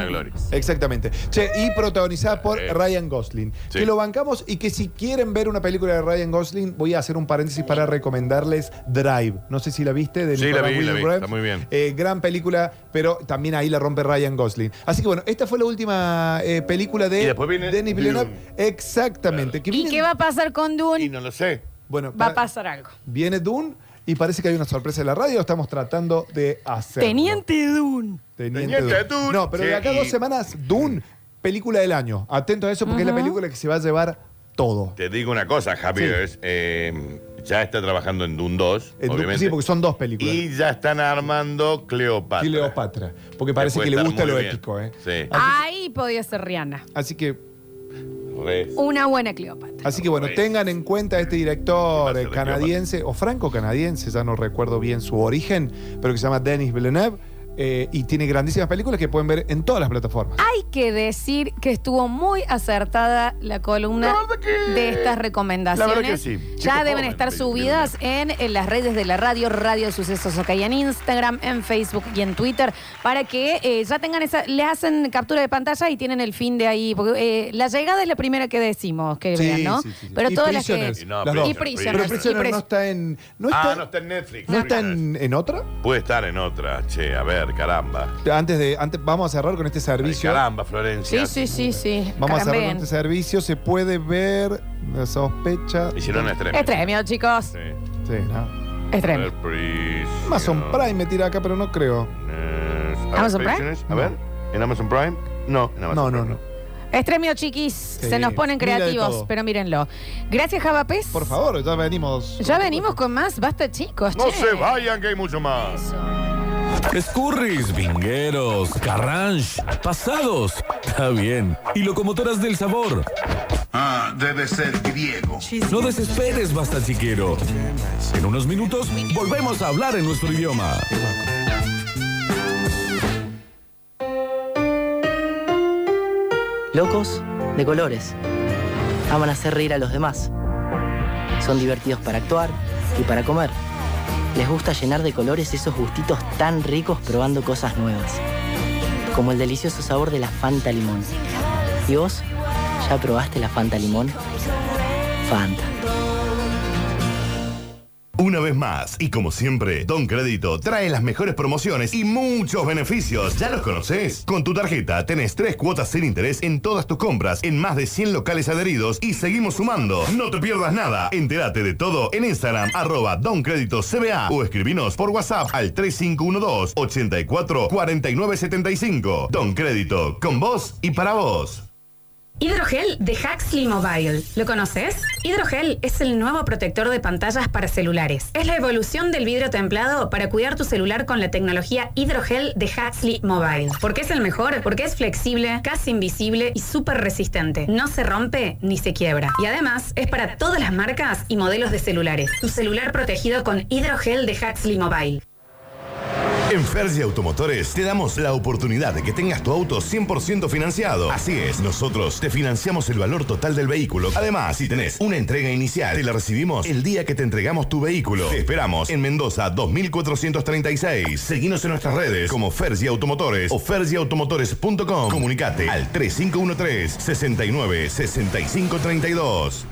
Speaker 6: Exactamente. Che, y protagonizada por
Speaker 21: Eh,
Speaker 6: Ryan Gosling. Que lo bancamos y que si quieren ver una película de Ryan Gosling, voy a hacer un paréntesis para recomendarles Drive. No sé si la viste de
Speaker 21: Sí, la
Speaker 6: Nicolas
Speaker 21: vi, la
Speaker 6: Winding
Speaker 21: vi,
Speaker 6: Refn.
Speaker 21: está muy bien.
Speaker 6: Eh, gran película, pero también ahí la rompe Ryan Gosling. Así que bueno, esta fue la última eh, película de Denis Villeneuve. Exactamente. Que
Speaker 3: ¿Y
Speaker 6: viene-
Speaker 3: qué va a pasar con Dune?
Speaker 21: no lo sé.
Speaker 6: Bueno,
Speaker 3: Va a
Speaker 6: para-
Speaker 3: pasar algo.
Speaker 6: viene Dune y parece que hay una sorpresa en la radio. Estamos tratando de hacer.
Speaker 3: Teniente Dune.
Speaker 6: Teniente,
Speaker 3: Teniente
Speaker 6: Dune.
Speaker 3: Dune.
Speaker 6: No, pero
Speaker 3: Sí,
Speaker 6: de acá
Speaker 3: y-
Speaker 6: dos semanas, Dune, película del año. Atento a eso porque es la
Speaker 21: Ujú.
Speaker 6: película que se va a llevar todo.
Speaker 21: Te digo una cosa, Javier. es, eh, ya está trabajando en Dune 2,
Speaker 6: En Dune,
Speaker 21: obviamente.
Speaker 6: sí, porque son dos películas.
Speaker 21: Y ya están armando Cleopatra.
Speaker 6: Cleopatra. Porque parece que le
Speaker 21: puede
Speaker 6: gusta
Speaker 21: estar muy
Speaker 6: lo
Speaker 21: bien.
Speaker 6: épico, ¿eh?
Speaker 21: Sí.
Speaker 3: Ahí podía ser Rihanna.
Speaker 6: Así que,
Speaker 21: Re.
Speaker 3: Una buena Cleopatra.
Speaker 6: así que bueno, tengan en cuenta a este director eh, canadiense o franco-canadiense, ya no recuerdo bien su origen, pero que se llama Denis Villeneuve eh, y tiene grandísimas películas que pueden ver en todas las plataformas.
Speaker 3: Hay que decir que estuvo muy acertada la columna de estas recomendaciones.
Speaker 6: La verdad que sí.
Speaker 3: Ya
Speaker 6: Chicos,
Speaker 3: deben
Speaker 6: comen,
Speaker 3: estar subidas en, en las redes de la radio, Radio Sucesos acá y en Instagram, en Facebook y en Twitter, para que eh, ya tengan esa, le hacen captura de pantalla y tienen el fin de ahí. Porque eh, la llegada es la primera que decimos que
Speaker 6: Sí,
Speaker 3: vean, ¿no?
Speaker 6: sí, sí, sí.
Speaker 3: Pero
Speaker 6: y
Speaker 3: todas las que.
Speaker 6: Prisoners, las
Speaker 3: y
Speaker 6: dos.
Speaker 3: Prisoners.
Speaker 6: Pero Prisoners
Speaker 3: y
Speaker 6: no
Speaker 3: Pris-
Speaker 6: está en. No está,
Speaker 21: Ah, no está en Netflix.
Speaker 6: ¿No está en, en otra?
Speaker 21: Puede estar en otra, che, a ver, caramba.
Speaker 6: Antes de. Antes, vamos a cerrar con este servicio.
Speaker 21: Caramba, Florencia.
Speaker 3: Sí, sí, sí, sí.
Speaker 6: Vamos a cerrar
Speaker 3: Carambén.
Speaker 6: con este servicio. Se puede ver. eh, Sospecha.
Speaker 21: Hicieron un estreno.
Speaker 3: Estremio, chicos.
Speaker 6: Sí, ¿no?
Speaker 3: Estremio.
Speaker 6: Amazon Prime me tira acá, pero no creo.
Speaker 3: ¿Amazon Prime?
Speaker 21: Prisoners, A ver, ¿en Amazon Prime? No, en Amazon
Speaker 6: No,
Speaker 21: Prime.
Speaker 6: no,
Speaker 3: Estremio, chiquis.
Speaker 6: Sí.
Speaker 3: Se nos ponen
Speaker 6: Mira de
Speaker 3: creativos,
Speaker 6: todo.
Speaker 3: pero mírenlo. Gracias, Javapés.
Speaker 6: Por favor, ya venimos.
Speaker 3: Ya venimos con más. Basta, chicos.
Speaker 21: No
Speaker 3: che.
Speaker 21: se vayan, que hay mucho más.
Speaker 19: Escurris, vingueros, carranche, pasados, está bien, y locomotoras del sabor. Ah, debe ser griego. No desesperes, basta chiquero. En unos minutos volvemos a hablar en nuestro idioma.
Speaker 22: Locos de colores. Aman hacer reír a los demás. Son divertidos para actuar y para comer. Les gusta llenar de colores esos gustitos tan ricos probando cosas nuevas. Como el delicioso sabor de la Fanta Limón. ¿Y vos? ¿Ya probaste la Fanta Limón? Fanta.
Speaker 5: Una vez más, y como siempre, Don Crédito trae las mejores promociones y muchos beneficios. ¿Ya los conoces? Con tu tarjeta tenés tres cuotas sin interés en todas tus compras en más de 100 locales adheridos y seguimos sumando. No te pierdas nada. Entérate de todo en Instagram, arroba Don Crédito CBA o escribinos por WhatsApp al 3512-844975. Don Crédito, con vos y para vos.
Speaker 23: Hidrogel de Huxley Mobile. ¿Lo conoces? Hidrogel es el nuevo protector de pantallas para celulares. Es la evolución del vidrio templado para cuidar tu celular con la tecnología hidrogel de Huxley Mobile. ¿Por qué es el mejor? Porque es flexible, casi invisible y súper resistente. No se rompe ni se quiebra. Y además es para todas las marcas y modelos de celulares. Tu celular protegido con hidrogel de Huxley Mobile.
Speaker 5: En Fergie Automotores te damos la oportunidad de que tengas tu auto 100% financiado. Así es, nosotros te financiamos el valor total del vehículo. Además, si tenés una entrega inicial, te la recibimos el día que te entregamos tu vehículo. Te esperamos en Mendoza 2436. Seguinos en nuestras redes como Fergie Automotores o fergieautomotores.com. Comunicate al 3513 69 65 32.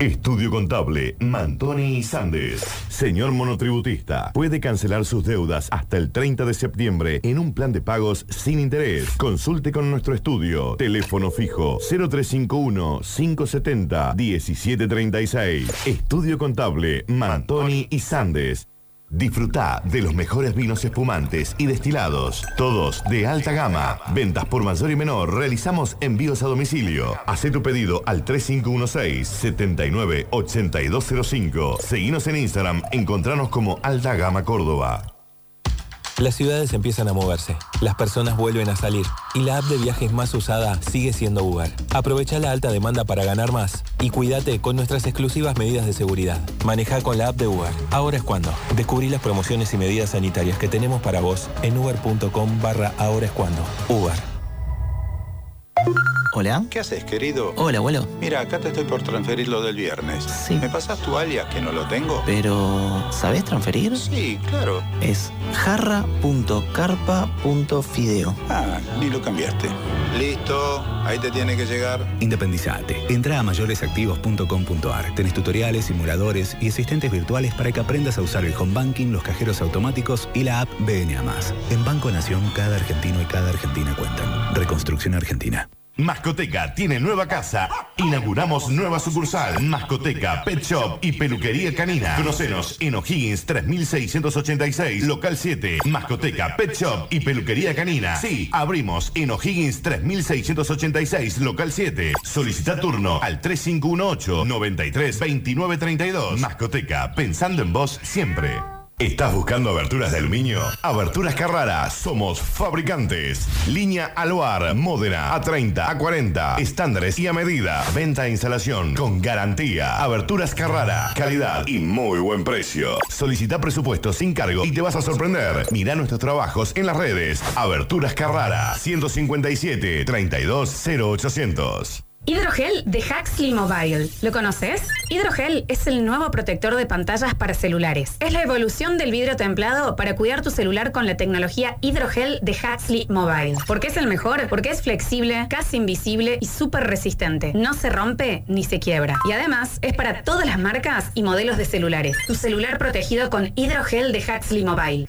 Speaker 5: Estudio Contable, Mantoni y Sandes. Señor monotributista, puede cancelar sus deudas hasta el 30 de septiembre en un plan de pagos sin interés. Consulte con nuestro estudio. Teléfono fijo 0351-570-1736. Estudio Contable, Mantoni y Sandes. Disfruta de los mejores vinos espumantes y destilados, todos de alta gama. Ventas por mayor y menor, realizamos envíos a domicilio. Hacé tu pedido al 3516-798205. Seguinos en Instagram, encontranos como Alta Gama Córdoba.
Speaker 14: Las ciudades empiezan a moverse, las personas vuelven a salir y la app de viajes más usada sigue siendo Uber. Aprovecha la alta demanda para ganar más y cuídate con nuestras exclusivas medidas de seguridad. Maneja con la app de Uber. Ahora es cuando. Descubrí las promociones y medidas sanitarias que tenemos para vos en uber.com barra ahora es cuando. Uber.
Speaker 24: Hola.
Speaker 10: ¿Qué haces, querido?
Speaker 24: Hola, abuelo.
Speaker 10: Mira, acá te estoy por transferir lo del viernes.
Speaker 24: Sí.
Speaker 10: ¿Me pasas tu alias que no lo tengo?
Speaker 24: Pero, ¿sabés transferir?
Speaker 10: Sí, claro.
Speaker 24: Es jarra.carpa.fideo.
Speaker 10: Ah, ni lo cambiaste. Listo, ahí te tiene que llegar.
Speaker 9: Independizate. Entra a mayoresactivos.com.ar. Tenés tutoriales, simuladores y asistentes virtuales para que aprendas a usar el home banking, los cajeros automáticos y la app BNA+. En Banco Nación, cada argentino y cada argentina cuentan. Reconstrucción Argentina.
Speaker 5: Mascoteca tiene nueva casa. Inauguramos nueva sucursal. Mascoteca, Pet Shop y Peluquería Canina. Conocenos en O'Higgins 3686, local 7. Mascoteca, Pet Shop y Peluquería Canina. Sí, abrimos en O'Higgins 3686, local 7. Solicita turno al 3518 93 29 32. Mascoteca, pensando en vos siempre. ¿Estás buscando aberturas de aluminio? Aberturas Carrara, somos fabricantes. Línea Aluar, Módena, A30, A40, estándares y a medida. Venta e instalación con garantía. Aberturas Carrara, calidad y muy buen precio. Solicita presupuesto sin cargo y te vas a sorprender. Mira nuestros trabajos en las redes. Aberturas Carrara, 157 32 0800.
Speaker 3: Hidrogel de Huxley Mobile. ¿Lo conoces? Hidrogel es el nuevo protector de pantallas para celulares. Es la evolución del vidrio templado para cuidar tu celular con la tecnología hidrogel de Huxley Mobile. ¿Por qué es el mejor? Porque es flexible, casi invisible y súper resistente. No se rompe ni se quiebra. Y además es para todas las marcas y modelos de celulares. Tu celular protegido con hidrogel de Huxley Mobile.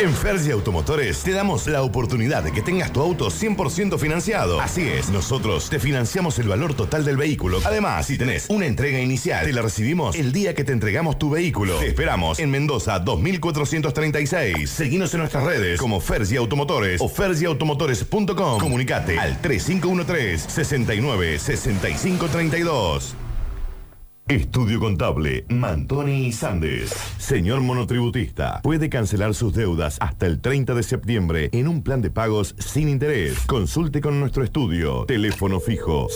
Speaker 5: En Fergie Automotores te damos la oportunidad de que tengas tu auto 100% financiado. Así es, nosotros te financiamos el valor total del vehículo. Además, si tenés una entrega inicial, te la recibimos el día que te entregamos tu vehículo. Te esperamos en Mendoza 2436. Seguinos en nuestras redes como Fergie Automotores o fergieautomotores.com. Comunicate al 3513 69 65 32. Estudio Contable, Mantoni y Sandes. Señor monotributista, puede cancelar sus deudas hasta el 30 de septiembre en un plan de pagos sin interés. Consulte con nuestro estudio. Teléfono fijo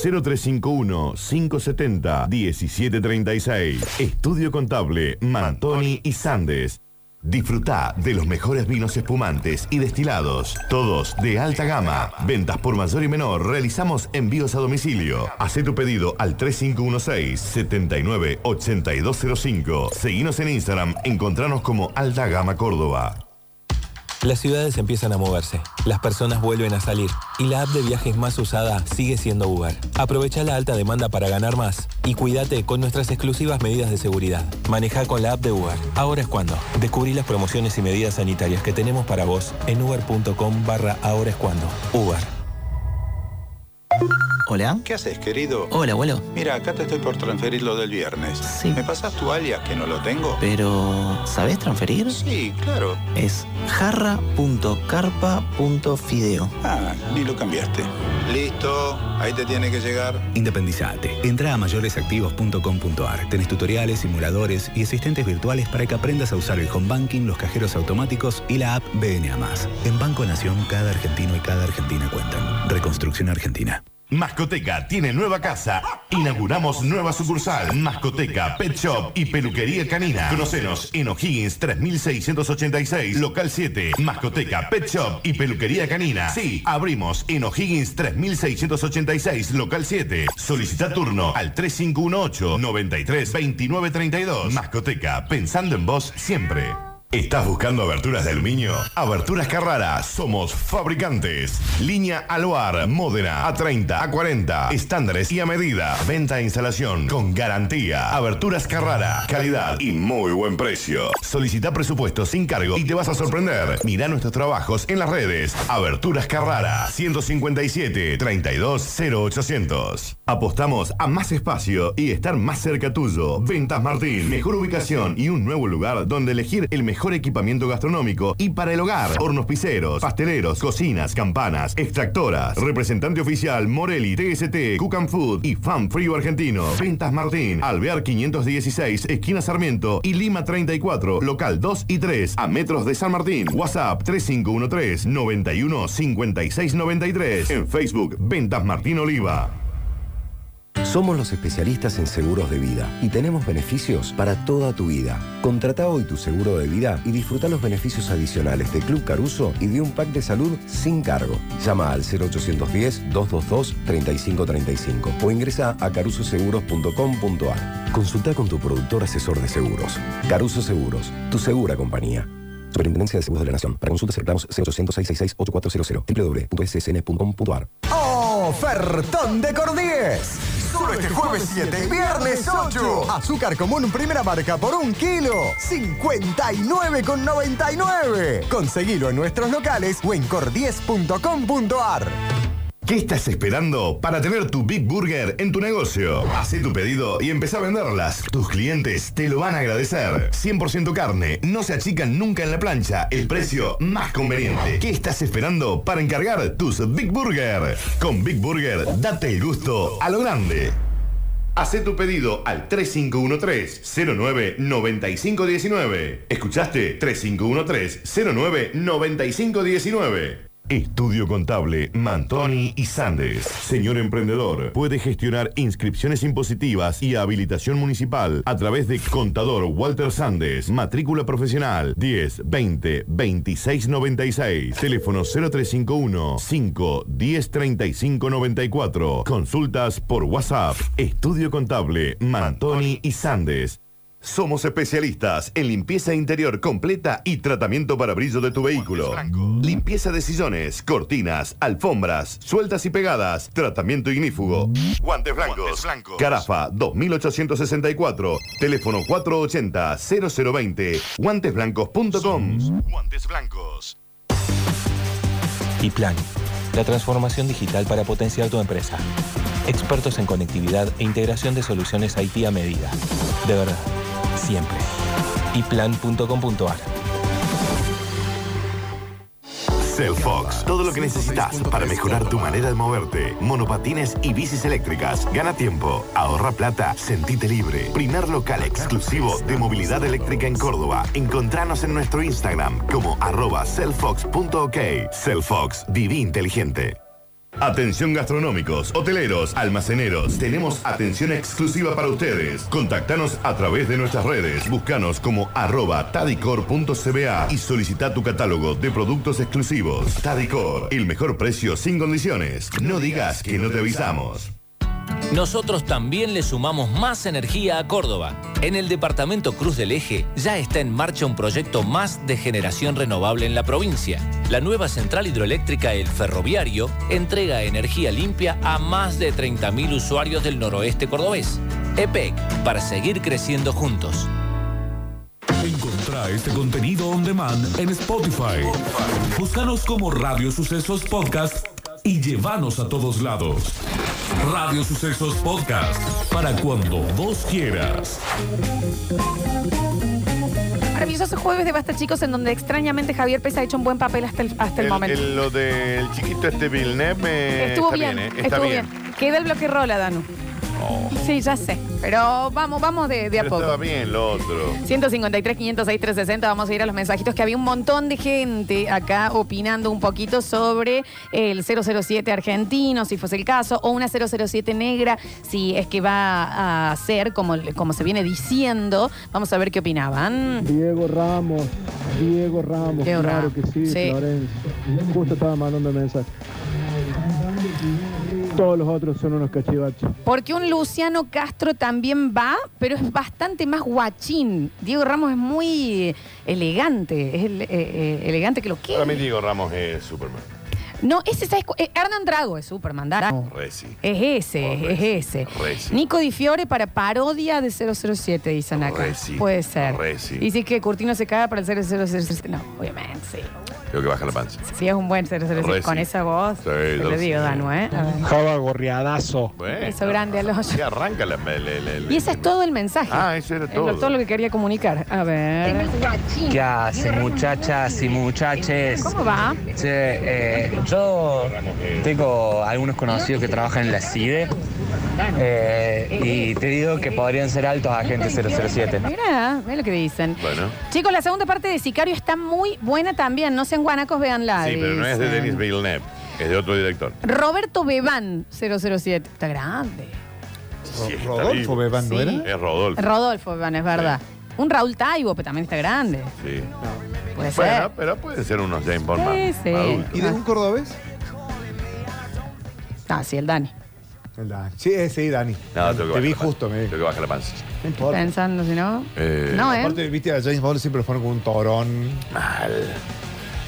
Speaker 5: 0351-570-1736. Estudio Contable, Mantoni y Sandes. Disfruta de los mejores vinos espumantes y destilados, todos de alta gama. Ventas por mayor y menor, realizamos envíos a domicilio. Hacé tu pedido al 3516-798205. Seguinos en Instagram, encontranos como Alta Gama Córdoba.
Speaker 14: Las ciudades empiezan a moverse, las personas vuelven a salir y la app de viajes más usada sigue siendo Uber. Aprovecha la alta demanda para ganar más y cuídate con nuestras exclusivas medidas de seguridad. Maneja con la app de Uber. Ahora es cuando. Descubrí las promociones y medidas sanitarias que tenemos para vos en uber.com barra ahora es cuando. Uber.
Speaker 24: Hola.
Speaker 10: ¿Qué haces, querido?
Speaker 24: Hola, abuelo.
Speaker 10: Mira, acá te estoy por transferir lo del viernes.
Speaker 24: Sí.
Speaker 10: ¿Me pasas tu alias que no lo tengo?
Speaker 24: Pero, ¿sabés transferir?
Speaker 10: Sí, claro.
Speaker 24: Es jarra.carpa.fideo.
Speaker 10: Ah, ni lo cambiaste. Listo, ahí te tiene que llegar.
Speaker 9: Independizate. Entra a mayoresactivos.com.ar. Tenés tutoriales, simuladores y asistentes virtuales para que aprendas a usar el home banking, los cajeros automáticos y la app BNA+. En Banco Nación, cada argentino y cada argentina cuentan. Reconstrucción Argentina.
Speaker 5: Mascoteca tiene nueva casa. Inauguramos nueva sucursal. Mascoteca, Pet Shop y Peluquería Canina. Conocenos en O'Higgins 3686, local 7. Mascoteca, Pet Shop y Peluquería Canina. Sí, abrimos en O'Higgins 3686, local 7. Solicita turno al 3518 93 29 32. Mascoteca, pensando en vos siempre. ¿Estás buscando aberturas de aluminio? Aberturas Carrara, somos fabricantes. Línea Alvar, Módena, A30, A40, estándares y a medida. Venta e instalación con garantía. Aberturas Carrara, calidad y muy buen precio. Solicita presupuesto sin cargo y te vas a sorprender. Mira nuestros trabajos en las redes. Aberturas Carrara, 157 32 0800. Apostamos a más espacio y estar más cerca tuyo. Ventas Martín, mejor ubicación y un nuevo lugar donde elegir el mejor equipamiento gastronómico y para el hogar. Hornos piseros, pasteleros, cocinas, campanas, extractoras. Representante oficial Morelli, TST, Cook and Food y Fan Frío Argentino. Ventas Martín, Alvear 516, esquina Sarmiento y Lima 34, local 2 y 3, a metros de San Martín. WhatsApp 3513 91 56 93. En Facebook, Ventas Martín Oliva.
Speaker 15: Somos los especialistas en seguros de vida y tenemos beneficios para toda tu vida. Contrata hoy tu seguro de vida y disfruta los beneficios adicionales de Club Caruso y de un pack de salud sin cargo. Llama al 0810-222-3535 o ingresa a carusoseguros.com.ar. Consulta con tu productor asesor de seguros. Caruso Seguros, tu segura compañía. Superintendencia de Seguros de la Nación. Para consultas reclamos 0800 666 8400 www.ssn.com.ar
Speaker 12: Ofertón de Cordíes. Solo este jueves 7 y viernes 8. Azúcar común primera marca por un kilo. 59,99. Conseguilo en nuestros locales o en cordies.com.ar.
Speaker 5: ¿Qué estás esperando para tener tu Big Burger en tu negocio? Hacé tu pedido y empezá a venderlas. Tus clientes te lo van a agradecer. 100% carne, no se achican nunca en la plancha. El precio más conveniente. ¿Qué estás esperando para encargar tus Big Burger? Con Big Burger, date el gusto a lo grande. Hacé tu pedido al 3513-099519. ¿Escuchaste? 3513-099519. Estudio Contable Mantoni y Sandes. Señor emprendedor, puede gestionar inscripciones impositivas y habilitación municipal a través de Contador Walter Sandes, matrícula profesional 10 20 26 96, teléfono 0351 5 10 35 94. Consultas por WhatsApp. Estudio Contable Mantoni y Sandes. Somos especialistas en limpieza interior completa y tratamiento para brillo de tu vehículo. Limpieza de sillones, cortinas, alfombras, sueltas y pegadas, tratamiento ignífugo. Guantes blancos. Carafa 2864, teléfono 480-0020, guantesblancos.com. Guantes blancos.
Speaker 14: Y Plan, la transformación digital para potenciar tu empresa. Expertos en conectividad e integración de soluciones IT a medida. De verdad, siempre. yplan.com.ar
Speaker 5: Cellfox, todo lo que necesitas para mejorar tu manera de moverte. Monopatines y bicis eléctricas. Gana tiempo, ahorra plata, sentite libre. Primer local exclusivo de movilidad eléctrica en Córdoba. Encontranos en nuestro Instagram como arroba cellfox.ok. Cellfox, viví inteligente. Atención gastronómicos, hoteleros, almaceneros. Tenemos atención exclusiva para ustedes. Contactanos a través de nuestras redes. Búscanos como arroba tadicor.cba y solicita tu catálogo de productos exclusivos. Tadicor, el mejor precio sin condiciones. No digas que no te avisamos.
Speaker 1: Nosotros también le sumamos más energía a Córdoba. En el departamento Cruz del Eje ya está en marcha un proyecto más de generación renovable en la provincia. La nueva central hidroeléctrica El Ferroviario entrega energía limpia a más de 30.000 usuarios del noroeste cordobés. E EPEC, para seguir creciendo juntos.
Speaker 19: Encontrá este contenido on demand en Spotify. Búscanos como Radio Sucesos Podcast y llévanos a todos lados. Radio Sucesos Podcast, para cuando vos quieras.
Speaker 3: Maravilloso jueves de Basta Chicos en donde extrañamente Javier Pesa ha hecho un buen papel hasta el, hasta el, este momento.
Speaker 25: El- lo del chiquito este Villeneuve eh,
Speaker 3: estuvo
Speaker 25: está
Speaker 3: bien,
Speaker 25: bien, eh, está
Speaker 3: estuvo
Speaker 25: bien. Oh.
Speaker 3: bien. Queda el bloque rola, Danu. Sí, ya sé. Pero vamos, vamos de, de a
Speaker 25: Pero
Speaker 3: poco.
Speaker 25: estaba bien lo otro.
Speaker 3: 153, 506, 360. Vamos a ir a los mensajitos que había un montón de gente acá opinando un poquito sobre el 007 argentino, si fuese el caso, o una 007 negra, si es que va a ser como, como se viene diciendo. Vamos a ver qué opinaban.
Speaker 2: Diego Ramos, Diego Ramos,
Speaker 3: Mm. Diego
Speaker 2: claro
Speaker 3: Ramos,
Speaker 2: que sí,
Speaker 3: sí.
Speaker 2: Florencia. Justo estaba mandando mensaje.
Speaker 26: Todos los otros son unos cachivaches.
Speaker 3: Porque un Luciano Castro también va, pero es bastante más guachín. Diego Ramos es muy elegante, es el- eh, eh, elegante que lo que.
Speaker 5: Para mí Diego Ramos es Superman.
Speaker 3: No, ese ¿sabes cu- eh, Hernán Drago es Superman. Drago.
Speaker 5: Re sí.
Speaker 3: Es
Speaker 5: Oh,
Speaker 3: ese, es ese.
Speaker 5: Re sí.
Speaker 3: Nico Di Fiore para parodia de 007, dicen acá.
Speaker 5: Re sí.
Speaker 3: Puede ser.
Speaker 5: Re sí.
Speaker 3: Y si es que Curtino se caga para el 007. No, obviamente, sí.
Speaker 5: Creo que baja la panza.
Speaker 3: Si es un buen
Speaker 5: Re
Speaker 3: 007 con
Speaker 5: sí.
Speaker 3: esa voz.
Speaker 5: Sí,
Speaker 3: te
Speaker 5: lo
Speaker 3: lo digo,
Speaker 5: sé.
Speaker 3: Danu, ¿eh? A ver.
Speaker 26: Java gorriadazo.
Speaker 5: Bueno.
Speaker 3: Eso grande al hoyo.
Speaker 5: Sí, arranca la... la- la- la-
Speaker 3: Y ese es todo el mensaje.
Speaker 5: Ah, eso era
Speaker 3: Es
Speaker 5: todo.
Speaker 3: lo- todo lo que quería comunicar. A ver.
Speaker 27: ¿Qué hacen muchachas y muchaches?
Speaker 3: ¿Cómo va?
Speaker 27: Che, eh, yo tengo algunos conocidos que trabajan en la CIDE E, eh, y te digo que podrían ser altos agentes 007.
Speaker 3: Mira, ve lo que dicen.
Speaker 27: Bueno.
Speaker 3: Chicos, la segunda parte de Sicario está muy buena también. No sean guanacos, véanla.
Speaker 5: Sí, pero no es de
Speaker 3: dicen.
Speaker 5: Denis Villeneuve, es de otro director.
Speaker 3: Roberto Bebán, 007. Está grande.
Speaker 5: ¿Rodolfo
Speaker 6: Bebán
Speaker 5: no era? Es Rodolfo.
Speaker 3: Rodolfo Bebán, es verdad. Un Raúl Taibo, pero también está grande.
Speaker 5: Sí.
Speaker 3: Puede
Speaker 5: bueno,
Speaker 3: ser.
Speaker 5: pero pueden ser unos James Bond más-
Speaker 3: Sí, sí.
Speaker 5: más adultos.
Speaker 3: ¿Y de un
Speaker 6: cordobés?
Speaker 3: Ah, sí, el Dani.
Speaker 6: El Dani. Sí, eh, sí, Dani.
Speaker 5: No, tengo que
Speaker 6: Te vi
Speaker 5: justo, me Tengo que bajar la panza.
Speaker 6: No importa.
Speaker 3: Pensando, si no. No, ¿eh?
Speaker 6: Aparte, viste, a James Bond siempre lo ponen con un torón.
Speaker 5: Mal.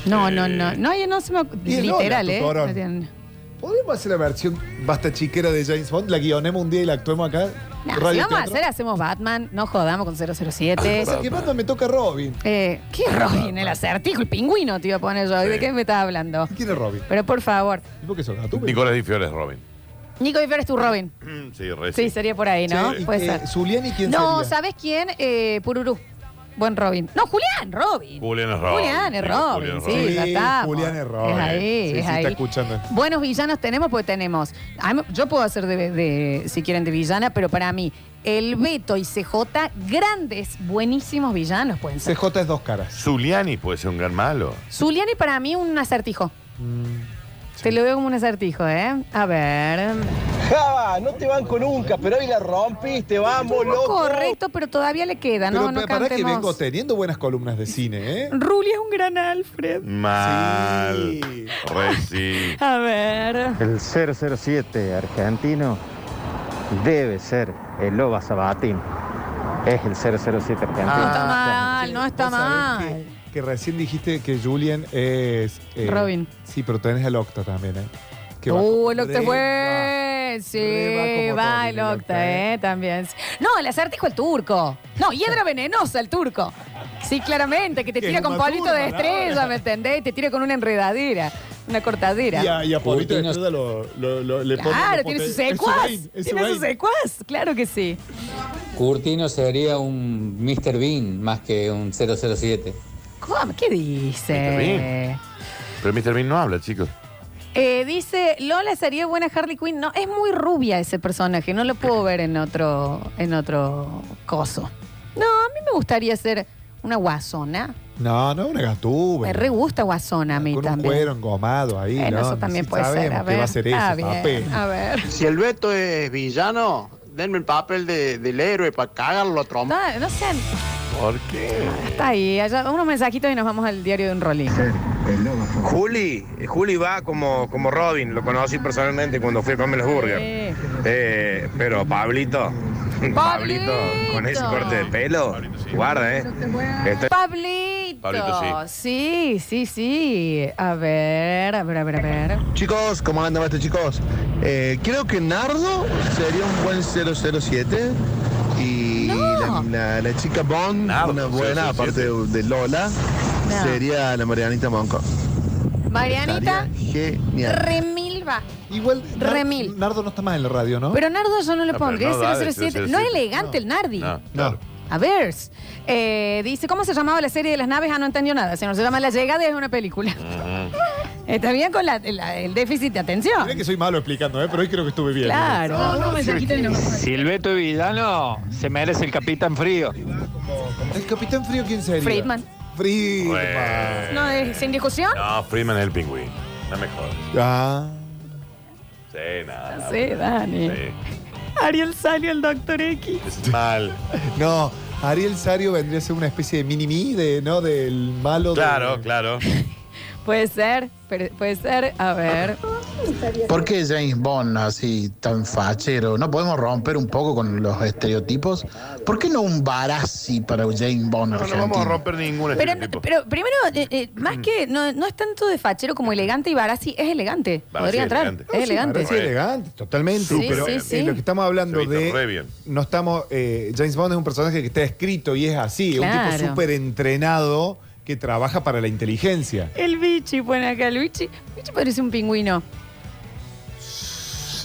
Speaker 3: No, no, no.
Speaker 5: Eh.
Speaker 3: No, yo no se me. ocu-
Speaker 6: Y el
Speaker 3: Literal,
Speaker 6: Lola, tu
Speaker 3: ¿eh?
Speaker 6: torón.
Speaker 3: No tienen-
Speaker 6: ¿Podemos hacer la versión basta chiquera de James Bond? La guionemos un día y la actuemos acá.
Speaker 3: Nah, si
Speaker 6: Radio
Speaker 3: vamos a
Speaker 6: teatro.
Speaker 3: hacer, hacemos Batman. No jodamos con 007.
Speaker 6: Pasa que Batman me toca Robin.
Speaker 3: Eh, ¿Qué Robin? El acertijo, el pingüino te iba a poner yo. ¿De
Speaker 5: Sí.
Speaker 3: qué me estás hablando?
Speaker 6: ¿Quién es Robin?
Speaker 3: Pero por favor.
Speaker 6: ¿Y por qué son?
Speaker 5: Nicolás Di Fiore es Robin.
Speaker 3: Nico Ifer es tu Robin.
Speaker 5: Mm, Sí, re
Speaker 3: Sí, sería por ahí, ¿no?
Speaker 6: Che, ¿y,
Speaker 3: Puede
Speaker 6: eh,
Speaker 3: ser.
Speaker 6: ¿Zuliani quién
Speaker 3: no,
Speaker 6: sería?
Speaker 3: ¿sabes quién? Eh, Pururú. Buen Robin. No, Julián, Robin.
Speaker 5: Julián es Robin.
Speaker 3: Julián es
Speaker 5: Sí,
Speaker 3: Robin, sí,
Speaker 5: Robin.
Speaker 3: ya está.
Speaker 6: Julián es Robin.
Speaker 3: Es ahí,
Speaker 6: Sí, sí,
Speaker 3: es
Speaker 6: está
Speaker 3: ahí.
Speaker 6: escuchando.
Speaker 3: Buenos villanos tenemos porque tenemos. a mí- Yo puedo hacer de, de- si quieren, de villana, pero para mí, el Beto y CJ, grandes, buenísimos villanos pueden ser.
Speaker 6: CJ es dos caras.
Speaker 5: Zuliani puede ser un gran malo.
Speaker 3: Zuliani para mí un acertijo.
Speaker 6: Mm,
Speaker 3: Te lo veo como un acertijo, ¿eh? A ver.
Speaker 6: Ah,
Speaker 28: Java, no te banco nunca, pero hoy la rompiste, vamos, loco.
Speaker 3: Correcto, pero todavía le queda, ¿no?
Speaker 6: Pero
Speaker 3: no
Speaker 6: pa- para que
Speaker 3: cantemos.
Speaker 6: vengo teniendo buenas columnas de cine, ¿eh?
Speaker 3: Ruli es un gran Alfred.
Speaker 5: Mal. Re sí.
Speaker 3: A ver.
Speaker 29: El 007 argentino debe ser el Loba Sabatín. Es el 007 argentino.
Speaker 30: Ah.
Speaker 3: No está mal, no está mal.
Speaker 6: Que recién dijiste que Julian es. eh,
Speaker 3: Robin.
Speaker 6: Sí, pero tenés al Octa también, ¿eh? Que va
Speaker 3: Uh,
Speaker 6: como-
Speaker 3: el Octa
Speaker 6: Re-
Speaker 3: fue. Sí,
Speaker 6: re va como
Speaker 3: va
Speaker 6: Robin
Speaker 3: el
Speaker 6: el
Speaker 3: Octa, ¿eh? También. No, el acertijo el turco. No, hiedra venenosa el turco. Sí, claramente, que te
Speaker 6: Que
Speaker 3: tira
Speaker 6: es
Speaker 3: con
Speaker 6: una
Speaker 3: polito
Speaker 6: turba,
Speaker 3: de
Speaker 6: ¿no?
Speaker 3: estrella, ¿me entendés? Te tira con una enredadera, una cortadera.
Speaker 6: Y a, y a Pablito de Estrada lo, lo- lo- le ponen-
Speaker 3: Claro,
Speaker 6: le
Speaker 3: tiene
Speaker 6: ponen-
Speaker 3: su
Speaker 6: es
Speaker 3: secuaz.
Speaker 6: Bane, es
Speaker 3: Tiene su
Speaker 6: Bane.
Speaker 3: secuaz, claro que sí.
Speaker 30: Curtino sería un Mr. Bean más que un 007.
Speaker 3: ¿Cómo? ¿Qué
Speaker 5: Mr.
Speaker 3: dice?
Speaker 5: Bean. Pero Mr. Bean no habla, chicos.
Speaker 3: Eh, dice, Lola sería buena Harley Quinn. No, es muy rubia ese personaje, no lo puedo ver en otro, en otro coso. No, a mí me gustaría ser una guasona.
Speaker 6: No, no, una gatúbela.
Speaker 3: Me re gusta guasona a mí
Speaker 6: Uh, Con un
Speaker 3: también.
Speaker 6: cuero engomado ahí,
Speaker 3: Bueno,
Speaker 6: ¿no?
Speaker 3: eso también
Speaker 6: Sí
Speaker 3: puede ser,
Speaker 6: sabemos
Speaker 3: a
Speaker 6: que
Speaker 3: ver.
Speaker 6: va a ser eso,
Speaker 3: Ah, bien,
Speaker 6: papel.
Speaker 3: a ver.
Speaker 28: Si el Beto es villano, denme el papel de- del héroe para cagarlo a trompa.
Speaker 3: No, no sean,
Speaker 5: ¿Por qué?
Speaker 3: está ahí, allá, unos mensajitos y nos vamos al diario de un rolín.
Speaker 2: Juli, Juli va como, como Robin, lo conocí personalmente cuando fui a comer los burgers. Eh, pero Pablito, Pablito, con ese corte de pelo, guarda, eh. Está-
Speaker 3: Pablito.
Speaker 2: Pablito,
Speaker 3: Oh, sí. Sí, sí, A ver, a ver, a ver, a ver.
Speaker 31: Chicos, ¿cómo andan estos chicos? Eh, creo que Nardo sería un buen 007 y la, la- la chica Bond, una buena, aparte de, de Lola, sería la Marianita Monco.
Speaker 3: Marianita,
Speaker 31: Genial.
Speaker 3: remilva.
Speaker 6: Igual,
Speaker 3: Re
Speaker 6: Nar-
Speaker 3: mil.
Speaker 6: Nardo no está más en la radio, ¿no?
Speaker 3: Pero Nardo yo no le
Speaker 6: No,
Speaker 3: pondría
Speaker 6: pero no da de
Speaker 3: 007. No
Speaker 6: 007.
Speaker 3: es elegante el Nardi.
Speaker 6: No.
Speaker 3: A ver. eh, dice, ¿cómo se llamaba la serie de las naves? Ah, no entendió nada. Señor, se llama La Llegada y es una película.
Speaker 6: Mm.
Speaker 3: Está bien con la- la- el déficit de atención.
Speaker 6: Mirá que soy malo explicando, ¿eh? Pero hoy creo que estuve bien.
Speaker 3: Claro. No, no, mensajito y no.
Speaker 28: Silveto Villano se merece el Capitán Frío.
Speaker 6: ¿El Capitán Frío quién sería?
Speaker 3: Friedman.
Speaker 5: Re-
Speaker 3: No, es sin discusión.
Speaker 5: No, Freeman es el pingüino. No me jodas.
Speaker 6: Ah.
Speaker 5: Sí, nada.
Speaker 3: No sé, Dani. Ariel salió el Doctor X.
Speaker 5: Mal.
Speaker 6: No, Ariel Sario vendría a ser una especie de mini-mi, de, ¿no? Del malo.
Speaker 5: Claro, claro.
Speaker 3: Puede ser, pero- puede ser. A ver.
Speaker 2: ¿Por qué James Bond así tan fachero? ¿No podemos romper un poco con los estereotipos? ¿Por qué no un Barassi para James Bond
Speaker 5: No, no
Speaker 2: argentino?
Speaker 5: vamos a romper ningún
Speaker 3: Pero,
Speaker 5: estereotipo.
Speaker 3: pero primero, eh, eh, más que no, no es tanto de fachero como elegante y Barassi es elegante. Podría entrar.
Speaker 6: No,
Speaker 3: Es
Speaker 6: sí,
Speaker 3: elegante.
Speaker 6: parece elegante, totalmente.
Speaker 3: Sí,
Speaker 6: pero
Speaker 3: sí,
Speaker 6: eh,
Speaker 3: sí.
Speaker 6: lo que estamos hablando
Speaker 5: Se viste re
Speaker 6: de.
Speaker 5: bien.
Speaker 6: No estamos. eh, James Bond es un personaje que está escrito y es así. es Un
Speaker 3: Claro.
Speaker 6: tipo súper entrenado que trabaja para la inteligencia.
Speaker 3: El bichi, pone acá el bichi. El bichi parece un pingüino.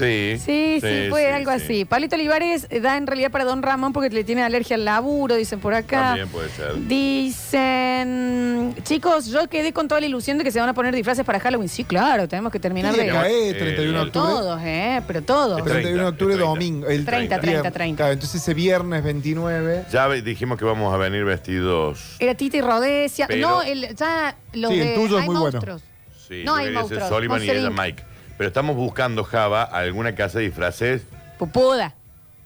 Speaker 5: Sí.
Speaker 3: Sí, sí, puede algo así. Pablito Olivares eh, da en realidad para Don Ramón porque le tiene alergia al laburo, dicen por acá.
Speaker 5: También puede ser.
Speaker 3: Dicen, chicos, yo quedé con toda la ilusión de que se van a poner disfraces para Halloween. Sí, claro, tenemos que eh, terminar
Speaker 6: Sí,
Speaker 3: de...
Speaker 6: cae 31 de octubre.
Speaker 3: Todos, ¿eh? Pero todos.
Speaker 6: El 31 de octubre, domingo. El
Speaker 3: 30, 30, 30.
Speaker 6: Claro, entonces ese viernes 29.
Speaker 5: Ya ve- dijimos que vamos a venir vestidos.
Speaker 3: Era Titi Rodesia.
Speaker 5: Pero-
Speaker 3: no, el, ya los
Speaker 5: Sí, el
Speaker 3: de...
Speaker 5: tuyo es
Speaker 3: hay
Speaker 5: muy bueno.
Speaker 3: monstruos.
Speaker 5: Sí,
Speaker 3: No,
Speaker 5: yo
Speaker 3: hay
Speaker 5: quería ser
Speaker 3: monstruos,
Speaker 5: Soliman y
Speaker 3: Monster
Speaker 5: ella
Speaker 3: Inc.
Speaker 5: Mike. Pero estamos buscando, Java, alguna casa de disfraces
Speaker 3: Pupuda.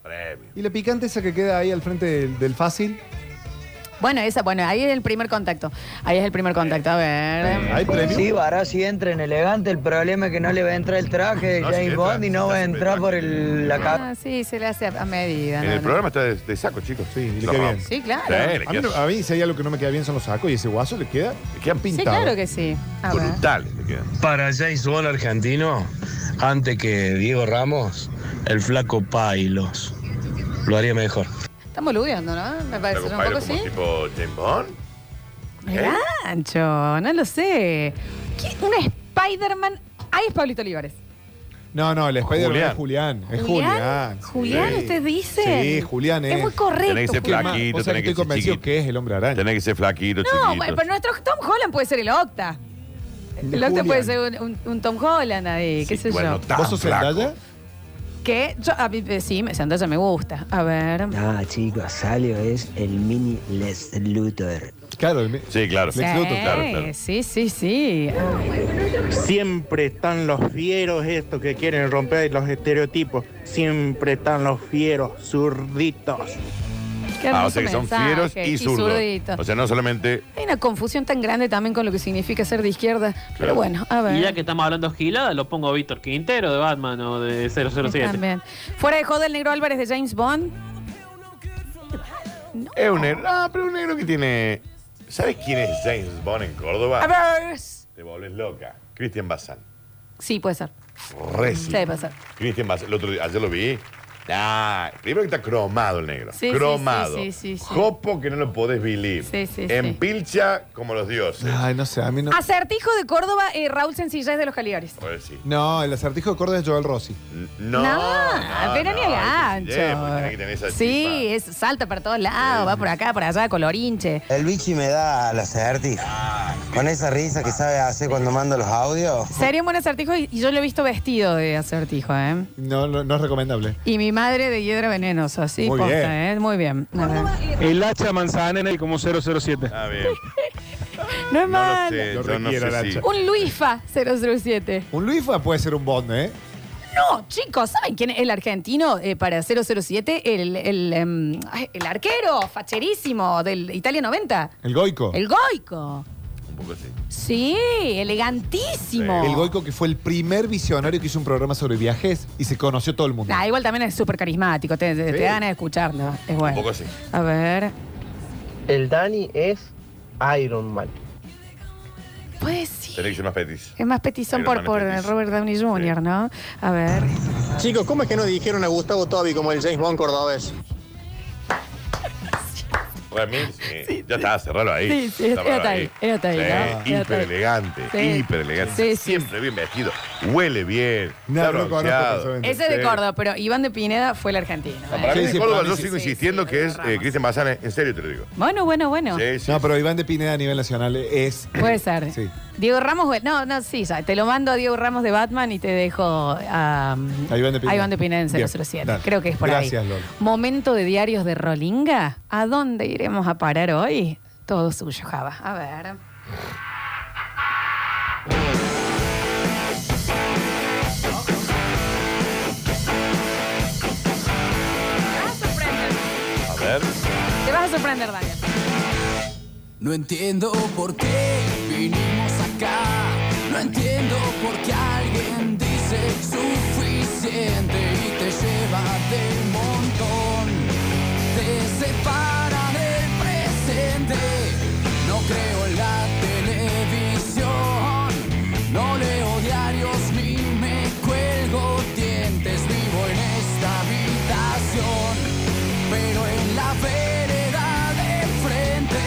Speaker 5: premio.
Speaker 6: ¿Y la picante esa que queda ahí al frente del, del fácil?
Speaker 3: Bueno, esa, bueno, ahí es el primer contacto. Ahí es el primer contacto. A ver.
Speaker 32: Sí, Barassi entra en elegante. El problema es que no le va a entrar el traje de
Speaker 5: No, sí
Speaker 32: James
Speaker 5: entra,
Speaker 32: Bond y no va a entrar por el, la capa.
Speaker 3: Ah, sí, se le hace a, a medida.
Speaker 5: En
Speaker 3: no,
Speaker 5: el
Speaker 3: no.
Speaker 5: programa está de, de saco, chicos. Sí,
Speaker 6: le queda bien.
Speaker 3: Sí, claro.
Speaker 6: a, mí, no- a mí si hay algo que no me queda bien son los sacos y ese guaso le queda, le
Speaker 5: quedan
Speaker 3: Sí,
Speaker 6: pintados.
Speaker 3: claro que sí. A ver.
Speaker 33: Para James Bond argentino, antes que Diego Ramos, el flaco Pailos. Lo haría mejor.
Speaker 3: Estamos ludeando, ¿no? Me parece ¿no? un poco sí.
Speaker 5: tipo ¿ah? James Bond? ¿eh?
Speaker 3: Gancho, no lo sé. ¿Qué- Un Spider-Man. Ahí es Pablito Olivares.
Speaker 6: No, no, el Spider-Man
Speaker 5: Julián.
Speaker 6: es Julián. Es
Speaker 3: ¿Julián?
Speaker 6: Julián.
Speaker 3: Julián,
Speaker 6: Sí.
Speaker 3: usted dice.
Speaker 6: Sí, Eh, Julián es.
Speaker 3: Es muy correcto.
Speaker 5: Tenés que ser
Speaker 3: Julián.
Speaker 5: flaquito,
Speaker 6: O sea,
Speaker 5: tenés
Speaker 6: estoy
Speaker 5: que ser
Speaker 6: convencido
Speaker 5: chiquito. que
Speaker 6: es el hombre araña.
Speaker 5: Tenés que ser flaquito,
Speaker 3: No,
Speaker 5: chiquito.
Speaker 3: pero nuestro Tom Holland puede ser el Octa. El Octa
Speaker 5: Julián.
Speaker 3: puede ser un, un- un Tom Holland ahí, qué sé
Speaker 5: bueno,
Speaker 3: yo.
Speaker 5: tan
Speaker 6: ¿Vos sos
Speaker 5: flaco.
Speaker 6: Zendaya?
Speaker 3: Que yo, a mí, eh, sí, me- Zendaya me gusta. A ver.
Speaker 34: No, Ah, chicos, Salio es el mini Les Luthor.
Speaker 6: Claro,
Speaker 5: Sí, claro.
Speaker 3: Sí, sí, sí, sí.
Speaker 35: Siempre están los fieros estos que quieren romper los estereotipos. Siempre están los fieros zurditos.
Speaker 3: Qué
Speaker 5: Ah, o
Speaker 3: hermoso
Speaker 5: sea que son
Speaker 3: mensaje.
Speaker 5: fieros y zurdos.
Speaker 3: zurdito.
Speaker 5: O sea, no solamente.
Speaker 3: Hay una confusión tan grande también con lo que significa ser de izquierda. Pero bueno, a ver.
Speaker 36: Y ya que estamos hablando gilada, lo pongo a Víctor Quintero de Batman o de 007.
Speaker 3: También. Fuera de joda el negro Álvarez de James Bond.
Speaker 5: Es un negro. Ah, pero un negro que tiene. ¿Sabes quién es James Bond en Córdoba?
Speaker 3: A ver.
Speaker 5: Te volvés loca. Cristian Bazán.
Speaker 3: Sí, puede ser.
Speaker 5: Re
Speaker 3: Sí,
Speaker 5: sí.
Speaker 3: puede ser.
Speaker 5: Cristian Bazán. El otro día, ayer lo vi. Nah, primero que está cromado el negro.
Speaker 3: Sí, sí,
Speaker 5: cromado.
Speaker 3: sí, sí, sí, sí.
Speaker 5: Jopo que no lo podés vivir.
Speaker 3: Sí, sí, sí.
Speaker 5: en pilcha como los dioses.
Speaker 6: Ay, no sé, a mí no.
Speaker 3: Acertijo de Córdoba, eh, Raúl Sencillez de los Caligares.
Speaker 5: A ver si.
Speaker 6: No, el acertijo de Córdoba es Joel Rossi.
Speaker 5: No.
Speaker 3: Ah, pero ni a gancho. Sí, es salta para todos lados, va por acá, por allá, colorinche.
Speaker 37: El bichi me da la acertijo. Con esa risa que sabe hacer cuando mando los audios.
Speaker 3: Sería un buen acertijo y y yo lo he visto vestido de acertijo, ¿eh?
Speaker 6: No, no, no es recomendable.
Speaker 3: Y mi madre de hiedra venenosa, sí,
Speaker 6: Muy
Speaker 3: posta,
Speaker 6: bien.
Speaker 3: ¿eh? Muy bien. A ver.
Speaker 38: El hacha manzana y como 007.
Speaker 5: Ah, bien.
Speaker 3: No es malo.
Speaker 6: Lo
Speaker 5: yo no
Speaker 6: requiero,
Speaker 5: sé
Speaker 6: Nacho.
Speaker 3: Un Luifa 007.
Speaker 6: Un Luifa puede ser un Bond, ¿eh?
Speaker 3: No, chicos, ¿saben quién es el argentino eh, para 007? El, el, em, ay, el arquero facherísimo del Italia 90.
Speaker 6: El Goico.
Speaker 3: El Goico.
Speaker 5: Un poco así.
Speaker 3: Sí, elegantísimo.
Speaker 6: El Goico que fue el primer visionario que hizo un programa sobre viajes y se conoció todo el mundo.
Speaker 3: Nah, Ah, igual también es súper carismático, te, te- te
Speaker 6: Sí.
Speaker 3: dan a escucharlo. Es bueno.
Speaker 6: poco sí.
Speaker 3: A ver.
Speaker 39: El Dani es Iron Man.
Speaker 3: Pues sí.
Speaker 5: Tenés que ser más petis.
Speaker 3: Es más petizón
Speaker 39: Iron
Speaker 3: por,
Speaker 39: Man
Speaker 3: por Robert Downey Jr., ¿no? A ver.
Speaker 39: Chicos, ¿cómo es que no dijeron a Gustavo Tobi como el James Bond cordobés?
Speaker 5: Bueno, a mí, sí. Ya está, cerralo ahí.
Speaker 3: Sí, sí, era
Speaker 5: Cerralo
Speaker 3: ahí, era ahí,
Speaker 5: Sí,
Speaker 3: ¿no? Era
Speaker 5: Hiper
Speaker 3: ahí.
Speaker 5: elegante,
Speaker 3: Sí.
Speaker 5: hiper elegante. Siempre bien vestido. Huele bien.
Speaker 6: No,
Speaker 5: está
Speaker 6: no conozco
Speaker 5: bronceado.
Speaker 6: personalmente.
Speaker 3: Ese es de
Speaker 5: Sí.
Speaker 3: Córdoba, pero Iván de Pineda fue el argentino. ¿eh?
Speaker 5: No, para
Speaker 6: Sí,
Speaker 5: mí,
Speaker 6: sí,
Speaker 5: Córdoba,
Speaker 6: para mí
Speaker 5: yo
Speaker 6: sí.
Speaker 5: sigo insistiendo que es eh, Cristian Bazán. En serio te lo digo.
Speaker 3: Bueno, bueno, bueno.
Speaker 6: no, pero Iván de Pineda a nivel nacional es.
Speaker 3: Puede ser. ¿eh?
Speaker 6: Sí.
Speaker 3: Diego Ramos, güey, no, no, sí, ya, te lo mando a Diego Ramos de Batman y te dejo a, um,
Speaker 6: A Iván de Pineda.
Speaker 3: a Iván de Pineda en
Speaker 6: Bien,
Speaker 3: 007.
Speaker 6: dale.
Speaker 3: Creo que es por
Speaker 6: Gracias,
Speaker 3: ahí.
Speaker 6: Lola.
Speaker 3: Momento de diarios de Rolinga. ¿A dónde iremos a parar hoy? Todo suyo, Java. A ver.
Speaker 5: A ver.
Speaker 3: Te vas a sorprender, Daniel.
Speaker 40: No entiendo por qué vinimos acá.
Speaker 2: entiendo por qué alguien dice suficiente y te lleva del montón. Te separa del presente. No creo en la televisión. No leo diarios ni me cuelgo dientes. Vivo en esta habitación. Pero en la vereda de frente.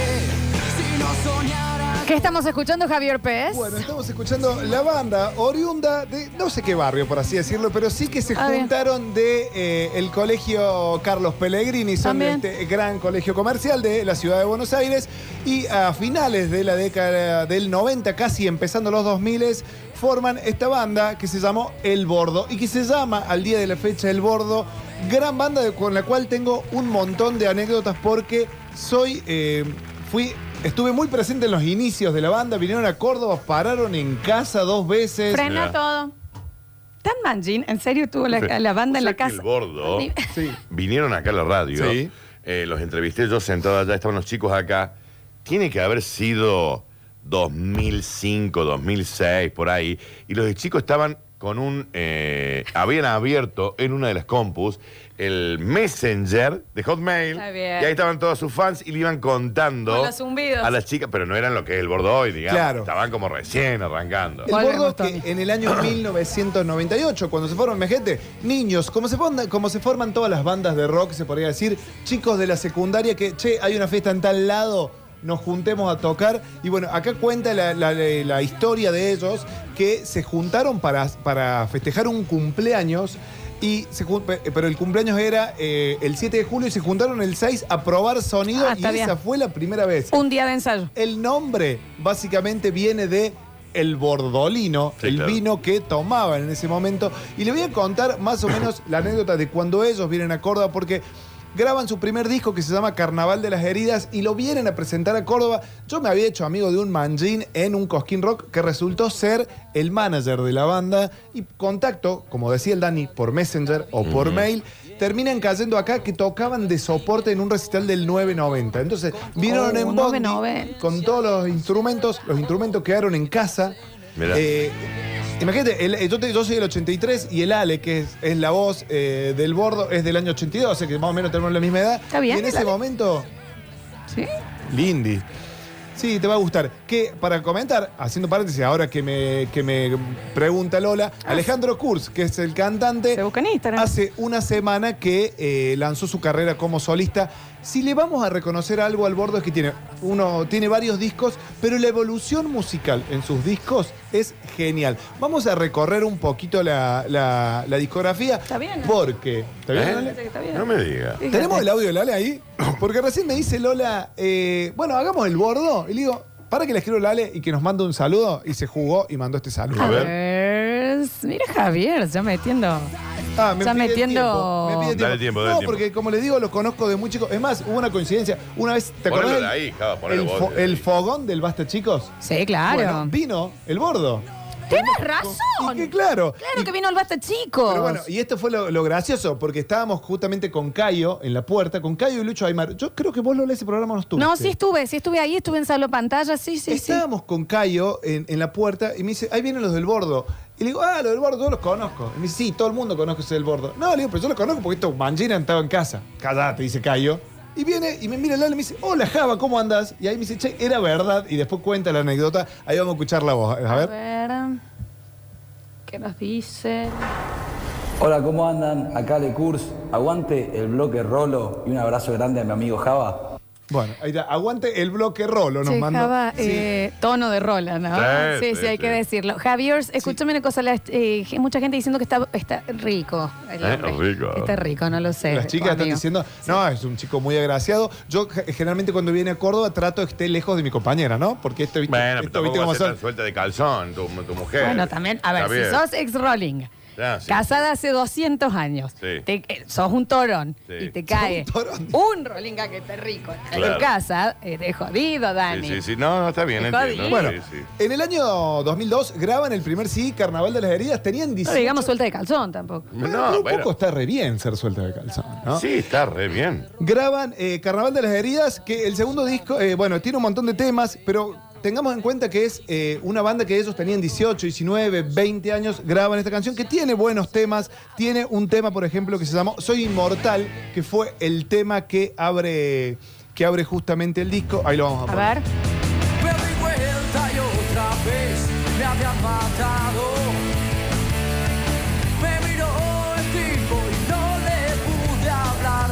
Speaker 2: Si no soñara.
Speaker 8: ¿Qué estamos escuchando, Javier Pérez?
Speaker 6: Bueno, estamos escuchando la banda oriunda de no sé qué barrio, por así decirlo, pero sí que se
Speaker 8: Ah, bien.
Speaker 6: juntaron de eh, el colegio Carlos Pellegrini, son de
Speaker 8: También.
Speaker 6: este gran colegio comercial de la ciudad de Buenos Aires, y a finales de la década del 90, casi empezando los 2000, forman esta banda que se llamó El Bordo y que se llama al día de la fecha El Bordo, gran banda de- con la cual tengo un montón de anécdotas porque soy... eh, fui Estuve muy presente en los inicios de la banda, vinieron a Córdoba, pararon en casa dos veces.
Speaker 8: Frenó todo. ¿Tan manjín? ¿En serio tuvo la, la banda en la casa?
Speaker 5: El bordo.
Speaker 8: Sí.
Speaker 5: Vinieron acá a la radio. eh, los entrevisté yo sentado allá, estaban los chicos acá. Tiene que haber sido 2005, 2006, por ahí. Y los chicos estaban con un... eh, habían abierto en una de las compus el Messenger de Hotmail.
Speaker 8: Está
Speaker 5: Y
Speaker 8: bien.
Speaker 5: ahí estaban todos sus fans y le iban contando
Speaker 8: Con los zumbidos.
Speaker 5: a las chicas, pero no eran lo que es el bordo hoy, digamos.
Speaker 6: Claro.
Speaker 5: Estaban como recién arrancando.
Speaker 6: El gordo que en el año 1998, cuando se forman, gente, niños, como se, fonda- como se forman todas las bandas de rock, se podría decir, chicos de la secundaria que, che, hay una fiesta en tal lado, nos juntemos a tocar. Y bueno, acá cuenta la, la- la- la historia de ellos que se juntaron para, para festejar un cumpleaños. Y se jun- pe- pero el cumpleaños era eh, el 7 de julio y se juntaron el 6 a probar sonido
Speaker 8: Ah,
Speaker 6: y
Speaker 8: está
Speaker 6: esa
Speaker 8: bien.
Speaker 6: fue la primera vez.
Speaker 8: Un día de ensayo.
Speaker 6: El nombre básicamente viene de el bordolino, el
Speaker 5: claro.
Speaker 6: vino que tomaban en ese momento. Y le voy a contar más o menos la anécdota de cuando ellos vienen a Córdoba, porque graban su primer disco que se llama Carnaval de las Heridas y lo vienen a presentar a Córdoba. Yo me había hecho amigo de un manjín en un cosquín rock que resultó ser el manager de la banda y contacto, como decía el Dani, por Messenger o por
Speaker 5: Ujú.
Speaker 6: mail. Terminan cayendo acá que tocaban de soporte en un recital del 990. Entonces, Vinieron
Speaker 8: Oh,
Speaker 6: en
Speaker 8: no me
Speaker 6: bondi
Speaker 8: no ven.
Speaker 6: con todos los instrumentos. Los instrumentos quedaron en casa.
Speaker 5: Mirá.
Speaker 6: Eh, imagínate, el- eh, yo, te- yo soy del 83 y el Ale, que es, es la voz eh, del bordo, es del año 82, o sea que más o menos tenemos la misma edad.
Speaker 8: Está bien,
Speaker 6: Y en
Speaker 8: el
Speaker 6: ese
Speaker 8: Ale.
Speaker 6: momento...
Speaker 8: ¿Sí?
Speaker 6: Lindy. Sí, te va a gustar. Que para comentar, haciendo paréntesis, ahora que me, que me pregunta Lola,
Speaker 8: Ah.
Speaker 6: Alejandro Kurz, que es el cantante, hace una semana que eh, lanzó su carrera como solista. Si le vamos a reconocer algo al bordo es que tiene, uno, tiene varios discos, pero la evolución musical en sus discos es genial. Vamos a recorrer un poquito la, la- la discografía. Está
Speaker 8: bien.
Speaker 6: Porque. ¿Está bien,
Speaker 5: ¿Eh?
Speaker 6: Ale?
Speaker 8: Está bien.
Speaker 5: No me digas.
Speaker 6: ¿Tenemos el audio de Lale ahí? Porque recién me dice Lola, eh, bueno, hagamos el bordo. Y le digo, para que le escribo a Lale y que nos mande un saludo. Y se jugó y mandó este saludo.
Speaker 8: A ver. Mira, Javier, ya metiendo.
Speaker 6: Ah, me
Speaker 8: ya
Speaker 6: pide
Speaker 8: metiendo.
Speaker 6: tiempo, me pide tiempo.
Speaker 5: Dale tiempo, dale
Speaker 6: no,
Speaker 5: tiempo.
Speaker 6: porque como les digo, los conozco de muy chicos. Es más, hubo una coincidencia. Una vez, ¿te
Speaker 5: Ponelo
Speaker 6: acordás?
Speaker 5: de ahí, Java, ponelo
Speaker 6: el,
Speaker 5: vos
Speaker 6: fo-
Speaker 5: de
Speaker 6: el fogón del Basta, chicos.
Speaker 8: Sí, claro.
Speaker 6: Bueno, vino el bordo.
Speaker 8: Tienes razón.
Speaker 6: Y que claro.
Speaker 8: Claro que vino el basta chico.
Speaker 6: Pero bueno, y esto fue lo, lo gracioso, porque estábamos justamente con Cayo en la puerta, con Cayo y Lucho Aymar. Yo creo que vos, Lola, ese programa no estuviste.
Speaker 8: no, sí estuve, sí estuve ahí, estuve en Salo Pantalla, sí, sí, sí.
Speaker 6: Estábamos con Cayo en, en la puerta y me dice, ahí vienen los del bordo. Y le digo, ah, los del bordo, yo los conozco. Y me dice, sí, todo el mundo conoce ese del bordo. No, le digo, pero yo los conozco porque estos manginas han estado en casa. Callate, dice Cayo. Y viene y me mira al lado y me dice, hola Java, ¿cómo andás? Y ahí me dice, che, era verdad. Y después cuenta la anécdota. Ahí vamos a escuchar la voz. A
Speaker 8: A
Speaker 6: ver.
Speaker 8: ver. ¿Qué nos dice?
Speaker 9: Hola, ¿cómo andan? Acá Le Curs. Aguante el bloque Rolo y un abrazo grande a mi amigo Java.
Speaker 6: Bueno, ahí está. Aguante el bloque rolo, nos
Speaker 8: Che,
Speaker 6: mandó.
Speaker 8: Java,
Speaker 6: Sí.
Speaker 8: eh, tono de rola, ¿no?
Speaker 6: Sí,
Speaker 8: Sí, sí,
Speaker 6: sí,
Speaker 8: hay
Speaker 6: sí.
Speaker 8: que decirlo. Javier, escúchame una cosa. la- eh, mucha gente diciendo que está, está rico. el
Speaker 6: Eh,
Speaker 8: hombre.
Speaker 6: rico.
Speaker 8: Está rico, no lo sé.
Speaker 6: Las chicas están
Speaker 8: amigo.
Speaker 6: diciendo, no, es un chico muy agraciado. Yo ge- generalmente cuando viene a Córdoba trato que esté lejos de mi compañera, ¿no? Porque esto, viste,
Speaker 5: Bueno, pero
Speaker 6: esto,
Speaker 5: tampoco
Speaker 6: viste
Speaker 5: va
Speaker 6: cómo
Speaker 5: a ser
Speaker 6: son.
Speaker 5: tan suelta de calzón tu, tu mujer.
Speaker 8: Bueno, también, a ver,
Speaker 5: Está
Speaker 8: si
Speaker 5: bien.
Speaker 8: sos ex-rolling,
Speaker 5: Ya, sí.
Speaker 8: casada hace 200 años,
Speaker 5: Sí.
Speaker 8: te- eh, sos un torón
Speaker 5: Sí.
Speaker 8: y te cae un rolinga que esté rico en
Speaker 5: Claro.
Speaker 8: tu casa, eres jodido, Dani.
Speaker 5: Sí, sí, sí. No, no, está bien,
Speaker 8: Te
Speaker 5: entiendo.
Speaker 8: jodí.
Speaker 5: Bueno.
Speaker 6: Bueno. En el año 2002 graban el primer CD, Carnaval de las Heridas, tenían
Speaker 8: No
Speaker 6: 18...
Speaker 8: le digamos suelta de calzón tampoco.
Speaker 6: Pero un poco está re bien ser suelta de calzón, ¿no?
Speaker 5: Sí, está re bien.
Speaker 6: Graban eh, Carnaval de las Heridas, que el segundo disco, eh, bueno, tiene un montón de temas, pero tengamos en cuenta que es eh, una banda que ellos tenían 18, 19, 20 años, graban esta canción, que tiene buenos temas. Tiene un tema, por ejemplo, que se llamó Soy Inmortal, que fue el tema que abre, que abre justamente el disco. Ahí lo vamos a
Speaker 12: A
Speaker 6: poner.
Speaker 12: ver.
Speaker 2: Me doy vuelta y otra vez me habían matado. Me miró el tipo y no le pude hablar.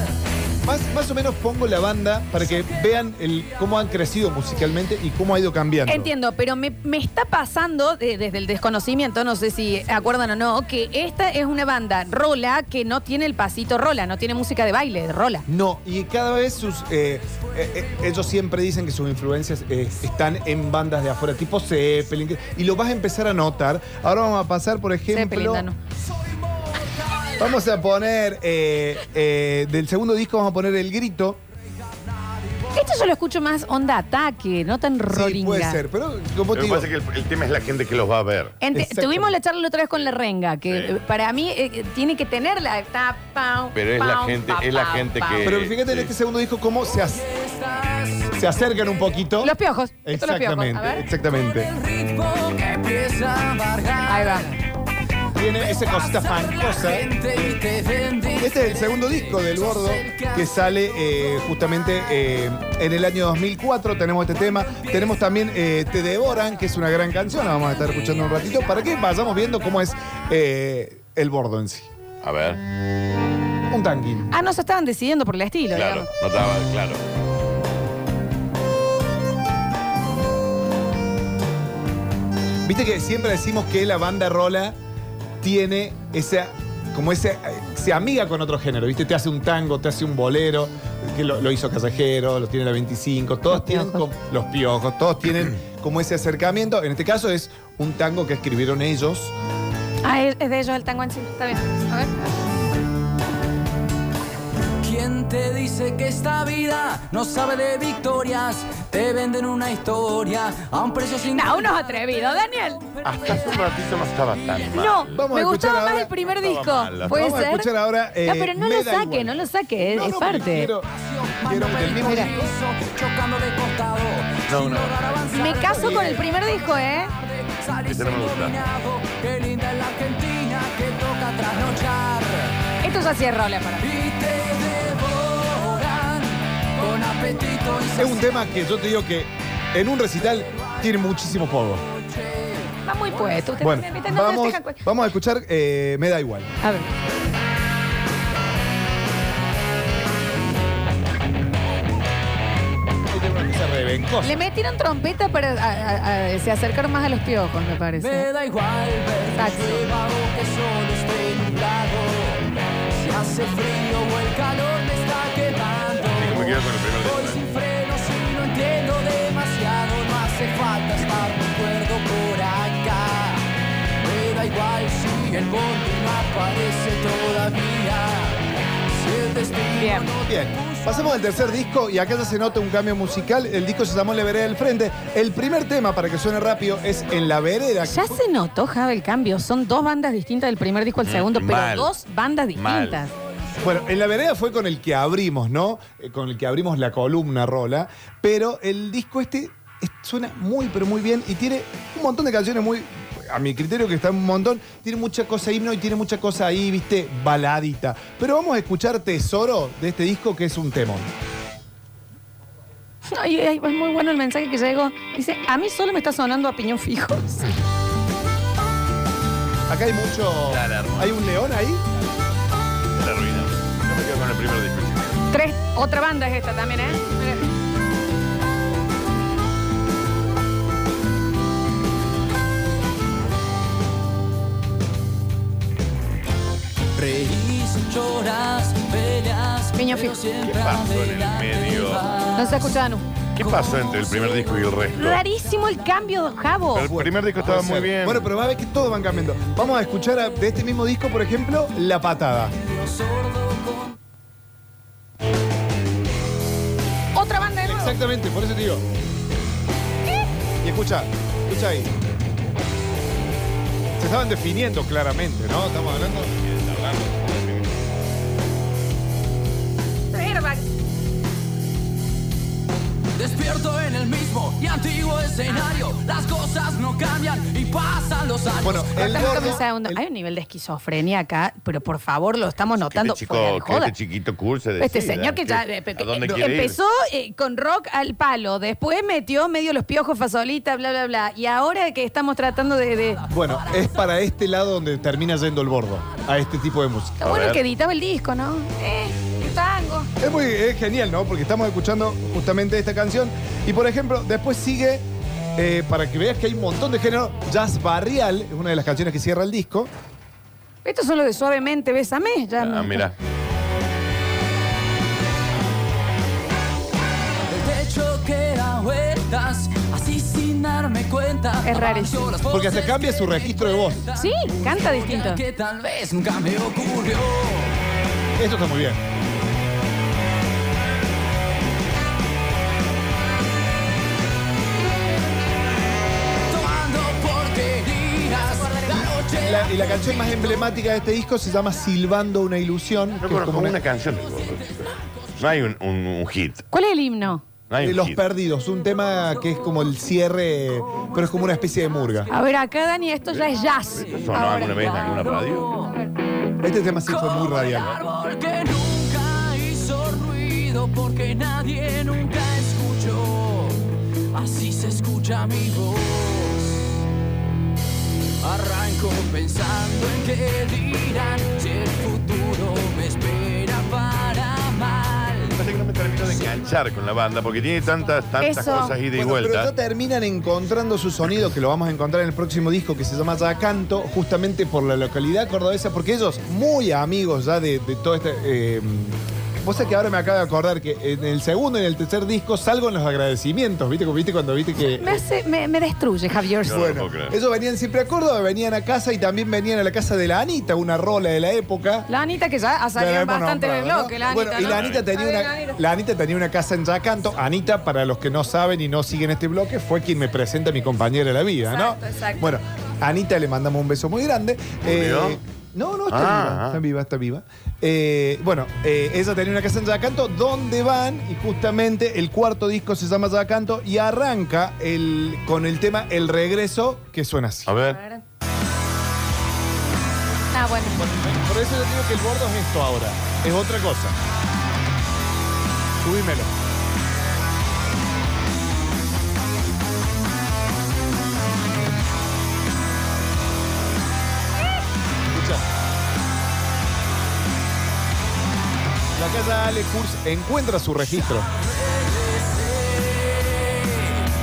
Speaker 6: Más, más o menos pongo la banda para que vean el, cómo han crecido musicalmente y cómo ha ido cambiando.
Speaker 3: Entiendo, pero me, me está pasando de- desde el desconocimiento, no sé si acuerdan o no, que esta es una banda rola que no tiene el pasito rola, no tiene música de baile, de rola.
Speaker 6: No, y cada vez sus. eh, eh, eh, ellos siempre dicen que sus influencias eh, están en bandas de afuera, tipo Zeppelin. que- Y lo vas a empezar a notar. Ahora vamos a pasar, por
Speaker 3: Zeppelin,
Speaker 6: ejemplo.
Speaker 3: Danu.
Speaker 6: Vamos a poner. eh, eh, del segundo disco, vamos a poner El Grito.
Speaker 3: Esto yo lo escucho más onda ataque, no tan rolinga.
Speaker 6: Puede ser, pero como
Speaker 5: Lo
Speaker 6: te
Speaker 5: que
Speaker 6: digo.
Speaker 5: pasa es que el, el tema es la gente que los va a ver.
Speaker 3: Ente-
Speaker 5: Exacto.
Speaker 3: tuvimos la charla la otra vez con la renga, que eh, para mí eh, tiene que tener la ta, pau,
Speaker 5: Pero es la
Speaker 3: pau,
Speaker 5: gente-
Speaker 3: pa,
Speaker 5: es la
Speaker 3: pau,
Speaker 5: gente
Speaker 3: pau.
Speaker 5: que-
Speaker 6: Pero fíjate en
Speaker 5: sí.
Speaker 6: este segundo disco cómo se, ac- se acercan un poquito.
Speaker 3: Los piojos. Esto es los piojos. A
Speaker 6: Exactamente,
Speaker 3: ver.
Speaker 6: exactamente.
Speaker 3: Ahí va.
Speaker 6: Tiene esa cosita fancosa. Este es el segundo disco del Bordo que sale eh, justamente eh, en el año 2004. Tenemos este tema. Tenemos también eh, Te Devoran, que es una gran canción. La vamos a estar escuchando un ratito para que vayamos viendo cómo es eh, el Bordo en sí.
Speaker 5: A ver.
Speaker 6: Un tanguín.
Speaker 3: Ah, no se estaban decidiendo por el estilo,
Speaker 5: Claro,
Speaker 3: digamos.
Speaker 5: no estaba, claro.
Speaker 6: Viste que siempre decimos que la banda rola tiene esa. Como ese, se amiga con otro género, ¿viste? Te hace un tango, te hace un bolero, que lo, lo hizo Casajero, lo tiene la 25, todos tienen como- los piojos, todos tienen como ese acercamiento. En este caso es un tango que escribieron ellos.
Speaker 3: Ah, es, es de ellos el tango en sí. Está bien. A ver.
Speaker 2: ¿Quién te dice que esta vida no sabe de victorias? Te venden una historia a un precio sin...
Speaker 3: No, unos atrevidos, Daniel.
Speaker 5: Hasta hace un ratito no estaba tan mal.
Speaker 3: No,
Speaker 6: Vamos a
Speaker 3: me
Speaker 6: escuchar
Speaker 3: gustaba más
Speaker 6: ahora-
Speaker 3: el primer
Speaker 5: Estaba
Speaker 3: disco.
Speaker 5: mal.
Speaker 3: ¿Puede
Speaker 6: Vamos a
Speaker 3: ser?
Speaker 6: escuchar ahora, eh,
Speaker 3: no, pero no
Speaker 6: Me
Speaker 3: lo
Speaker 6: da
Speaker 3: saque,
Speaker 6: igual.
Speaker 3: no lo saque, es,
Speaker 6: No,
Speaker 3: es
Speaker 6: no, pero
Speaker 3: parte.
Speaker 6: Quiero, quiero que el mismo
Speaker 2: Chocando de costado.
Speaker 5: No, no.
Speaker 3: Me caso con el primer disco, ¿eh?
Speaker 5: Este no me gusta.
Speaker 2: Qué linda es la Argentina que toca trasnochar.
Speaker 3: Esto ya sí es rola para mí.
Speaker 2: Y te devoran con apetito y
Speaker 6: Es un tema que yo te digo que en un recital tiene muchísimo polvo.
Speaker 3: Va muy puesto. Usted
Speaker 6: Bueno,
Speaker 3: también, ¿viste? No
Speaker 6: vamos,
Speaker 3: se deja cu-
Speaker 6: vamos a escuchar eh, Me da igual.
Speaker 3: A ver. Le metieron trompeta para a- a- a- se acercaron más a los piojos, me parece.
Speaker 2: Me da igual verte
Speaker 3: Taxi.
Speaker 2: llevado que solo esté nublado. Si hace frío o el calor me está quemando.
Speaker 5: Yo me quedo con el primer disco.
Speaker 2: Voy sin freno si no entiendo demasiado. No hace falta estar de acuerdo por acá. Me da igual si el bondi no aparece todavía. Si el destino no te
Speaker 6: Bien, pasamos al tercer disco y acá ya se nota un cambio musical. El disco se llamó La Vereda del Frente. El primer tema, para que suene rápido, es En la Vereda. que
Speaker 3: Ya se notó, Java, el cambio. Son dos bandas distintas del primer disco al
Speaker 6: Mm,
Speaker 3: segundo,
Speaker 6: mal.
Speaker 3: pero dos bandas distintas.
Speaker 6: Bueno, en la vereda fue con el que abrimos, ¿no? Eh, con el que abrimos la columna rola, pero el disco este es- suena muy, pero muy bien y tiene un montón de canciones muy, a mi criterio que está un montón, tiene mucha cosa himno y tiene mucha cosa ahí, viste, baladita. Pero vamos a escuchar Tesoro de este disco que es un temón.
Speaker 3: Ay, ay, es muy bueno el mensaje que llegó. Dice, a mí solo me está sonando a piñón fijo.
Speaker 6: Acá hay mucho... ¿Hay un león ahí?
Speaker 5: La ruina. Yo me quedo con el primer disco. chicos.
Speaker 3: Tres, otra banda es esta también, ¿eh? Mira.
Speaker 2: Reís, lloras, peleas,
Speaker 3: Piñón
Speaker 2: pero
Speaker 3: fijo.
Speaker 2: siempre
Speaker 5: Pasó en el medio.
Speaker 3: No se escucha, Danu.
Speaker 5: ¿Qué pasó entre el primer disco y el resto?
Speaker 3: Rarísimo el cambio, Javo.
Speaker 6: Oh,
Speaker 5: Pero el primer disco estaba muy bien.
Speaker 6: Bueno, pero va a ver que todos van cambiando. Vamos a escuchar a- de este mismo disco, por ejemplo, La Patada.
Speaker 3: Otra banda de nuevo.
Speaker 6: Exactamente, por eso te digo. Y escucha, escucha ahí. Se estaban definiendo claramente, ¿no? Estamos hablando.
Speaker 2: Despierto en el mismo y antiguo es escenario, las cosas no cambian y pasan los años.
Speaker 6: Bueno,
Speaker 3: Cortame, cortame un segundo. Hay un nivel de esquizofrenia acá, pero por favor lo estamos notando.
Speaker 5: Este
Speaker 3: fuera
Speaker 5: chico,
Speaker 3: de
Speaker 5: que
Speaker 3: joda.
Speaker 5: este chiquito curse de
Speaker 3: Este señor que ya eh,
Speaker 5: ¿A dónde
Speaker 3: eh,
Speaker 5: quiere ir?
Speaker 3: empezó eh, con rock al palo, después metió medio los piojos fasolita, bla, bla, bla. Y ahora que estamos tratando de. de-
Speaker 6: Bueno, es para este lado donde termina yendo el bordo, a este tipo de música.
Speaker 3: Está bueno que editaba el disco, ¿no? Eh, el tango.
Speaker 6: Es, muy, es genial, ¿no? Porque estamos escuchando justamente esta canción. Y por ejemplo, después sigue, eh, para que veas que hay un montón de género, Jazz Barrial, es una de las canciones que cierra el disco.
Speaker 3: Estos son los de Suavemente, Bésame. Ya
Speaker 5: Ah,
Speaker 3: me-
Speaker 5: mira.
Speaker 2: El techo que da vueltas, así sin darme cuenta.
Speaker 3: Es rarísimo.
Speaker 6: Porque hasta cambia su registro de voz.
Speaker 5: Ah.
Speaker 3: Sí, canta distinto.
Speaker 2: Que tal vez nunca me ocurrió.
Speaker 6: Esto está muy bien.
Speaker 2: Tomando porquerías. La noche.
Speaker 6: La- y la canción más emblemática de este disco se llama Silbando una ilusión. que es
Speaker 5: conozco
Speaker 6: como
Speaker 5: una canción. No hay un, un- un hit.
Speaker 3: ¿Cuál es el himno?
Speaker 5: No hay
Speaker 6: Eh,
Speaker 5: un
Speaker 6: Los
Speaker 5: hit.
Speaker 6: Perdidos, un tema que es como el cierre, pero es como una especie de murga.
Speaker 3: A ver, acá, Dani, esto ya es jazz.
Speaker 5: ¿Sonó
Speaker 3: Ahora.
Speaker 5: alguna vez en alguna radio?
Speaker 6: Este tema sí fue muy radial.
Speaker 2: árbol que nunca hizo ruido porque nadie nunca escuchó. Así se escucha mi voz. Arranco pensando en qué dirán si el futuro me espera para mal.
Speaker 5: Parece que no me termino de enganchar con la banda porque tiene tantas, tantas cosas ida y
Speaker 6: Bueno,
Speaker 5: vuelta.
Speaker 6: Pero ya terminan encontrando su sonido, que lo vamos a encontrar en el próximo disco que se llama Ya Canto, justamente por la localidad cordobesa, porque ellos, muy amigos ya de, de todo este. eh, Vos sabés que ahora me acabo de acordar que en el segundo y en el tercer disco salgo en los agradecimientos, ¿viste? Como viste cuando viste que.
Speaker 3: Me, hace- me, me destruye, Javier.
Speaker 6: Bueno, ellos venían siempre a Córdoba, venían a casa y también venían a la casa de la Anita, una rola de la época.
Speaker 3: La Anita que ya ha
Speaker 6: Ya la
Speaker 3: salido
Speaker 6: hemos
Speaker 3: bastante de
Speaker 6: nombrado,
Speaker 3: bloque,
Speaker 6: ¿no?
Speaker 3: la Anita.
Speaker 6: Bueno, y
Speaker 3: ¿no?
Speaker 6: la Anita, tenía
Speaker 3: A ver,
Speaker 6: una,
Speaker 3: Anita.
Speaker 6: la Anita tenía una casa en Yacanto. Anita, para los que no saben y no siguen este bloque, fue quien me presenta a mi compañera de la vida,
Speaker 3: Exacto,
Speaker 6: ¿no?
Speaker 3: exacto.
Speaker 6: Bueno, Anita le mandamos un beso muy grande. Eh,
Speaker 5: ¿Murió?
Speaker 6: no, no, está
Speaker 5: Ah,
Speaker 6: viva,
Speaker 5: ah.
Speaker 6: está viva, está viva. Eh, bueno, eh, ella tenía una casa en Yacanto, donde van, y justamente el cuarto disco se llama Yacanto, y arranca el, con el tema El Regreso, que suena así.
Speaker 5: A ver.
Speaker 3: Ah, bueno.
Speaker 6: Por eso yo digo que el bordo es esto ahora. Es otra cosa. Subímelo. Escucha. La casa Ale Kurz encuentra su registro.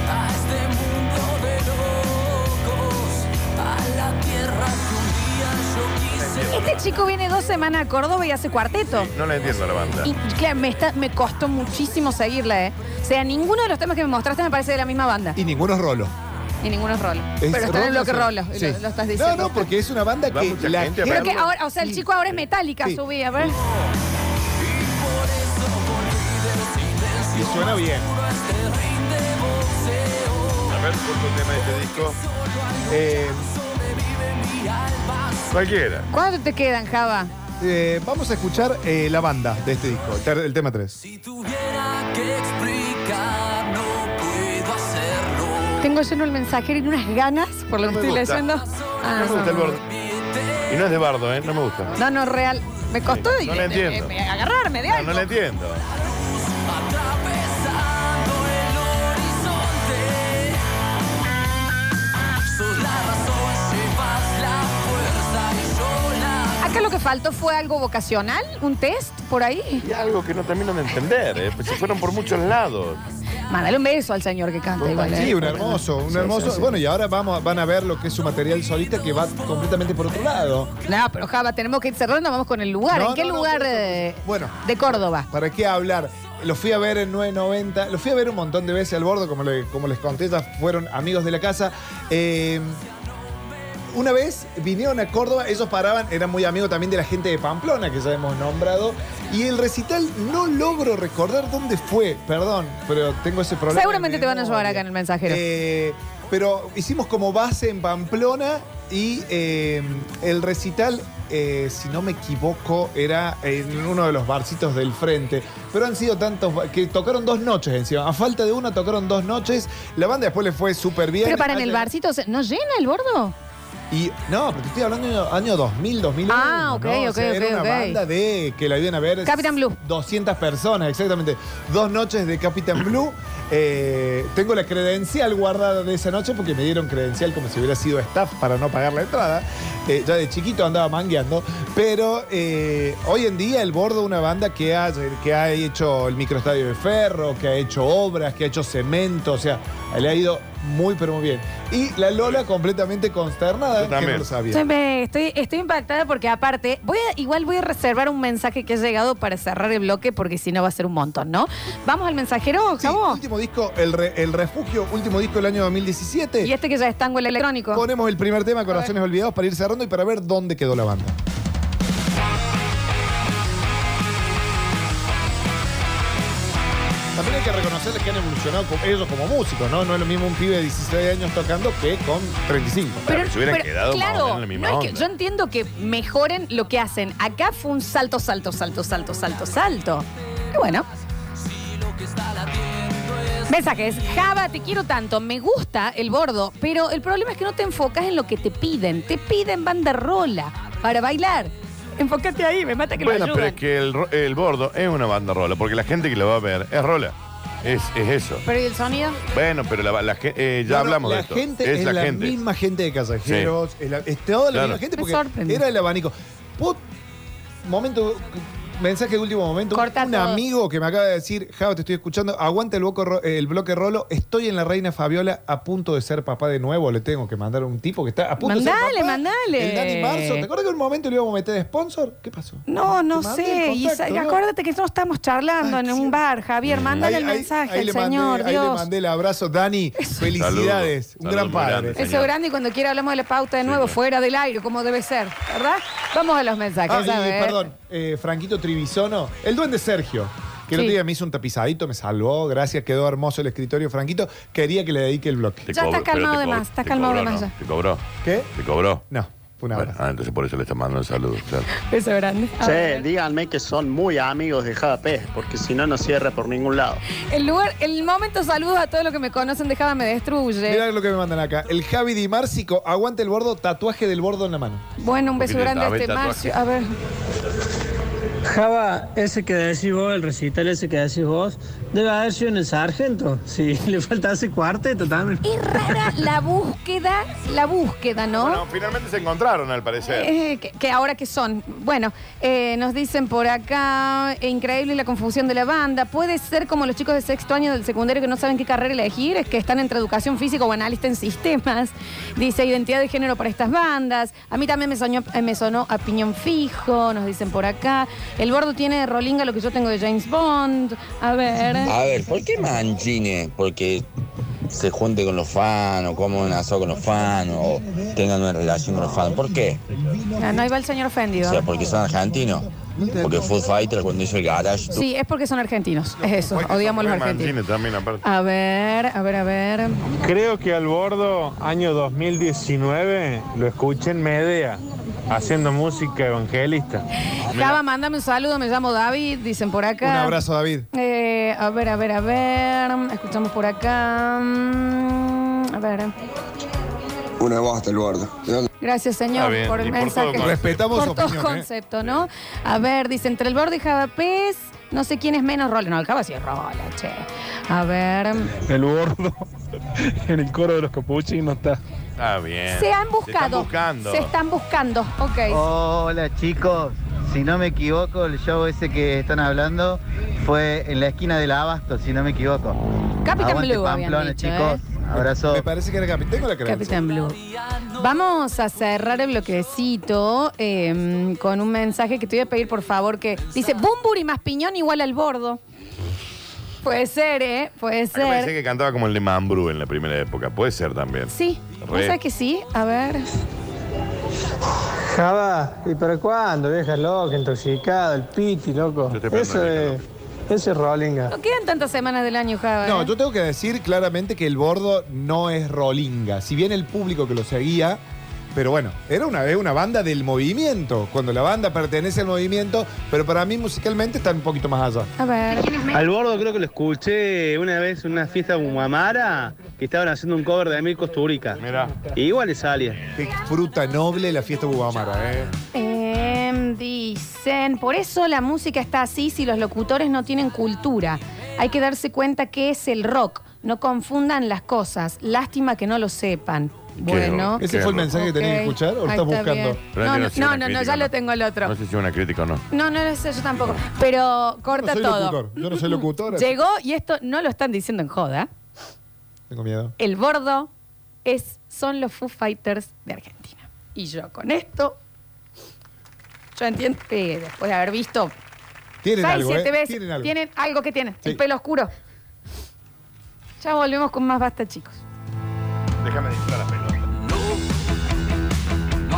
Speaker 2: A este mundo de locos, a la tierra que un día yo quise.
Speaker 3: Este chico viene dos semanas a Córdoba y hace cuarteto.
Speaker 5: No la entiendo la banda.
Speaker 3: Y claro, me, está- me costó muchísimo seguirla, ¿eh? O sea, ninguno de los temas que me mostraste me parece de la misma banda.
Speaker 6: Y ninguno es rolo.
Speaker 3: Y ninguno es rolo.
Speaker 6: Es
Speaker 3: Pero está en el
Speaker 6: rolo,
Speaker 3: bloque
Speaker 6: sí.
Speaker 3: rolo,
Speaker 6: Sí.
Speaker 3: lo, lo estás diciendo.
Speaker 6: No, no, porque es una banda
Speaker 5: Va
Speaker 6: que
Speaker 5: mucha
Speaker 6: la
Speaker 5: gente a
Speaker 6: gente-
Speaker 3: Creo que ahora, o sea, el chico ahora es metálica,
Speaker 6: Sí.
Speaker 3: subí, a ver.
Speaker 6: y suena bien.
Speaker 2: este
Speaker 5: A ver, ¿cuál un tema de este disco?
Speaker 6: Eh,
Speaker 5: Cualquiera.
Speaker 3: ¿Cuánto te quedan, Java?
Speaker 6: eh, vamos a escuchar eh, la banda de este disco, el, ter- el tema 3.
Speaker 2: Tuviera que explicar, no puedo hacerlo.
Speaker 3: Tengo lleno el mensajero y unas ganas por lo que
Speaker 5: No me
Speaker 3: estoy
Speaker 5: gusta.
Speaker 3: leyendo.
Speaker 5: No me
Speaker 3: Ah,
Speaker 5: gusta el bordo. Y no es de bardo, ¿eh? No me gusta.
Speaker 3: no, no, real. Me costó y-
Speaker 5: No la
Speaker 3: eh,
Speaker 5: entiendo.
Speaker 3: eh, agarrarme de
Speaker 5: No,
Speaker 3: algo.
Speaker 5: no la entiendo.
Speaker 2: Atravesando el horizonte, sos la razón, llevas la fuerza y yo la.
Speaker 3: eh, Acá lo que faltó fue algo vocacional, un test por ahí.
Speaker 5: Y algo que no termino de entender, ¿eh? Pues se fueron por muchos lados.
Speaker 3: Mándale un beso al señor que canta igual. ¿eh?
Speaker 6: Sí, un hermoso, un hermoso. Bueno, y ahora vamos, van a ver lo que es su material solista que va completamente por otro lado.
Speaker 3: No, pero Java, tenemos que ir cerrando, vamos con el lugar.
Speaker 6: No,
Speaker 3: ¿En qué
Speaker 6: no, no,
Speaker 3: lugar
Speaker 6: pero-
Speaker 3: eh,
Speaker 6: Bueno,
Speaker 3: de Córdoba?
Speaker 6: ¿para qué hablar? Lo fui a ver en 990, lo fui a ver un montón de veces al bordo, como, le- como les conté, ya fueron amigos de la casa. Eh, una vez vinieron a Córdoba, ellos paraban, eran muy amigos también de la gente de Pamplona, que ya hemos nombrado, y el recital no logro recordar dónde fue, perdón, pero tengo ese problema.
Speaker 3: Seguramente
Speaker 6: de
Speaker 3: te van a ayudar
Speaker 6: memoria.
Speaker 3: acá en el mensajero.
Speaker 6: Eh, pero hicimos como base en Pamplona y eh, el recital eh, si no me equivoco, era en uno de los barcitos del frente. Pero han sido tantos ba- que tocaron dos noches encima. A falta de una, tocaron dos noches. La banda después le fue súper bien.
Speaker 3: Pero para en el
Speaker 6: Ayer-
Speaker 3: barcito, o sea, ¿no llena el bordo?
Speaker 6: y no, porque estoy hablando de año 2000, 2001.
Speaker 3: Ah, ok,
Speaker 6: ¿no? O
Speaker 3: ok,
Speaker 6: sea, Era
Speaker 3: ok,
Speaker 6: una
Speaker 3: ok.
Speaker 6: banda de que la iban a ver.
Speaker 3: Capitán Blue.
Speaker 6: 200 personas, exactamente. Dos noches de Capitán Blue. Eh, tengo la credencial guardada de esa noche porque me dieron credencial como si hubiera sido staff para no pagar la entrada. Eh, ya de chiquito andaba mangueando. Pero eh, hoy en día el bordo una banda que ha, que ha hecho el microestadio de ferro, que ha hecho obras, que ha hecho cemento, o sea, le ha ido muy pero muy bien. Y la Lola completamente consternada, que no lo sabía.
Speaker 3: Estoy, me- estoy, estoy impactada porque aparte, voy a- igual voy a reservar un mensaje que ha llegado para cerrar el bloque porque si no va a ser un montón, ¿no? Vamos al mensajero, Javo?
Speaker 6: Último disco, el, Re- El Refugio, último disco del año 2017.
Speaker 3: Y este que ya es tango el electrónico.
Speaker 6: Ponemos el primer tema, Corazones Olvidados, para ir cerrando y para ver dónde quedó la banda. También hay que reconocerles que han evolucionado como- ellos como músicos, ¿no? No es lo mismo un pibe de 16 años tocando que con 35.
Speaker 3: pero, claro, no es que- yo entiendo que mejoren lo que hacen. Acá fue un salto, salto, salto, salto, salto, salto. Y bueno. Mensajes. Java, te quiero tanto. Me gusta el bordo, pero el problema es que no te enfocas en lo que te piden. Te piden banda rola para bailar. Enfócate ahí, me mata que
Speaker 5: Bueno,
Speaker 3: lo
Speaker 5: pero
Speaker 3: ayuden.
Speaker 5: es que el, ro- el bordo es una banda rola, porque la gente que lo va a ver es rola. Es, es eso.
Speaker 3: Pero ¿y el sonido?
Speaker 5: Bueno, pero la, la gen- eh, ya
Speaker 6: No, no,
Speaker 5: hablamos
Speaker 6: la
Speaker 5: de esto.
Speaker 6: Gente es, la, misma gente de Casajeros, es, la- es toda la
Speaker 5: Claro.
Speaker 6: misma gente
Speaker 3: Me
Speaker 6: porque
Speaker 3: sorprende.
Speaker 6: era el abanico. Put- momento, mensaje de último momento. un
Speaker 3: todo.
Speaker 6: amigo que me acaba de decir, Jao, te estoy escuchando, aguanta el, boco ro- eh, el bloque rolo, estoy en la reina Fabiola a punto de ser papá de nuevo, le tengo que mandar a un tipo que está a punto de ser
Speaker 3: Mandale,
Speaker 6: papá.
Speaker 3: mandale.
Speaker 6: El Dani Marzo, ¿te acuerdas que en un momento le íbamos a meter de sponsor? ¿Qué pasó?
Speaker 3: No, no
Speaker 6: Te mandé
Speaker 3: sé.
Speaker 6: el
Speaker 3: Y
Speaker 6: contacto,
Speaker 3: sa-
Speaker 6: ¿no?
Speaker 3: acuérdate que nosotros estamos charlando en un bar, Javier. Mándale
Speaker 6: Mm. Ahí-
Speaker 3: el
Speaker 6: ahí-
Speaker 3: mensaje
Speaker 6: ahí
Speaker 3: al
Speaker 6: le mandé-
Speaker 3: señor, Dios.
Speaker 6: Ahí le mandé el abrazo. Dani, felicidades. un
Speaker 5: Saludos
Speaker 6: gran
Speaker 5: muy
Speaker 6: padre.
Speaker 5: grandes,
Speaker 3: Eso grande y cuando quiera hablamos de la pauta de nuevo, fuera del aire, como debe ser, ¿verdad? Vamos a los mensajes,
Speaker 6: Ah, y,
Speaker 3: ¿sabes?
Speaker 6: perdón, eh, Franquito Trivisono, el duende Sergio. Que el
Speaker 3: Sí.
Speaker 6: otro día me hizo un tapizadito, me salvó, gracias, quedó hermoso el escritorio, Franquito. Quería que le dedique el bloque.
Speaker 5: Te
Speaker 3: Ya
Speaker 5: cobro-
Speaker 3: estás calmado
Speaker 5: pero te
Speaker 3: de
Speaker 5: cobro-
Speaker 3: más, estás
Speaker 5: te
Speaker 3: calmado
Speaker 5: cobró,
Speaker 3: de más
Speaker 5: ¿no?
Speaker 3: ya.
Speaker 5: ¿Te cobró?
Speaker 6: ¿Qué?
Speaker 5: ¿Te cobró?
Speaker 6: No, fue una
Speaker 5: Bueno, ah, entonces por eso le está mandando saludos, claro.
Speaker 3: Eso grande. A
Speaker 13: Che,
Speaker 3: ver.
Speaker 13: díganme que son muy amigos de JP, porque si no, no cierra por ningún lado.
Speaker 3: El lugar, el momento saludos a todos los que me conocen, dejaba me destruye.
Speaker 6: Mirá lo que me mandan acá. El Javi Di Márcico, aguante el bordo, tatuaje del bordo en la mano.
Speaker 3: Bueno, un beso
Speaker 6: Porque
Speaker 3: grande a
Speaker 6: sabe
Speaker 3: este
Speaker 6: tatuaje.
Speaker 3: Marcio. A ver.
Speaker 10: Java, ese que decís vos, el recital ese que decís vos, debe haber sido en el sargento. Si le falta ese cuarteto también.
Speaker 3: Rara la búsqueda, la búsqueda, ¿no?
Speaker 5: Bueno, finalmente se encontraron, al parecer.
Speaker 3: Eh, que, que ahora que son. Bueno, eh, nos dicen por acá, eh, increíble la confusión de la banda. Puede ser como los chicos de sexto año del secundario que no saben qué carrera elegir, es que están entre educación física o analista en sistemas. Dice identidad de género para estas bandas. A mí también me, soñó- eh, me sonó a piñón fijo, nos dicen por acá. El bordo tiene de Rolinga lo que yo tengo de James Bond. A ver.
Speaker 24: A ver, ¿por qué Mancini? Porque se junte con los fans, o coma un asado con los fans, o tengan una relación con los fans. ¿Por qué?
Speaker 3: Ah, no, ahí va el señor
Speaker 24: O
Speaker 3: ofendido.
Speaker 24: sea, porque son argentinos. Porque Foo Fighters cuando hizo el garage. tú-
Speaker 3: Sí, es porque son argentinos. Es eso. Odiamos a los argentinos.
Speaker 5: Mancini también, aparte.
Speaker 3: A ver, a ver, a ver.
Speaker 12: Creo que al bordo, año 2019, lo escuché en Medea, haciendo música evangelista.
Speaker 3: Java, mándame un saludo, me llamo David, dicen por acá.
Speaker 12: Un abrazo, David.
Speaker 3: Eh, a ver, a ver, a ver. Escuchamos por acá. Mm, A ver.
Speaker 10: Una bosta el bordo. ¿De dónde?
Speaker 3: Gracias, señor,
Speaker 10: Está bien,
Speaker 3: por
Speaker 10: y
Speaker 3: el
Speaker 10: por todo
Speaker 3: mensaje.
Speaker 10: concepto. Respetamos
Speaker 3: Por
Speaker 10: su
Speaker 3: todo
Speaker 10: opinión, ¿eh?
Speaker 3: concepto, ¿no? A ver, dice, entre el borde y Java Pez, no sé quién es menos rola. No, el Java sí es rola, che. A ver.
Speaker 41: El bordo en el coro de los capuchins no está.
Speaker 5: Está bien.
Speaker 3: Se han buscado.
Speaker 5: están buscando.
Speaker 3: Se están buscando. Ok.
Speaker 10: Oh.
Speaker 11: Hola chicos, si no me equivoco, el show ese que están hablando fue en la esquina del Abasto, si no me equivoco.
Speaker 3: Capitán
Speaker 11: Aguante
Speaker 3: Blue habían
Speaker 11: Pamplona,
Speaker 3: dicho, ¿eh?
Speaker 11: chicos. Abrazo.
Speaker 6: Me parece que era Capitán. Tengo la creencia.
Speaker 3: Capitán Blue. Vamos a cerrar el bloquecito eh, con un mensaje que te voy a pedir, por favor, que dice Bumburi más piñón igual al bordo. Puede ser, ¿eh? Puede
Speaker 5: Yo pensé
Speaker 3: ser.
Speaker 5: que cantaba como el de Mambrú en la primera época. Puede ser también.
Speaker 3: Sí. ¿Vos
Speaker 5: Re.
Speaker 3: sabés que sí? A ver.
Speaker 1: Java, ¿y para cuándo? Vieja loca, intoxicada, el piti, loco.
Speaker 6: prendo
Speaker 1: Eso es, eso es Rollinga.
Speaker 3: No quedan tantas semanas del año, Java.
Speaker 6: No,
Speaker 3: ¿eh?
Speaker 6: yo tengo que decir claramente que el bordo no es rolinga. Si bien el público que lo seguía Pero bueno, era una, es una banda del movimiento, cuando la banda pertenece al movimiento, pero para mí musicalmente está un poquito más allá.
Speaker 3: A ver.
Speaker 42: Al bordo creo que lo escuché una vez en una fiesta Guamara que estaban haciendo un cover de Emil Costurica. Y igual es Alia.
Speaker 6: Qué fruta noble la fiesta Bubamara, ¿eh?
Speaker 3: Em, dicen, por eso la música está así si los locutores no tienen cultura. Hay que darse cuenta que es el rock. No confundan las cosas. Lástima que no lo sepan. Bueno.
Speaker 6: ¿Ese fue el mensaje que tenías que
Speaker 3: Ok.
Speaker 6: escuchar o lo estás
Speaker 3: Ahí está
Speaker 6: buscando?
Speaker 3: bien.
Speaker 5: Pero
Speaker 3: No,
Speaker 5: hay
Speaker 3: no,
Speaker 5: que
Speaker 3: no,
Speaker 5: hacer
Speaker 3: no,
Speaker 5: una
Speaker 3: no,
Speaker 5: crítica,
Speaker 3: ya
Speaker 5: ¿no?
Speaker 3: lo tengo el otro.
Speaker 5: No sé si es una crítica o no.
Speaker 3: No, no lo sé, yo tampoco. Pero corta
Speaker 6: soy
Speaker 3: todo.
Speaker 6: locutor, yo no soy locutor.
Speaker 3: Llegó, y esto no lo están diciendo en joda,
Speaker 6: Tengo miedo.
Speaker 3: el bordo es, son los Foo Fighters de Argentina. Y yo con esto, yo entiendo que después de haber visto
Speaker 6: Tienen
Speaker 3: seis,
Speaker 6: algo,
Speaker 3: siete
Speaker 6: ¿eh?
Speaker 3: veces,
Speaker 6: Tienen algo.
Speaker 3: que tienen,
Speaker 6: Sí.
Speaker 3: el pelo oscuro. Ya volvemos con más basta, chicos.
Speaker 5: Déjame disfrutar la pelota.
Speaker 2: No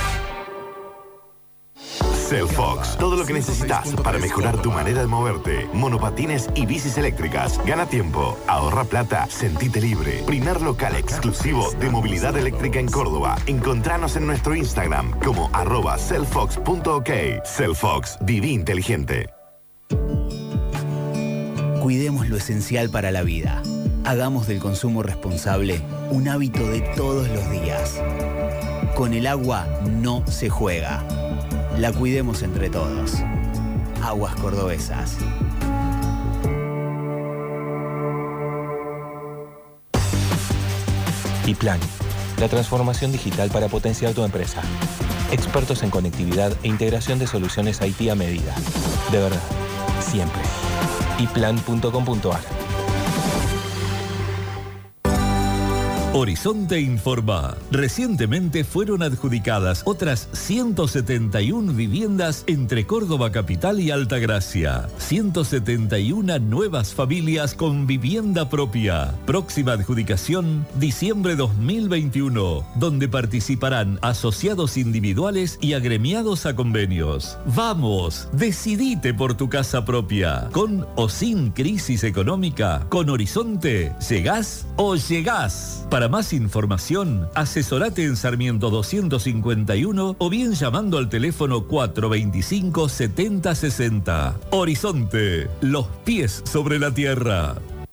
Speaker 5: Cellfox, todo lo que necesitas para mejorar tu manera de moverte. Monopatines y bicis eléctricas. Gana tiempo, ahorra plata, sentite libre. Primer local exclusivo de movilidad eléctrica en Córdoba. Encontranos en nuestro Instagram como arroba cellfox.ok. Cellfox, viví inteligente.
Speaker 15: Cuidemos lo esencial para la vida. Hagamos del consumo responsable un hábito de todos los días. Con el agua no se juega. La cuidemos entre todos. Aguas cordobesas.
Speaker 14: Y Plan, la transformación digital para potenciar tu empresa. Expertos en conectividad e integración de soluciones IT a medida. De verdad, siempre. Iplan.com.ar
Speaker 43: Horizonte Informa. Recientemente fueron adjudicadas otras 171 viviendas entre Córdoba Capital y Altagracia. 171 nuevas familias con vivienda propia. Próxima adjudicación, diciembre 2021, donde participarán asociados individuales y agremiados a convenios. Vamos, decidite por tu casa propia. Con o sin crisis económica, con Horizonte, llegás o llegás. Para más información, asesorate en Sarmiento 251 o bien llamando al teléfono 425-7060. Horizonte, los pies sobre la tierra.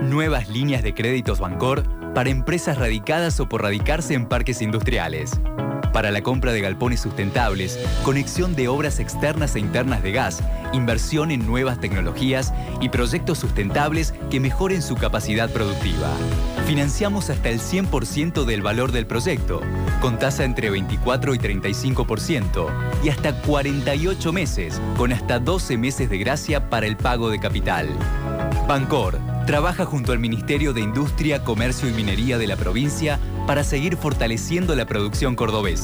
Speaker 16: Nuevas líneas de créditos Bancor para empresas radicadas o por radicarse en parques industriales. Para la compra de galpones sustentables, conexión de obras externas e internas de gas, inversión en nuevas tecnologías y proyectos sustentables que mejoren su capacidad productiva. Financiamos hasta el 100% del valor del proyecto, con tasa entre 24 y 35% y hasta 48 meses, con hasta 12 meses de gracia para el pago de capital. Bancor trabaja junto al Ministerio de Industria, Comercio y Minería de la provincia para seguir fortaleciendo la producción cordobesa.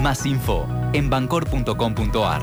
Speaker 16: Más info en bancor.com.ar.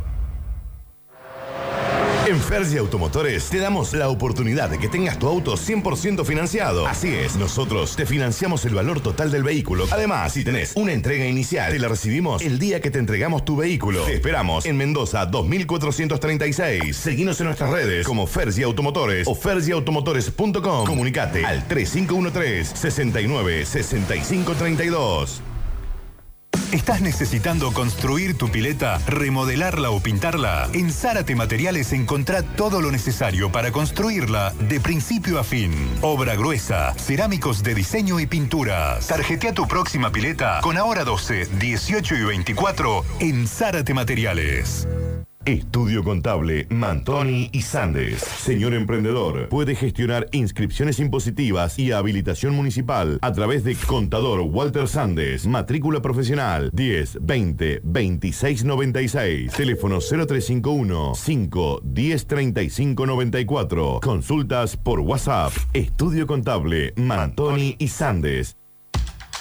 Speaker 5: En Fergie Automotores te damos la oportunidad de que tengas tu auto 100% financiado. Así es, nosotros te financiamos el valor total del vehículo. Además, si tenés una entrega inicial, te la recibimos el día que te entregamos tu vehículo. Te esperamos en Mendoza 2436. Seguinos en nuestras redes como Fergie Automotores o fergieautomotores.com. Comunicate al 3513 69 65 32.
Speaker 18: ¿Estás necesitando construir tu pileta, remodelarla o pintarla? En Zárate Materiales encontrá todo lo necesario para construirla de principio a fin. Obra gruesa, cerámicos de diseño y pinturas. Tarjetea tu próxima pileta con ahora 12, 18 y 24 en Zárate Materiales.
Speaker 5: Estudio Contable, Mantoni y Sandes. Señor emprendedor, puede gestionar inscripciones impositivas y habilitación municipal a través de Contador Walter Sandes, matrícula profesional 10 20 26 96, teléfono 0351 5 10 35 94. Consultas por WhatsApp. Estudio Contable, Mantoni y Sandes.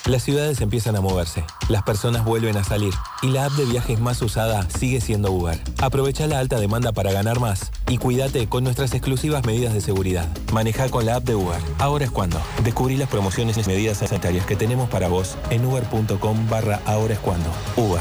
Speaker 14: Las ciudades empiezan a moverse, las personas vuelven a salir y la app de viajes más usada sigue siendo Uber. Aprovecha la alta demanda para ganar más y cuídate con nuestras exclusivas medidas de seguridad. Maneja con la app de Uber. Ahora es cuando. Descubrí las promociones y medidas sanitarias que tenemos para vos en uber.com barra ahora es cuando. Uber.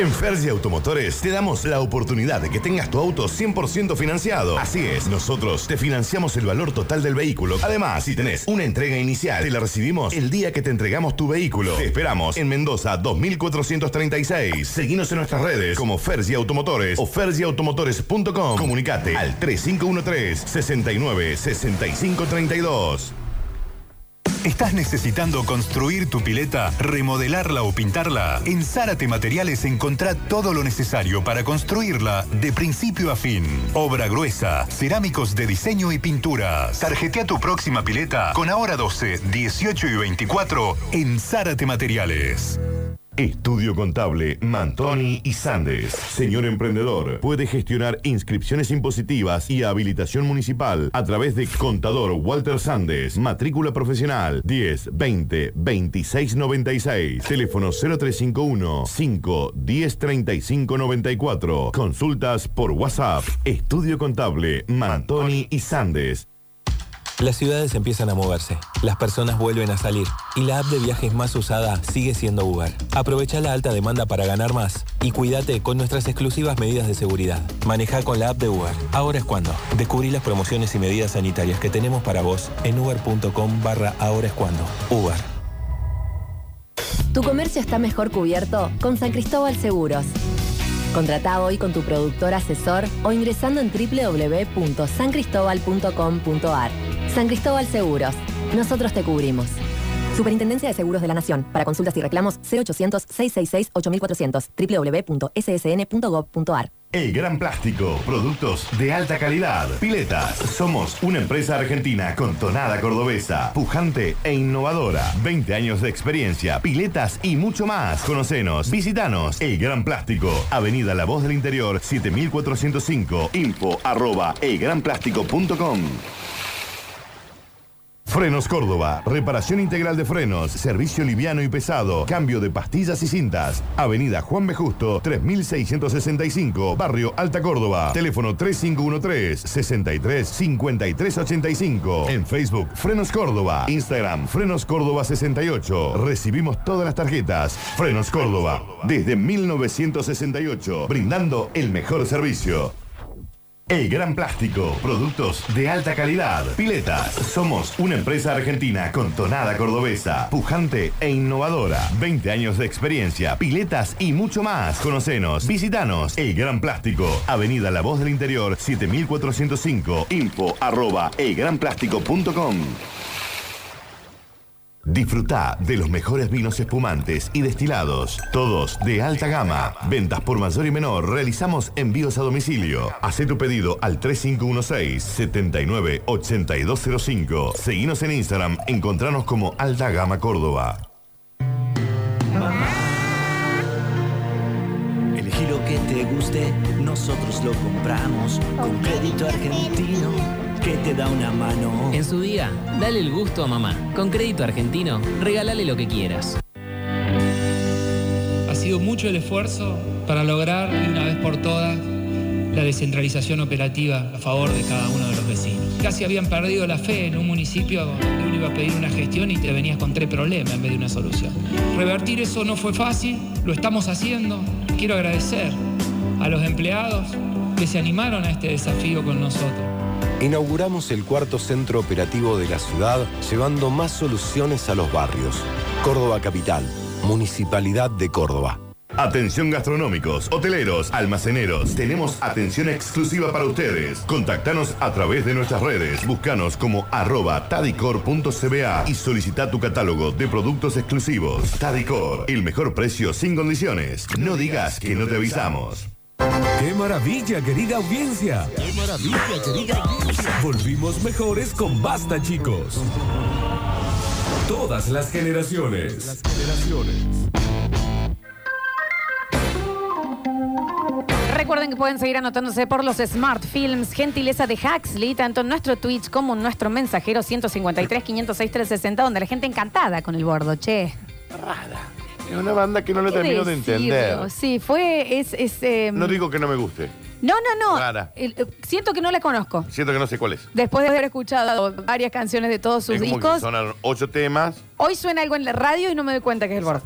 Speaker 5: En Fergie Automotores te damos la oportunidad de que tengas tu auto 100% financiado. Así es, nosotros te financiamos el valor total del vehículo. Además, si tenés una entrega inicial, te la recibimos el día que te entregamos tu vehículo. Te esperamos en Mendoza 2436. Seguinos en nuestras redes como Fergie Automotores o fergieautomotores.com. Comunicate al 3513 69 65 32.
Speaker 18: ¿Estás necesitando construir tu pileta, remodelarla o pintarla? En Zárate Materiales encontrá todo lo necesario para construirla de principio a fin. Obra gruesa, cerámicos de diseño y pinturas. Tarjetea tu próxima pileta con ahora 12, 18 y 24 en Zárate Materiales.
Speaker 5: Estudio Contable, Mantoni y Sandes. Señor emprendedor, puede gestionar inscripciones impositivas y habilitación municipal a través de Contador Walter Sandes, matrícula profesional 10 20 26 96, teléfono 0351 5 10 35 94. Consultas por WhatsApp. Estudio Contable, Mantoni y Sandes.
Speaker 14: Las ciudades empiezan a moverse, las personas vuelven a salir y la app de viajes más usada sigue siendo Uber. Aprovecha la alta demanda para ganar más y cuídate con nuestras exclusivas medidas de seguridad. Maneja con la app de Uber. Ahora es cuando. Descubrí las promociones y medidas sanitarias que tenemos para vos en uber.com barra ahora es cuando. Uber.
Speaker 8: Tu comercio está mejor cubierto con San Cristóbal Seguros. Contratá hoy con tu productor asesor o ingresando en www.sancristobal.com.ar. San Cristóbal Seguros. Nosotros te cubrimos. Superintendencia de Seguros de la Nación. Para consultas y reclamos 0800-666-8400. www.ssn.gov.ar.
Speaker 5: El Gran Plástico, productos de alta calidad, piletas. Somos una empresa argentina con tonada cordobesa, pujante e innovadora. 20 años de experiencia, piletas y mucho más. Conocenos, visitanos. El Gran Plástico, Avenida La Voz del Interior, 7405. Info arroba elgranplástico.com. Frenos Córdoba, reparación integral de frenos, servicio liviano y pesado, cambio de pastillas y cintas. Avenida Juan B. Justo, 3665, Barrio Alta Córdoba. Teléfono 3513-635385. En Facebook, Frenos Córdoba. Instagram, Frenos Córdoba 68. Recibimos todas las tarjetas. Frenos Córdoba, desde 1968, brindando el mejor servicio. El Gran Plástico, productos de alta calidad, piletas. Somos una empresa argentina con tonada cordobesa, pujante e innovadora. 20 años de experiencia, piletas y mucho más. Conocenos, visitanos. El Gran Plástico, Avenida La Voz del Interior, 7405. Info arroba elgranplástico.com. Disfruta de los mejores vinos espumantes y destilados, todos de alta gama. Ventas por mayor y menor, realizamos envíos a domicilio. Hacé tu pedido al 3516-798205. Seguinos en Instagram, encontranos como Alta Gama Córdoba.
Speaker 24: Elegí lo que te guste, nosotros lo compramos con crédito argentino.
Speaker 8: que te da una mano.
Speaker 9: En su día, dale el gusto a mamá. Con crédito argentino, regálale lo que quieras.
Speaker 17: Ha sido mucho el esfuerzo para lograr de una vez por todas la descentralización operativa a favor de cada uno de los vecinos. Casi habían perdido la fe en un municipio donde uno iba a pedir una gestión y te venías con tres problemas en vez de una solución. Revertir eso no fue fácil, lo estamos haciendo. Quiero agradecer a los empleados que se animaron a este desafío con nosotros.
Speaker 44: Inauguramos el cuarto centro operativo de la ciudad, llevando más soluciones a los barrios. Córdoba Capital, Municipalidad de Córdoba.
Speaker 45: Atención gastronómicos, hoteleros, almaceneros. Tenemos atención exclusiva para ustedes. Contactanos a través de nuestras redes. Búscanos como arroba tadicor.cba y solicita tu catálogo de productos exclusivos. Tadicor, el mejor precio sin condiciones. No digas que no te avisamos.
Speaker 19: ¡Qué maravilla, querida audiencia! ¡Qué maravilla, querida audiencia! Volvimos mejores con Basta, chicos. Todas las generaciones. Las generaciones.
Speaker 3: Recuerden que pueden seguir anotándose por los Smart Films, gentileza de Huxley, tanto en nuestro Twitch como en nuestro mensajero 153 506 360, donde la gente encantada con el bordo, che.
Speaker 5: Es una banda que no lo
Speaker 3: ¿Qué
Speaker 5: termino de
Speaker 3: decirlo?
Speaker 5: entender.
Speaker 3: Sí, fue. Es, es, em,
Speaker 5: No digo que no me guste.
Speaker 3: no, no, no.
Speaker 5: Rara.
Speaker 3: El- eh, siento que no la conozco.
Speaker 5: Siento que no sé cuál es.
Speaker 3: Después de haber escuchado varias canciones de todos sus
Speaker 5: Es como que
Speaker 3: discos,
Speaker 5: sonaron ocho temas.
Speaker 3: hoy suena algo en la radio y no me doy cuenta que es el bordo.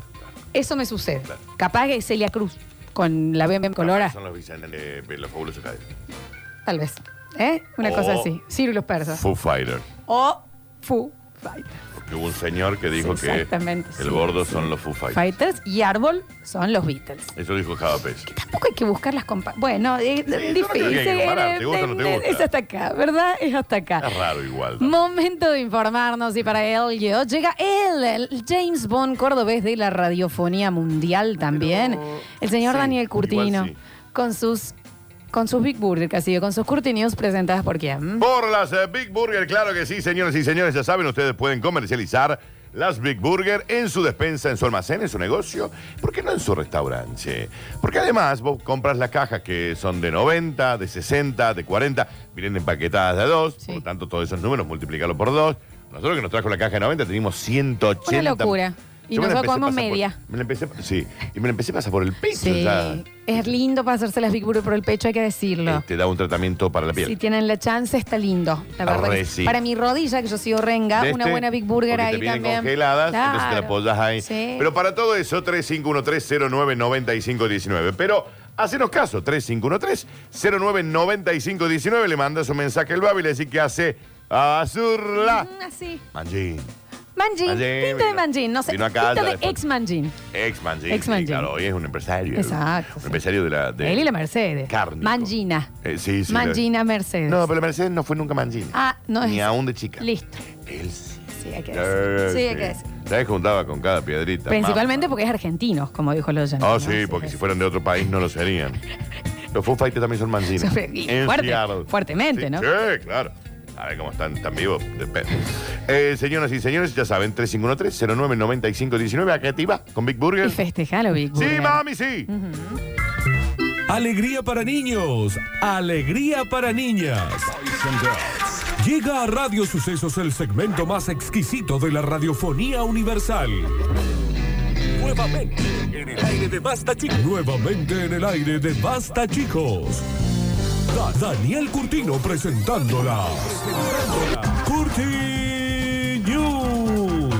Speaker 3: Eso me sucede. Capaz que es Celia Cruz con la BM colora,
Speaker 5: Son los villanos de de los fabulosos Cadillacs.
Speaker 3: tal vez. ¿Eh? Una
Speaker 5: O-
Speaker 3: cosa así. Ciro y los persas.
Speaker 5: Foo Fighters.
Speaker 3: O Foo Fighters.
Speaker 5: Porque hubo un señor que dijo que el
Speaker 3: Exactamente, sí,
Speaker 5: gordo son los Foo Fighters.
Speaker 3: Fighters y Árbol son los Beatles.
Speaker 5: Eso dijo Javapes.
Speaker 3: Tampoco hay que buscar las compa- Bueno, es difícil.
Speaker 5: hay que comparar, ¿te gusta o no te
Speaker 3: eh,
Speaker 5: gusta?
Speaker 3: Es hasta acá, ¿verdad? Es hasta acá.
Speaker 5: Es raro igual.
Speaker 3: Momento de informarnos y para él yo, llega él, el James Bond cordobés de la radiofonía mundial también, el señor Daniel Curtino, con sus con sus Big Burger casi, con sus Curtinios presentadas por quién.
Speaker 5: Por las eh, Big Burger, claro que sí, señoras y señores, ya saben, ustedes pueden comercializar las Big Burger en su despensa, en su almacén, en su negocio, ¿por qué no en su restaurante? Porque además vos compras las cajas que son de 90, de 60, de 40, vienen empaquetadas de 2, por lo tanto todos esos números multiplicarlo por 2. Nosotros que nos trajo la caja de 90 teníamos 180.
Speaker 3: Una locura. Y
Speaker 5: Yo me la
Speaker 3: nosotros
Speaker 5: empecé a
Speaker 3: comemos
Speaker 5: pasar por-
Speaker 3: media.
Speaker 5: me la empecé, sí, y me la empecé a pasar por el piso.
Speaker 3: Sí.
Speaker 5: ya.
Speaker 3: Es lindo pasarse las Big Burger por el pecho, hay que decirlo.
Speaker 5: Te da un tratamiento para la piel.
Speaker 3: Si tienen la chance, está lindo. La verdad.
Speaker 5: Arre,
Speaker 3: que-
Speaker 5: sí.
Speaker 3: Para mi rodilla, que yo sigo renga,
Speaker 5: de
Speaker 3: una
Speaker 5: este,
Speaker 3: buena Big Burger
Speaker 5: porque
Speaker 3: ahí
Speaker 5: te vienen
Speaker 3: también.
Speaker 5: congeladas, entonces te la
Speaker 3: Claro.
Speaker 5: apoyas ahí.
Speaker 3: Sí.
Speaker 5: Pero para todo eso, 3513-099519. Pero hacenos caso, 3513-099519. Le mandas un mensaje al Babi y le decís que hace Azurla.
Speaker 3: Mm, Así.
Speaker 5: Manjín.
Speaker 3: Manjin,
Speaker 5: Manjín,
Speaker 3: pinta de
Speaker 5: vino-
Speaker 3: Manjin, no sé,
Speaker 5: vino acá
Speaker 3: pinta
Speaker 5: alta
Speaker 3: de
Speaker 5: después.
Speaker 3: ex Manjin.
Speaker 5: Ex Manjín.
Speaker 3: Ex
Speaker 5: sí,
Speaker 3: Manjín.
Speaker 5: claro, hoy es un empresario.
Speaker 3: Exacto,
Speaker 5: Un empresario de la. de-
Speaker 3: Él y la Mercedes.
Speaker 5: Cárnico.
Speaker 3: Mangina.
Speaker 5: Eh, sí, sí. la-
Speaker 3: Mangina Mercedes.
Speaker 5: No, pero la Mercedes no fue nunca Manjín.
Speaker 3: Ah, no es.
Speaker 5: Ni aún de chica.
Speaker 3: Listo.
Speaker 5: Él sí.
Speaker 3: Sí, hay que
Speaker 5: Eh,
Speaker 3: decir. Sí, hay que decir.
Speaker 5: Ya se juntaba con cada piedrita.
Speaker 3: Principalmente porque es argentino, como dijo Loyan.
Speaker 5: Ah, sí, porque si fueran de otro país no lo serían. Los Foo Fighters también son mancinos.
Speaker 3: Y fuerte, fuertemente, ¿no?
Speaker 5: Sí, claro. A ver cómo están tan vivos, depende. Eh, señoras y señores, ya saben, 3513-099519, acá te iba, con Big Burger.
Speaker 3: Y festejalo, Big
Speaker 5: Sí,
Speaker 3: Burger.
Speaker 5: mami, Ah, sí.
Speaker 19: Alegría para niños, alegría para niñas. Llega a Radio Sucesos el segmento más exquisito de la radiofonía universal. Nuevamente en el aire de Basta Chicos. Nuevamente en el aire de Basta Chicos. Da- Daniel Curtino presentándola. Curti News.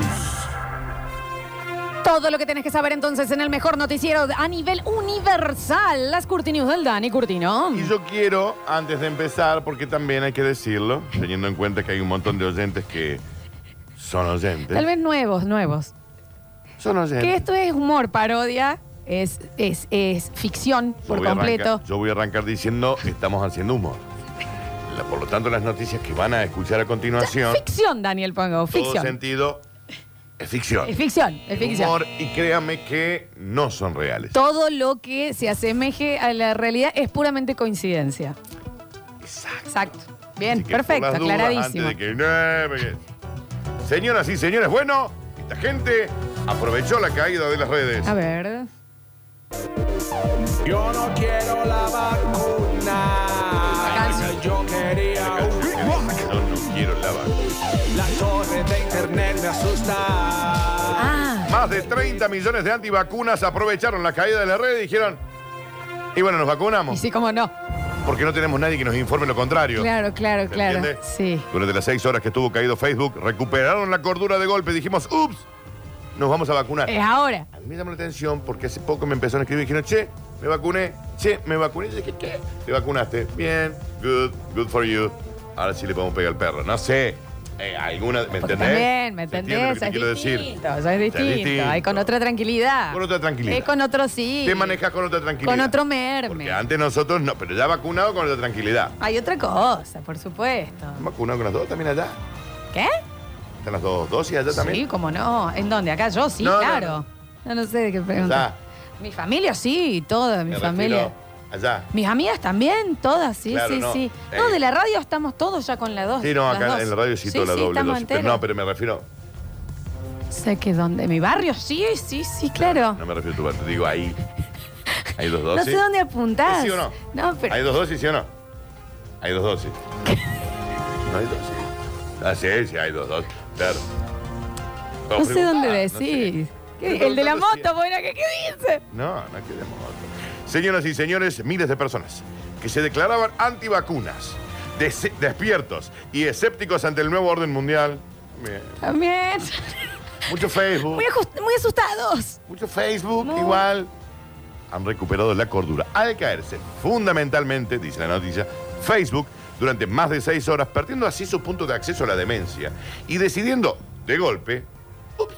Speaker 3: Todo lo que tenés que saber entonces en el mejor noticiero a nivel universal. Las Curti News del Dani Curtino.
Speaker 5: Y yo quiero, antes de empezar, porque también hay que decirlo, teniendo en cuenta que hay un montón de oyentes que son oyentes.
Speaker 3: Tal vez nuevos, nuevos.
Speaker 5: Son oyentes.
Speaker 3: Que esto es humor, parodia, es, es, es ficción
Speaker 5: Yo
Speaker 3: por
Speaker 5: voy a
Speaker 3: completo.
Speaker 5: arrancar- yo voy a arrancar diciendo, estamos haciendo humor. La- por lo tanto, las noticias que van a escuchar a continuación,
Speaker 3: Ficción, Daniel Pongo,
Speaker 5: todo
Speaker 3: ficción.
Speaker 5: sentido, es ficción.
Speaker 3: Es ficción, es ficción.
Speaker 5: Humor, y créame que no son reales.
Speaker 3: Todo lo que se asemeje a la realidad es puramente coincidencia.
Speaker 5: Exacto. Que
Speaker 3: Bien,
Speaker 5: por
Speaker 3: perfecto,
Speaker 5: las dudas,
Speaker 3: aclaradísimo.
Speaker 5: antes de que- no, porque- Señoras y señores, bueno, esta gente aprovechó la caída de las redes.
Speaker 3: A ver.
Speaker 2: Yo no quiero la vacuna. Yo quería un Big Mac.
Speaker 3: Ah.
Speaker 5: Más de 30 millones de antivacunas aprovecharon la caída de la red y dijeron, y bueno, nos
Speaker 3: Y
Speaker 5: vacunamos,
Speaker 3: sí, cómo no.
Speaker 5: porque no tenemos nadie que nos informe lo contrario.
Speaker 3: Claro, claro,
Speaker 5: ¿Se
Speaker 3: claro.
Speaker 5: entiende?
Speaker 3: Sí.
Speaker 5: Durante las seis horas que estuvo caído Facebook, recuperaron la cordura de golpe. Dijimos, ups, nos vamos a vacunar.
Speaker 3: Es ahora.
Speaker 5: A mí me llamó la atención porque hace poco me empezaron a escribir y dijeron, che, me vacuné, che, me vacuné. Y yo dije, ¿qué? Te vacunaste. Bien, good, good for you. Ahora sí le podemos pegar al perro. No sé, eh, alguna, ¿me entendés?
Speaker 3: También, ¿me
Speaker 5: ¿Se entiende lo
Speaker 3: entendés?
Speaker 5: que te quiero
Speaker 3: Es
Speaker 5: decir?
Speaker 3: distinto, eso es distinto.
Speaker 5: distinto.
Speaker 3: Hay con otra tranquilidad.
Speaker 5: Con otra tranquilidad.
Speaker 3: Es Eh, con otro sí.
Speaker 5: Te manejas con otra tranquilidad.
Speaker 3: Con otro merme.
Speaker 5: Que antes nosotros no, pero ya vacunado con otra tranquilidad.
Speaker 3: Hay otra cosa, por supuesto.
Speaker 5: Vacunado con las dos también allá.
Speaker 3: ¿Qué?
Speaker 5: Están las dos dosis allá también.
Speaker 3: Sí, cómo no. ¿En dónde? Acá yo sí,
Speaker 5: No, no,
Speaker 3: claro. No, no sé de qué pregunta.
Speaker 5: Allá,
Speaker 3: Mi familia sí, toda mi
Speaker 5: me
Speaker 3: familia.
Speaker 5: retiro. Allá.
Speaker 3: Mis amigas también, todas, sí,
Speaker 5: Claro,
Speaker 3: sí,
Speaker 5: no.
Speaker 3: sí.
Speaker 5: Eh.
Speaker 3: No, de la radio estamos todos ya con la dos.
Speaker 5: Sí, no,
Speaker 3: las
Speaker 5: acá
Speaker 3: dos.
Speaker 5: en la radio sí,
Speaker 3: Sí,
Speaker 5: toda la
Speaker 3: sí,
Speaker 5: doble
Speaker 3: estamos
Speaker 5: dosis. Pero
Speaker 3: enteros.
Speaker 5: no, pero me refiero.
Speaker 3: Sé que donde, mi barrio, sí, sí, sí, claro.
Speaker 5: No me refiero a tu parte, digo ahí. Hay dos
Speaker 3: No,
Speaker 5: dosis.
Speaker 3: sé dónde apuntás.
Speaker 5: ¿Sí o no?
Speaker 3: pero
Speaker 5: ¿Hay dos dosis, sí o no? Hay dos dosis. No hay dosis. Ah, sí, sí, hay dos dosis. Claro.
Speaker 3: no sé dónde
Speaker 5: ves.
Speaker 3: decís. ¿Qué- el de la moto, bueno, ¿qué, qué dice?
Speaker 5: No, no queremos otro. Señoras y señores, miles de personas que se declaraban antivacunas, des- despiertos y escépticos ante el nuevo orden mundial. Bien.
Speaker 3: También.
Speaker 5: Mucho Facebook.
Speaker 3: Muy, ajust- muy asustados.
Speaker 5: Mucho Facebook, igual. han recuperado la cordura. Al caerse, fundamentalmente, dice la noticia, Facebook durante más de seis horas, perdiendo así su punto de acceso a la demencia y decidiendo, de golpe, "Ups,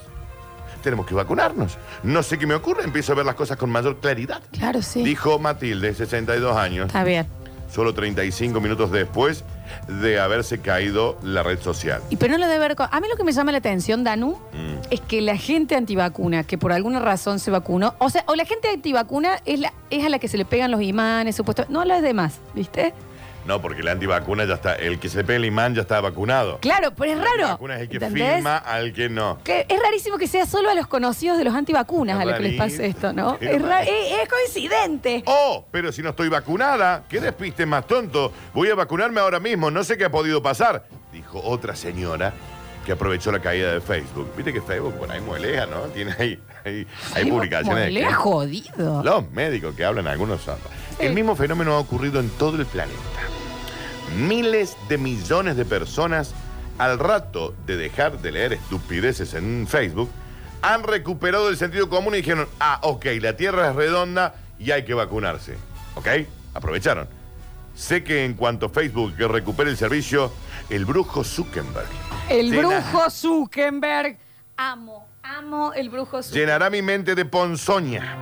Speaker 5: tenemos que vacunarnos. No sé qué me ocurre, empiezo a ver las cosas con mayor claridad.
Speaker 3: Claro, sí.
Speaker 5: Dijo Matilde, 62 años,
Speaker 3: Está bien.
Speaker 5: solo 35 minutos después de haberse caído la red social. Mm.
Speaker 3: Y pero no lo debe ver con... A mí lo que me llama la atención, Danu, es que la gente antivacuna, que por alguna razón se vacunó, o sea, o la gente antivacuna es, la, es a la que se le pegan los imanes, supuesto, no a las demás, ¿viste?
Speaker 5: No, porque la antivacuna ya está, el que se pega el imán ya está vacunado.
Speaker 3: Claro, pero es
Speaker 5: La
Speaker 3: raro.
Speaker 5: vacuna es el que
Speaker 3: ¿entendés?
Speaker 5: firma al que no.
Speaker 3: Que es rarísimo que sea solo a los conocidos de los antivacunas a los que les pase esto, ¿no?
Speaker 5: Pero
Speaker 3: Es, ra- es- es coincidente.
Speaker 5: Oh, pero si no estoy vacunada, qué despiste más tonto. Voy a vacunarme ahora mismo, no sé qué ha podido pasar, dijo otra señora que aprovechó la caída de Facebook. Viste que Facebook, bueno, hay muelea, ¿no? Tiene ahí, ahí- hay publicaciones. de
Speaker 3: Le ha
Speaker 5: que-
Speaker 3: jodido.
Speaker 5: los médicos que hablan algunos son. El mismo fenómeno ha ocurrido en todo el planeta. Miles de millones de personas, al rato de dejar de leer estupideces en Facebook, han recuperado el sentido común y dijeron, ah, ok, la Tierra es redonda y hay que vacunarse. ¿Ok? Aprovecharon. Sé que en cuanto Facebook recupere el servicio, el brujo Zuckerberg
Speaker 3: El
Speaker 5: llena-
Speaker 3: brujo Zuckerberg. Amo, amo el brujo Zuckerberg.
Speaker 5: llenará mi mente de ponzoña.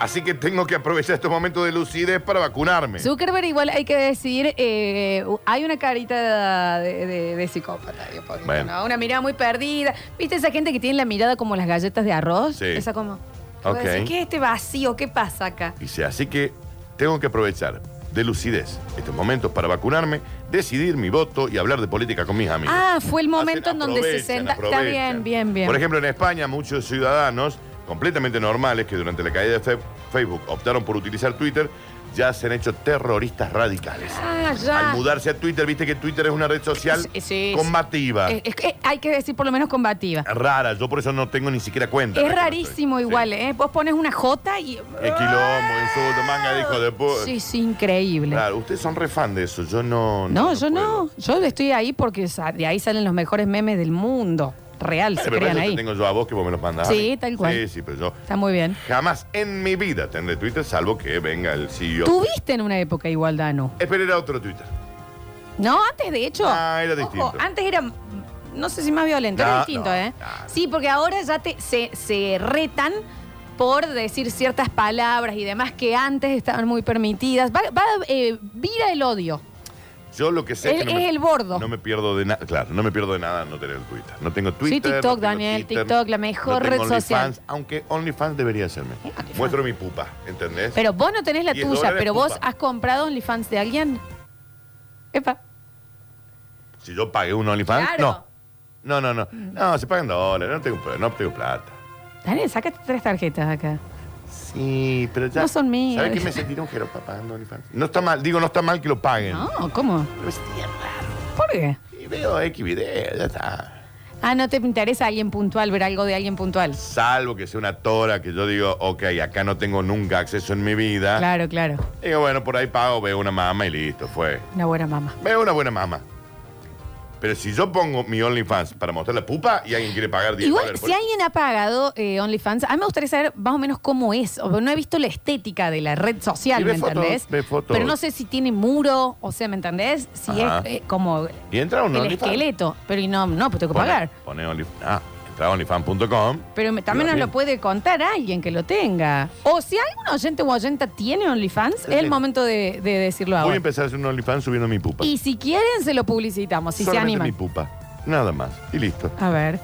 Speaker 5: Así que tengo que aprovechar estos momentos de lucidez para vacunarme.
Speaker 3: Zuckerberg igual hay que decir, eh, hay una carita de, de- de psicópata, digo, porque,
Speaker 5: Bueno.
Speaker 3: ¿no? una mirada muy perdida. ¿Viste esa gente que tiene la mirada como las galletas de arroz?
Speaker 5: Sí.
Speaker 3: Esa como... que
Speaker 5: Ok.
Speaker 3: vos decís, ¿Qué es este vacío? ¿Qué pasa acá?
Speaker 5: Dice, así que tengo que aprovechar de lucidez estos momentos para vacunarme, decidir mi voto y hablar de política con mis amigos.
Speaker 3: Ah, fue el momento en donde se
Speaker 5: aprovechan,
Speaker 3: senta... Está
Speaker 5: aprovechan.
Speaker 3: bien, bien, bien.
Speaker 5: Por ejemplo, en España muchos ciudadanos completamente normales que durante la caída de Fe- Facebook optaron por utilizar Twitter ya se han hecho terroristas radicales.
Speaker 3: Ah, ya.
Speaker 5: Al mudarse a Twitter, viste que Twitter es una red social
Speaker 3: Sí, sí,
Speaker 5: combativa,
Speaker 3: Eh, Es- es que hay que decir por lo menos combativa.
Speaker 5: rara. Yo por eso no tengo ni siquiera cuenta.
Speaker 3: Es rarísimo igual, ¿eh? Vos pones una J y...
Speaker 5: Es quilombo, insulto, manga, dijo después.
Speaker 3: Sí, sí, increíble.
Speaker 5: Claro, ustedes son re fan de eso. Yo no.
Speaker 3: No, yo no. Yo estoy ahí porque sa- de ahí salen los mejores memes del mundo. Real, se
Speaker 5: Pero para
Speaker 3: crean
Speaker 5: eso
Speaker 3: ahí.
Speaker 5: te tengo yo a vos que vos me los mandás. a
Speaker 3: Sí,
Speaker 5: mí.
Speaker 3: tal cual.
Speaker 5: Sí, sí, pero yo
Speaker 3: Está muy bien.
Speaker 5: jamás en mi vida tendré Twitter, salvo que venga el E CEO.
Speaker 3: Tuviste en una época igual, Danu.
Speaker 5: Eh, pero era otro Twitter.
Speaker 3: No, antes de hecho.
Speaker 5: Ah, era
Speaker 3: ojo,
Speaker 5: distinto.
Speaker 3: antes era, mm, no sé si más violento, era
Speaker 5: No,
Speaker 3: distinto,
Speaker 5: no,
Speaker 3: ¿eh? Sí, porque ahora ya te, se, se retan por decir ciertas palabras y demás que antes estaban muy permitidas. Va, va, eh, vira el odio.
Speaker 5: Yo lo que sé
Speaker 3: Él
Speaker 5: que no me-
Speaker 3: es el bordo.
Speaker 5: No me pierdo de nada. Claro, no me pierdo de nada no tener Twitter. No tengo Twitter.
Speaker 3: sí, TikTok,
Speaker 5: no tengo
Speaker 3: Daniel,
Speaker 5: Twitter,
Speaker 3: TikTok, la
Speaker 5: no
Speaker 3: mejor
Speaker 5: tengo
Speaker 3: red
Speaker 5: OnlyFans,
Speaker 3: social.
Speaker 5: aunque OnlyFans debería hacerme. Muestro mi pupa, ¿entendés?
Speaker 3: Pero vos no tenés la
Speaker 5: 10
Speaker 3: tuya,
Speaker 5: dólares,
Speaker 3: pero vos
Speaker 5: pupa.
Speaker 3: has comprado OnlyFans de alguien. Epa.
Speaker 5: Si yo pagué un OnlyFans,
Speaker 3: Claro. Mm.
Speaker 5: no. No, no, no. No, se pagan dólares, no tengo, no tengo plata.
Speaker 3: Daniel, sácate tres tarjetas acá.
Speaker 5: Sí, pero ya.
Speaker 3: No son mías.
Speaker 5: ¿Sabes qué me sentiré un jeropa pagando OnlyFans? No está mal, digo, no está mal que lo paguen.
Speaker 3: No, Oh, ¿cómo?
Speaker 5: Pero es tierra.
Speaker 3: ¿Por qué?
Speaker 5: Y veo X video, ya está.
Speaker 3: Ah, no te interesa alguien puntual, ver algo de alguien puntual.
Speaker 5: Salvo que sea una tora que yo digo, ok, acá no tengo nunca acceso en mi vida.
Speaker 3: Claro, claro.
Speaker 5: Digo, bueno, por ahí pago, veo una mamá y listo, fue.
Speaker 3: Una buena mamá.
Speaker 5: Veo una buena mamá. Pero si yo pongo mi OnlyFans para mostrar la pupa y alguien quiere pagar 10
Speaker 3: Igual,
Speaker 5: dólares por-
Speaker 3: si alguien ha pagado eh, OnlyFans, a mí me gustaría saber más o menos cómo es. O- no he visto la estética de la red social,
Speaker 5: Y ve
Speaker 3: ¿me
Speaker 5: fotos,
Speaker 3: entendés?
Speaker 5: ve fotos.
Speaker 3: Pero no sé si tiene muro, o sea, ¿me entendés? Si
Speaker 5: Ajá.
Speaker 3: es eh, como
Speaker 5: Y entra un
Speaker 3: el
Speaker 5: OnlyFans.
Speaker 3: esqueleto. Pero y no, no, pues tengo que
Speaker 5: Pone-
Speaker 3: pagar.
Speaker 5: Pone OnlyFans. Ah, entra a OnlyFans.com.
Speaker 3: Pero me- también nos
Speaker 5: Bien.
Speaker 3: lo puede contar alguien que lo tenga. O si algún oyente o oyenta tiene OnlyFans, es el momento de, de decirlo
Speaker 5: Voy a
Speaker 3: ahora.
Speaker 5: empezar a hacer un OnlyFans subiendo mi pupa.
Speaker 3: Y si quieren, se lo publicitamos, si se
Speaker 5: Solamente mi
Speaker 3: animan.
Speaker 5: pupa. Nada más. Y listo.
Speaker 3: A ver,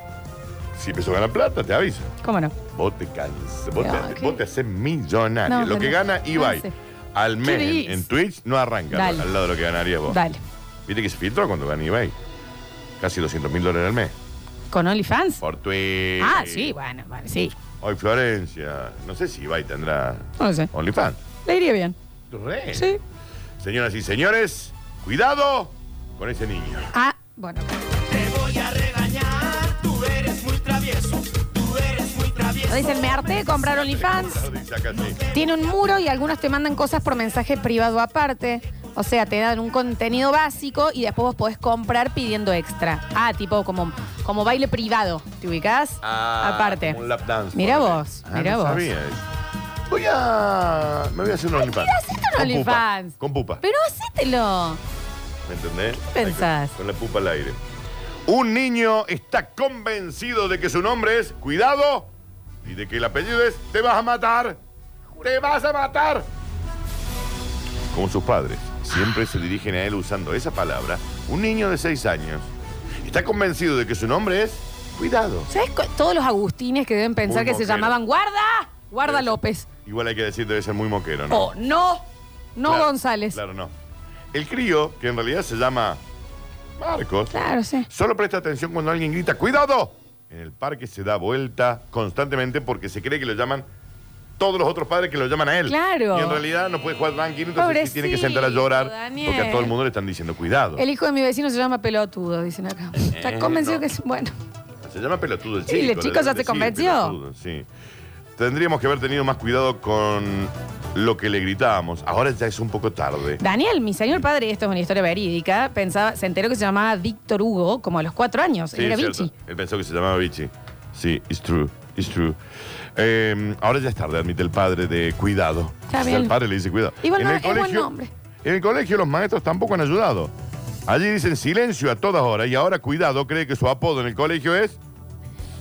Speaker 5: Si empezó a ganar plata, te aviso.
Speaker 3: ¿cómo no?
Speaker 5: Vos te cansas. Vos,
Speaker 3: No,
Speaker 5: te, vos te haces millonario.
Speaker 3: No,
Speaker 5: lo que
Speaker 3: tenés-
Speaker 5: gana Ibai
Speaker 3: no sé.
Speaker 5: al mes
Speaker 3: ¿Qué
Speaker 5: en,
Speaker 3: dices?
Speaker 5: en Twitch no arranca
Speaker 3: Dale.
Speaker 5: al lado de lo que ganarías vos.
Speaker 3: Dale.
Speaker 5: Viste que se filtró cuando gana Ibai. Casi 200 mil dólares al mes.
Speaker 3: ¿Con OnlyFans?
Speaker 5: Por Twitch.
Speaker 3: Ah, sí, bueno, bueno, sí.
Speaker 5: Hoy Florencia. No sé si Ibai tendrá
Speaker 3: No sé.
Speaker 5: OnlyFans.
Speaker 3: Le iría bien.
Speaker 5: Re.
Speaker 3: Sí.
Speaker 5: Señoras y señores, cuidado con ese niño.
Speaker 3: Ah, bueno.
Speaker 2: Te voy a regañar, tú eres muy travieso, tú eres muy travieso.
Speaker 3: Dicen, me harté, comprar OnlyFans.
Speaker 5: Dice acá, sí.
Speaker 3: Tiene un muro y algunos te mandan cosas por mensaje privado aparte. O sea, te dan un contenido básico y después vos podés comprar pidiendo extra. Ah, tipo como, como baile privado. ¿Te ubicás?
Speaker 5: Ah,
Speaker 3: aparte.
Speaker 5: como Un lap dance.
Speaker 3: Mirá
Speaker 5: ponele.
Speaker 3: vos,
Speaker 5: Ah,
Speaker 3: mirá
Speaker 5: no
Speaker 3: vos.
Speaker 5: sabía eso. Voy a. Me voy a hacer un OnlyFans.
Speaker 3: un
Speaker 5: Con pupa,
Speaker 3: OnlyFans.
Speaker 5: Con pupa.
Speaker 3: Pero hacételo.
Speaker 5: ¿Me entendés?
Speaker 3: ¿Qué pensás?
Speaker 5: Con, con la pupa al aire. Un niño está convencido de que su nombre es Cuidado y de que el apellido es Te vas a matar. Te vas a matar. Como sus padres siempre se dirigen a él usando esa palabra, un niño de 6 años está convencido de que su nombre es Cuidado.
Speaker 3: ¿Sabes cu- todos los agustines que deben pensar
Speaker 5: Muy
Speaker 3: que
Speaker 5: moquero.
Speaker 3: se llamaban Guarda? Guarda López.
Speaker 5: Igual hay que decir, debe ser muy moquero, ¿no?
Speaker 3: O no, no
Speaker 5: Claro,
Speaker 3: González.
Speaker 5: Claro, no. El crío, que en realidad se llama Marcos,
Speaker 3: Claro, sí.
Speaker 5: solo presta atención cuando alguien grita ¡Cuidado! En el parque se da vuelta constantemente porque se cree que lo llaman todos los otros padres que lo llaman a él.
Speaker 3: Claro.
Speaker 5: Y en realidad no puede jugar tranquilo, entonces sí tiene que
Speaker 3: Pobrecito,
Speaker 5: sentar a llorar
Speaker 3: Daniel. Eh,
Speaker 5: porque a todo el mundo le están diciendo cuidado.
Speaker 3: El hijo de mi vecino se llama pelotudo, dicen acá. Está
Speaker 5: Eh,
Speaker 3: convencido
Speaker 5: no.
Speaker 3: que es bueno.
Speaker 5: Se llama pelotudo el
Speaker 3: Sí,
Speaker 5: chico.
Speaker 3: el
Speaker 5: le
Speaker 3: chico
Speaker 5: deben
Speaker 3: ya se
Speaker 5: decir
Speaker 3: convenció.
Speaker 5: pelotudo, sí. Tendríamos que haber tenido más cuidado con lo que le gritábamos. Ahora ya es un poco tarde.
Speaker 3: Daniel, mi señor padre, esto es una historia verídica, pensaba, se enteró que se llamaba Víctor Hugo como a los cuatro años.
Speaker 5: Sí,
Speaker 3: Era
Speaker 5: es cierto.
Speaker 3: Vichy.
Speaker 5: Él pensó que se llamaba Vichy. Sí, it's true, it's true. Eh, ahora ya es tarde, admite el padre de cuidado.
Speaker 3: Está
Speaker 5: O sea,
Speaker 3: bien.
Speaker 5: El padre le dice cuidado.
Speaker 3: Igual
Speaker 5: En
Speaker 3: no,
Speaker 5: el
Speaker 3: es buen
Speaker 5: colegio-
Speaker 3: nombre.
Speaker 5: En el colegio los maestros tampoco han ayudado. Allí dicen silencio a todas horas y ahora cuidado cree que su apodo en el colegio es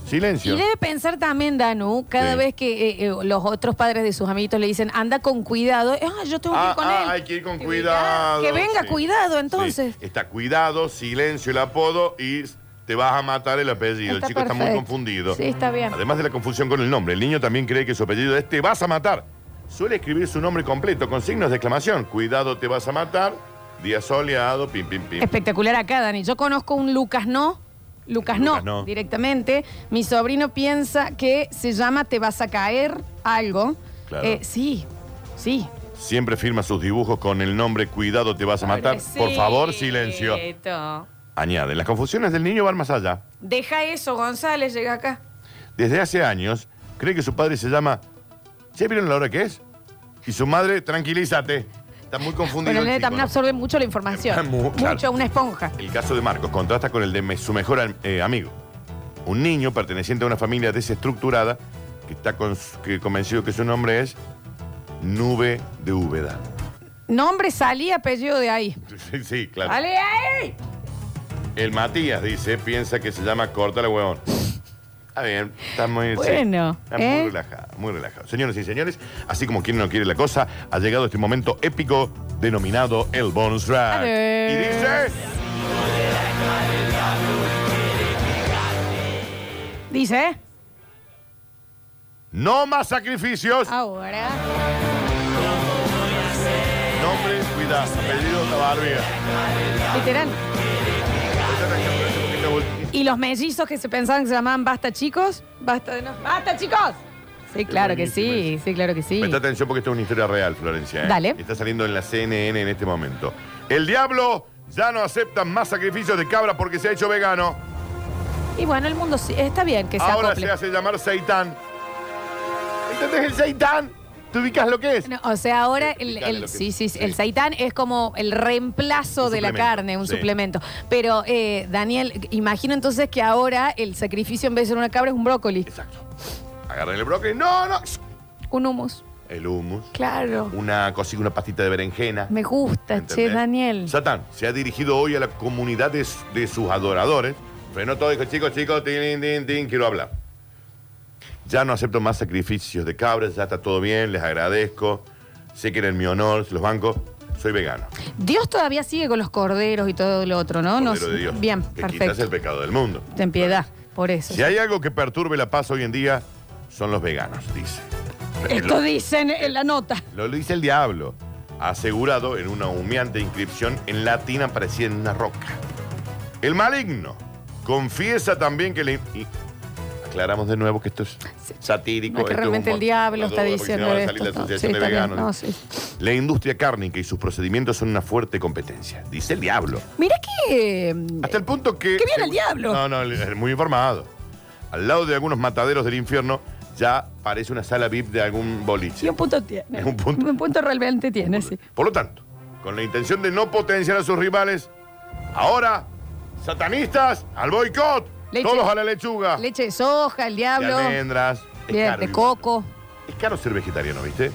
Speaker 3: Y
Speaker 5: silencio.
Speaker 3: debe pensar también, Danu, cada
Speaker 5: Sí.
Speaker 3: vez que eh, eh, los otros padres de sus amiguitos le dicen, anda con cuidado, ah, yo tengo que
Speaker 5: Ah,
Speaker 3: ir con
Speaker 5: ah,
Speaker 3: él.
Speaker 5: hay que ir con
Speaker 3: Que
Speaker 5: cuidado.
Speaker 3: venga- Que venga
Speaker 5: Sí.
Speaker 3: cuidado, entonces.
Speaker 5: Sí. Está cuidado, silencio el apodo y te vas a matar el apellido.
Speaker 3: Está
Speaker 5: el chico está muy
Speaker 3: perfecto.
Speaker 5: confundido.
Speaker 3: Sí, está bien.
Speaker 5: Además de la confusión con el nombre, el niño también cree que su apellido es Te vas a matar. Suele escribir su nombre completo con signos de exclamación. Cuidado, te vas a matar. Día soleado, pim, pim, pim.
Speaker 3: Espectacular acá, Dani. Yo conozco un Lucas no. Lucas,
Speaker 5: Lucas
Speaker 3: no,
Speaker 5: no.
Speaker 3: directamente. Mi sobrino piensa que se llama Te vas a caer algo.
Speaker 5: Claro.
Speaker 3: Eh, sí, sí.
Speaker 5: Siempre firma sus dibujos con el nombre Cuidado, te vas a matar. Por favor, silencio.
Speaker 3: Pobrecito.
Speaker 5: Añade, las confusiones del niño van más allá.
Speaker 3: Deja eso, González, llega acá.
Speaker 5: Desde hace años, cree que su padre se llama... ¿Ya vieron la hora que es? Y su madre, tranquilízate. Está muy confundido.
Speaker 3: Bueno,
Speaker 5: el
Speaker 3: el nene
Speaker 5: chico,
Speaker 3: también
Speaker 5: ¿no?
Speaker 3: absorbe mucho la información.
Speaker 5: Mu- claro.
Speaker 3: Mucho, una esponja.
Speaker 5: El caso de Marcos contrasta con el de me- su mejor am- eh, amigo. Un niño perteneciente a una familia desestructurada que está cons- que convencido que su nombre es Nube de Úbeda.
Speaker 3: Nombre, salí, apellido de ahí.
Speaker 5: Sí, sí, claro.
Speaker 3: ¡Dale ahí!
Speaker 5: El Matías dice, piensa que se llama Corta la Huevón. Está bien, está muy... sí.
Speaker 3: Bueno,
Speaker 5: Está
Speaker 3: ¿eh?
Speaker 5: muy relajado, muy relajado. Señoras y señores, así como quien no quiere la cosa, ha llegado este momento épico denominado el bonus track. Ah, Y dice...
Speaker 3: Dice.
Speaker 5: No más sacrificios.
Speaker 3: Ahora.
Speaker 5: Nombre, cuidado. Apellido, Tabarbia.
Speaker 3: Literal. Y los mellizos que se pensaban que se llamaban Basta Chicos, Basta de no. ¡Basta Chicos! Sí, claro que sí, sí, claro que sí.
Speaker 5: Presta atención porque esta es una historia real, Florencia. ¿eh?
Speaker 3: Dale.
Speaker 5: Está saliendo en la CNN en este momento. El diablo ya no acepta más sacrificios de cabra porque se ha hecho vegano.
Speaker 3: Y bueno, el mundo sí- está bien que se
Speaker 5: Ahora
Speaker 3: acople.
Speaker 5: se hace llamar Seitán. ¿Entendés el Seitán? ¿Te ubicas lo que es?
Speaker 3: No, o sea, ahora el,
Speaker 5: Explícale
Speaker 3: el-
Speaker 5: lo que
Speaker 3: sí,
Speaker 5: es.
Speaker 3: sí, sí, el seitán es como el reemplazo de la
Speaker 5: suplemento,
Speaker 3: carne, un
Speaker 5: sí.
Speaker 3: suplemento. Pero, eh, Daniel, imagino entonces que ahora el sacrificio en vez de ser una cabra es un brócoli. Exacto.
Speaker 5: Agarren el brócoli. No, no.
Speaker 3: Un humus.
Speaker 5: El hummus.
Speaker 3: Claro.
Speaker 5: Una cosita, una pastita de berenjena.
Speaker 3: Me gusta, che,
Speaker 5: ¿Entendés?
Speaker 3: Daniel.
Speaker 5: Satán se ha dirigido hoy a la comunidad de, su- de sus adoradores. Frenó todo y dijo, chicos, chicos, tin, tin, tin, quiero hablar. Ya no acepto más sacrificios de cabras, ya está todo bien, les agradezco. Sé que eran mi honor, se los bancos. Soy vegano.
Speaker 3: Dios todavía sigue con los corderos y todo lo otro, ¿no? No
Speaker 5: Cordero
Speaker 3: sé.
Speaker 5: de Dios,
Speaker 3: Oh, Bien,
Speaker 5: Que quizás es el
Speaker 3: perfecto.
Speaker 5: pecado del mundo.
Speaker 3: Ten piedad, por eso.
Speaker 5: Si hay algo que perturbe la paz hoy en día, son los veganos, dice.
Speaker 3: Esto dicen en la nota.
Speaker 5: Lo, lo dice el diablo, asegurado en una humeante inscripción en latín aparecida en una roca. El maligno confiesa también que le... y- aclaramos de nuevo que esto es satírico.
Speaker 3: No es que
Speaker 5: esto un
Speaker 3: realmente el
Speaker 5: mon- una
Speaker 3: diablo está
Speaker 5: duda, porque si no
Speaker 3: diciendo
Speaker 5: van a
Speaker 3: esto.
Speaker 5: salir la
Speaker 3: todo.
Speaker 5: Asociación
Speaker 3: Sí,
Speaker 5: de
Speaker 3: está bien.
Speaker 5: Veganos.
Speaker 3: No, sí.
Speaker 5: La industria cárnica y sus procedimientos son una fuerte competencia, dice el diablo.
Speaker 3: Mira que...
Speaker 5: Hasta el punto que...
Speaker 3: ¡Qué bien el diablo!
Speaker 5: No, no, es muy informado. Al lado de algunos mataderos del infierno ya parece una sala VIP de algún boliche.
Speaker 3: Y un punto tiene.
Speaker 5: Es un punto.
Speaker 3: realmente tiene, sí.
Speaker 5: Por lo tanto, con la intención de no potenciar a sus rivales, ahora, satanistas, al boicot,
Speaker 3: Leche.
Speaker 5: todos a la lechuga,
Speaker 3: Leche de soja, el
Speaker 5: de
Speaker 3: diablo.
Speaker 5: almendras. Es
Speaker 3: Bien,
Speaker 5: caro
Speaker 3: de
Speaker 5: vivir.
Speaker 3: coco.
Speaker 5: Es caro ser vegetariano, ¿viste?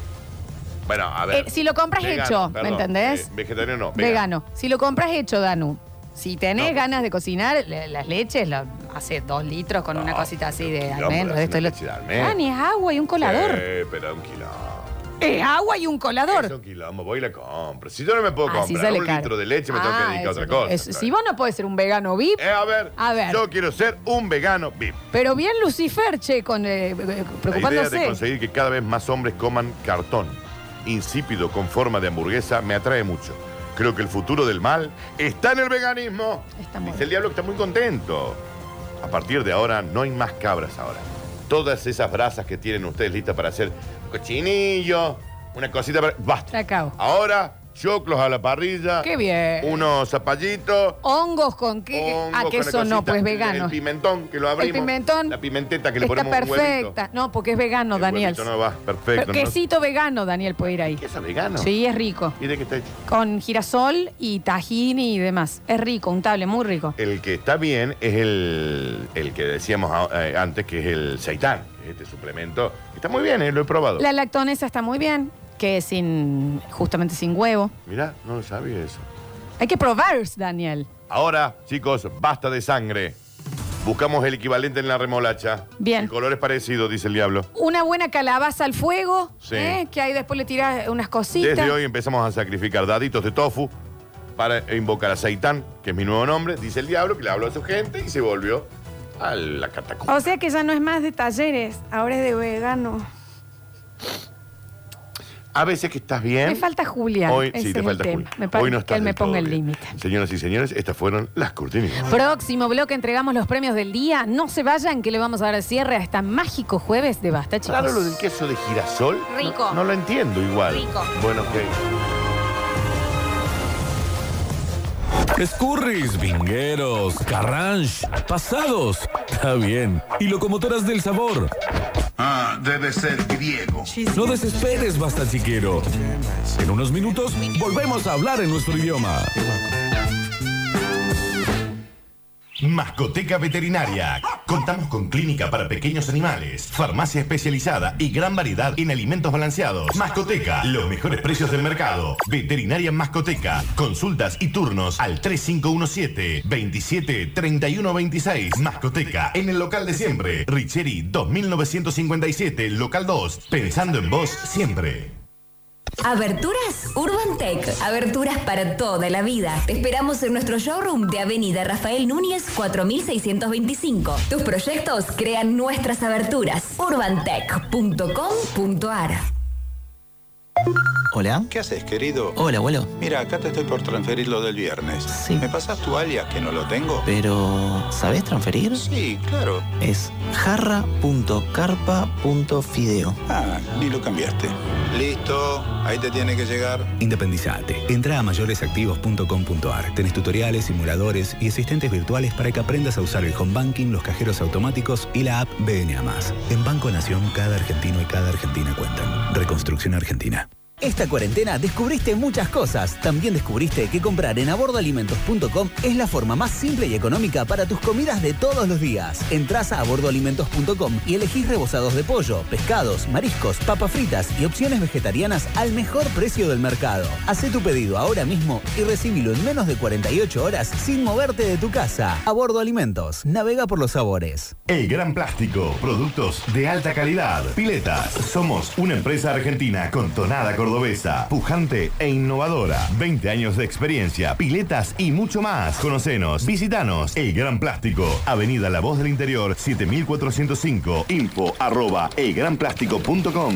Speaker 5: Bueno, a ver.
Speaker 3: Eh, si lo compras
Speaker 5: Vegano,
Speaker 3: hecho, ¿me
Speaker 5: perdón,
Speaker 3: entendés?
Speaker 5: eh, vegetariano no. Vegano.
Speaker 3: Vegano. Si lo compras hecho, Danu. Si tenés ganas de cocinar, le- las leches, lo, hace dos litros con una cosita así de
Speaker 5: quilombo,
Speaker 3: almendras,
Speaker 5: hace
Speaker 3: de esto y
Speaker 5: una
Speaker 3: lo
Speaker 5: leche de almendras.
Speaker 3: Dani, es agua y un colador.
Speaker 5: Eh, pero un quilombo.
Speaker 3: Es agua y un
Speaker 5: Es
Speaker 3: colador.
Speaker 5: un quilombo, voy y la compro. Si yo no me puedo
Speaker 3: Ah, sí
Speaker 5: comprar
Speaker 3: sale
Speaker 5: un
Speaker 3: caro.
Speaker 5: litro de leche, me tengo que
Speaker 3: Ah,
Speaker 5: dedicar a otra
Speaker 3: eso
Speaker 5: cosa.
Speaker 3: es- si vos no podés ser un vegano VIP,
Speaker 5: Eh, a ver,
Speaker 3: A ver.
Speaker 5: yo quiero ser un vegano VIP.
Speaker 3: pero bien Lucifer, che, con, eh, eh,
Speaker 5: La idea
Speaker 3: preocupándose.
Speaker 5: de conseguir que cada vez más hombres coman cartón, insípido con forma de hamburguesa, me atrae mucho. Creo que el futuro del mal está en el veganismo. Dice el diablo que está muy contento. A partir de ahora no hay más cabras ahora. Todas esas brasas que tienen ustedes listas para hacer cochinillo, una cosita para... Basta.
Speaker 3: La cago.
Speaker 5: Ahora, choclos a la parrilla.
Speaker 3: Qué bien.
Speaker 5: Unos zapallitos.
Speaker 3: Hongos con qué.
Speaker 5: hongos
Speaker 3: ah,
Speaker 5: con
Speaker 3: que
Speaker 5: una
Speaker 3: eso no,
Speaker 5: cosita,
Speaker 3: pues
Speaker 5: el-
Speaker 3: vegano.
Speaker 5: El pimentón que lo abrimos.
Speaker 3: pimentón
Speaker 5: La pimenteta que le
Speaker 3: Está
Speaker 5: ponemos un huevito.
Speaker 3: perfecta. No, porque es vegano, Daniel.
Speaker 5: Huevito no va, perfecto.
Speaker 3: Pero
Speaker 5: ¿no?
Speaker 3: quesito vegano, Daniel, puede ir ahí.
Speaker 5: ¿Queso vegano?
Speaker 3: Sí, es rico.
Speaker 5: ¿Y de qué está hecho?
Speaker 3: Con girasol y tajín y demás. Es rico, untable, muy rico.
Speaker 5: El que está bien es el, el que decíamos ah, eh, antes, que es el seitán, que es este suplemento. Está muy bien, eh, lo he probado.
Speaker 3: La lactonesa está muy bien, que es sin, justamente sin huevo.
Speaker 5: Mirá, no lo sabía eso.
Speaker 3: Hay que probar, Daniel.
Speaker 5: Ahora, chicos, basta de sangre. Buscamos el equivalente en la remolacha.
Speaker 3: Bien.
Speaker 5: El color es parecido, dice el diablo.
Speaker 3: Una buena calabaza al fuego,
Speaker 5: Sí.
Speaker 3: ¿eh? que ahí después le tiras unas cositas.
Speaker 5: Desde hoy empezamos a sacrificar daditos de tofu para invocar a Saitán, que es mi nuevo nombre, dice el diablo, que le habló a su gente y se volvió a la catacumba.
Speaker 3: O sea que ya no es más de talleres, ahora es de vegano.
Speaker 5: A veces que estás bien.
Speaker 3: Me falta Julián.
Speaker 5: Hoy,
Speaker 3: Ese
Speaker 5: sí, te
Speaker 3: es
Speaker 5: falta
Speaker 3: el tema.
Speaker 5: Julián.
Speaker 3: Me parece
Speaker 5: Hoy no
Speaker 3: que
Speaker 5: estás
Speaker 3: él me
Speaker 5: del todo
Speaker 3: ponga el
Speaker 5: bien.
Speaker 3: límite.
Speaker 5: Señoras y señores, estas fueron las cortinas.
Speaker 3: Próximo bloque entregamos los premios del día. No se vayan, que le vamos a dar cierre a este mágico jueves de Basta, chicos.
Speaker 5: Claro, lo del queso de girasol.
Speaker 3: Rico.
Speaker 5: No, no lo entiendo igual.
Speaker 3: Rico.
Speaker 5: Bueno, ok.
Speaker 19: Escurris, vingueros, carranche, pasados. Está bien. Y locomotoras del sabor. Ah, debe ser griego. No desesperes, basta chiquero. En unos minutos volvemos a hablar en nuestro idioma.
Speaker 45: Mascoteca Veterinaria. Contamos con clínica para pequeños animales, farmacia especializada y gran variedad en alimentos balanceados. Mascoteca, los mejores precios del mercado. Veterinaria Mascoteca. Consultas y turnos al 3517-273126. Mascoteca, en el local de siempre. Richeri 2957, local 2. Pensando en vos siempre.
Speaker 8: Aberturas Urban Tech. Aberturas para toda la vida. Te esperamos en nuestro showroom de Avenida Rafael Núñez 4625. Tus proyectos crean nuestras aberturas. urbantech.com.ar
Speaker 24: Hola.
Speaker 10: ¿Qué haces, querido?
Speaker 24: Hola, abuelo.
Speaker 10: Mira, acá te estoy por transferir lo del viernes.
Speaker 24: Sí.
Speaker 10: ¿Me pasas tu alias que no lo tengo?
Speaker 24: Pero, ¿sabés transferir?
Speaker 10: Sí, claro.
Speaker 24: Es jarra.carpa.fideo.
Speaker 10: Ah, ni lo cambiaste. Listo, ahí te tiene que llegar.
Speaker 9: Independizate. Entra a mayoresactivos.com.ar. Tenés tutoriales, simuladores y asistentes virtuales para que aprendas a usar el home banking, los cajeros automáticos y la app BNA+. En Banco Nación, cada argentino y cada argentina cuentan. Reconstrucción Argentina.
Speaker 11: Esta cuarentena descubriste muchas cosas. También descubriste que comprar en abordoalimentos.com es la forma más simple y económica para tus comidas de todos los días. Entrás a abordoalimentos.com y elegís rebozados de pollo, pescados, mariscos, papas fritas y opciones vegetarianas al mejor precio del mercado. Hacé tu pedido ahora mismo y recibilo en menos de 48 horas sin moverte de tu casa. Abordo Alimentos. Navega por los sabores.
Speaker 5: El Gran Plástico, productos de alta calidad, piletas. Somos una empresa argentina con tonada cordobesa, pujante e innovadora. 20 años de experiencia, piletas y mucho más. Conocenos, visitanos. El Gran Plástico, Avenida La Voz del Interior, 7405. Info arroba elgranplástico.com.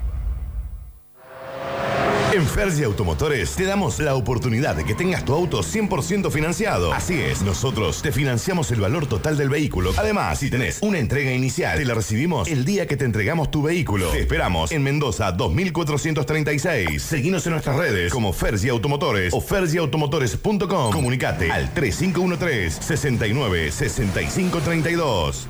Speaker 5: En Fergie Automotores te damos la oportunidad de que tengas tu auto 100% financiado. Así es, nosotros te financiamos el valor total del vehículo. Además, si tenés una entrega inicial, te la recibimos el día que te entregamos tu vehículo. Te esperamos en Mendoza 2436. Seguinos en nuestras redes como Fergie Automotores o fergieautomotores.com. Comunicate al 3513 69 65 32.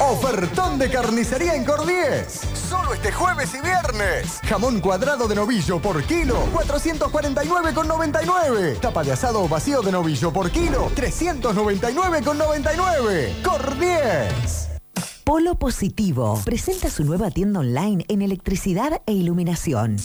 Speaker 12: Ofertón de carnicería en Cordies. Solo este jueves y viernes. Jamón cuadrado de novillo por kilo, 449,99. Tapa de asado vacío de novillo por kilo, 399,99. Cordies.
Speaker 13: Polo Positivo presenta su nueva tienda online en electricidad e iluminación.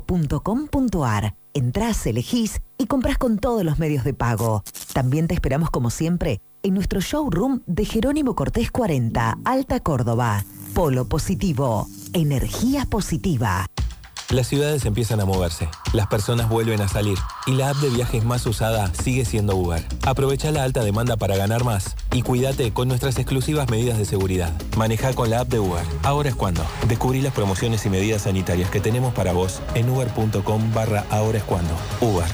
Speaker 13: polopositivo.com.ar. Entrás, elegís y compras con todos los medios de pago. También te esperamos como siempre en nuestro showroom de Jerónimo Cortés 40, Alta Córdoba. Polo Positivo, energía positiva.
Speaker 14: Las ciudades empiezan a moverse, las personas vuelven a salir y la app de viajes más usada sigue siendo Uber. Aprovecha la alta demanda para ganar más y cuídate con nuestras exclusivas medidas de seguridad. Maneja con la app de Uber. Ahora es cuando. Descubrí las promociones y medidas sanitarias que tenemos para vos en uber.com barra ahora es cuando. Uber.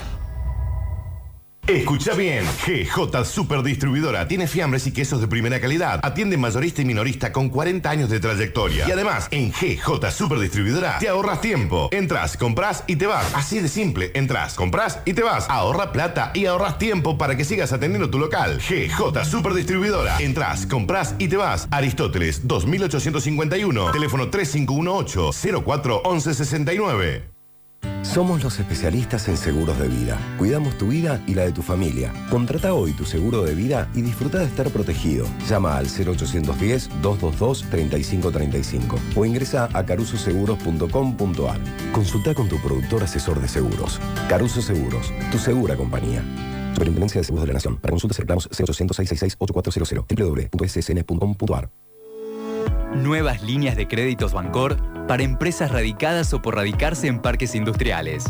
Speaker 5: Escucha bien, GJ Super Distribuidora tiene fiambres y quesos de primera calidad. Atiende mayorista y minorista con 40 años de trayectoria. Y además, en GJ Super Distribuidora te ahorras tiempo. Entras, compras y te vas. Así de simple, entras, compras y te vas. Ahorra plata y ahorras tiempo para que sigas atendiendo tu local. GJ Super Distribuidora. Entras, compras y te vas. Aristóteles 2851, teléfono 3518 04 1169.
Speaker 15: Somos los especialistas en seguros de vida. Cuidamos tu vida y la de tu familia. Contrata hoy tu seguro de vida y disfruta de estar protegido. Llama al 0810-222-3535 o ingresa a carusoseguros.com.ar. Consulta con tu productor asesor de seguros. Caruso Seguros, tu segura compañía. Superintendencia de Seguros de la Nación. Para consultas y reclamos 0800-666-8400 www.ssn.com.ar.
Speaker 16: Nuevas líneas de créditos Bancor para empresas radicadas o por radicarse en parques industriales.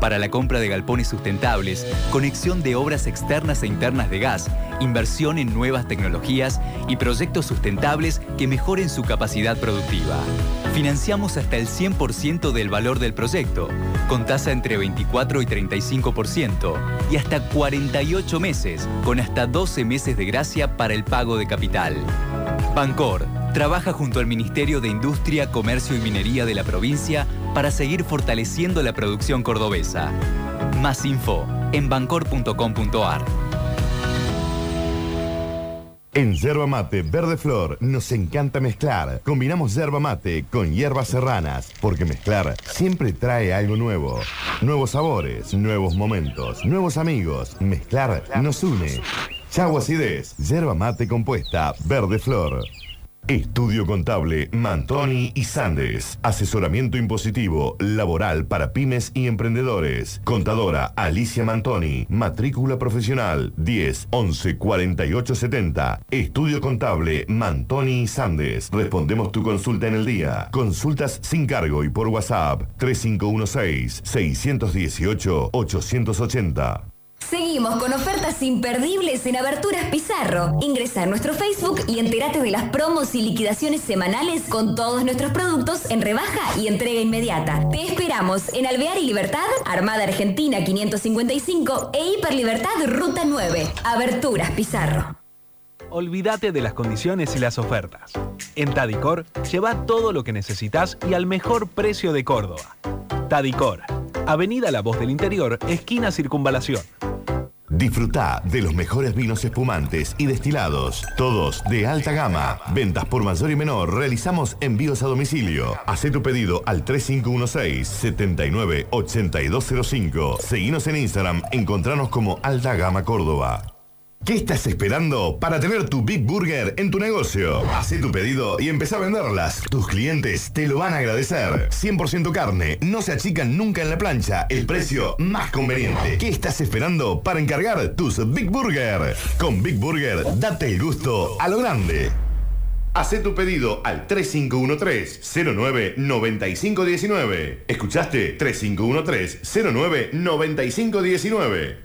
Speaker 16: Para la compra de galpones sustentables, conexión de obras externas e internas de gas, inversión en nuevas tecnologías y proyectos sustentables que mejoren su capacidad productiva. Financiamos hasta el 100% del valor del proyecto, con tasa entre 24 y 35% y hasta 48 meses, con hasta 12 meses de gracia para el pago de capital. Bancor trabaja junto al Ministerio de Industria, Comercio y Minería de la provincia para seguir fortaleciendo la producción cordobesa. Más info en bancor.com.ar.
Speaker 5: En Yerba Mate Verde Flor nos encanta mezclar. Combinamos yerba mate con hierbas serranas, porque mezclar siempre trae algo nuevo. Nuevos sabores, nuevos momentos, nuevos amigos. Mezclar nos une. Chau acidez, yerba mate compuesta, Verde Flor. Estudio Contable Mantoni y Sandes. Asesoramiento impositivo laboral para pymes y emprendedores. Contadora Alicia Mantoni. Matrícula profesional 10 11 48 70. Estudio Contable Mantoni y Sandes. Respondemos tu consulta en el día. Consultas sin cargo y por WhatsApp 3516 618 880.
Speaker 8: Seguimos con ofertas imperdibles en Aberturas Pizarro. Ingresa a nuestro Facebook y entérate de las promos y liquidaciones semanales con todos nuestros productos en rebaja y entrega inmediata. Te esperamos en Alvear y Libertad, Armada Argentina 555 e Hiperlibertad Ruta 9. Aberturas Pizarro.
Speaker 14: Olvídate de las condiciones y las ofertas. En Tadicor, lleva todo lo que necesitas y al mejor precio de Córdoba. Tadicor, Avenida La Voz del Interior, esquina Circunvalación.
Speaker 5: Disfruta de los mejores vinos espumantes y destilados, todos de alta gama. Ventas por mayor y menor, realizamos envíos a domicilio. Hacé tu pedido al 3516-798205. Seguinos en Instagram, encontranos como Alta Gama Córdoba. ¿Qué estás esperando para tener tu Big Burger en tu negocio? Hacé tu pedido y empezá a venderlas. Tus clientes te lo van a agradecer. 100% carne, no se achican nunca en la plancha. El precio más conveniente. ¿Qué estás esperando para encargar tus Big Burger? Con Big Burger, date el gusto a lo grande. Hacé tu pedido al 3513-099519. ¿Escuchaste? 3513-099519.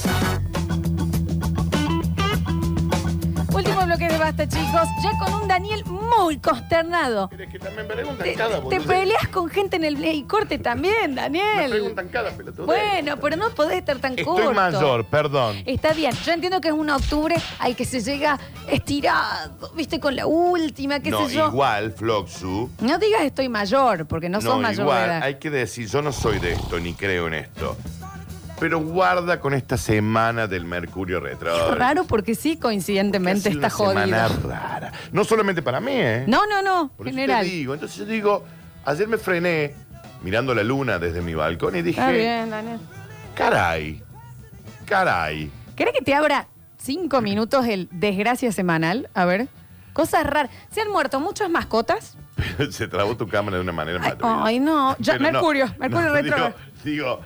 Speaker 3: Último bloque de basta, chicos. Ya con un Daniel muy consternado.
Speaker 2: Que también me preguntan
Speaker 3: Te,
Speaker 2: cada
Speaker 3: te
Speaker 2: boludez.
Speaker 3: peleas con gente en el play corte también,
Speaker 2: Me
Speaker 3: Daniel.
Speaker 2: preguntan cada pelotudez.
Speaker 3: Bueno, pero no podés estar tan
Speaker 2: Estoy
Speaker 3: corto.
Speaker 2: mayor, perdón.
Speaker 3: Está bien, yo entiendo que es un octubre al que se llega estirado, viste, con la última, qué
Speaker 2: no,
Speaker 3: sé yo.
Speaker 2: igual, Floxu.
Speaker 3: No digas estoy mayor, porque no, sos mayor
Speaker 2: igual,
Speaker 3: de edad.
Speaker 2: hay que decir, yo no soy de esto, ni creo en esto. Pero guarda con esta semana del Mercurio retrógrado.
Speaker 3: Raro porque sí, coincidentemente
Speaker 2: Ha sido
Speaker 3: está
Speaker 2: una semana
Speaker 3: jodido.
Speaker 2: rara. No solamente para mí, ¿eh?
Speaker 3: No, no, no,
Speaker 2: Por eso te
Speaker 3: general.
Speaker 2: digo. Entonces yo digo, ayer me frené mirando la luna desde mi balcón y
Speaker 3: Está
Speaker 2: dije,
Speaker 3: bien, Daniel.
Speaker 2: caray, caray.
Speaker 3: ¿Querés que te abra cinco minutos el desgracia semanal? A ver. Cosas raras. Se han muerto muchas mascotas.
Speaker 2: Se trabó tu cámara de una manera maravillosa.
Speaker 3: Ay, no. Ya,
Speaker 2: Pero no,
Speaker 3: Mercurio, Mercurio
Speaker 2: no,
Speaker 3: retrógrado.
Speaker 2: Digo, digo,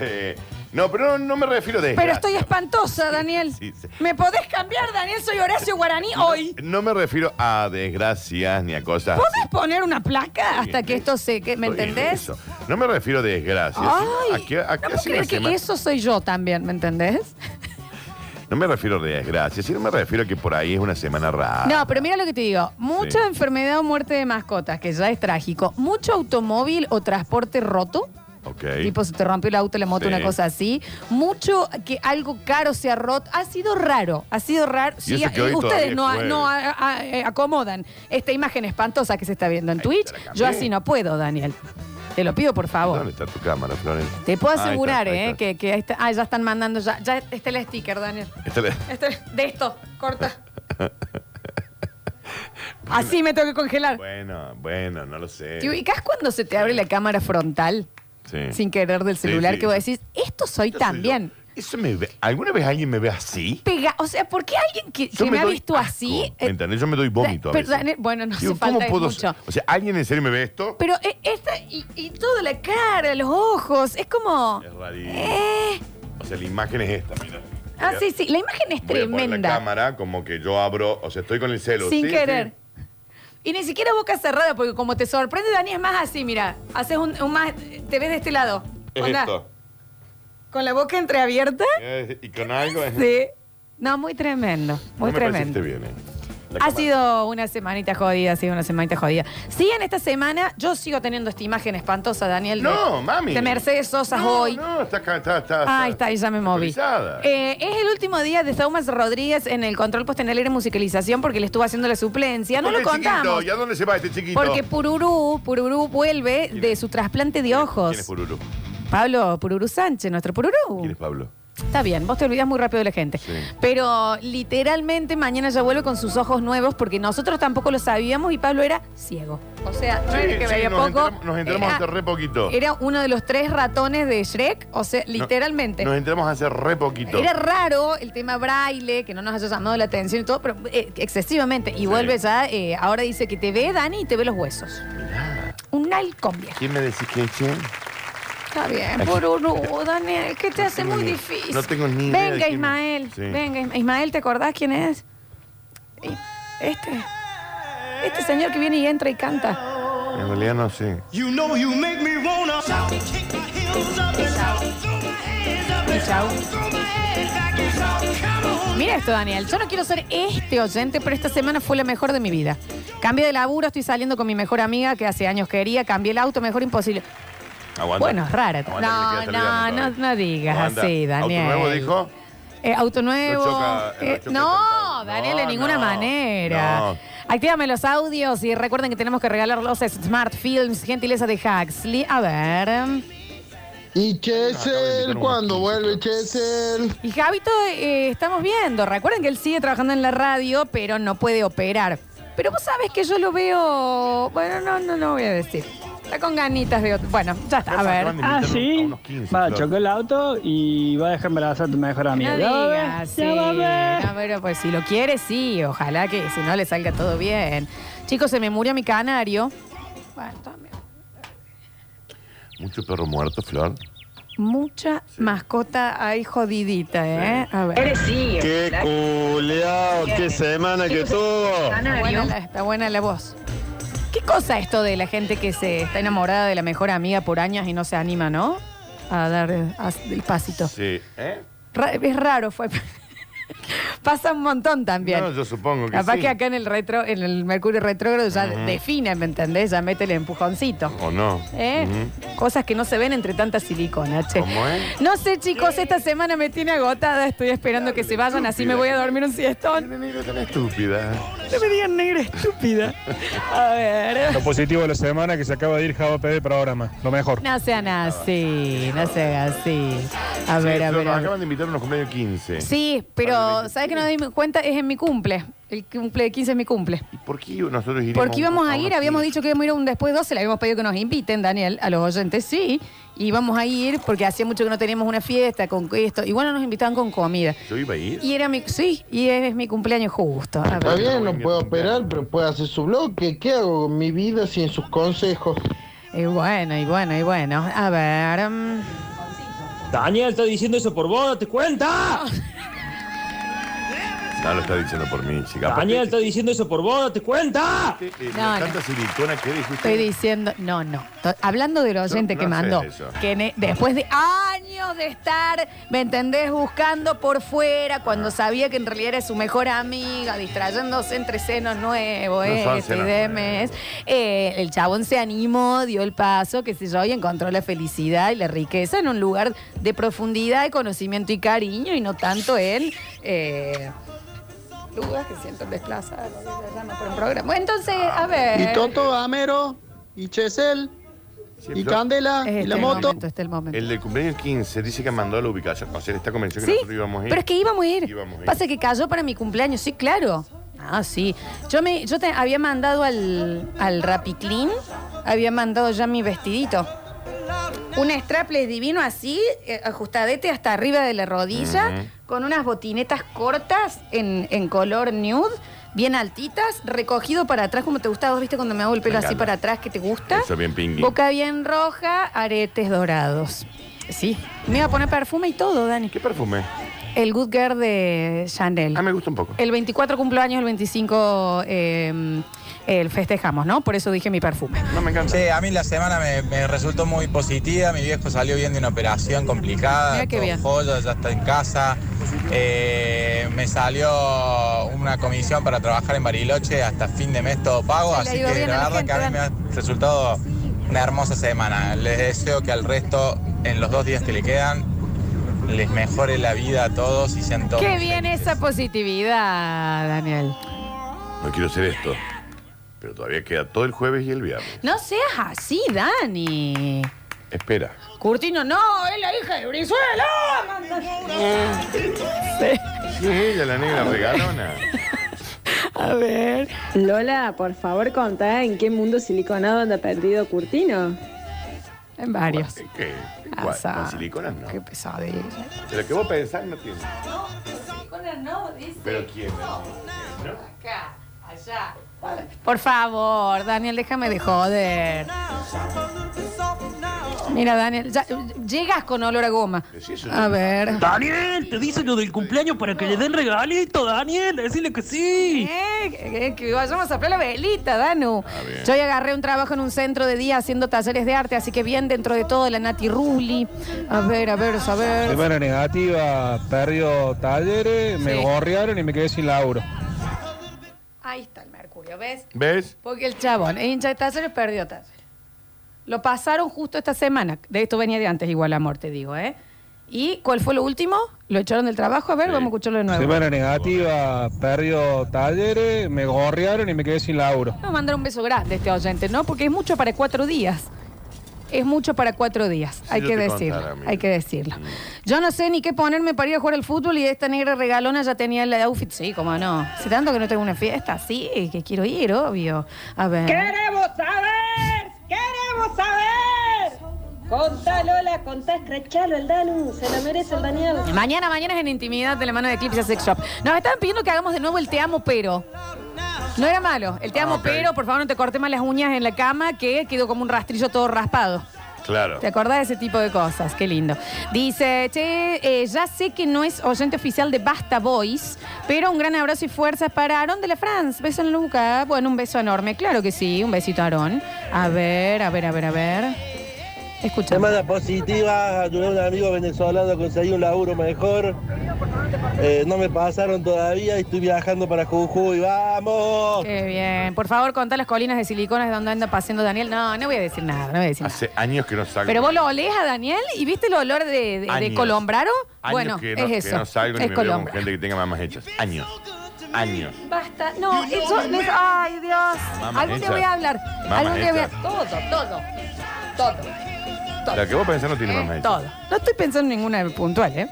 Speaker 2: eh, no, pero no, no me refiero de
Speaker 3: Pero estoy espantosa, Daniel.
Speaker 2: Sí, sí.
Speaker 3: ¿Me podés cambiar, Daniel? Soy Horacio Guaraní hoy.
Speaker 2: No me refiero a desgracias ni a cosas.
Speaker 3: ¿Podés poner una placa hasta que esto se... que- ¿Me
Speaker 2: Estoy en
Speaker 3: entendés?
Speaker 2: eso. No me refiero a desgracias. sino
Speaker 3: Ay,
Speaker 2: a que- a que
Speaker 3: no puedo
Speaker 2: hace una
Speaker 3: creer que
Speaker 2: semana-
Speaker 3: eso soy yo también, ¿me entendés?
Speaker 2: No me refiero a desgracias, sino me refiero a que por ahí es una semana rara.
Speaker 3: No, pero mira lo que te digo. Mucha
Speaker 2: Ah, Sí.
Speaker 3: enfermedad o muerte de mascotas, que ya es trágico. Mucho automóvil o transporte roto.
Speaker 2: Ok.
Speaker 3: Tipo, se te rompió el auto, la moto,
Speaker 2: Sí.
Speaker 3: una cosa así. Mucho que algo caro sea roto. Ha sido raro, ha sido raro.
Speaker 2: Y
Speaker 3: Sí,
Speaker 2: eso que
Speaker 3: eh,
Speaker 2: hoy todavía
Speaker 3: ustedes
Speaker 2: es
Speaker 3: no,
Speaker 2: jueves.
Speaker 3: no a- a- eh, acomodan esta imagen espantosa que se está viendo en Twitch. Yo así no puedo, Daniel. Te lo pido, por favor.
Speaker 2: ¿Dónde está tu cámara, Florencia?
Speaker 3: Te puedo
Speaker 2: Ah, ahí
Speaker 3: asegurar,
Speaker 2: está, ahí
Speaker 3: ¿eh?
Speaker 2: está.
Speaker 3: Que, que ahí está- ah, ya están mandando, ya, ya está el sticker, Daniel.
Speaker 2: Esta le-
Speaker 3: Este- de esto, corta. Así me tengo que congelar.
Speaker 2: Bueno, bueno, no lo sé.
Speaker 3: ¿Te ubicás cuando se te abre la cámara frontal
Speaker 2: Eh. Sí.
Speaker 3: sin querer del
Speaker 2: Sí,
Speaker 3: celular
Speaker 2: sí.
Speaker 3: que vos decís, esto soy también?
Speaker 2: Eso me ve- ¿Alguna vez alguien me ve así?
Speaker 3: Pega, o sea, ¿por qué alguien que,
Speaker 2: Yo
Speaker 3: que
Speaker 2: me
Speaker 3: me ha
Speaker 2: doy
Speaker 3: visto así?
Speaker 2: ¿Me
Speaker 3: eh,
Speaker 2: entendés? Yo me doy vómito a
Speaker 3: pero,
Speaker 2: veces.
Speaker 3: Daniel, bueno, no
Speaker 2: Digo,
Speaker 3: hace falta es
Speaker 2: puedo
Speaker 3: mucho.
Speaker 2: ser- O sea, ¿alguien en serio me ve esto?
Speaker 3: Pero eh, esta y, y toda la cara, los ojos, es como...
Speaker 2: Es rarísimo.
Speaker 3: Eh,
Speaker 2: O sea, la imagen es esta, mira.
Speaker 3: ah, sí, sí, la imagen es
Speaker 2: Voy a poner la
Speaker 3: tremenda.
Speaker 2: cámara, como que yo abro, o sea, estoy con el celo.
Speaker 3: Sin
Speaker 2: Sí,
Speaker 3: querer.
Speaker 2: sí.
Speaker 3: Y ni siquiera boca cerrada, porque como te sorprende, Dani, es más así, mira. Haces un, un más. Te ves de este lado.
Speaker 2: Es
Speaker 3: Onda,
Speaker 2: esto.
Speaker 3: Con la boca entreabierta.
Speaker 2: Eh, Y con algo es...
Speaker 3: Sí. No, muy tremendo.
Speaker 2: No
Speaker 3: Muy
Speaker 2: me parece que
Speaker 3: tremendo. Ah,
Speaker 2: esté bien, eh. La
Speaker 3: Ha sido una semanita jodida, ha sido una semanita jodida. Sí, en esta semana yo sigo teniendo esta imagen espantosa, Daniel. de-
Speaker 5: No, mami.
Speaker 3: De Mercedes Sosa
Speaker 5: No,
Speaker 3: hoy.
Speaker 5: No, está acá, está, está.
Speaker 3: Ahí está, ya me moví.
Speaker 5: actualizada.
Speaker 3: Eh, es el último día de Thomas Rodríguez en el control post en el aire musicalización porque le estuvo haciendo la suplencia. No
Speaker 5: ¿Dónde
Speaker 3: lo
Speaker 5: el chiquito?
Speaker 3: contamos.
Speaker 5: ¿Y a dónde se va este chiquito?
Speaker 3: Porque Pururú, Pururú vuelve de su trasplante de
Speaker 5: ¿Quién es
Speaker 3: ojos.
Speaker 5: Pururú?
Speaker 3: Pablo Pururú Sánchez, nuestro Pururú.
Speaker 5: ¿Quién es Pablo?
Speaker 3: Está bien, vos te olvidás muy rápido de la gente. Pero literalmente mañana ya vuelve con sus ojos nuevos porque nosotros tampoco lo sabíamos y Pablo era ciego. O sea, no era que
Speaker 5: Sí,
Speaker 3: veía
Speaker 5: nos
Speaker 3: poco.
Speaker 5: enteramos, nos enteramos
Speaker 3: era-
Speaker 5: hace re poquito.
Speaker 3: Era uno de los tres ratones de Shrek, o sea, literalmente.
Speaker 5: Nos enteramos hace re poquito.
Speaker 3: Era raro el tema braille, que no nos haya llamado la atención y todo, pero eh, excesivamente. Y vuelve ya, eh, ahora dice que te ve Dani y te ve los huesos. Un halcón viejo.
Speaker 5: ¿Quién me decís que es, che?
Speaker 3: Está bien, Pururú, Daniel, que te hace muy difícil.
Speaker 5: no tengo ni idea de
Speaker 3: Venga,
Speaker 5: quién-
Speaker 3: Ismael.
Speaker 5: Sí.
Speaker 3: Venga, Isma- Ismael, ¿te acordás quién es? Y- Este. Este señor que viene y entra y canta.
Speaker 5: En realidad no sé.
Speaker 2: You know you make me wanna shout.
Speaker 3: Mira esto, Daniel. Yo no quiero ser este oyente, pero esta semana fue la mejor de mi vida. Cambié de laburo, estoy saliendo con mi mejor amiga que hace años quería, cambié el auto, mejor imposible.
Speaker 5: Aguanta.
Speaker 3: Bueno, es rara.
Speaker 5: Aguanta que le
Speaker 3: No,
Speaker 5: queda hasta
Speaker 3: no,
Speaker 5: el
Speaker 3: no,
Speaker 5: viernes
Speaker 3: no digas
Speaker 5: Aguanta.
Speaker 3: así, Daniel.
Speaker 5: ¿Auto nuevo dijo?
Speaker 3: Eh, auto nuevo.
Speaker 5: No choca, eh,
Speaker 3: Eh,
Speaker 5: choca
Speaker 3: no, Daniel, de
Speaker 5: No,
Speaker 3: ninguna
Speaker 5: no,
Speaker 3: manera.
Speaker 5: no.
Speaker 3: Actívame los audios y recuerden que tenemos que regalar los Smart Films, gentileza de Huxley. A ver.
Speaker 18: ¿Y Chesel? ¿Cuándo vuelve Chesel?
Speaker 3: Y Javito, eh, estamos viendo. Recuerden que él sigue trabajando en la radio, pero no puede operar. Pero vos sabés que yo lo veo. Bueno, no, no, no voy a decir. Está con ganitas de. ot- Bueno, ya está. A ver.
Speaker 42: Ah, sí. Va, chocó el auto y va a dejarme la tu mejor amiga.
Speaker 3: No
Speaker 42: Ya va a ver,
Speaker 3: digas,
Speaker 42: ya va a ver.
Speaker 3: sí. No, pero pues si lo quiere, sí. Ojalá que si no le salga todo bien. Chicos, se me murió mi canario. Bueno, también.
Speaker 5: Mucho perro muerto, Flor.
Speaker 3: Mucha mascota ahí jodidita, ¿eh? A ver.
Speaker 18: Qué culeado, qué semana que
Speaker 3: pues,
Speaker 18: tuvo.
Speaker 3: Está buena, la, está buena la voz. ¿Qué cosa esto de la gente que se está enamorada de la mejor amiga por años y no se anima, no? A dar eh, a- el pasito.
Speaker 5: Sí, ¿eh?
Speaker 3: Ra- es raro, fue. Pasa un montón también.
Speaker 5: No, yo supongo que
Speaker 3: Capaz
Speaker 5: sí.
Speaker 3: que acá en el retro, en el Mercurio retrógrado ya
Speaker 5: Ujú.
Speaker 3: define, ¿me entendés? Ya mete el empujoncito.
Speaker 5: ¿O no?
Speaker 3: ¿Eh?
Speaker 5: Ujú.
Speaker 3: Cosas que no se ven entre tanta silicona, che.
Speaker 5: ¿Cómo es?
Speaker 3: No sé, chicos, esta semana me tiene agotada. Estoy esperando que se vayan, así me voy a dormir un siestón.
Speaker 5: Estúpida.
Speaker 3: No me digan negra estúpida. A ver.
Speaker 11: Lo positivo de la semana que se acaba de ir Java PD programa. Lo mejor.
Speaker 3: No sean así, no sean así. A
Speaker 5: Sí,
Speaker 3: ver, a
Speaker 5: Flor,
Speaker 3: ver.
Speaker 5: nos
Speaker 3: a ver.
Speaker 5: acaban de invitar a unos cumpleaños 15.
Speaker 3: Sí, pero ¿sabes que no me di cuenta? Es en mi cumple. El cumple de 15 es mi cumple.
Speaker 5: ¿Por qué nosotros iríamos?
Speaker 3: Porque íbamos a ir, habíamos dicho que íbamos a ir a un después 12, le habíamos pedido que nos inviten, Daniel, a los oyentes, sí. Y íbamos a ir porque hacía mucho que no teníamos una fiesta con esto. Y bueno, nos invitaban con comida.
Speaker 5: Yo iba a ir.
Speaker 3: Y era mi, sí, y es mi cumpleaños justo. A
Speaker 18: Está
Speaker 3: ver.
Speaker 18: bien, no puedo operar, pero puedo hacer su bloque. ¿Qué hago con mi vida sin sus consejos?
Speaker 3: Y bueno, y bueno, y bueno. A ver. mm.
Speaker 42: Daniel está diciendo eso por vos, ¿te cuenta?
Speaker 5: No lo está diciendo por mí, chica. eh,
Speaker 42: Daniel está diciendo eso por vos, ¿te cuenta?
Speaker 3: No,
Speaker 5: no, tanta silicona que dijiste.
Speaker 3: Estoy diciendo, no, no. To- Hablando del oyente
Speaker 5: No,
Speaker 3: que
Speaker 5: no haces
Speaker 3: mandó,
Speaker 5: eso.
Speaker 3: que ne- después de años de estar, ¿me entendés? Buscando por fuera,
Speaker 5: Ah.
Speaker 3: cuando sabía que en realidad era su mejor amiga, distrayéndose entre senos nuevos,
Speaker 5: No son
Speaker 3: esto y
Speaker 5: senos
Speaker 3: demás. Eh, el chabón se animó, dio el paso, qué sé yo, y encontró la felicidad y la riqueza en un lugar de profundidad, de conocimiento y cariño, y no tanto en. eh, lugares que sienten desplazadas, no sé si se llama, por un programa. Bueno, Entonces,
Speaker 5: Ah.
Speaker 3: a ver.
Speaker 18: Y Toto Amero, y Chesel, y Candela, y
Speaker 3: este
Speaker 18: la moto.
Speaker 5: El del cumpleaños 15 dice que mandó a la ubicación. O sea, él está convencido que
Speaker 3: Sí,
Speaker 5: nosotros íbamos a ir.
Speaker 3: Pero es que íbamos a ir.
Speaker 5: Íbamos a ir.
Speaker 3: Pasa que cayó para mi cumpleaños, sí, claro. Ah, sí. Yo me, yo te había mandado al, al Rapiclean, había mandado ya mi vestidito. Un strapless divino así, eh, ajustadete hasta arriba de la rodilla, con unas botinetas cortas en, en color nude, bien altitas, recogido para atrás como te gusta, vos viste cuando me hago el pelo
Speaker 5: Me
Speaker 3: así
Speaker 5: encanta.
Speaker 3: para atrás que te gusta.
Speaker 5: Eso bien pingui.
Speaker 3: Boca bien roja, aretes dorados. Sí. Me iba a poner perfume y todo, Dani.
Speaker 5: ¿Qué perfume?
Speaker 3: El Good Girl de Chanel. Ah,
Speaker 5: me gusta un poco.
Speaker 3: El 24 cumpleaños, el 25 eh, el festejamos, ¿no? Por eso dije mi perfume.
Speaker 7: No me encanta. Sí, a mí la semana me, me resultó muy positiva. Mi viejo salió bien de una operación complicada.
Speaker 3: Mira qué
Speaker 7: con
Speaker 3: bien.
Speaker 7: joyas, ya está en casa. Eh, me salió una comisión para trabajar en Bariloche hasta fin de mes todo pago.
Speaker 3: Se le ha
Speaker 7: Así
Speaker 3: ido
Speaker 7: que
Speaker 3: bien a
Speaker 7: la
Speaker 3: la
Speaker 7: verdad que a mí me ha resultado una hermosa semana. Les deseo que al resto, en los dos días que le quedan, les mejore la vida a todos y sean todos.
Speaker 3: Qué bien esa positividad, Daniel.
Speaker 5: No quiero hacer esto. Pero todavía queda todo el jueves y el viernes.
Speaker 3: No seas así, Dani.
Speaker 5: Espera.
Speaker 3: Curtino, no, es la hija de Brizuela.
Speaker 5: Sí, ella, la negra regalona.
Speaker 9: A ver. Lola, por favor, contá en qué mundo siliconado anda perdido Curtino.
Speaker 3: En varios.
Speaker 5: ¿Qué? ¿Cuál? ¿Con siliconas no? Qué
Speaker 3: pesadilla.
Speaker 5: Pero que vos pensás no tiene.
Speaker 3: No, dice.
Speaker 5: Pero quién.
Speaker 3: Acá, allá. Por favor, Daniel, déjame de joder. Mira, Daniel, ya, llegas con olor a goma. A ver.
Speaker 1: Daniel, te dice lo del cumpleaños para que le den regalito, Daniel. Decirle que sí.
Speaker 3: Eh, que- que vayamos a soplar la velita, Danu. Yo hoy agarré un trabajo en un centro de día haciendo talleres de arte, así que bien dentro de todo la Nati Ruli. A ver, a ver, a ver.
Speaker 11: Semana negativa, perdió talleres, me
Speaker 3: Sí.
Speaker 11: gorrearon y me quedé sin laburo.
Speaker 3: Ahí está el mercurio, ¿ves?
Speaker 5: ¿Ves?
Speaker 3: Porque el chabón es hincha de Talleres, perdió Talleres. Lo pasaron justo esta semana. De esto venía de antes, igual amor, te digo, ¿eh? ¿Y cuál fue lo último? Lo echaron del trabajo. A ver, vamos a escucharlo de nuevo.
Speaker 11: Semana negativa, perdió talleres, me gorrearon y me quedé sin laburo.
Speaker 3: Vamos a mandar un beso grande a este oyente, ¿no? Porque es mucho para cuatro días. Es mucho para cuatro días, hay
Speaker 43: yo
Speaker 3: que
Speaker 43: te Mm.
Speaker 3: decirlo.
Speaker 43: contara, mira.
Speaker 3: hay que decirlo. Yo no sé ni qué ponerme para ir a jugar al fútbol y esta negra regalona ya tenía el outfit. Sí, cómo no. Si tanto que no tengo una fiesta, sí, que quiero ir, obvio. A ver.
Speaker 9: ¡Queremos saber! ¡Queremos saber! Contá, Lola, contá, escrachalo el Danu. Se lo merece el Daniel.
Speaker 3: Mañana, mañana es en intimidad de la mano de Eclipse Sex Shop. Nos estaban pidiendo que hagamos de nuevo el Te Amo Pero. No era malo.
Speaker 43: Ah,
Speaker 3: El Te Amo
Speaker 5: ok.
Speaker 3: Pero, por favor, no te cortes más las uñas en la cama, que quedó como un rastrillo todo raspado.
Speaker 5: Claro.
Speaker 3: ¿Te acordás de ese tipo de cosas? Qué lindo. Dice, che, eh, ya sé que no es oyente oficial de Basta Boys, pero un gran abrazo y fuerzas para Aarón de la France. Beso en Luca. Bueno, un beso enorme. Claro que sí, un besito a Aarón. A ver, a ver, a ver, a ver. Escucha.
Speaker 17: Semana positiva, ayudé a un amigo venezolano a conseguir un laburo mejor. Eh, no me pasaron todavía y estoy viajando para Jujuy.
Speaker 5: Oh.
Speaker 17: ¡Vamos!
Speaker 3: Qué bien. Por favor, contá las colinas de siliconas de donde anda paseando Daniel. No, no voy a decir nada, no voy a decir nada.
Speaker 5: Hace años que no salgo.
Speaker 3: Pero vos lo olés a Daniel y viste el olor de, de- de
Speaker 5: Años.
Speaker 3: colombraro.
Speaker 5: Años
Speaker 3: bueno,
Speaker 5: que no,
Speaker 3: es eso.
Speaker 5: Que no salgo ni
Speaker 3: es
Speaker 5: me veo con
Speaker 3: colombraro.
Speaker 5: gente que tenga mamas hechas. Años. Años.
Speaker 3: Basta, no, eso les- Ay, Dios.
Speaker 5: Mamá
Speaker 3: Algún día
Speaker 5: hecha.
Speaker 3: voy a hablar.
Speaker 5: Mamá
Speaker 3: Algún día voy a.
Speaker 5: hecha.
Speaker 3: Todo, todo. Todo.
Speaker 5: La que vos pensás Pues no tiene mamas
Speaker 3: Eh,
Speaker 5: hechas.
Speaker 3: todo. No estoy pensando en ninguna puntual, ¿eh?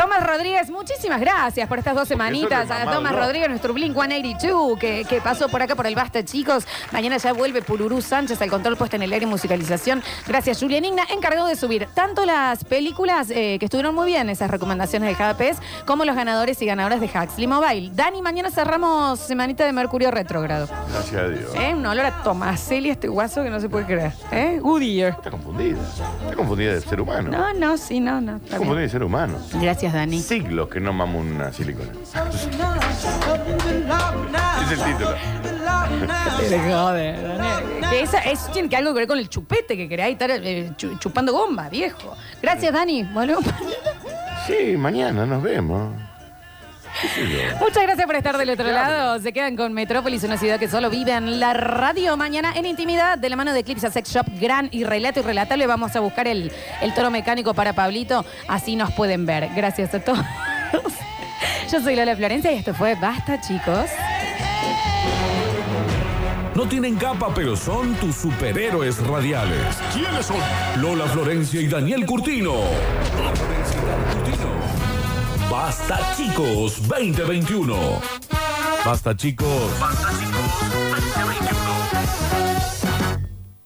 Speaker 3: Tomás Rodríguez, muchísimas gracias por estas dos semanitas.
Speaker 5: eso le
Speaker 3: A
Speaker 5: mamado,
Speaker 3: Tomás
Speaker 5: ¿no?
Speaker 3: Rodríguez, nuestro Blink 182, que, que pasó por acá por el Basta, chicos. Mañana ya vuelve Pulurú Sánchez al control puesto en el aire y musicalización. Gracias, Julián Igna, encargado de subir tanto las películas eh, que estuvieron muy bien, esas recomendaciones del JPS, como los ganadores y ganadoras de Huxley Mobile. Dani, mañana cerramos semanita de Mercurio Retrógrado.
Speaker 5: Gracias a Dios.
Speaker 3: ¿Eh? Un olor a Tomaselli, este guaso que no se puede creer. ¿Eh? Goodyear.
Speaker 5: Está confundida. Está confundida de ser humano.
Speaker 3: No, no, sí, no, no. está
Speaker 5: Está
Speaker 3: bien.
Speaker 5: confundida de ser humano.
Speaker 3: Gracias, Dani.
Speaker 5: Siglos que no mamo una silicona. Es el título.
Speaker 3: Joder, Daniel. Que esa- eso tiene que algo que ver con el chupete que quería estar eh, chu- chupando gomba, viejo. Gracias, Dani. Bueno,
Speaker 5: Sí, mañana nos vemos. ¿Qué sé yo?
Speaker 3: muchas gracias por estar del otro lado. Se quedan con Metrópolis, una ciudad que solo vive en la radio. Mañana en intimidad, de la mano de Eclipse Sex Shop, gran y relato y relatable. Vamos a buscar el, el toro mecánico para Pablito. Así nos pueden ver. Gracias a todos. Yo soy Lola Florencia y esto fue Basta, chicos.
Speaker 19: No tienen capa, pero son tus superhéroes radiales. ¿Quiénes son? Lola Florencia y Daniel Curtino. Basta chicos 2021. Basta chicos. Basta chicos 2021.